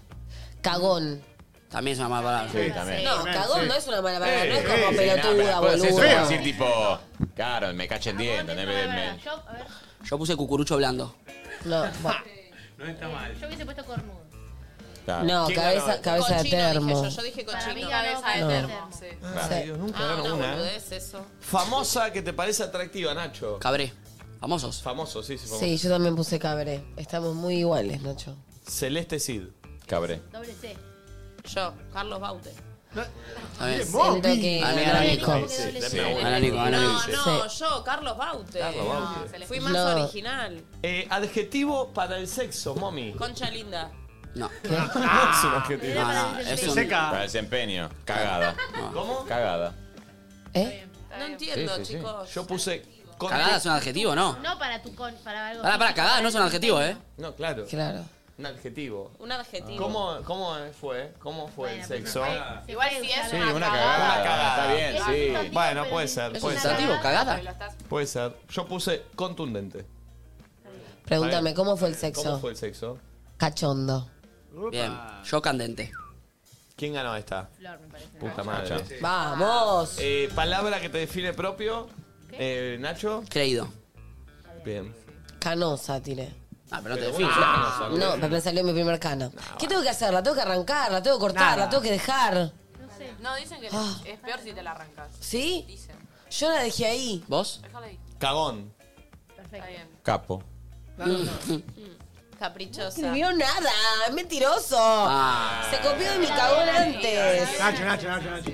Speaker 9: Cagón.
Speaker 4: También es una mala palabra.
Speaker 5: Sí, también.
Speaker 9: No, cagón no es una mala palabra. no es
Speaker 5: Sí,
Speaker 9: como
Speaker 5: sí,
Speaker 9: pelotuda,
Speaker 5: no, pero después
Speaker 9: boludo.
Speaker 5: Eso es decir tipo, claro, me cachen bien, ¿entendés? Me- me-
Speaker 11: Yo, a ver,
Speaker 4: Yo puse cucurucho blando.
Speaker 9: No, bueno.
Speaker 11: no está mal. Yo hubiese puesto cornudo.
Speaker 9: No,
Speaker 4: ¿Quién
Speaker 9: cabeza-
Speaker 4: ganó?
Speaker 9: cabeza de
Speaker 6: Cochino
Speaker 9: termo.
Speaker 6: dije yo, yo dije
Speaker 11: Para mí
Speaker 6: cochino.
Speaker 11: ganó
Speaker 6: Cabeza de
Speaker 9: No.
Speaker 6: termo, sí.
Speaker 2: Ay, Dios, nunca
Speaker 6: Ah,
Speaker 2: gano
Speaker 6: una
Speaker 2: una. eh.
Speaker 6: boludez eso.
Speaker 2: Famosa que te parece atractiva, Nacho.
Speaker 4: Cabré. Famosos.
Speaker 2: Famosos, sí, sí, famosos.
Speaker 9: Sí, yo también puse cabré. Estamos muy iguales, Nacho.
Speaker 2: Celeste Cid. Cabré.
Speaker 11: Doble C.
Speaker 6: Yo, Carlos Baute.
Speaker 2: A ver.
Speaker 9: Siento que
Speaker 4: Gana Nico.
Speaker 2: Sí, sí.
Speaker 4: Gana Nico, gana Nico.
Speaker 6: No, yo, Carlos Baute.
Speaker 2: Carlos Baute.
Speaker 6: No, se le- Fui más
Speaker 2: No.
Speaker 6: original.
Speaker 2: Eh, adjetivo para el sexo, mommy.
Speaker 6: Concha linda.
Speaker 4: No.
Speaker 5: es un objetivo.
Speaker 4: No, no, es
Speaker 5: Se
Speaker 4: un-
Speaker 5: seca. Para el desempeño. Cagada. ¿Cómo? Cagada.
Speaker 6: No entiendo, chicos.
Speaker 2: Yo puse.
Speaker 4: Cagada es un adjetivo, ¿no?
Speaker 11: No, para tu con, para algo.
Speaker 4: Pará, pará, cagada no es un adjetivo, ¿eh?
Speaker 2: No, claro.
Speaker 4: Claro.
Speaker 2: Un adjetivo.
Speaker 6: Un adjetivo.
Speaker 2: ¿Cómo, cómo fue? ¿Cómo fue el sexo?
Speaker 6: Igual si es
Speaker 2: Sí,
Speaker 6: una
Speaker 2: una
Speaker 6: cagada.
Speaker 2: cagada.
Speaker 5: Una cagada. Está bien, sí.
Speaker 2: Bueno, puede ser.
Speaker 4: ¿Es
Speaker 2: puede
Speaker 4: un
Speaker 2: ser.
Speaker 4: adjetivo, cagada?
Speaker 2: Puede ser. Yo puse contundente.
Speaker 3: Pregúntame, ¿cómo fue el
Speaker 2: ¿Cómo
Speaker 3: sexo?
Speaker 2: fue el sexo?
Speaker 3: Cachondo.
Speaker 4: Bien. Yo candente.
Speaker 2: ¿Quién ganó esta?
Speaker 11: Flor, me parece.
Speaker 2: Puta madre.
Speaker 3: Sí. Vamos.
Speaker 2: Eh, palabra que te define propio. Eh, Nacho.
Speaker 4: Creído.
Speaker 2: Bien.
Speaker 3: Canosa tiré.
Speaker 4: Ah, pero no te
Speaker 2: Pero
Speaker 4: defines.
Speaker 2: bueno, Ah, canosa,
Speaker 3: No, me salió mi primer cano. ¿Qué tengo que hacer? ¿La tengo que arrancar? ¿La tengo que cortar?
Speaker 4: Nada.
Speaker 3: ¿La tengo que dejar?
Speaker 6: No, dicen que
Speaker 3: Ah.
Speaker 6: es peor si te la arrancas.
Speaker 3: ¿Sí? Yo la dejé ahí.
Speaker 4: ¿Vos?
Speaker 6: Déjala ahí.
Speaker 2: Cagón.
Speaker 6: Perfecto. Mm. Está bien.
Speaker 5: Capo.
Speaker 3: No
Speaker 6: Caprichosa.
Speaker 3: escribió nada, es mentiroso.
Speaker 4: Ah.
Speaker 3: Se copió de mi cagón antes.
Speaker 1: Nacho, Nacho, Nacho, Nacho.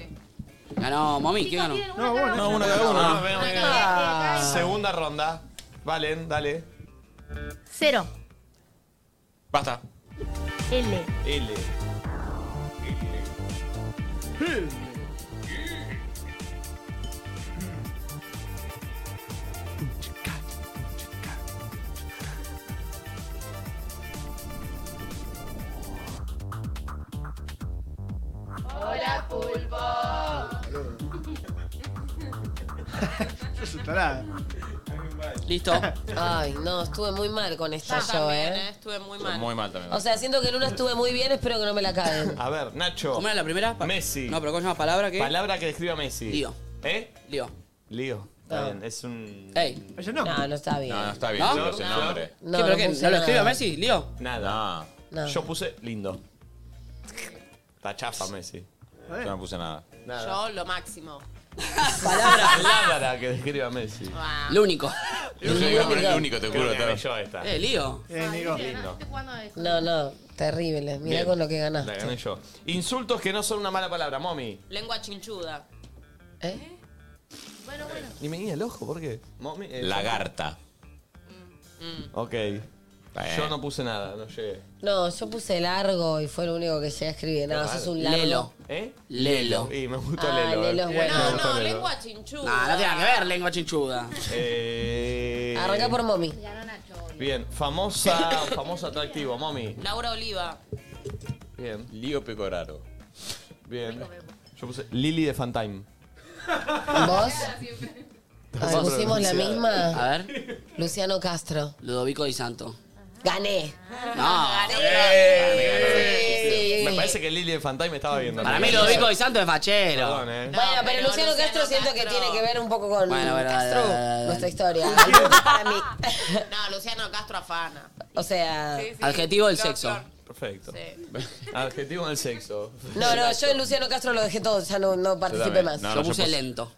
Speaker 4: Ganó Momi, ¿quién ganó?
Speaker 1: No, vos,
Speaker 2: No,
Speaker 1: Nacho.
Speaker 2: una cada uno.
Speaker 4: Ah.
Speaker 2: Ven, ven, ven. Segunda ronda. Valen, dale.
Speaker 11: Cero.
Speaker 5: Basta.
Speaker 11: L.
Speaker 2: L.
Speaker 13: Hola, pulpo.
Speaker 4: Listo.
Speaker 3: Ay, no, estuve muy mal con esta yo,
Speaker 6: también,
Speaker 3: eh.
Speaker 6: Estuve muy
Speaker 2: Estuvo
Speaker 6: mal.
Speaker 2: Muy mal también.
Speaker 3: O sea, siento que en una estuve muy bien, espero que no me la caguen.
Speaker 2: A ver, Nacho.
Speaker 4: ¿Cómo era la primera?
Speaker 2: Messi.
Speaker 4: No, pero ¿cómo se llama palabra que?
Speaker 2: Palabra que describa a Messi.
Speaker 4: Lío.
Speaker 2: ¿Eh?
Speaker 4: Lío.
Speaker 2: Lío.
Speaker 3: Ah.
Speaker 2: Está bien, es un.
Speaker 4: Ey.
Speaker 3: no. No, está bien.
Speaker 5: No, no está bien.
Speaker 2: ¿No?
Speaker 5: Solo ese nombre.
Speaker 3: No,
Speaker 4: ¿Qué, pero
Speaker 3: no
Speaker 4: qué? ¿No
Speaker 3: puse
Speaker 4: lo
Speaker 3: nada.
Speaker 4: escribe a Messi? ¿Lío?
Speaker 2: Nada.
Speaker 3: No.
Speaker 2: Yo puse lindo. La chafa, Messi.
Speaker 5: Yo no puse nada.
Speaker 6: Yo lo máximo.
Speaker 2: Palabra que describa a Messi.
Speaker 4: Lo único.
Speaker 5: Yo iba a poner el único, te
Speaker 2: Creo
Speaker 5: juro.
Speaker 2: que
Speaker 5: todo.
Speaker 2: gané yo esta.
Speaker 4: Eh, lío.
Speaker 2: Lindo.
Speaker 3: No, no, terrible. Mirá
Speaker 2: Bien.
Speaker 3: con lo que ganaste.
Speaker 2: La gané yo. Insultos que no son una mala palabra, mommy.
Speaker 6: Lengua chinchuda.
Speaker 3: ¿Eh?
Speaker 2: Y me guía el ojo, ¿por qué? Mommy, eh,
Speaker 5: Lagarta.
Speaker 2: Ok. Yo no puse nada, no llegué.
Speaker 3: No, yo puse largo y fue lo único que llegué a escribir. No, sos un largo.
Speaker 4: Lelo.
Speaker 2: ¿Eh?
Speaker 4: Lelo.
Speaker 2: Y me gustó
Speaker 3: Ah,
Speaker 2: Lelo. eh.
Speaker 3: Lelo es bueno.
Speaker 2: Me
Speaker 3: No,
Speaker 2: gustó
Speaker 6: No,
Speaker 2: Lelo.
Speaker 6: lengua chinchuda.
Speaker 4: Nah, no tiene nada que ver, lengua chinchuda.
Speaker 2: Eh,
Speaker 3: Arranca por mommy.
Speaker 2: Bien, famosa, famoso atractivo, mommy.
Speaker 6: Laura Oliva.
Speaker 2: Bien.
Speaker 5: Lío Pecoraro.
Speaker 2: Bien. Yo puse Lily de Fantime.
Speaker 3: ¿Vos? Ay,
Speaker 2: Vamos a
Speaker 3: pusimos la
Speaker 2: pronunciar.
Speaker 3: misma.
Speaker 4: A ver,
Speaker 3: Luciano Castro.
Speaker 4: Ludovico Di Santo.
Speaker 3: Gané. Ah,
Speaker 4: No.
Speaker 3: eh, Sí.
Speaker 2: Me parece que Lily de Fantime estaba viendo.
Speaker 4: Para mí Ludovico Di Santo es fachero.
Speaker 2: Perdón, eh.
Speaker 3: bueno, pero Luciano Castro siento que tiene que ver un poco con
Speaker 4: Bueno, bueno,
Speaker 3: Castro,
Speaker 4: dale, dale, dale, dale.
Speaker 3: nuestra historia. Para mí.
Speaker 6: No, Luciano Castro afana.
Speaker 3: O sea.
Speaker 4: Adjetivo del sexo.
Speaker 2: Perfecto. Adjetivo del sexo.
Speaker 3: No, no, yo en Luciano Castro lo dejé todo, ya no, no participé
Speaker 2: también.
Speaker 3: más.
Speaker 2: No, no,
Speaker 4: yo
Speaker 2: yo
Speaker 4: puse
Speaker 2: puse-
Speaker 4: lento.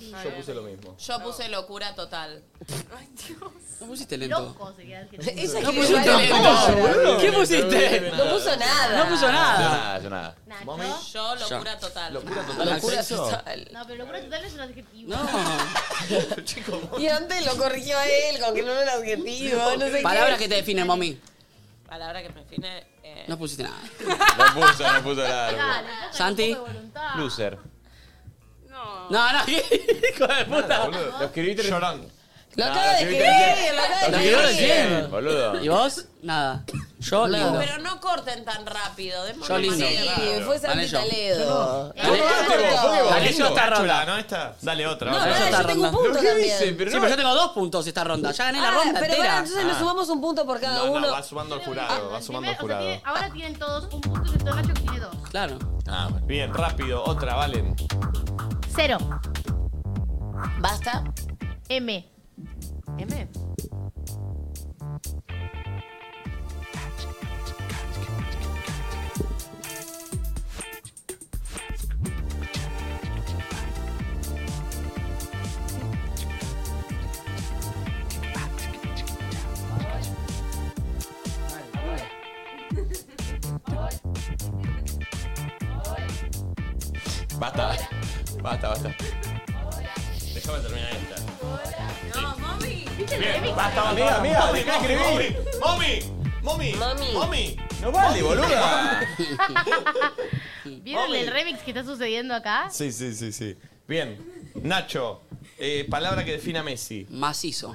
Speaker 2: Yo puse lo mismo.
Speaker 6: Yo puse locura total. Ay, Dios.
Speaker 4: No pusiste lento.
Speaker 3: Ella
Speaker 4: No
Speaker 3: escribió
Speaker 4: pusiste
Speaker 3: algo.
Speaker 4: lento, boludo. ¿Qué
Speaker 3: No,
Speaker 4: pusiste?
Speaker 3: puso nada.
Speaker 4: No puso
Speaker 5: Yo
Speaker 4: nada.
Speaker 5: nada, yo nada.
Speaker 6: Yo locura total.
Speaker 2: Locura
Speaker 4: total al
Speaker 3: Locura
Speaker 4: sexo.
Speaker 3: total.
Speaker 11: No, pero locura total es un adjetivo.
Speaker 4: No.
Speaker 3: Y antes lo corrigió a él, con que no era objetivo, no sé qué.
Speaker 4: Palabras que te definen, mami.
Speaker 6: Palabra que me define. eh,
Speaker 4: No pusiste nada.
Speaker 5: No puso, no puso nada.
Speaker 11: Dale,
Speaker 4: Santi.
Speaker 5: Loser.
Speaker 4: No, no, hijo de puta.
Speaker 5: Lo escribiste
Speaker 2: Llorón.
Speaker 3: Lo
Speaker 5: No,
Speaker 3: acaba de
Speaker 5: lo escribiste
Speaker 3: escribir, lo acaba
Speaker 4: Ah, Lo
Speaker 3: de
Speaker 4: que yo
Speaker 3: escribir.
Speaker 4: recién.
Speaker 5: Boludo.
Speaker 4: ¿Y vos? Nada. Yo,
Speaker 3: No.
Speaker 4: lindo.
Speaker 6: Pero no corten tan rápido. denme
Speaker 4: Yo
Speaker 6: una
Speaker 4: lindo.
Speaker 6: manera.
Speaker 3: Sí, fue Santi
Speaker 4: Gané yo.
Speaker 3: Taledo.
Speaker 4: Gané yo. Gané yo esta
Speaker 2: Chula,
Speaker 4: ronda.
Speaker 2: ¿no está? Dale otra.
Speaker 3: No,
Speaker 2: otra.
Speaker 3: pará, yo tengo un punto
Speaker 4: Sí,
Speaker 3: también.
Speaker 4: pero yo tengo dos puntos esta ronda. Ya gané la
Speaker 3: Ah,
Speaker 4: ronda
Speaker 3: pero pará,
Speaker 4: entera.
Speaker 3: entonces le sumamos un punto por cada
Speaker 2: No,
Speaker 3: uno. ah,
Speaker 2: no, va sumando el jurado, va sumando el jurado.
Speaker 11: Ahora tienen todos un punto excepto Nacho que tiene dos.
Speaker 4: Claro.
Speaker 2: Ah, Bien, rápido, otra, Valen.
Speaker 11: Cero.
Speaker 3: Basta.
Speaker 11: M.
Speaker 3: M.
Speaker 5: Basta, basta, basta.
Speaker 2: Déjame terminar esta.
Speaker 6: No, mami.
Speaker 2: Bien, basta, basta.
Speaker 5: Amiga, amiga,
Speaker 2: Mami,
Speaker 5: dejá de
Speaker 2: no,
Speaker 5: escribir.
Speaker 2: Mami, mami, mami,
Speaker 3: Mami.
Speaker 2: mami.
Speaker 5: No vale, boluda.
Speaker 11: ¿Vieron el remix que está sucediendo acá?
Speaker 2: Sí, sí, sí, sí. Bien. Nacho, eh, palabra que defina Messi.
Speaker 4: Macizo.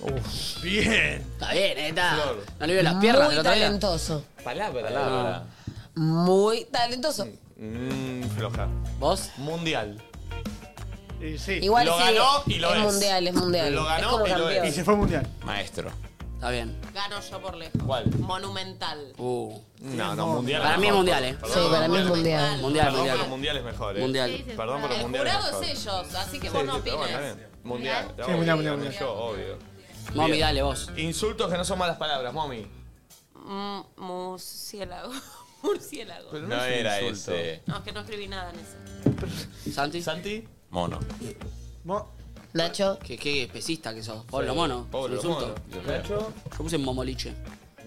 Speaker 2: Uf, bien.
Speaker 4: Está bien, eh, está.
Speaker 2: Flor.
Speaker 4: No le veo las piernas
Speaker 6: Muy
Speaker 4: del otro día.
Speaker 6: talentoso.
Speaker 2: Palabra.
Speaker 4: Palabra.
Speaker 6: Muy talentoso.
Speaker 2: Mm, floja.
Speaker 4: ¿Vos?
Speaker 2: Mundial.
Speaker 1: sí.
Speaker 6: Igual
Speaker 2: Lo
Speaker 6: sí,
Speaker 2: ganó y lo
Speaker 6: es
Speaker 2: es.
Speaker 6: mundial, es mundial.
Speaker 2: Lo
Speaker 6: Es
Speaker 2: ganó
Speaker 6: como
Speaker 2: y lo
Speaker 6: campeón.
Speaker 2: es.
Speaker 1: Y se fue al mundial.
Speaker 5: Maestro.
Speaker 4: Está bien.
Speaker 6: Gano yo por lejos.
Speaker 2: ¿Cuál?
Speaker 6: Monumental.
Speaker 4: Uh.
Speaker 2: No, no, mundial.
Speaker 4: Para mí es
Speaker 2: mejor.
Speaker 4: mundial, eh.
Speaker 2: Perdón.
Speaker 6: Sí, para mí es mundial.
Speaker 4: Mundial,
Speaker 2: Perdón,
Speaker 4: mundial.
Speaker 2: pero mundial es mejor, eh.
Speaker 4: Mundial.
Speaker 2: Perdón, pero
Speaker 6: El
Speaker 2: mundial es
Speaker 6: jurado
Speaker 2: mejor.
Speaker 6: es ellos, así que
Speaker 2: Sí,
Speaker 6: vos
Speaker 2: sí,
Speaker 6: no
Speaker 2: está bueno, está
Speaker 6: opines.
Speaker 2: bien. Mundial. está
Speaker 1: Sí,
Speaker 2: bueno.
Speaker 1: mundial, mundial, mundial.
Speaker 2: Yo, obvio.
Speaker 4: Momi,
Speaker 2: Bien.
Speaker 4: dale vos.
Speaker 2: Insultos que no son malas palabras, Momi.
Speaker 6: Mm, Murciélago. Murciélago.
Speaker 2: Pero
Speaker 5: No
Speaker 2: es un
Speaker 5: era
Speaker 2: insulto.
Speaker 5: ese.
Speaker 6: No, es que no escribí nada en eso.
Speaker 4: ¿Santi?
Speaker 2: ¿Santi?
Speaker 5: Mono.
Speaker 6: Nacho.
Speaker 4: Qué, qué pesista que sos. Pablo
Speaker 2: Sí,
Speaker 4: Mono.
Speaker 2: Pablo
Speaker 4: Es un insulto.
Speaker 2: Mono. Nacho.
Speaker 4: Yo puse momoliche.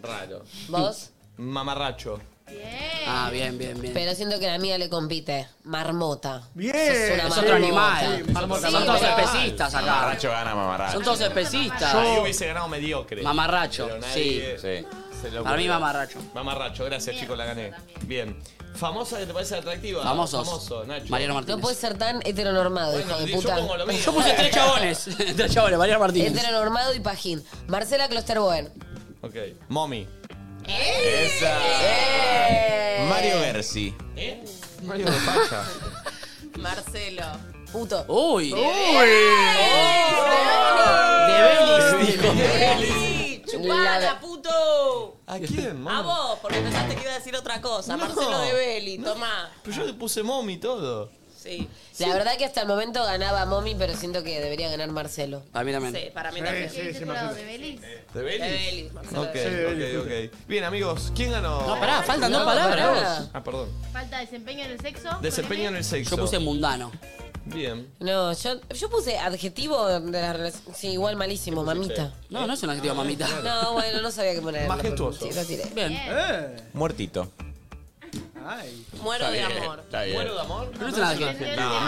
Speaker 2: Raro.
Speaker 6: ¿Vos?
Speaker 2: Mamarracho.
Speaker 4: Ah, bien, bien, bien.
Speaker 6: Pero siento que la mía le compite. Marmota.
Speaker 1: Bien.
Speaker 6: Sos una
Speaker 4: Sos
Speaker 6: marmota.
Speaker 4: otro animal.
Speaker 6: Sí,
Speaker 4: Marmota,
Speaker 6: sí,
Speaker 4: son todos
Speaker 6: pero-
Speaker 4: especistas acá.
Speaker 5: Mamarracho gana mamarracho.
Speaker 4: Son todos especistas.
Speaker 2: Yo hubiese ganado mediocre.
Speaker 4: Mamarracho,
Speaker 2: Pero nadie
Speaker 5: Sí.
Speaker 2: se lo
Speaker 4: Para mí,
Speaker 2: ocurrió.
Speaker 4: mamarracho.
Speaker 2: Mamarracho, gracias chicos, la gané. Bien. ¿Famosa que te parece atractiva?
Speaker 4: Famosos.
Speaker 2: Famoso, Nacho.
Speaker 4: Mariano Martínez.
Speaker 6: No puede ser tan heteronormado,
Speaker 2: Bueno,
Speaker 6: hijo de
Speaker 2: yo
Speaker 6: puta.
Speaker 2: pongo lo mismo.
Speaker 4: Yo puse tres chabones. tres chabones, Mariano Martínez.
Speaker 6: Heteronormado y pajín. Marcela Klosterboen.
Speaker 2: Ok. Momi.
Speaker 5: Esa. Mario Bersi.
Speaker 4: ¿Eh?
Speaker 2: Mario de Pacha.
Speaker 6: Marcelo. Puto.
Speaker 4: Uy.
Speaker 6: De
Speaker 4: Belis, dijo.
Speaker 6: Belis. Chupala,
Speaker 4: La-
Speaker 6: puto.
Speaker 2: ¿A quién,
Speaker 6: A
Speaker 2: Momi?
Speaker 6: vos, porque pensaste que iba a decir otra cosa. Marcelo de Beli, tomá.
Speaker 2: Pero yo le puse Momi todo.
Speaker 6: Sí. La verdad que hasta el momento ganaba Momi, pero siento que debería ganar Marcelo.
Speaker 4: Para mí también.
Speaker 6: Sí, para mí
Speaker 1: Sí,
Speaker 6: también.
Speaker 1: sí, sí,
Speaker 11: Jurado
Speaker 1: Marcelo.
Speaker 11: de Belis.
Speaker 2: ¿De
Speaker 6: De
Speaker 2: Belis?
Speaker 6: Belis, Marcelo.
Speaker 2: Ok,
Speaker 1: Sí, de Belis.
Speaker 2: ok, ok. Bien, amigos, ¿quién ganó?
Speaker 4: No, pará, faltan
Speaker 6: No,
Speaker 4: dos palabras.
Speaker 6: pará.
Speaker 2: Ah, perdón.
Speaker 11: Falta desempeño en el sexo.
Speaker 2: Desempeño en el sexo.
Speaker 4: Yo puse mundano.
Speaker 2: Bien.
Speaker 6: No, yo, yo puse adjetivo de la relación. Sí, igual malísimo, mamita.
Speaker 4: No, no es un adjetivo, mamita.
Speaker 6: No, bueno, no sabía qué poner.
Speaker 2: Majestuoso.
Speaker 6: Sí, lo tiré.
Speaker 4: Bien.
Speaker 1: Eh.
Speaker 5: Muertito.
Speaker 1: Ay.
Speaker 6: Muero de
Speaker 5: Está bien,
Speaker 6: amor.
Speaker 5: Está bien.
Speaker 2: ¿Muero de amor?
Speaker 4: No es un adjetivo.
Speaker 5: No, no.
Speaker 1: Ah,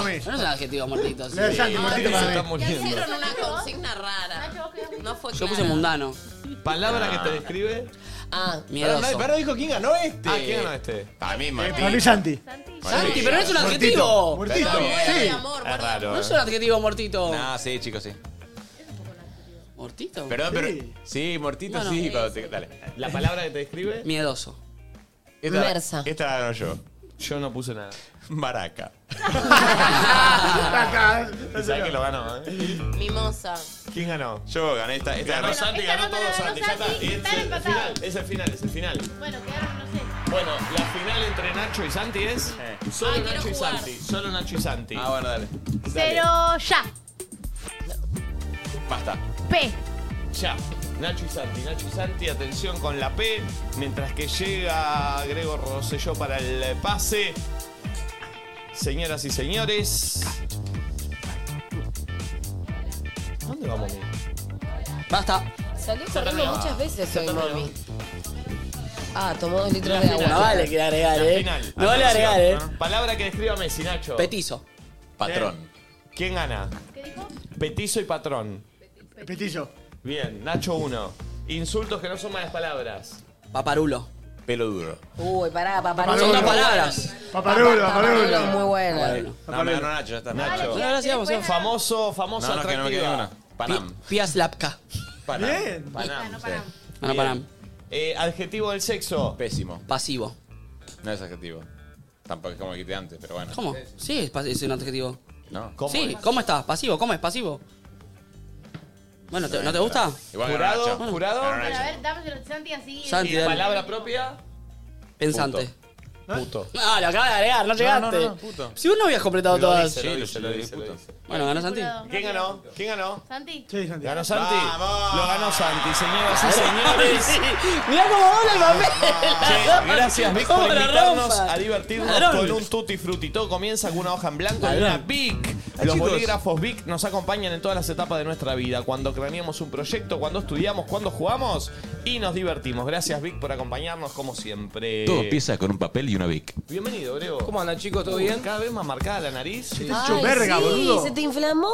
Speaker 1: mami.
Speaker 4: No es un adjetivo, Martito. sí.
Speaker 1: Le da Yankee, Martito,
Speaker 2: Se está
Speaker 1: para mí.
Speaker 2: muriendo.
Speaker 6: Hicieron una consigna rara. No fue
Speaker 4: Yo
Speaker 6: claro.
Speaker 4: puse mundano.
Speaker 2: Palabra que te describe.
Speaker 6: Ah,
Speaker 4: Miedoso.
Speaker 5: dijo quién ganó este.
Speaker 2: Ah, ¿quién ganó este?
Speaker 5: Para mí,
Speaker 1: Para mí,
Speaker 5: Martín.
Speaker 1: Santi.
Speaker 4: Santi, pero no es un
Speaker 1: Muertito.
Speaker 4: adjetivo.
Speaker 1: Muertito.
Speaker 6: muero de
Speaker 1: Sí.
Speaker 6: amor.
Speaker 5: Es raro.
Speaker 4: No
Speaker 5: eh.
Speaker 4: es un adjetivo, Mortito.
Speaker 5: No, sí, chicos, sí.
Speaker 4: ¿Mortito?
Speaker 5: Perdón, pero.
Speaker 1: Sí.
Speaker 5: Sí, Mortito,
Speaker 4: No, no,
Speaker 5: sí.
Speaker 4: eh, sí,
Speaker 5: cuando te- Dale.
Speaker 2: La palabra que te describe.
Speaker 4: Miedoso.
Speaker 5: Esta,
Speaker 6: Versa.
Speaker 5: Esta la ganó yo.
Speaker 2: Yo no puse nada.
Speaker 5: Baraca.
Speaker 1: Acá.
Speaker 2: Sabés que lo ganó, ¿eh?
Speaker 6: Mimosa.
Speaker 2: ¿Quién ganó?
Speaker 5: Yo gané esta. esta
Speaker 2: Ganó
Speaker 5: ganó-
Speaker 2: Santi,
Speaker 11: esta
Speaker 2: ganó
Speaker 11: ronda
Speaker 2: todo
Speaker 11: ganó
Speaker 2: Santi. Ya está.
Speaker 11: Santi,
Speaker 2: Y Es
Speaker 11: están
Speaker 2: el final,
Speaker 11: empatados.
Speaker 2: es el final, es el final.
Speaker 11: Bueno, quedaron, no sé.
Speaker 2: Bueno, la final entre Nacho y Santi es. Solo
Speaker 6: Ay, quiero
Speaker 2: Nacho y
Speaker 6: jugar.
Speaker 2: Santi. Solo Nacho y Santi.
Speaker 5: Ah, bueno, dale.
Speaker 11: Cero ya.
Speaker 5: Basta.
Speaker 11: P.
Speaker 2: Ya. Nacho y Santi, Nacho y Santi, atención con la P. Mientras que llega Gregor Rosselló para el pase. Señoras y señores. ¿A ¿Dónde vamos? Mimi?
Speaker 4: Basta.
Speaker 6: Salió corriendo muchas veces hoy, mami. Ah, tomó dos litros de agua.
Speaker 4: No vale que le agregar,
Speaker 2: La
Speaker 4: eh.
Speaker 2: final.
Speaker 4: No vale
Speaker 2: Atención.
Speaker 4: agregar, eh.
Speaker 2: Palabra que describa a Messi, Nacho.
Speaker 4: Petizo.
Speaker 5: Patrón.
Speaker 2: ¿Quién gana?
Speaker 11: ¿Qué dijo?
Speaker 2: Petizo y patrón.
Speaker 1: Petillo.
Speaker 2: Bien, Nacho 1. Insultos que no son malas palabras.
Speaker 4: Paparulo.
Speaker 5: Pelo duro.
Speaker 6: Uy, pará, paparulo.
Speaker 4: Son dos palabras.
Speaker 1: Paparulo,
Speaker 6: Paparulo es
Speaker 1: paparulo.
Speaker 6: muy bueno.
Speaker 5: No, me ganó Nacho, ya está.
Speaker 2: Nacho.
Speaker 4: Bueno, ahora sigamos, sigamos.
Speaker 2: Famoso, famoso
Speaker 5: No, no, que no me quedé
Speaker 2: atractiva.
Speaker 5: una. Panam.
Speaker 4: Pi- Pia Slapka.
Speaker 5: Panam.
Speaker 1: Bien.
Speaker 5: Panam.
Speaker 11: No,
Speaker 5: sí.
Speaker 11: pará.
Speaker 4: No, no,
Speaker 2: Bien.
Speaker 4: Panam.
Speaker 2: Eh, adjetivo del sexo.
Speaker 5: Pésimo.
Speaker 4: Pasivo.
Speaker 5: No es adjetivo. Tampoco es como quité antes, pero bueno.
Speaker 4: ¿Cómo? Sí, es, pas- es un adjetivo.
Speaker 5: No.
Speaker 2: ¿Cómo
Speaker 4: Sí,
Speaker 2: es?
Speaker 4: ¿cómo estás? Pasivo, ¿cómo es? Pasivo. Bueno, ¿te- ¿no te gusta?
Speaker 5: Igual ganó
Speaker 2: Jurado,
Speaker 5: Nacho.
Speaker 2: jurado.
Speaker 5: Ganó
Speaker 11: Bueno, a
Speaker 5: Nacho.
Speaker 11: ver, dámelo Santi así.
Speaker 4: Santi,
Speaker 2: Y
Speaker 4: dale.
Speaker 2: palabra propia.
Speaker 11: eh,
Speaker 4: Pensante.
Speaker 2: Puto.
Speaker 14: Ah,
Speaker 4: No, Ah, lo acabas de agregar, no llegaste.
Speaker 5: no, no, puto.
Speaker 4: Si vos no habías completado todas.
Speaker 5: Sí,
Speaker 2: Lo
Speaker 5: lo
Speaker 2: dice, lo dice, lo
Speaker 5: puto.
Speaker 2: dice.
Speaker 4: Bueno, ganó Santi.
Speaker 11: Jurado.
Speaker 2: ¿Quién ganó? ¿Quién ganó?
Speaker 11: Santi.
Speaker 1: Sí, Santi.
Speaker 2: ¿Ganó Santi?
Speaker 5: Vamos.
Speaker 2: Lo ganó Santi, señoras y
Speaker 4: Sí,
Speaker 2: señores.
Speaker 4: Mirá cómo dobla el papel.
Speaker 2: Che, gracias Vic por
Speaker 4: Cómo la
Speaker 2: invitarnos
Speaker 4: rompa.
Speaker 2: a divertirnos
Speaker 4: Ladrón.
Speaker 2: con un tutti frutti. Todo comienza con una hoja en blanco y
Speaker 4: Ladrón.
Speaker 2: una Vic. Los bolígrafos Vic nos acompañan en todas las etapas de nuestra vida. Cuando craneamos un proyecto, cuando estudiamos, cuando jugamos y nos divertimos. Gracias Vic por acompañarnos como siempre.
Speaker 5: Todo empieza con un papel y y una Vic.
Speaker 2: Bienvenido, Grego.
Speaker 5: ¿Cómo
Speaker 2: andan, chicos?
Speaker 5: ¿Todo bien?
Speaker 2: Cada vez más marcada la nariz. Sí.
Speaker 3: Ay, sí, se te inflamó.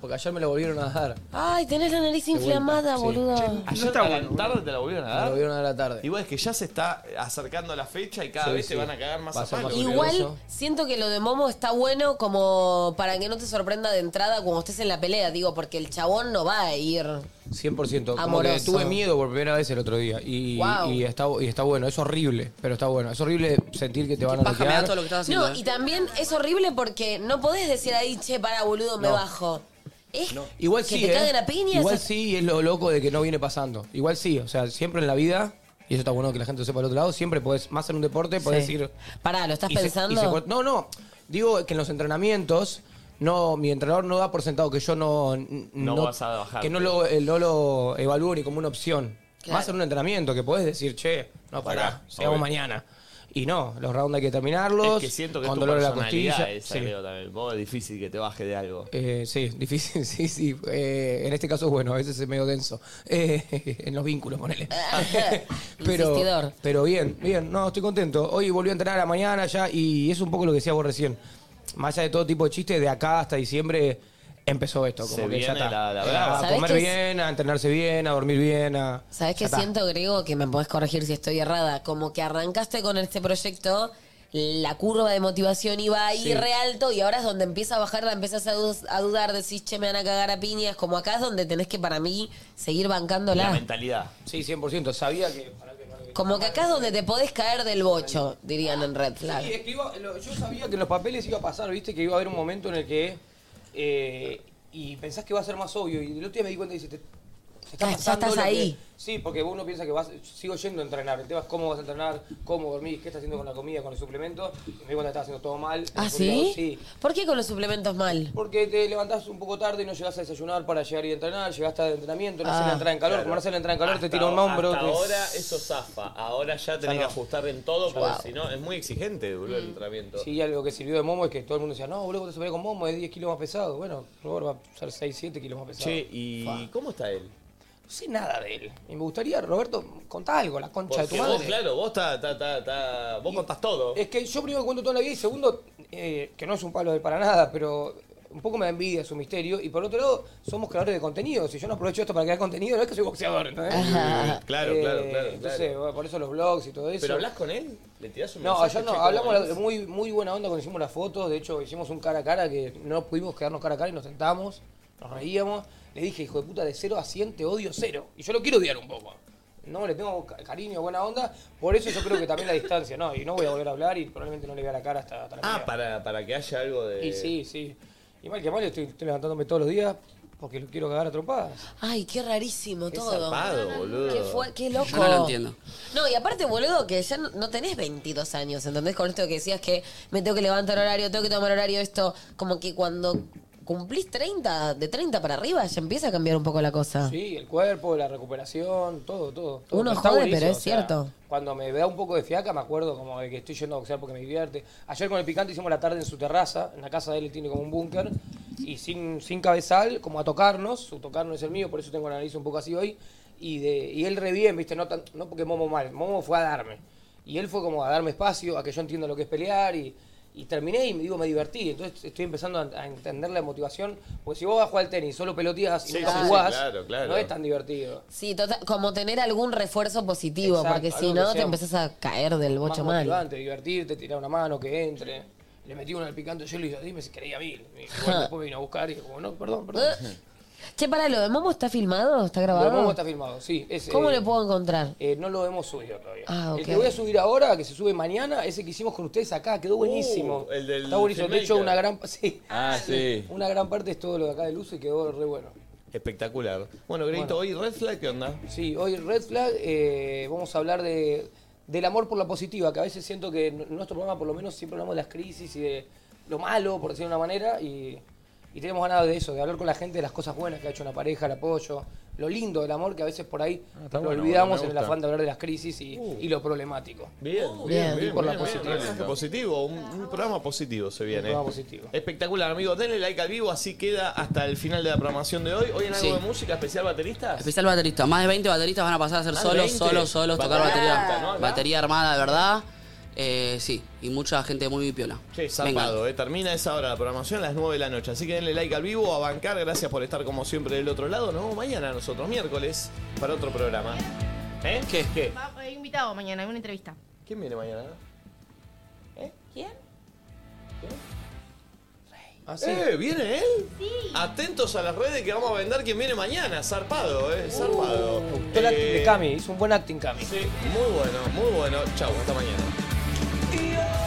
Speaker 23: Porque ayer me lo volvieron a dar.
Speaker 3: Ay, tenés la nariz
Speaker 23: vuelta,
Speaker 3: inflamada,
Speaker 23: sí.
Speaker 3: boludo.
Speaker 2: Ayer a la tarde te la volvieron a
Speaker 23: Me
Speaker 2: dar.
Speaker 23: lo volvieron a dar a la tarde.
Speaker 2: Igual es que ya se está acercando la fecha y cada
Speaker 23: Sí,
Speaker 2: vez
Speaker 23: sí.
Speaker 2: te van a cagar más
Speaker 23: Va a
Speaker 2: a
Speaker 23: ser
Speaker 2: palo.
Speaker 23: más
Speaker 3: Igual siento que lo de Momo está bueno como para que no te sorprenda de entrada cuando estés en la pelea, digo, porque el chabón no va a ir.
Speaker 23: 100%. Como que
Speaker 3: Amoroso.
Speaker 23: tuve miedo por primera vez el otro día. Y,
Speaker 3: Guau.
Speaker 23: y está, y está bueno, es horrible, pero está bueno. Es horrible sentir que te van a
Speaker 4: paja me da
Speaker 23: noquear.
Speaker 4: todo lo que estás haciendo, ¿eh?
Speaker 3: No, y también es horrible porque no podés decir ahí, che, para boludo, me
Speaker 23: No.
Speaker 3: bajo. Es
Speaker 23: Igual
Speaker 3: que
Speaker 23: sí,
Speaker 3: te
Speaker 23: ¿eh?
Speaker 3: caguen a piñas.
Speaker 23: Igual
Speaker 3: es-
Speaker 23: sí, es lo loco de que no viene pasando. Igual sí, o sea, siempre en la vida, y eso está bueno que la gente lo sepa del otro lado, siempre podés, más en un deporte, podés
Speaker 3: Sí.
Speaker 23: ir...
Speaker 3: Pará, ¿lo estás
Speaker 23: y se- y
Speaker 3: pensando?
Speaker 23: se cor- no, no. Digo que en los entrenamientos, no, mi entrenador no da por sentado que yo no... n-
Speaker 2: No vas a bajarte.
Speaker 23: Que no lo, eh, no lo evalúo ni como una opción.
Speaker 2: Claro.
Speaker 23: Más en un entrenamiento, que podés decir, che, no, pará,
Speaker 2: Pará,
Speaker 23: sigamos
Speaker 2: obvio.
Speaker 23: mañana. Y no, los rounds hay que terminarlos.
Speaker 2: Es que siento que es tu
Speaker 23: con dolor a la
Speaker 2: personalidad
Speaker 23: costilla.
Speaker 2: esa,
Speaker 23: sí.
Speaker 2: Grego, también. Vos es difícil que te baje de algo.
Speaker 23: Eh, sí, difícil, sí, sí. Eh, en este caso, bueno, a veces es medio denso. Eh, en los vínculos, ponele. pero,
Speaker 3: Insistidor.
Speaker 23: pero bien, bien. No, estoy contento. Hoy volví a entrenar a la mañana ya y es un poco lo que decías vos recién. Más allá de todo tipo de chistes, de acá hasta diciembre empezó esto. Como
Speaker 2: Se
Speaker 23: que ya
Speaker 2: viene
Speaker 23: está.
Speaker 2: la- la
Speaker 23: Eh,
Speaker 2: brava.
Speaker 23: A
Speaker 3: ¿Sabés
Speaker 23: comer
Speaker 3: qué es?
Speaker 23: bien, a entrenarse bien, a dormir bien. A...
Speaker 3: ¿Sabes
Speaker 23: Ya
Speaker 3: qué
Speaker 23: está.
Speaker 3: siento, Grego? Que me podés corregir si estoy errada. Como que arrancaste con este proyecto, la curva de motivación iba ahí
Speaker 23: Sí.
Speaker 3: re alto y ahora es donde empieza a bajarla, empiezas a, dudar, a dudar, decís, che, me van a cagar a piñas. Como acá es donde tenés que, para mí, seguir bancándola.
Speaker 2: mentalidad.
Speaker 23: Sí, 100%. Sabía que.
Speaker 3: Como que acá es donde te podés caer del bocho, dirían en Red Flag.
Speaker 23: Sí, es que iba- lo- yo sabía que en los papeles iba a pasar, viste, que iba a haber un momento en el que. eh, y pensás que va a ser más obvio. Y el otro día me di cuenta y dices, te, se está
Speaker 3: Ah, ya
Speaker 23: pasando
Speaker 3: estás
Speaker 23: lo que-
Speaker 3: ahí.
Speaker 23: sí, porque uno piensa que vas, sigo yendo a entrenar. El tema es cómo vas a entrenar, cómo dormís, qué estás haciendo con la comida, con los suplementos. Y me di cuenta que estás haciendo todo mal.
Speaker 3: ¿Ah,
Speaker 23: Los suplementos,
Speaker 3: sí? ¿Por qué con los suplementos mal?
Speaker 23: Porque te levantás un poco tarde y no llegás a desayunar para llegar y entrenar, llegás tarde de entrenamiento, no haces
Speaker 2: Ah.
Speaker 23: la entrada en calor,
Speaker 2: Claro.
Speaker 23: como no haces la entrada en calor, te
Speaker 2: Hasta-
Speaker 23: tira un hombro. pues.
Speaker 2: Hasta
Speaker 23: te-
Speaker 2: ahora eso zafa. Ahora ya tenés
Speaker 23: no.
Speaker 2: que ajustar en todo porque
Speaker 23: Wow.
Speaker 2: si no es muy exigente boludo, el entrenamiento.
Speaker 23: Sí, y algo que sirvió de Momo es que todo el mundo decía, no, boludo, vos te superás con Momo, es 10 kilos más pesado. Bueno, Robert va a ser 6, 7 kilos más pesado.
Speaker 2: Che, ¿y cómo está él?
Speaker 23: No sé nada de él. Y me gustaría, Roberto, contá algo, la concha de tu
Speaker 2: Porque vos,
Speaker 23: madre.
Speaker 2: claro, vos, ta, ta, ta, ta- vos contás todo.
Speaker 23: Es que yo primero cuento toda la vida y segundo, eh, que no es un palo de para nada, pero un poco me da envidia su misterio. Y por otro lado, somos creadores de contenido. Si yo no aprovecho esto para crear contenido, no es que soy boxeador, ¿entendés?
Speaker 2: Ajá. Claro, claro, claro, claro.
Speaker 23: Entonces, bueno, por eso los blogs y todo eso.
Speaker 2: ¿Pero hablas con él? ¿Le tirás un
Speaker 23: No,
Speaker 2: mensaje,
Speaker 23: ayer no,
Speaker 2: che, cómo
Speaker 23: hablamos
Speaker 2: venís?
Speaker 23: la- muy, muy buena onda cuando hicimos las fotos. De hecho, hicimos un cara a cara que no pudimos quedarnos cara a cara y nos sentamos, nos reíamos. Le dije, hijo de puta, de 0 a 100 te odio cero. Y yo lo quiero odiar un poco. No, le tengo ca- cariño, buena onda. Por eso yo creo que también la distancia, ¿no? Y no voy a volver a hablar y probablemente no le vea la cara hasta, hasta la
Speaker 2: Ah,
Speaker 23: pelea.
Speaker 2: para, para que haya algo de.
Speaker 23: Y sí, sí. Y mal que mal, estoy, estoy levantándome todos los días porque lo quiero cagar a trompadas.
Speaker 3: Ay, qué rarísimo
Speaker 23: Qué
Speaker 3: todo.
Speaker 23: zarpado, boludo.
Speaker 3: Qué, fue- qué loco.
Speaker 23: Yo no lo entiendo.
Speaker 3: No, y aparte, boludo, que ya no, no tenés 22 años, ¿entendés? Con esto que decías que me tengo que levantar horario, tengo que tomar horario, esto. Como que cuando cumplís 30, de 30 para arriba, ya empieza a cambiar un poco la cosa.
Speaker 23: Sí, el cuerpo, la recuperación, todo, todo. todo.
Speaker 3: Uno
Speaker 23: Está
Speaker 3: jode,
Speaker 23: buenísimo,
Speaker 3: pero es
Speaker 23: o sea,
Speaker 3: cierto.
Speaker 23: cuando me da un poco de fiaca, me acuerdo como de que estoy yendo a boxear porque me divierte. Ayer con el picante hicimos la tarde en su terraza, en la casa de él tiene como un búnker, y sin, sin cabezal, como a tocarnos, su tocar no es el mío, por eso tengo la nariz un poco así hoy, y, de, y él re bien, ¿viste? No, tan- no porque Momo mal, Momo fue a darme. Y él fue como a darme espacio, a que yo entienda lo que es pelear, y, y terminé y me digo, me divertí. Entonces estoy empezando a, a entender la motivación, porque si vos vas a jugar al tenis, solo peloteas y
Speaker 2: Sí,
Speaker 23: nunca
Speaker 2: sí, sí,
Speaker 23: jugás,
Speaker 2: claro, claro.
Speaker 23: no es tan divertido.
Speaker 3: Sí, total- como tener algún refuerzo positivo,
Speaker 23: Exacto,
Speaker 3: porque si
Speaker 23: algo que
Speaker 3: no te
Speaker 23: sea
Speaker 3: empezás a caer del bocho
Speaker 23: más
Speaker 3: mal.
Speaker 23: motivante, divertirte, tirar una mano, que entre. Le metí una al picante hielo y dime si quería mil. Y igual después vino a buscar y dije, como, no, perdón, perdón.
Speaker 3: Che, para, ¿lo de Momo está filmado? ¿Está
Speaker 23: Lo
Speaker 3: grabado?
Speaker 23: de Momo está filmado, sí. es,
Speaker 3: ¿Cómo
Speaker 23: eh,
Speaker 3: lo puedo encontrar?
Speaker 23: eh, no lo hemos subido todavía.
Speaker 3: Ah,
Speaker 23: El
Speaker 3: ok.
Speaker 23: que voy a subir ahora, que se sube mañana, ese que hicimos con ustedes acá, quedó buenísimo.
Speaker 5: Uh, el del
Speaker 23: Está buenísimo. De hecho,
Speaker 5: filmmaker.
Speaker 23: una gran, sí,
Speaker 5: Ah, sí.
Speaker 23: una gran parte es todo lo de acá del uso y quedó re bueno.
Speaker 2: Espectacular. Bueno, Greito, hoy Red Flag, ¿qué onda?
Speaker 23: Sí, hoy Red Flag eh, vamos a hablar de, del amor por la positiva, que a veces siento que en nuestro programa por lo menos siempre hablamos de las crisis y de lo malo, por decirlo de una manera, y, y tenemos ganas de eso, de hablar con la gente de las cosas buenas que ha hecho una pareja, el apoyo, lo lindo del amor que a veces por ahí
Speaker 2: Ah, está
Speaker 23: lo
Speaker 2: bueno,
Speaker 23: olvidamos
Speaker 2: bueno, me
Speaker 23: en el
Speaker 2: gusta. Uh.
Speaker 23: afán de hablar de las crisis y, y lo problemático.
Speaker 2: Bien,
Speaker 23: bien, bien, por la positiva.
Speaker 2: mensaje positivo, un, un programa positivo se viene.
Speaker 23: programa positivo.
Speaker 2: Espectacular, amigos. Denle like al vivo, así queda hasta el final de la programación de hoy. Hoy en algo
Speaker 4: Sí.
Speaker 2: de música, especial baterista.
Speaker 4: Especial baterista. Más de 20 bateristas van a pasar a ser
Speaker 2: Más de
Speaker 4: solos,
Speaker 2: 20.
Speaker 4: solos, solos, tocar
Speaker 2: Batería
Speaker 4: batería.
Speaker 2: alta, ¿no?
Speaker 4: Batería armada, de verdad. Eh, sí, y mucha gente muy piola.
Speaker 2: Che, zarpado, eh. Termina esa hora la programación a las 9 de la noche. Así que denle like al vivo, a bancar. Gracias por estar como siempre del otro lado. Nos vemos mañana nosotros, miércoles, para otro programa. ¿Eh? ¿Qué? ¿Qué?
Speaker 11: Va- eh, invitado mañana, hay una entrevista.
Speaker 2: ¿Quién viene mañana?
Speaker 11: ¿Quién?
Speaker 2: ¿Ah, sí?
Speaker 11: Eh,
Speaker 2: ¿Viene él? Atentos a las redes que vamos a vender quién viene mañana. Zarpado, eh. Zarpado. Eh,
Speaker 23: Todo el acting de Cami, hizo un buen acting Cami.
Speaker 2: Sí, muy bueno, muy bueno. Chau, hasta mañana.
Speaker 13: Dios.